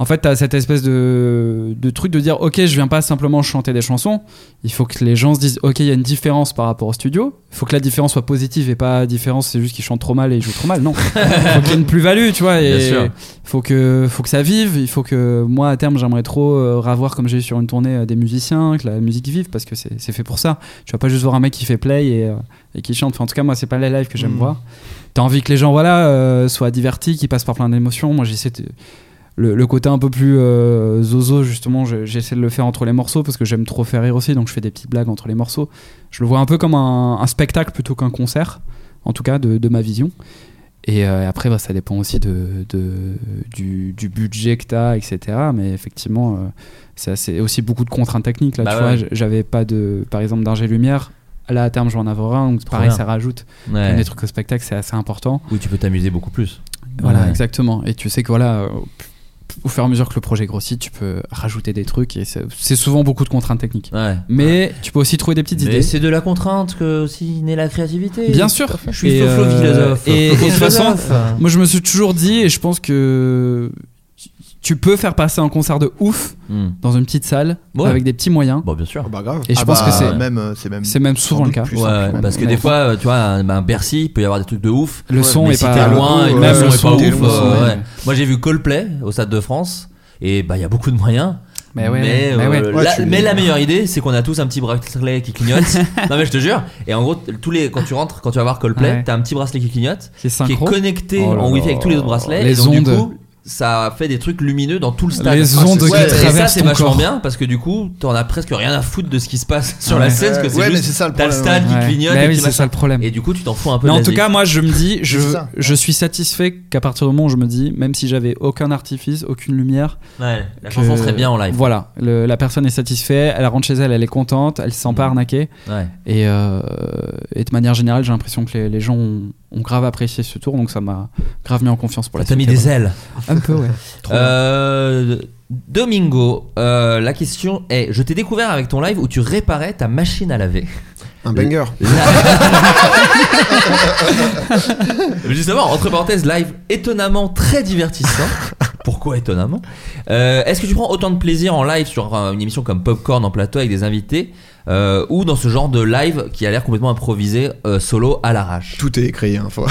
Speaker 8: En fait, t'as cette espèce de, de truc de dire, ok, je viens pas simplement chanter des chansons. Il faut que les gens se disent, ok, il y a une différence par rapport au studio. Il faut que la différence soit positive et pas différence, c'est juste qu'ils chantent trop mal et ils jouent trop mal. Non, il faut qu'il y ait une plus-value, tu vois.
Speaker 6: Bien
Speaker 8: Et
Speaker 6: sûr.
Speaker 8: faut que, faut que ça vive. Il faut que moi, à terme, j'aimerais trop euh, ravoir, comme j'ai eu sur une tournée, euh, des musiciens, que la musique vive, parce que c'est c'est fait pour ça. Tu vas pas juste voir un mec qui fait play et, euh, et qui chante. Enfin, en tout cas, moi, c'est pas les lives que j'aime
Speaker 6: Mm.
Speaker 8: voir. T'as envie que les gens, voilà, euh, soient divertis, qu'ils passent par plein d'émotions. Moi, j'essaie de- Le, le côté un peu plus euh, zozo, justement, je- j'essaie de le faire entre les morceaux parce que j'aime trop faire rire aussi, donc je fais des petites blagues entre les morceaux. Je le vois un peu comme un, un spectacle plutôt qu'un concert, en tout cas de- de ma vision. Et euh, après, bah, ça dépend aussi de, de- du, du budget que tu as, etc. Mais effectivement, euh, c'est assez- aussi beaucoup de contraintes techniques. Là,
Speaker 6: Bah
Speaker 8: tu
Speaker 6: ouais.
Speaker 8: vois, j- j'avais pas de, par exemple, d'argent lumière. Là, à terme, je vais en avoir un. Donc, pareil,
Speaker 6: bien.
Speaker 8: ça rajoute.
Speaker 6: Ouais.
Speaker 8: Comme Des trucs au spectacle, c'est assez important.
Speaker 6: Où tu peux t'amuser beaucoup plus.
Speaker 8: Voilà,
Speaker 6: Ouais.
Speaker 8: exactement. Et tu sais que voilà, au, au fur et à mesure que le projet grossit, tu peux rajouter des trucs. Et c'est c'est souvent beaucoup de contraintes techniques. Mais tu peux aussi trouver des petites
Speaker 6: Mais
Speaker 8: idées.
Speaker 6: c'est de la contrainte que aussi naît la créativité.
Speaker 8: Bien sûr.
Speaker 6: Je suis
Speaker 8: Et,
Speaker 6: faux-faux
Speaker 8: euh,
Speaker 6: philosophe.
Speaker 8: Et, et de toute façon,
Speaker 6: Philosophe.
Speaker 8: moi je me suis toujours dit, et je pense que tu peux faire passer un concert de ouf
Speaker 6: Hmm.
Speaker 8: dans une petite salle
Speaker 6: Ouais.
Speaker 8: avec des petits moyens.
Speaker 6: Bon, bien sûr.
Speaker 7: Ah
Speaker 8: bah, grave. Et je pense que c'est
Speaker 7: même, euh, c'est même,
Speaker 8: c'est même souvent
Speaker 7: sans
Speaker 8: le
Speaker 7: doute
Speaker 8: cas.
Speaker 7: plus
Speaker 6: Ouais,
Speaker 7: simple,
Speaker 6: ouais,
Speaker 7: même.
Speaker 6: parce que des
Speaker 7: Ouais.
Speaker 6: fois, euh, tu vois, à- bah, à Bercy, il peut y avoir des trucs de ouf.
Speaker 8: Le son
Speaker 6: mais
Speaker 8: est
Speaker 6: si
Speaker 8: pas-
Speaker 6: t'es
Speaker 8: le
Speaker 6: loin
Speaker 8: coup,
Speaker 6: et
Speaker 8: euh,
Speaker 6: même
Speaker 8: le
Speaker 6: le
Speaker 8: son
Speaker 6: son
Speaker 8: est
Speaker 6: est pas ouf.
Speaker 8: le son,
Speaker 6: euh,
Speaker 8: ouais.
Speaker 6: ouais. Moi, j'ai vu Coldplay au Stade de France et bah il y a beaucoup de moyens.
Speaker 8: Mais ouais,
Speaker 6: mais,
Speaker 8: mais
Speaker 6: euh,
Speaker 8: ouais. Ouais,
Speaker 6: la,
Speaker 8: tu-
Speaker 6: mais la meilleure idée, c'est qu'on a tous un petit bracelet qui clignote. non mais je te jure. Et en gros, t- tous les quand tu rentres, quand tu vas voir Coldplay,
Speaker 8: Ouais.
Speaker 6: t'as un petit bracelet qui clignote,
Speaker 8: Qui est synchro.
Speaker 6: connecté
Speaker 8: Oh là
Speaker 6: en wifi
Speaker 8: là.
Speaker 6: avec tous les autres bracelets.
Speaker 8: Les
Speaker 6: et donc,
Speaker 8: ondes.
Speaker 6: Du coup, ça fait des trucs lumineux dans tout le stade.
Speaker 8: Les
Speaker 6: Ah, c'est-
Speaker 8: ondes qui
Speaker 6: ouais, Et ça,
Speaker 8: traversent
Speaker 6: c'est
Speaker 8: ton
Speaker 6: vachement
Speaker 8: corps.
Speaker 6: bien parce que du coup, t'en as presque rien à foutre de ce qui se passe sur
Speaker 8: Ouais.
Speaker 6: la scène parce que
Speaker 7: Ouais,
Speaker 6: c'est
Speaker 7: mais
Speaker 6: juste
Speaker 7: c'est ça le
Speaker 6: t'as le
Speaker 7: problème,
Speaker 6: stade
Speaker 8: ouais.
Speaker 6: qui clignote.
Speaker 8: Bah
Speaker 6: et
Speaker 8: oui,
Speaker 6: qui
Speaker 8: c'est
Speaker 6: machin.
Speaker 8: ça le problème.
Speaker 6: Et du coup, tu t'en fous un peu.
Speaker 8: Mais
Speaker 6: de
Speaker 8: en
Speaker 6: la
Speaker 8: tout cas,
Speaker 6: vie.
Speaker 8: moi je me dis, je,
Speaker 6: C'est ça.
Speaker 8: je suis satisfait qu'à partir du moment où je me dis, même si j'avais aucun artifice, aucune lumière,
Speaker 6: Ouais, la
Speaker 8: que-
Speaker 6: chanson serait bien en live.
Speaker 8: Voilà, le- la personne est satisfaite, elle rentre chez elle, elle est contente, elle se sent pas
Speaker 6: Mm.
Speaker 8: arnaquée.
Speaker 6: Ouais.
Speaker 8: Et, euh, et de manière générale, j'ai l'impression que les, les gens ont, ont grave apprécié ce tour, donc ça m'a grave mis en confiance pour la
Speaker 6: T'as
Speaker 8: suite.
Speaker 6: mis des ailes.
Speaker 8: Un peu, ouais. Trop bien.
Speaker 6: Euh, Domingo, euh, la question est je t'ai découvert avec ton live où tu réparais ta machine à laver.
Speaker 2: Un banger.
Speaker 6: Justement, entre parenthèses, live étonnamment très divertissant. Pourquoi étonnamment Euh, Est-ce que tu prends autant de plaisir en live sur euh, une émission comme Popcorn en plateau avec des invités euh, ou dans ce genre de live qui a l'air complètement improvisé, euh, solo à l'arrache
Speaker 2: Tout est écrit. hein, faut-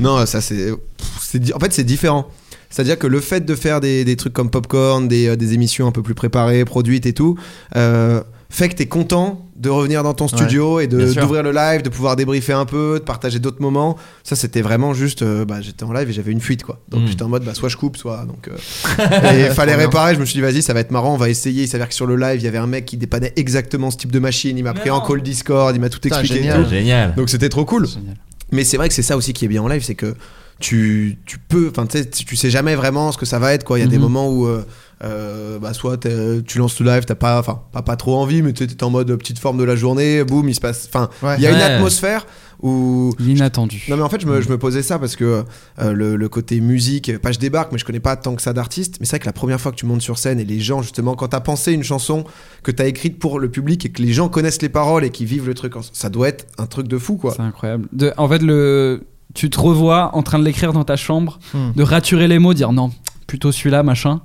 Speaker 2: non, ça c'est. pff, c'est di- En fait, c'est différent. C'est-à-dire que le fait de faire des, des trucs comme Popcorn, des, euh, des émissions un peu plus préparées, produites et tout, euh, fait que t'es content de revenir dans ton studio et
Speaker 6: Bien
Speaker 2: de-
Speaker 6: sûr.
Speaker 2: d'ouvrir le live, de pouvoir débriefer un peu, de partager d'autres moments. Ça, c'était vraiment juste. euh, bah, j'étais en live et j'avais une fuite, quoi. Donc
Speaker 6: Mm.
Speaker 2: j'étais en mode, bah, soit je coupe, soit. Donc, euh, et il fallait
Speaker 7: Trop bien.
Speaker 2: réparer. Je me suis dit, vas-y, ça va être marrant, on va essayer. Il s'avère que sur le live, il y avait un mec qui dépannait exactement ce type de machine. Il m'a pris en call Discord, il m'a tout
Speaker 7: Putain,
Speaker 2: expliqué. et
Speaker 7: génial.
Speaker 2: tout.
Speaker 6: Génial.
Speaker 2: Donc c'était trop cool.
Speaker 8: Génial.
Speaker 2: Mais c'est vrai que c'est ça aussi qui est bien en live, c'est que tu, tu peux, enfin tu sais, tu sais jamais vraiment ce que ça va être quoi. Il y a des
Speaker 8: Mhm.
Speaker 2: moments où euh, euh, bah, soit t'es- tu lances le live, t'as pas, enfin pas, pas trop envie, mais tu es en mode petite forme de la journée, boum, il se passe, enfin
Speaker 7: Ouais.
Speaker 2: il y a une
Speaker 6: Ouais.
Speaker 2: atmosphère où
Speaker 8: L'inattendu.
Speaker 2: non mais en fait je me, je me posais ça parce que euh, le, le côté musique, pas je débarque mais je connais pas tant que ça d'artistes, mais c'est vrai que la première fois que tu montes sur scène et les gens justement quand t'as pensé une chanson que t'as écrite pour le public et que les gens connaissent les paroles et qui vivent le truc, en- ça doit être un truc de fou quoi.
Speaker 8: C'est incroyable. De- en fait, le, tu te revois en train de l'écrire dans ta chambre,
Speaker 6: Mm.
Speaker 2: Hmm.
Speaker 8: de raturer les mots, dire non, plutôt celui-là, machin.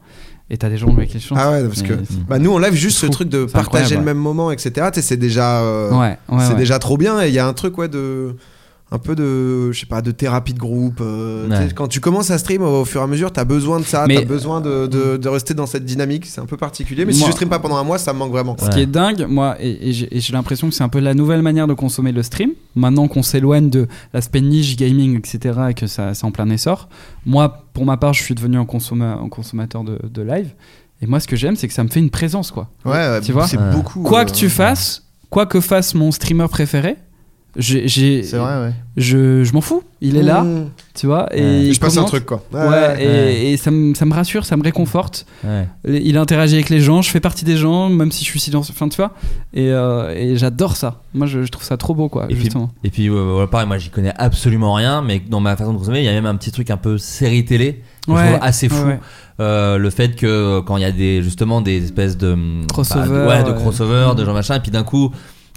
Speaker 8: Et t'as des gens avec qui chantent.
Speaker 2: Ah ouais, parce que
Speaker 8: Mais-
Speaker 6: Mm.
Speaker 2: bah nous on lève juste
Speaker 8: C'est
Speaker 2: ce
Speaker 8: fou.
Speaker 2: truc de
Speaker 8: C'est
Speaker 2: partager
Speaker 8: incroyable,
Speaker 2: le même moment, etc. Tu sais, c'est déjà, euh,
Speaker 8: Ouais, ouais,
Speaker 2: c'est
Speaker 8: ouais.
Speaker 2: déjà trop bien. Et il y a un truc ouais de un peu de je sais pas de thérapie de groupe euh, tu sais,
Speaker 6: Ouais.
Speaker 2: quand tu commences à stream au fur et à mesure t'as besoin de ça
Speaker 8: Mais-
Speaker 2: t'as besoin de, de, de rester dans cette dynamique c'est un peu particulier mais si
Speaker 8: Moi-
Speaker 2: je stream pas pendant un mois ça me manque vraiment
Speaker 8: Ce qui est dingue, moi, et, et j'ai et j'ai l'impression que c'est un peu la nouvelle manière de consommer le stream. Maintenant qu'on s'éloigne de l'aspect niche gaming, etc., et que ça, c'est en plein essor. Moi, pour ma part, je suis devenu un, consomma- un consommateur de, de live. Et moi, ce que j'aime, c'est que ça me fait une présence, quoi.
Speaker 7: Ouais, ouais,
Speaker 8: tu vois.
Speaker 7: c'est Ouais. beaucoup,
Speaker 8: Quoi
Speaker 7: euh,
Speaker 8: que tu fasses, quoi que fasse mon streamer préféré, j'ai, j'ai-
Speaker 7: C'est vrai, ouais.
Speaker 8: je, je m'en fous. Il est là,
Speaker 7: Mmh.
Speaker 8: tu vois. Et
Speaker 7: Ouais.
Speaker 8: il
Speaker 7: Je passe un
Speaker 8: commente.
Speaker 7: truc, quoi.
Speaker 8: Ouais,
Speaker 7: Ouais, ouais.
Speaker 8: et-
Speaker 7: Ouais.
Speaker 8: et ça me, ça me rassure, ça me réconforte.
Speaker 6: Ouais.
Speaker 8: Il interagit avec les gens, je fais partie des gens, même si je suis silencieux. Enfin, tu vois, et, euh, et j'adore ça. Moi, je, je trouve ça trop beau, quoi,
Speaker 6: Et puis,
Speaker 8: justement.
Speaker 6: et puis euh, voilà, pareil, moi j'y connais absolument rien, mais dans ma façon de consommer, il y a même un petit truc un peu série télé, que je
Speaker 8: Ouais,
Speaker 6: trouve assez fou.
Speaker 8: ouais, ouais.
Speaker 6: Euh, le fait que euh, quand il y a des, justement des espèces de. hum,
Speaker 8: Crossover,
Speaker 6: bah, de- ouais, de
Speaker 8: ouais.
Speaker 6: crossover, de gens machin, et puis d'un coup.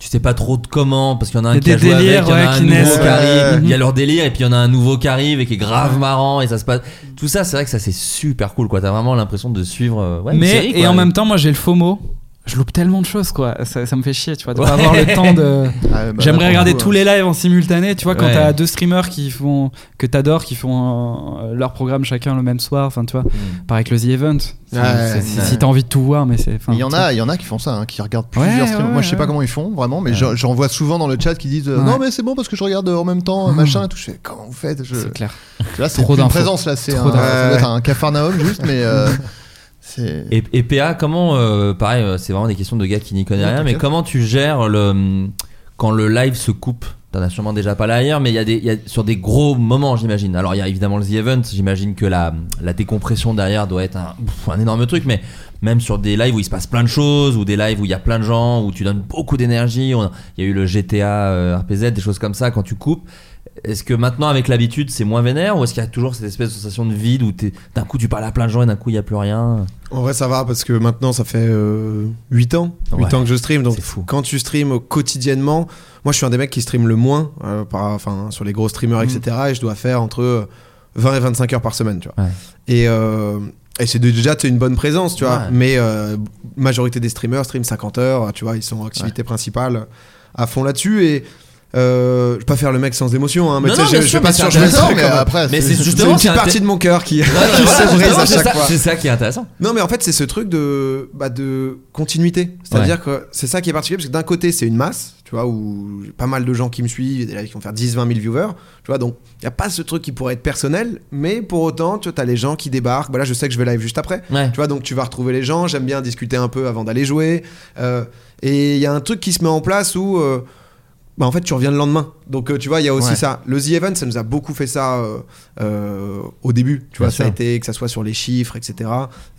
Speaker 6: Tu sais pas trop de comment, parce qu'il y en a un
Speaker 8: Des-
Speaker 6: qui a
Speaker 8: des
Speaker 6: joué avec, il y
Speaker 8: délires,
Speaker 6: en a
Speaker 8: ouais,
Speaker 6: un
Speaker 8: qui
Speaker 6: nouveau
Speaker 8: naissent,
Speaker 6: qui
Speaker 8: ouais.
Speaker 6: arrive, il y a
Speaker 8: Mhm.
Speaker 6: leur délire, et puis il y en a un nouveau qui arrive et qui est grave marrant, et ça se passe. Tout ça, c'est vrai que ça c'est super cool, quoi. T'as vraiment l'impression de suivre. euh, ouais, une
Speaker 8: mais
Speaker 6: série,
Speaker 8: et
Speaker 6: quoi.
Speaker 8: en même temps, moi, j'ai le FOMO. Je loupe tellement de choses, quoi. Ça, ça me fait chier, tu vois, de pas
Speaker 6: Ouais.
Speaker 8: avoir le temps de.
Speaker 6: Ah ouais, bah,
Speaker 8: J'aimerais
Speaker 6: là,
Speaker 8: regarder
Speaker 6: pour le
Speaker 8: tous
Speaker 6: coup,
Speaker 8: les lives en simultané, tu vois, quand
Speaker 6: Ouais.
Speaker 8: t'as deux streamers qui font que t'adores, qui font euh, leur programme chacun le même soir, enfin, tu vois.
Speaker 6: Mm.
Speaker 8: Pareil que le The Event. C'est-
Speaker 7: Ouais,
Speaker 8: c'est- si
Speaker 7: ouais.
Speaker 8: si t'as envie de tout voir, mais c'est. enfin,
Speaker 7: Il y en
Speaker 8: tu vois.
Speaker 7: a, il y en a qui font ça, hein, qui regardent
Speaker 8: Ouais,
Speaker 7: plusieurs streams.
Speaker 8: ouais,
Speaker 7: Moi, je sais
Speaker 8: ouais.
Speaker 7: pas comment ils font vraiment, mais
Speaker 8: Ouais.
Speaker 7: j'en j'en vois souvent dans le chat qui disent euh,
Speaker 8: Ouais.
Speaker 7: non mais c'est bon parce que je regarde euh, en même temps euh, machin et tout. Je fais comment vous faites Je-
Speaker 8: C'est clair.
Speaker 7: Là, c'est
Speaker 8: Trop
Speaker 7: trop une
Speaker 8: d'infos.
Speaker 7: présence là, c'est un,
Speaker 8: Trop
Speaker 7: ça
Speaker 8: d'infos.
Speaker 7: doit être un cafarnaum juste, mais euh, c'est
Speaker 6: Et, et PA, comment, euh, pareil, euh, c'est vraiment des questions de gars qui n'y connaissent
Speaker 7: Ouais,
Speaker 6: rien, mais
Speaker 7: t'inquiète.
Speaker 6: comment tu gères le hum, quand le live se coupe T'en as sûrement déjà parlé ailleurs, mais il y a des il y a- sur des gros moments, j'imagine. Alors il y a évidemment le The Event, j'imagine que la la décompression derrière doit être un, pff, un énorme truc, mais même sur des lives où il se passe plein de choses, ou des lives où il y a plein de gens, où tu donnes beaucoup d'énergie, on- il y a eu le GTA euh, RPZ, des choses comme ça, quand tu coupes. Est-ce que maintenant, avec l'habitude, c'est moins vénère ou est-ce qu'il y a toujours cette espèce de sensation de vide où t'es- d'un coup tu parles à plein de gens et d'un coup il n'y a plus rien
Speaker 2: En vrai, ça va parce que maintenant, ça fait 8 ans, 8
Speaker 6: Ouais.
Speaker 2: ans que je stream. Donc, quand tu streams quotidiennement, moi, je suis un des mecs qui stream le moins, euh, par- enfin, sur les gros streamers,
Speaker 6: Mm.
Speaker 2: etc. Et je dois faire entre 20 et 25 heures par semaine, tu vois.
Speaker 6: Ouais.
Speaker 2: Et, euh, et c'est déjà tu sais, une bonne présence, tu vois.
Speaker 6: Ouais.
Speaker 2: Mais euh, majorité des streamers stream 50 heures, tu vois, ils sont en activité principale à fond là-dessus. Et euh, je vais pas faire le mec sans émotion, hein, mais
Speaker 6: Non,
Speaker 2: tu sais,
Speaker 6: non,
Speaker 2: je-
Speaker 6: bien
Speaker 2: je,
Speaker 6: sûr,
Speaker 2: vais pas
Speaker 6: mais c'est
Speaker 2: surjouer le
Speaker 6: intéressant,
Speaker 2: truc,
Speaker 6: mais
Speaker 2: quand même.
Speaker 6: après, Mais c'est- c'est
Speaker 2: c'est
Speaker 6: justement,
Speaker 2: une
Speaker 6: c'est
Speaker 2: petite
Speaker 6: inté-
Speaker 2: partie de mon cœur qui,
Speaker 6: Ouais,
Speaker 2: qui
Speaker 6: voilà,
Speaker 2: se
Speaker 6: justement,
Speaker 2: brise à
Speaker 6: c'est
Speaker 2: chaque
Speaker 6: ça-
Speaker 2: fois.
Speaker 6: c'est ça qui est intéressant.
Speaker 2: Non, mais en fait, c'est ce truc de, bah, de continuité. C'est-à-dire que c'est ça qui est particulier, parce que d'un côté, c'est une masse, tu vois, où j'ai pas mal de gens qui me suivent, des lives qui vont faire 10-20 000 viewers, tu vois, donc il n'y a pas ce truc qui pourrait être personnel, mais pour autant, tu vois, as les gens qui débarquent, bah là, je sais que je vais live juste après, tu vois, donc tu vas retrouver les gens, j'aime bien discuter un peu avant d'aller jouer, euh, et il y a un truc qui se met en place où... euh, bah en fait tu reviens le lendemain donc euh, tu vois il y a aussi
Speaker 7: Ouais.
Speaker 2: ça le The Event ça nous a beaucoup fait ça euh, euh, au début tu
Speaker 6: Bien
Speaker 2: vois ça a
Speaker 6: sûr.
Speaker 2: été que ça soit sur les chiffres etc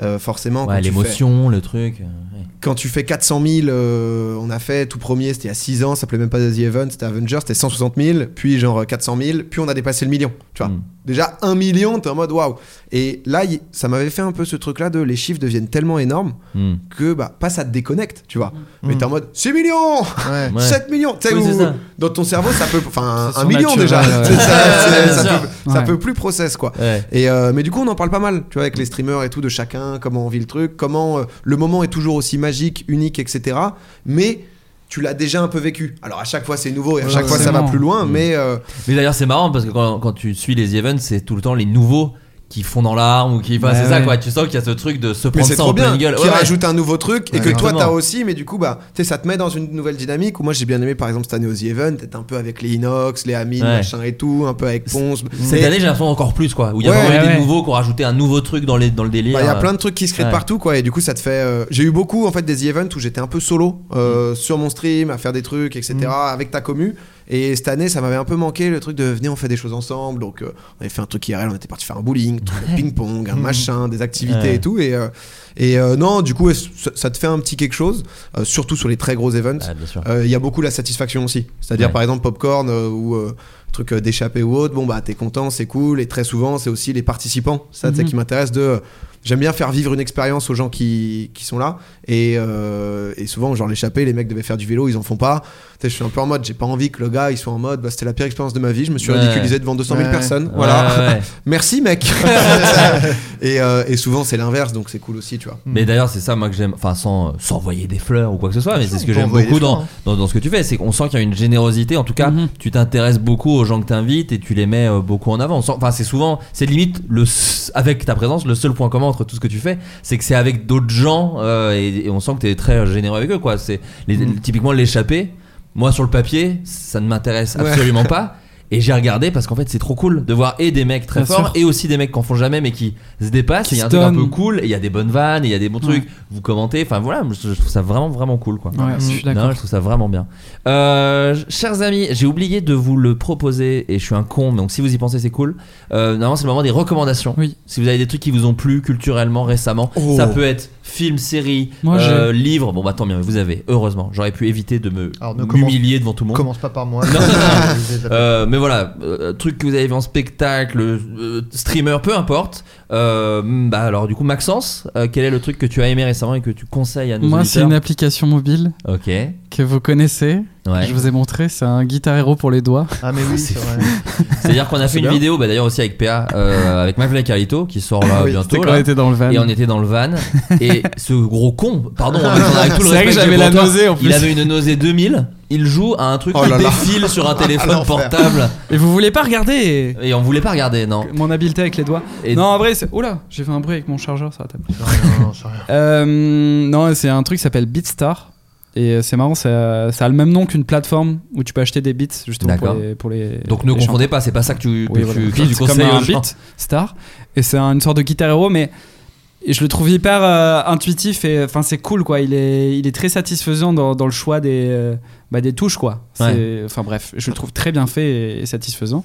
Speaker 2: Euh, forcément quand
Speaker 6: Ouais,
Speaker 2: tu fais-
Speaker 6: l'émotion, le truc. euh, ouais.
Speaker 2: quand tu fais 400 000 euh, on a fait tout premier c'était à 6 ans ça s'appelait même pas The Event c'était Avengers c'était 160 000 puis genre euh, 400 000 puis on a dépassé le million tu vois
Speaker 6: Hmm.
Speaker 2: déjà 1 million t'es en mode waouh et là y- ça m'avait fait un peu ce truc là de les chiffres deviennent tellement énormes
Speaker 6: Mm.
Speaker 2: que bah pas ça te déconnecte tu vois mais t'es en mode 6 millions
Speaker 6: Hmm. Ouais.
Speaker 2: 7 millions tu sais
Speaker 6: Oui,
Speaker 2: où
Speaker 6: c'est ça.
Speaker 2: dans ton cerveau ça peut enfin
Speaker 6: C'est
Speaker 2: un million
Speaker 6: surnaturel,
Speaker 2: déjà
Speaker 6: ouais.
Speaker 2: C'est ça,
Speaker 6: Ouais,
Speaker 2: c'est-
Speaker 6: bien
Speaker 2: ça
Speaker 6: sûr.
Speaker 2: peut- ça
Speaker 6: Ouais.
Speaker 2: peut plus process quoi
Speaker 6: Ouais.
Speaker 2: et euh, mais du coup on en parle pas mal tu vois avec les streamers et tout de chacun comment on vit le truc comment euh, le moment est toujours aussi magique unique etc mais tu l'as déjà un peu vécu alors à chaque fois c'est nouveau et à
Speaker 6: Ouais,
Speaker 2: chaque fois ça va
Speaker 6: forcément.
Speaker 2: plus loin
Speaker 6: Mm.
Speaker 2: mais euh,
Speaker 6: Mais d'ailleurs, c'est marrant parce que quand, quand tu suis les events, c'est tout le temps les nouveaux qui font dans l'arme ou qui. enfin,
Speaker 2: Ouais,
Speaker 6: c'est ça
Speaker 2: ouais.
Speaker 6: quoi, tu sens qu'il y a ce truc de se
Speaker 2: mais
Speaker 6: prendre
Speaker 2: c'est
Speaker 6: ça en
Speaker 2: trop bien
Speaker 6: pleine gueule.
Speaker 2: qui
Speaker 6: Ouais, ouais.
Speaker 2: rajoute un nouveau truc et
Speaker 6: Ouais,
Speaker 2: que toi
Speaker 6: exactement.
Speaker 2: t'as aussi mais du coup bah tu sais ça te met dans une nouvelle dynamique où moi j'ai bien aimé par exemple cette année aux The Event t'es un peu avec les Inox les Amine
Speaker 6: Ouais.
Speaker 2: machin et tout un peu avec Ponce
Speaker 6: Cette
Speaker 2: Mais-
Speaker 6: année, j'ai l'impression encore plus quoi, où il y a
Speaker 2: Ouais,
Speaker 6: vraiment eu
Speaker 2: ouais,
Speaker 6: des
Speaker 2: ouais.
Speaker 6: nouveaux qui ont rajouté un nouveau truc dans, les, dans le délire.
Speaker 2: Bah, Il y a plein de trucs qui se créent de
Speaker 6: Ouais.
Speaker 2: partout, quoi. Et du coup, ça te fait. euh, J'ai eu beaucoup, en fait, des events où j'étais un peu solo euh, sur mon stream, à faire des trucs, etc., avec ta commu. Et cette année, ça m'avait un peu manqué le truc de venez, on fait des choses ensemble. Donc, euh, on avait fait un truc IRL, on était parti faire un bowling, un truc de ping-pong, un
Speaker 6: Mhm.
Speaker 2: machin, des activités
Speaker 6: Ouais.
Speaker 2: et tout. Et, euh, et euh, non, du coup, ouais, ça, ça te fait un petit quelque chose, euh, surtout sur les très gros events.
Speaker 6: Ouais, bien sûr.
Speaker 2: Euh, Il y a beaucoup la satisfaction aussi. C'est-à-dire,
Speaker 6: Ouais.
Speaker 2: par exemple, Popcorn euh, ou euh, truc euh, d'échappée ou autre, bon, bah, t'es content, c'est cool. Et très souvent, c'est aussi les participants. Ça, tu sais,
Speaker 6: Mhm.
Speaker 2: qui m'intéresse de. euh, j'aime bien faire vivre une expérience aux gens qui, qui sont là. Et, euh, et souvent, genre l'échappée, les mecs devaient faire du vélo, ils en font pas. Tu sais, je suis un peu en mode, j'ai pas envie que le gars il soit en mode, bah, c'était la pire expérience de ma vie, je me suis
Speaker 6: Ouais.
Speaker 2: ridiculisé devant 200 000
Speaker 6: Ouais.
Speaker 2: personnes.
Speaker 6: Ouais,
Speaker 2: voilà.
Speaker 6: ouais.
Speaker 2: Merci mec. et, euh, et souvent, c'est l'inverse, donc c'est cool aussi, tu vois.
Speaker 6: Mais d'ailleurs, c'est ça, moi, que j'aime. Enfin, sans euh, sans envoyer des fleurs ou quoi que ce soit, mais c'est ce que
Speaker 2: peut
Speaker 6: j'aime
Speaker 2: envoyer
Speaker 6: beaucoup
Speaker 2: des fleurs, Mhm.
Speaker 6: dans, dans, dans ce que tu fais. C'est qu'on sent qu'il y a une générosité. En tout cas, tu t'intéresses beaucoup aux gens que tu invites et tu les mets euh, beaucoup en avant. On sent- Enfin, c'est souvent, c'est limite, le, s- avec ta présence, le seul point commun entre tout ce que tu fais, c'est que c'est avec d'autres gens euh, et, et on sent que tu es très euh, généreux avec eux, quoi. C'est les-
Speaker 2: Mhm.
Speaker 6: typiquement l'échappée. Moi, sur le papier, ça ne m'intéresse
Speaker 2: Ouais.
Speaker 6: absolument pas. Et j'ai regardé parce qu'en fait c'est trop cool de voir et des mecs très
Speaker 8: Bien
Speaker 6: forts
Speaker 8: sûr.
Speaker 6: et aussi des mecs qui en font jamais mais qui se dépassent. et Il y a un truc un peu
Speaker 8: Keystone.
Speaker 6: cool, et il y a des bonnes vannes, et il y a des bons
Speaker 8: Ouais.
Speaker 6: trucs. Vous commentez, enfin voilà, je, je trouve ça vraiment vraiment cool quoi.
Speaker 8: Ouais, je suis d'accord.
Speaker 6: Non, je trouve ça vraiment bien. Euh, chers amis, j'ai oublié de vous le proposer et je suis un con, mais donc si vous y pensez c'est cool. Euh, normalement c'est le moment des recommandations. Si vous avez des trucs qui vous ont plu culturellement récemment,
Speaker 8: Oh.
Speaker 6: ça peut être film, série,
Speaker 7: Moi,
Speaker 6: euh, livre. Bon bah tant mieux, vous avez heureusement. J'aurais pu éviter de me
Speaker 7: Alors, ne
Speaker 6: m'humilier
Speaker 7: commence-
Speaker 6: devant tout le monde.
Speaker 7: commence pas par moi.
Speaker 6: Non, non, non.
Speaker 7: Je les appelle.
Speaker 6: Euh, mais voilà, euh, truc que vous avez vu en spectacle, euh, streamer, peu importe. Euh, bah alors du coup Maxence, euh, quel est le truc que tu as aimé récemment et que tu conseilles à nos
Speaker 8: Moi, c'est
Speaker 6: auditeurs
Speaker 8: une application mobile
Speaker 6: Ok.
Speaker 8: que vous connaissez.
Speaker 6: Ouais.
Speaker 8: Je vous ai montré, c'est un Guitar Hero pour les doigts.
Speaker 7: Ah, mais oui, c'est vrai.
Speaker 6: C'est-à-dire qu'on a fait
Speaker 8: C'est
Speaker 6: une
Speaker 8: bien.
Speaker 6: vidéo, bah d'ailleurs aussi avec PA, euh, avec Mavlek Carlito, qui sort
Speaker 8: Oui,
Speaker 6: là Ah, bientôt.
Speaker 8: c'était quand
Speaker 6: là.
Speaker 8: on était dans le van.
Speaker 6: Et on était dans le van. et ce gros con, pardon, en même temps, avec tout le
Speaker 8: C'est vrai
Speaker 6: respect
Speaker 8: que
Speaker 6: j'ai
Speaker 8: j'avais
Speaker 6: pour
Speaker 8: la
Speaker 6: toi,
Speaker 8: nausée, en
Speaker 6: Il
Speaker 8: plus.
Speaker 6: avait une nausée 2000. Il joue à un truc
Speaker 8: Oh
Speaker 6: qui
Speaker 8: là là.
Speaker 6: défile sur un
Speaker 8: À
Speaker 6: téléphone
Speaker 8: l'enfer.
Speaker 6: portable.
Speaker 8: Et vous voulez pas regarder
Speaker 6: Et on voulait pas regarder, non.
Speaker 8: Mon habileté avec les doigts.
Speaker 6: Et-
Speaker 8: Non, en vrai, c'est. Oula, j'ai fait un bruit avec mon chargeur, ça va taper.
Speaker 7: Non, c'est rien.
Speaker 8: Euh, non, c'est un truc qui s'appelle BeatStar. Et euh, c'est marrant, ça, ça a le même nom qu'une plateforme où tu peux acheter des beats justement pour
Speaker 6: D'accord.
Speaker 8: les, pour les-
Speaker 6: Donc ne
Speaker 8: les
Speaker 6: confondez
Speaker 8: chanteurs.
Speaker 6: pas, c'est pas ça que tu- que
Speaker 8: Oui,
Speaker 6: tu-
Speaker 8: voilà.
Speaker 6: que tu
Speaker 8: C'est
Speaker 6: conseilles
Speaker 8: comme
Speaker 6: aux
Speaker 8: un
Speaker 6: gens.
Speaker 8: Star. Et c'est un- une sorte de guitar hero, mais et je le trouve hyper euh, intuitif et enfin c'est cool quoi. Il est, il est très satisfaisant dans, dans le choix des, euh, bah, des touches quoi. C'est-
Speaker 6: Ouais.
Speaker 8: Enfin bref, je le trouve très bien fait et, et satisfaisant.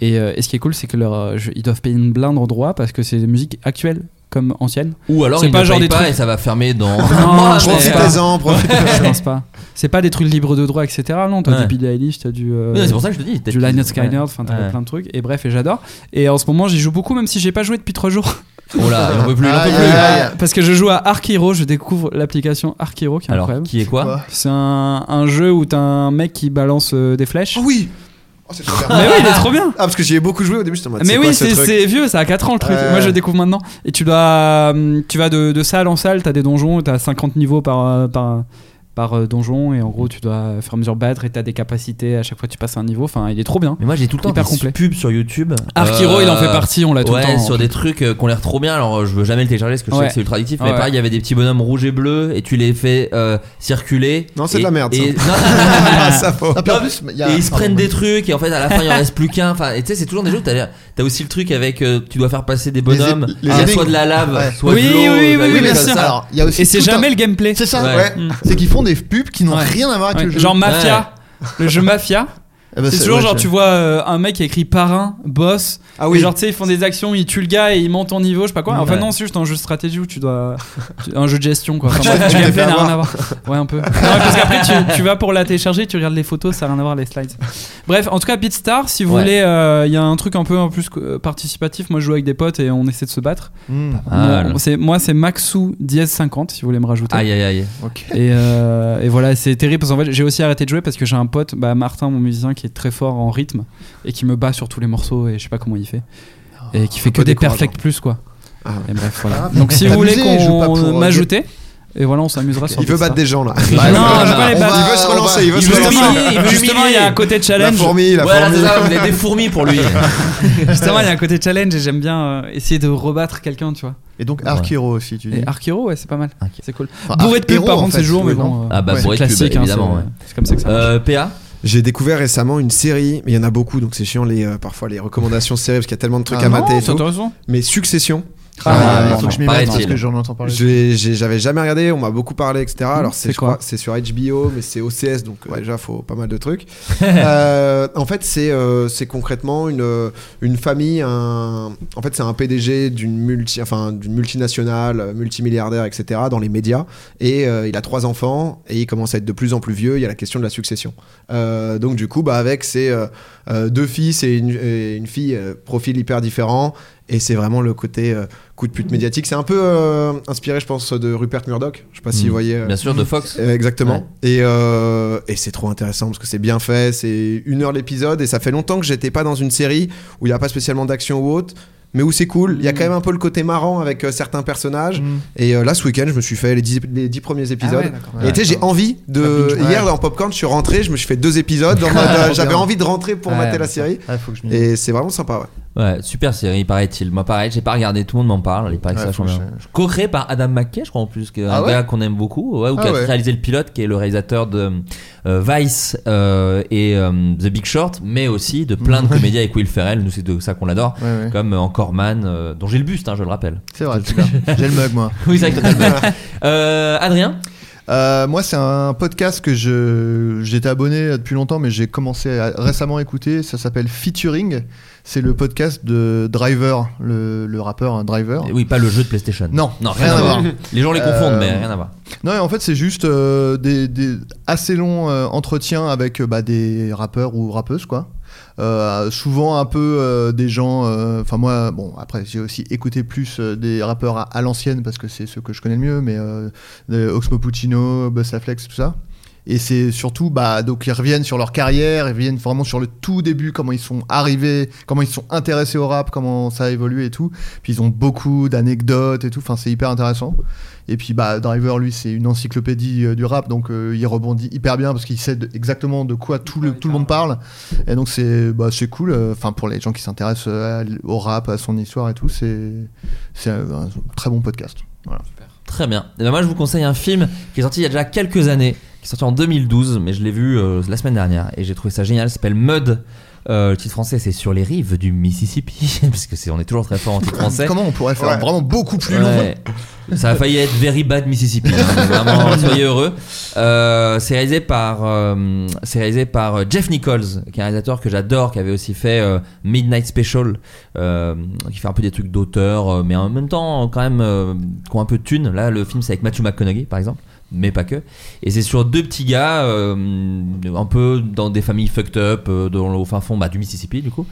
Speaker 8: Et, euh, et ce qui est cool, c'est que leur, euh, je- ils doivent payer une blinde en droit parce que c'est des musiques actuelles comme anciennes.
Speaker 6: Ou alors
Speaker 8: c'est
Speaker 6: il
Speaker 8: pas
Speaker 6: ne
Speaker 8: genre des
Speaker 6: paye pas
Speaker 8: trucs
Speaker 6: et ça va fermer dans.
Speaker 8: non,
Speaker 6: Moi,
Speaker 2: Ah,
Speaker 8: je
Speaker 6: mais- euh,
Speaker 8: pense pas.
Speaker 2: Profitez-en,
Speaker 7: Ah
Speaker 2: profitez-en.
Speaker 8: Je pense pas. C'est pas des trucs libres de droit, etc. Non, t'as
Speaker 6: Ouais.
Speaker 8: du Billie Eilish, t'as du. euh,
Speaker 6: Oui, c'est pour ça que je te dis, peut-être
Speaker 8: Du
Speaker 6: qu'ils-
Speaker 8: Lynyrd Skynyrd, enfin t'as
Speaker 6: Ouais.
Speaker 8: plein de trucs. Et bref, et j'adore. Et en ce moment, j'y joue beaucoup, même si j'ai pas joué depuis 3 jours.
Speaker 6: Oh là, il en peut plus, il en peut
Speaker 8: Aïe,
Speaker 6: plus.
Speaker 2: bah,
Speaker 8: aïe, aïe. Euh, Parce que je joue à Ark Hero, je découvre l'application Ark Hero qui est
Speaker 6: Alors,
Speaker 8: incroyable.
Speaker 6: qui est quoi C'est quoi
Speaker 8: Ah, C'est un, un jeu où t'as un mec qui balance euh, des flèches. Ah
Speaker 2: oui Oh,
Speaker 8: Mais oui, il est trop bien
Speaker 2: Ah, parce que j'y ai beaucoup joué au début, j'étais en mode,
Speaker 8: mais
Speaker 2: c'est
Speaker 8: oui,
Speaker 2: quoi ce
Speaker 8: c'est
Speaker 2: truc
Speaker 8: c'est vieux, ça a 4 ans le truc.
Speaker 2: Ouais.
Speaker 8: Moi je le découvre maintenant. Et tu dois, hum, tu vas de, de salle en salle, t'as des donjons, t'as 50 niveaux par, euh, par, par euh, donjon, et en gros tu dois euh, faire à mesure battre, et t'as des capacités à chaque fois que tu passes un niveau. Enfin, il est trop bien.
Speaker 6: Mais moi j'ai tout le temps
Speaker 8: hyper
Speaker 6: des
Speaker 8: complet.
Speaker 6: pubs sur YouTube.
Speaker 8: Ark Hero, il en fait partie, on l'a tout le
Speaker 6: Euh, ouais,
Speaker 8: temps,
Speaker 6: sur
Speaker 8: en
Speaker 6: des
Speaker 8: fait.
Speaker 6: trucs euh, qui ont l'air trop bien. Alors euh, je veux jamais le télécharger parce que je sais
Speaker 8: Ouais.
Speaker 6: que c'est ultra addictif. Mais
Speaker 8: Ouais.
Speaker 6: pareil, il y avait des petits bonhommes rouges et bleus et tu les fais euh, circuler.
Speaker 2: Non, c'est
Speaker 6: Et-
Speaker 2: de la merde, ça.
Speaker 6: Et...
Speaker 2: Ça, faut-
Speaker 7: Ah, puis en plus, il y a-
Speaker 6: et ils se
Speaker 7: pardon.
Speaker 6: prennent des trucs et en fait à la fin il en reste plus qu'un. Enfin, et tu sais, c'est toujours des jeux où t'as l'air- t'as aussi le truc avec euh, tu dois faire passer des bonhommes.
Speaker 7: é-
Speaker 6: Il
Speaker 7: les
Speaker 6: y a
Speaker 7: énigmes.
Speaker 6: soit de la lave,
Speaker 7: Ouais.
Speaker 6: soit de l'eau. bah, des trucs comme ça.
Speaker 7: Alors, il y a aussi
Speaker 8: Et c'est
Speaker 7: tout
Speaker 8: jamais
Speaker 7: un-
Speaker 8: le gameplay.
Speaker 7: C'est ça,
Speaker 6: Ouais.
Speaker 7: ouais.
Speaker 6: Mm.
Speaker 7: C'est qu'ils font des pubs qui n'ont
Speaker 8: Ouais.
Speaker 7: rien à voir avec
Speaker 8: Ouais.
Speaker 7: le jeu.
Speaker 8: Genre
Speaker 2: Eh
Speaker 8: Mafia, le jeu Mafia.
Speaker 7: Eh ben,
Speaker 8: c'est
Speaker 7: c'est-
Speaker 8: toujours
Speaker 7: ouais,
Speaker 8: genre
Speaker 7: je-
Speaker 8: tu vois euh, un mec qui écrit parrain, boss.
Speaker 2: Ah oui.
Speaker 8: Et genre tu sais ils font des actions, ils tuent le gars et ils montent en niveau, je sais pas quoi. Enfin
Speaker 6: Ouais.
Speaker 8: non c'est juste un jeu de stratégie où tu dois tu- un jeu de gestion quoi. Enfin,
Speaker 2: Tu-
Speaker 8: bref,
Speaker 2: tu t'es
Speaker 8: le gameplay
Speaker 2: fait
Speaker 8: n'a rien à
Speaker 2: avoir.
Speaker 8: voir. Ouais un peu. Non, parce qu'après tu, tu vas pour la télécharger, tu regardes les photos, ça a rien à voir les slides. Bref en tout cas Beatstar si vous
Speaker 6: Ouais.
Speaker 8: voulez, euh, il y a un truc un peu en plus euh, participatif. Moi je joue avec des potes et on essaie de se battre.
Speaker 7: Mm.
Speaker 8: Bon,
Speaker 6: mal.
Speaker 8: c'est moi c'est Maxou 1050 si vous voulez me rajouter.
Speaker 6: Aïe aïe aïe.
Speaker 8: Et, euh, et voilà, c'est terrible parce qu'en fait, j'ai aussi arrêté de jouer parce que j'ai un pote, bah, Martin, mon musicien, qui est très fort en rythme et qui me bat sur tous les morceaux et je sais pas comment il fait. Et qui fait
Speaker 2: Ah, Un
Speaker 8: que
Speaker 2: peu
Speaker 8: des
Speaker 2: décourageant.
Speaker 8: perfect plus quoi.
Speaker 2: Ah.
Speaker 8: Et bref, voilà.
Speaker 2: Ah,
Speaker 8: Donc si vous voulez
Speaker 2: t'amuser, il joue pas pour, euh,
Speaker 8: qu'on m'ajouter, et voilà, on s'amusera sur
Speaker 2: Il veut
Speaker 8: Beatstar.
Speaker 7: hein.
Speaker 2: battre des gens là.
Speaker 8: Bah Non, je veux pas les
Speaker 2: On va-
Speaker 8: battre.
Speaker 2: Il veut se relancer, il veut se
Speaker 8: veut
Speaker 2: relancer.
Speaker 8: humilier, il veut- Justement, il y a un côté challenge.
Speaker 2: La fourmi, la
Speaker 6: Voilà,
Speaker 2: fourmi.
Speaker 6: c'est ça, vous avez des fourmis pour lui.
Speaker 8: Justement, il y a un côté challenge et j'aime bien euh, essayer de rebattre quelqu'un, tu vois.
Speaker 7: Et donc Ark
Speaker 6: Ouais.
Speaker 7: Hero aussi, tu dis.
Speaker 8: Et Ark Hero, ouais, c'est pas mal. C'est cool.
Speaker 7: Enfin,
Speaker 8: Bourré
Speaker 7: Ark
Speaker 8: de pubs,
Speaker 7: Hero,
Speaker 8: par
Speaker 7: en
Speaker 8: contre,
Speaker 7: fait,
Speaker 8: c'est jour, mais
Speaker 7: oui,
Speaker 8: bon.
Speaker 7: non
Speaker 8: euh,
Speaker 6: Ah bah
Speaker 8: ouais,
Speaker 6: pour être
Speaker 8: classique, hein,
Speaker 6: évidemment.
Speaker 8: c'est-
Speaker 6: ouais.
Speaker 8: C'est comme ça que ça marche.
Speaker 6: Euh, PA.
Speaker 2: J'ai découvert récemment une série, mais il y en a beaucoup, donc c'est chiant les, euh, parfois les recommandations de séries parce qu'il y a tellement de trucs
Speaker 7: Ah
Speaker 2: à
Speaker 7: non,
Speaker 2: mater. et
Speaker 8: c'est
Speaker 2: tout.
Speaker 8: intéressant.
Speaker 2: Mais Succession.
Speaker 7: Ah,
Speaker 2: Euh,
Speaker 7: il faut que je m'y mette
Speaker 6: paraît-il.
Speaker 7: parce que j'en entends parler.
Speaker 2: j'ai- j'ai- J'avais jamais regardé, on m'a beaucoup parlé, etc. Alors c'est
Speaker 8: c'est
Speaker 2: je
Speaker 8: quoi
Speaker 2: crois, c'est sur HBO, mais c'est OCS, donc euh, déjà faut pas mal de trucs. Euh, en fait, c'est euh, c'est concrètement une, euh, une famille, un... en fait c'est un PDG d'une multi, enfin d'une multinationale, euh, multimilliardaire, etc. Dans les médias, et euh, il a trois enfants et il commence à être de plus en plus vieux. Il y a la question de la succession. Euh, donc du coup, bah avec ses euh, euh, deux fils et une, et une fille, euh, profil hyper différent. Et c'est vraiment le côté euh, coup de pute médiatique. C'est un peu euh, inspiré, je pense, de Rupert Murdoch. Je sais pas si
Speaker 6: Mmh.
Speaker 2: vous voyez. euh,
Speaker 6: Bien sûr, de Fox.
Speaker 2: euh, exactement. Et, euh, et c'est trop intéressant parce que c'est bien fait. C'est une heure l'épisode et ça fait longtemps que j'étais pas dans une série où il n'y a pas spécialement d'action ou autre. Mais où c'est cool,
Speaker 7: Mm.
Speaker 2: il y a quand même un peu le côté marrant avec euh, certains personnages. Et euh, là, ce week-end, je me suis fait les dix, les dix
Speaker 7: Ah
Speaker 2: premiers épisodes.
Speaker 7: d'accord.
Speaker 2: et tu sais, j'ai envie de.
Speaker 7: Ça binge.
Speaker 2: Hier,
Speaker 7: Ouais.
Speaker 2: dans Popcorn, je suis rentré, je me suis fait deux épisodes. dans ma-
Speaker 7: Trop
Speaker 2: J'avais
Speaker 7: bien.
Speaker 2: envie de rentrer pour
Speaker 7: Ah Ouais,
Speaker 2: mater la
Speaker 7: ça- Mm.
Speaker 2: série.
Speaker 7: ouais, faut que je m'y
Speaker 2: et c'est vraiment sympa, ouais.
Speaker 6: Ouais, super série, paraît-il. Moi, pareil, j'ai pas regardé, tout le monde m'en parle. Il paraît que
Speaker 7: Ouais,
Speaker 6: ça
Speaker 7: faut
Speaker 6: change.
Speaker 7: que
Speaker 6: Je... Co-créé par Adam McKay, je crois en plus, que
Speaker 7: Ah
Speaker 6: un
Speaker 7: ouais
Speaker 6: gars qu'on aime beaucoup, ouais, ou
Speaker 7: Ah
Speaker 6: qui a
Speaker 7: ouais.
Speaker 6: réalisé le pilote, qui est le réalisateur de euh, Vice euh, et euh, The Big Short, mais aussi de plein de
Speaker 7: Ouais.
Speaker 6: comédies avec Will Ferrell. Nous, c'est de ça qu'on l'adore,
Speaker 7: Ouais, ouais.
Speaker 6: comme euh, Encore Man, euh, dont j'ai le buste, hein, je le rappelle.
Speaker 7: C'est vrai, tu l'as. J'ai le mug, moi.
Speaker 6: Oui, c'est vrai que t'as le mug. Euh, Adrien
Speaker 7: Euh, Moi, c'est un podcast que je j'étais abonné euh, depuis longtemps, mais j'ai commencé à récemment écouter. Ça s'appelle Featuring. C'est le podcast de Driver, le, le rappeur hein, Driver.
Speaker 6: oui, pas le jeu de PlayStation.
Speaker 7: Non,
Speaker 6: Non, rien à voir. Euh. Les gens les confondent, mais rien à voir.
Speaker 7: Non, et en fait, c'est juste euh, des, des assez longs euh, entretiens avec euh, bah, des rappeurs ou rappeuses, quoi. Euh, souvent un peu euh, des gens. euh, Enfin, moi, bon, après, j'ai aussi écouté plus euh, des rappeurs à, à l'ancienne parce que c'est ceux que je connais le mieux, mais euh, des Oxmo Puccino, Buzz Affleck, tout ça. Et c'est surtout, bah, donc ils reviennent sur leur carrière, ils reviennent vraiment sur le tout début, comment ils sont arrivés, comment ils sont intéressés au rap, comment ça a évolué et tout. Puis ils ont beaucoup d'anecdotes et tout, enfin c'est hyper intéressant. Et puis bah, Driver, lui, c'est une encyclopédie euh, du rap, donc euh, il rebondit hyper bien parce qu'il sait de- exactement de quoi tout le, tout le monde parle. Et donc c'est bah, c'est cool, euh, enfin pour les gens qui s'intéressent euh, à l- au rap, à son histoire et tout, c'est c'est un, un très bon podcast. Voilà.
Speaker 6: Très bien. Et ben moi, je vous conseille un film qui est sorti il y a déjà quelques années, qui est sorti en 2012, mais je l'ai vu euh, la semaine dernière et j'ai trouvé ça génial. Ça s'appelle Mud. Euh, le titre français, c'est Sur les rives du Mississippi, parce que c'est on est toujours très fort en titre français.
Speaker 7: Comment on pourrait faire vraiment beaucoup plus
Speaker 6: Ouais. Ça a failli être Very Bad Mississippi. hein, mais vraiment, soyez heureux. Euh, c'est réalisé par, euh, c'est réalisé par euh, Jeff Nichols, qui est un réalisateur que j'adore, qui avait aussi fait euh, Midnight Special, euh, qui fait un peu des trucs d'auteur, euh, mais en même temps quand même euh, qui ont un peu de thunes. Là, le film c'est avec Matthew McConaughey, par exemple. Mais pas que. Et c'est sur deux petits gars, euh, un peu dans des familles fucked up, euh, dans le au fin fond bah, du Mississippi, du coup.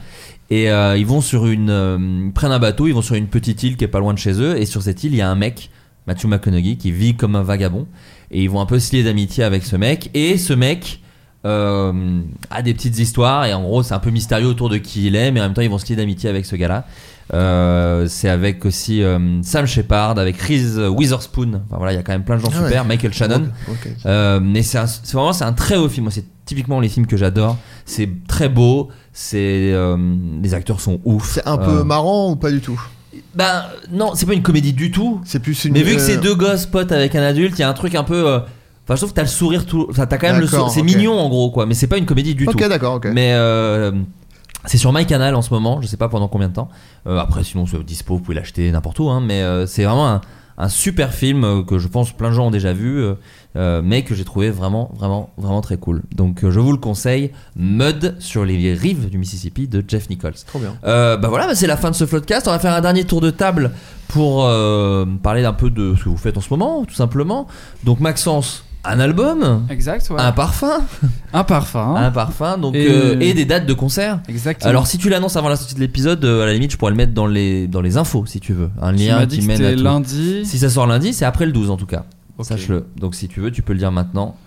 Speaker 6: Et euh, ils vont sur une. euh, ils prennent un bateau, ils vont sur une petite île qui est pas loin de chez eux. Et sur cette île, il y a un mec, Matthew McConaughey, qui vit comme un vagabond. Et ils vont un peu se lier d'amitié avec ce mec. Et ce mec euh, a des petites histoires. Et en gros, c'est un peu mystérieux autour de qui il est. Mais en même temps, ils vont se lier d'amitié avec ce gars-là. Euh, c'est avec aussi euh, Sam Shepard, avec Reese Witherspoon. Enfin voilà, il y a quand même plein de gens
Speaker 7: Ah ouais.
Speaker 6: super. Michael Shannon.
Speaker 7: Ok, ok.
Speaker 6: Euh, mais c'est un- c'est vraiment c'est un très beau film. Moi, C'est typiquement les films que j'adore. C'est très beau. C'est euh, les acteurs sont ouf.
Speaker 7: C'est un peu marrant ou pas du tout
Speaker 6: Ben non, c'est pas une comédie du tout.
Speaker 7: C'est plus une.
Speaker 6: Mais vu que c'est
Speaker 7: euh,
Speaker 6: deux gosses potes avec un adulte, il y a un truc un peu. euh, Enfin, je trouve que t'as le sourire tout. Enfin, t'as quand même le
Speaker 7: D'accord,
Speaker 6: sourire. C'est
Speaker 7: ok.
Speaker 6: mignon en gros, quoi. Mais c'est pas une comédie du
Speaker 7: Ok,
Speaker 6: tout.
Speaker 7: d'accord, ok.
Speaker 6: Mais euh, c'est sur MyCanal en ce moment. Je sais pas pendant combien de temps. Euh, après, sinon, c'est dispo. Vous pouvez l'acheter n'importe où. hein, mais euh, c'est vraiment un, un super film euh, que je pense plein de gens ont déjà vu, euh, euh, mais que j'ai trouvé vraiment, vraiment, vraiment très cool. Donc, euh, je vous le conseille. Mud sur les rives du Mississippi de Jeff Nichols.
Speaker 7: Trop bien.
Speaker 6: Euh, bah voilà, bah c'est la fin de ce Floodcast. On va faire un dernier tour de table pour euh, parler d'un peu de ce que vous faites en ce moment, tout simplement. Donc Maxence, un album,
Speaker 8: Exact, ouais.
Speaker 6: un parfum,
Speaker 8: un parfum,
Speaker 6: un parfum, hein. donc
Speaker 8: Hein Et-
Speaker 6: euh, et des dates de concert.
Speaker 8: Exactement.
Speaker 6: Alors si tu l'annonces avant la sortie de l'épisode, euh, à la limite, je pourrais le mettre dans les dans les infos si tu veux, un
Speaker 8: Tu
Speaker 6: lien
Speaker 8: m'as dit
Speaker 6: qui
Speaker 8: que
Speaker 6: mène à
Speaker 8: c'était
Speaker 6: tout.
Speaker 8: lundi.
Speaker 6: Si ça sort lundi, c'est après le 12 en tout cas.
Speaker 8: Ok.
Speaker 6: Sache-le. Donc si tu veux, tu peux le dire maintenant.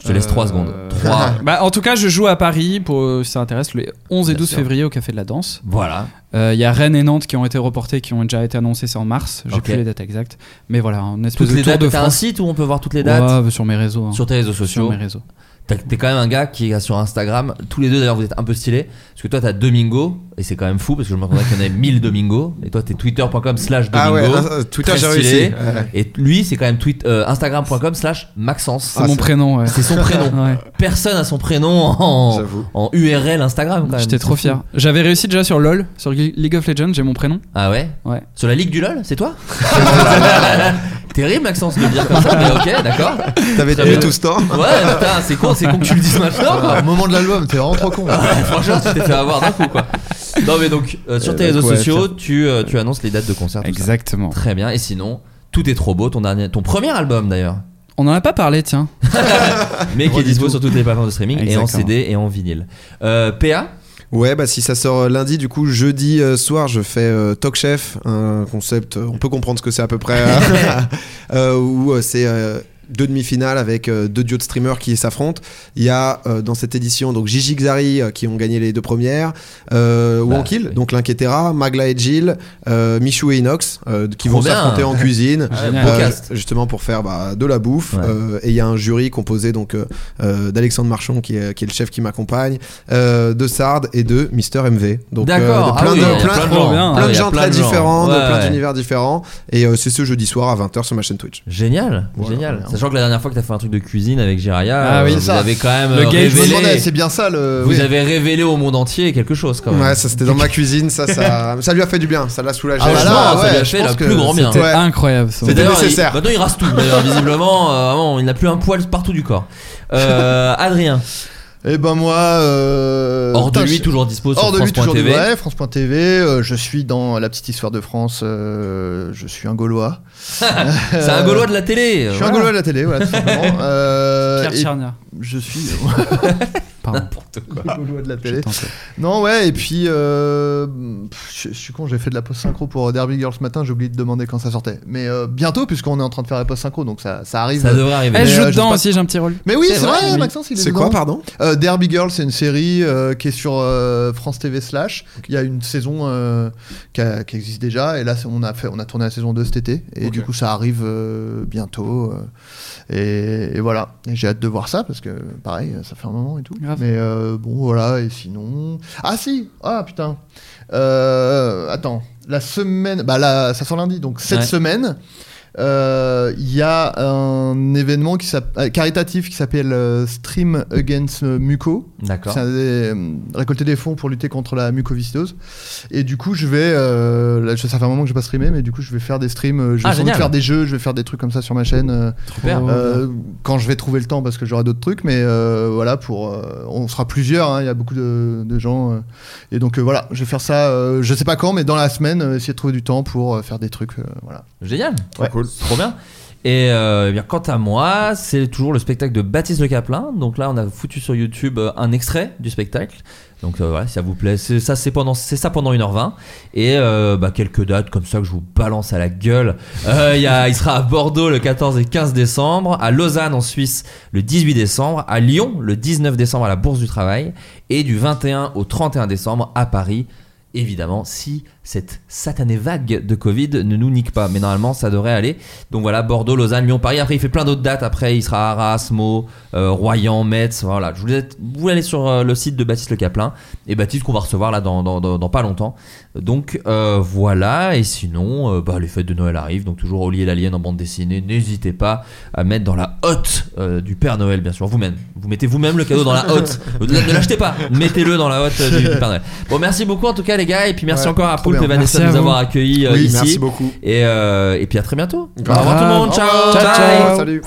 Speaker 6: Je te laisse 3
Speaker 8: Euh,
Speaker 6: secondes. 3
Speaker 8: Bah, en tout cas, je joue à Paris pour euh, si ça intéresse les 11 et
Speaker 6: Bien
Speaker 8: 12
Speaker 6: sûr.
Speaker 8: février au Café de la Danse.
Speaker 6: Voilà.
Speaker 8: Euh, Il y a Rennes et Nantes qui ont été reportées, qui ont déjà été annoncées, c'est en mars. J'ai
Speaker 6: Ok.
Speaker 8: plus les dates exactes, mais voilà, un espèce
Speaker 6: Toutes
Speaker 8: de
Speaker 6: les
Speaker 8: tour
Speaker 6: dates,
Speaker 8: de
Speaker 6: t'as un
Speaker 8: France.
Speaker 6: site où on peut voir toutes les dates
Speaker 8: Ouais, sur mes réseaux. hein.
Speaker 6: Sur tes réseaux sociaux.
Speaker 8: Sur mes réseaux.
Speaker 6: T'as- T'es quand même un gars qui est sur Instagram. Tous les deux, d'ailleurs, vous êtes un peu stylés. Parce que toi, t'as Domingo. Et c'est quand même fou parce que je m'attendais qu'il y en avait 1000 Domingo. Et toi, t'es twitter.com slash
Speaker 2: Ah
Speaker 6: Domingo.
Speaker 2: ouais, euh, Twitter,
Speaker 6: Très
Speaker 2: j'ai
Speaker 6: stylé.
Speaker 2: réussi. Ouais.
Speaker 6: Et lui, c'est quand même tweet- euh, instagram.com slash Maxence.
Speaker 2: Ah.
Speaker 8: C'est mon prénom, ouais.
Speaker 6: C'est son prénom.
Speaker 8: Ouais.
Speaker 6: Personne a son prénom en,
Speaker 2: J'avoue.
Speaker 6: en URL Instagram quand même.
Speaker 8: J'étais trop
Speaker 6: C'est
Speaker 8: fier.
Speaker 6: fou.
Speaker 8: J'avais réussi déjà sur LoL, sur Gu- League of Legends, j'ai mon prénom.
Speaker 6: Ah ouais
Speaker 8: Ouais.
Speaker 6: Sur la Ligue du LOL, c'est toi Terrible, Maxence, de le dire comme ça. Mais ok, d'accord.
Speaker 2: T'avais
Speaker 6: Très
Speaker 2: tué
Speaker 6: bien.
Speaker 2: tout ce temps.
Speaker 6: Ouais, putain, c'est con, c'est con que tu le dises maintenant, quoi.
Speaker 7: Au moment de l'album, t'es vraiment trop con.
Speaker 6: Ouais, franchement, tu t'es fait avoir d'un coup, quoi. Non, mais donc, euh, sur
Speaker 7: Euh,
Speaker 2: bah,
Speaker 6: tes
Speaker 7: donc,
Speaker 6: réseaux
Speaker 7: ouais,
Speaker 6: sociaux, tu, euh, tu annonces les dates de concert. tout ça.
Speaker 8: Exactement.
Speaker 6: Très bien. Et sinon, tout est trop beau, ton, dernier, ton premier album d'ailleurs,
Speaker 8: On en a pas parlé, tiens.
Speaker 6: mais qui est
Speaker 7: Redis
Speaker 6: dispo
Speaker 7: tout.
Speaker 6: sur toutes les plateformes de streaming, et en
Speaker 8: Exactement.
Speaker 6: CD et en vinyle. Euh, PA,
Speaker 2: Ouais, bah si ça sort euh, lundi, du coup, jeudi euh, soir, je fais euh, Talk Chef, un concept, euh, on peut comprendre ce que c'est à peu près, euh, où euh, c'est euh, deux demi-finales avec euh, deux duos de streamers qui s'affrontent. Il y a euh, dans cette édition donc Gigi Xari euh, qui ont gagné les deux premières, euh,
Speaker 6: Bah,
Speaker 2: Wankil, donc l'Inquietera, Magla et Jill, euh, Michou et Inox, euh, qui
Speaker 6: Trop
Speaker 2: vont
Speaker 6: bien.
Speaker 2: s'affronter en cuisine,
Speaker 6: Génial. Beau cast.
Speaker 2: Euh, justement pour faire bah, de la bouffe. Euh, et il y a un jury composé donc euh, euh, d'Alexandre Marchand qui est, qui est le chef qui m'accompagne, euh, de Sard et de Mister MV. Donc euh, de
Speaker 6: D'accord. Ah
Speaker 2: plein
Speaker 6: oui,
Speaker 2: de,
Speaker 6: il y a
Speaker 2: plein-
Speaker 6: plein de gens.
Speaker 2: plein
Speaker 6: Ah oui,
Speaker 2: de
Speaker 6: il y a
Speaker 2: gens
Speaker 6: plein
Speaker 2: très
Speaker 6: de gens.
Speaker 2: différents, de
Speaker 6: Ouais,
Speaker 2: plein
Speaker 6: ouais.
Speaker 2: d'univers différents. Et euh, c'est ce jeudi soir à 20h sur ma chaîne Twitch.
Speaker 6: Génial,
Speaker 2: Voilà.
Speaker 6: génial. Sachant que la dernière fois que t'as fait un truc de cuisine avec Jiraya,
Speaker 2: Ah oui,
Speaker 6: vous
Speaker 2: c'est ça.
Speaker 6: avez quand même
Speaker 2: Le
Speaker 6: euh,
Speaker 2: gage, je me
Speaker 6: révélé.
Speaker 2: demandais, c'est bien ça, le-
Speaker 6: Vous
Speaker 2: oui.
Speaker 6: avez révélé au monde entier quelque chose quand même.
Speaker 2: Ouais, ça c'était dans ma cuisine, ça, ça, ça lui a fait du bien, ça l'a soulagé.
Speaker 6: Ah, bah là,
Speaker 2: Ah
Speaker 6: ça
Speaker 2: ouais,
Speaker 6: lui a
Speaker 2: je
Speaker 6: fait
Speaker 2: pense
Speaker 6: la
Speaker 2: que
Speaker 6: plus grand bien.
Speaker 2: c'était- ouais.
Speaker 6: Mais
Speaker 2: C'était
Speaker 6: d'ailleurs, il-
Speaker 2: nécessaire.
Speaker 6: Maintenant, il rase tout. D'ailleurs, visiblement, euh, vraiment, il n'a plus un poil partout du corps. Euh, Adrien.
Speaker 7: Eh ben moi. euh,
Speaker 6: Hors de
Speaker 7: putain,
Speaker 6: lui,
Speaker 7: je-
Speaker 6: toujours dispo sur
Speaker 7: Hors de lui, toujours E
Speaker 6: France.tv.
Speaker 7: ouais, France.tv. euh, je suis dans La petite histoire de France. euh, je suis un Gaulois.
Speaker 6: C'est un Gaulois de la télé.
Speaker 7: Euh, Je suis
Speaker 6: Voilà.
Speaker 7: un Gaulois de la télé, voilà, tout simplement. Euh,
Speaker 8: Pierre
Speaker 7: et
Speaker 8: Tchernia.
Speaker 7: Je suis.
Speaker 6: N'importe quoi.
Speaker 7: Gaulois de la télé. Eh, Non, ouais, et puis. euh, pff, je, je suis con, j'ai fait de la post synchro pour euh, Derby Girl ce matin, j'ai oublié de demander quand ça sortait. Mais euh, bientôt, puisqu'on est en train de faire la post synchro, donc ça, ça arrive.
Speaker 6: Ça devrait arriver.
Speaker 7: Mais,
Speaker 8: Eh, je joue
Speaker 7: euh, sais
Speaker 8: dedans
Speaker 7: pas-
Speaker 8: aussi, j'ai un petit rôle.
Speaker 7: Mais oui,
Speaker 8: C'est
Speaker 7: c'est
Speaker 8: vrai,
Speaker 7: vrai,
Speaker 8: oui.
Speaker 7: Maxence, il est
Speaker 2: C'est
Speaker 7: dedans.
Speaker 2: quoi, pardon
Speaker 7: Euh, Derby Girl, c'est une série euh, qui est sur euh, France TV slash. Il y a une saison euh, qui, a- qui existe déjà, et là c'est- on a fait, on a tourné la saison 2 cet été, et du coup ça arrive euh, bientôt. euh, et, et voilà, Et j'ai hâte de voir ça parce que pareil, ça fait un moment et tout. Mais euh, bon, voilà, et sinon, ah si, ah putain, Euh, attends, la semaine, bah là, ça sort lundi, donc cette
Speaker 6: Ouais.
Speaker 7: semaine. Euh, Il y a un événement qui s'app- euh, caritatif qui s'appelle euh, Stream Against euh, Muco.
Speaker 6: D'accord.
Speaker 7: C'est un des- euh, récolter des fonds pour lutter contre la mucoviscidose. Et du coup, je vais. euh, là, ça fait un moment que je vais pas streamer, mais du coup, je vais faire des streams. euh, Je vais
Speaker 6: Ah,
Speaker 7: sans doute
Speaker 6: génial.
Speaker 7: faire des jeux, je vais faire des trucs comme ça sur ma chaîne. euh,
Speaker 6: Super.
Speaker 7: euh, quand je vais trouver le temps, parce que j'aurai d'autres trucs, mais euh, voilà, pour, euh, on sera plusieurs. hein, Il y a beaucoup de, de gens. euh, et donc euh, voilà, je vais faire ça. euh, je sais pas quand, mais dans la semaine, euh, essayer de trouver du temps pour euh, faire des trucs. euh, voilà.
Speaker 6: Génial.
Speaker 7: Trop
Speaker 6: Ouais. Trop bien. Et euh, eh bien, quant à moi, c'est toujours le spectacle de Baptiste Le Caplin. Donc là, on a foutu sur YouTube euh, un extrait du spectacle. Donc euh, voilà, si ça vous plaît, c'est ça, c'est pendant, c'est ça pendant 1h20 et euh, bah, quelques dates comme ça que je vous balance à la gueule. Euh, il y a, il sera à Bordeaux le 14 et 15 décembre, à Lausanne en Suisse le 18 décembre, à Lyon le 19 décembre à la Bourse du Travail et du 21 au 31 décembre à Paris évidemment si cette satanée vague de Covid ne nous nique pas. Mais normalement, ça devrait aller. Donc voilà, Bordeaux, Lausanne, Lyon, Paris. Après, il fait plein d'autres dates. Après, il sera à Arras, Meaux, euh, Royan, Metz. Voilà, je vous, laisse- vous allez sur euh, le site de Baptiste Le Caplin et Baptiste qu'on va recevoir là dans, dans, dans- dans pas longtemps. Donc euh, voilà, et sinon, euh, bah, les fêtes de Noël arrivent. Donc toujours Oli et l'Alien en bande dessinée. N'hésitez pas à mettre dans la hotte euh, du Père Noël, bien sûr, vous-même. Vous mettez vous-même le cadeau dans la hotte. Ne ne l'achetez pas, mettez-le dans la hotte euh, du Père Noël. Bon, merci beaucoup en tout cas, les gars. Et puis merci
Speaker 2: Ouais,
Speaker 6: encore à
Speaker 2: trop
Speaker 6: Poulpe
Speaker 2: bien.
Speaker 6: et
Speaker 2: Merci
Speaker 6: Vanessa de
Speaker 2: à
Speaker 6: nous
Speaker 2: vous.
Speaker 6: avoir accueillis euh,
Speaker 2: Oui,
Speaker 6: ici.
Speaker 2: merci beaucoup.
Speaker 6: Et, euh, et puis à très bientôt. Au
Speaker 2: Grave.
Speaker 6: revoir tout le monde. Ciao.
Speaker 2: Ciao,
Speaker 6: Bye.
Speaker 2: ciao. Salut.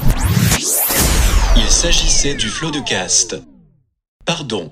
Speaker 1: Il s'agissait du flot de cast. Pardon.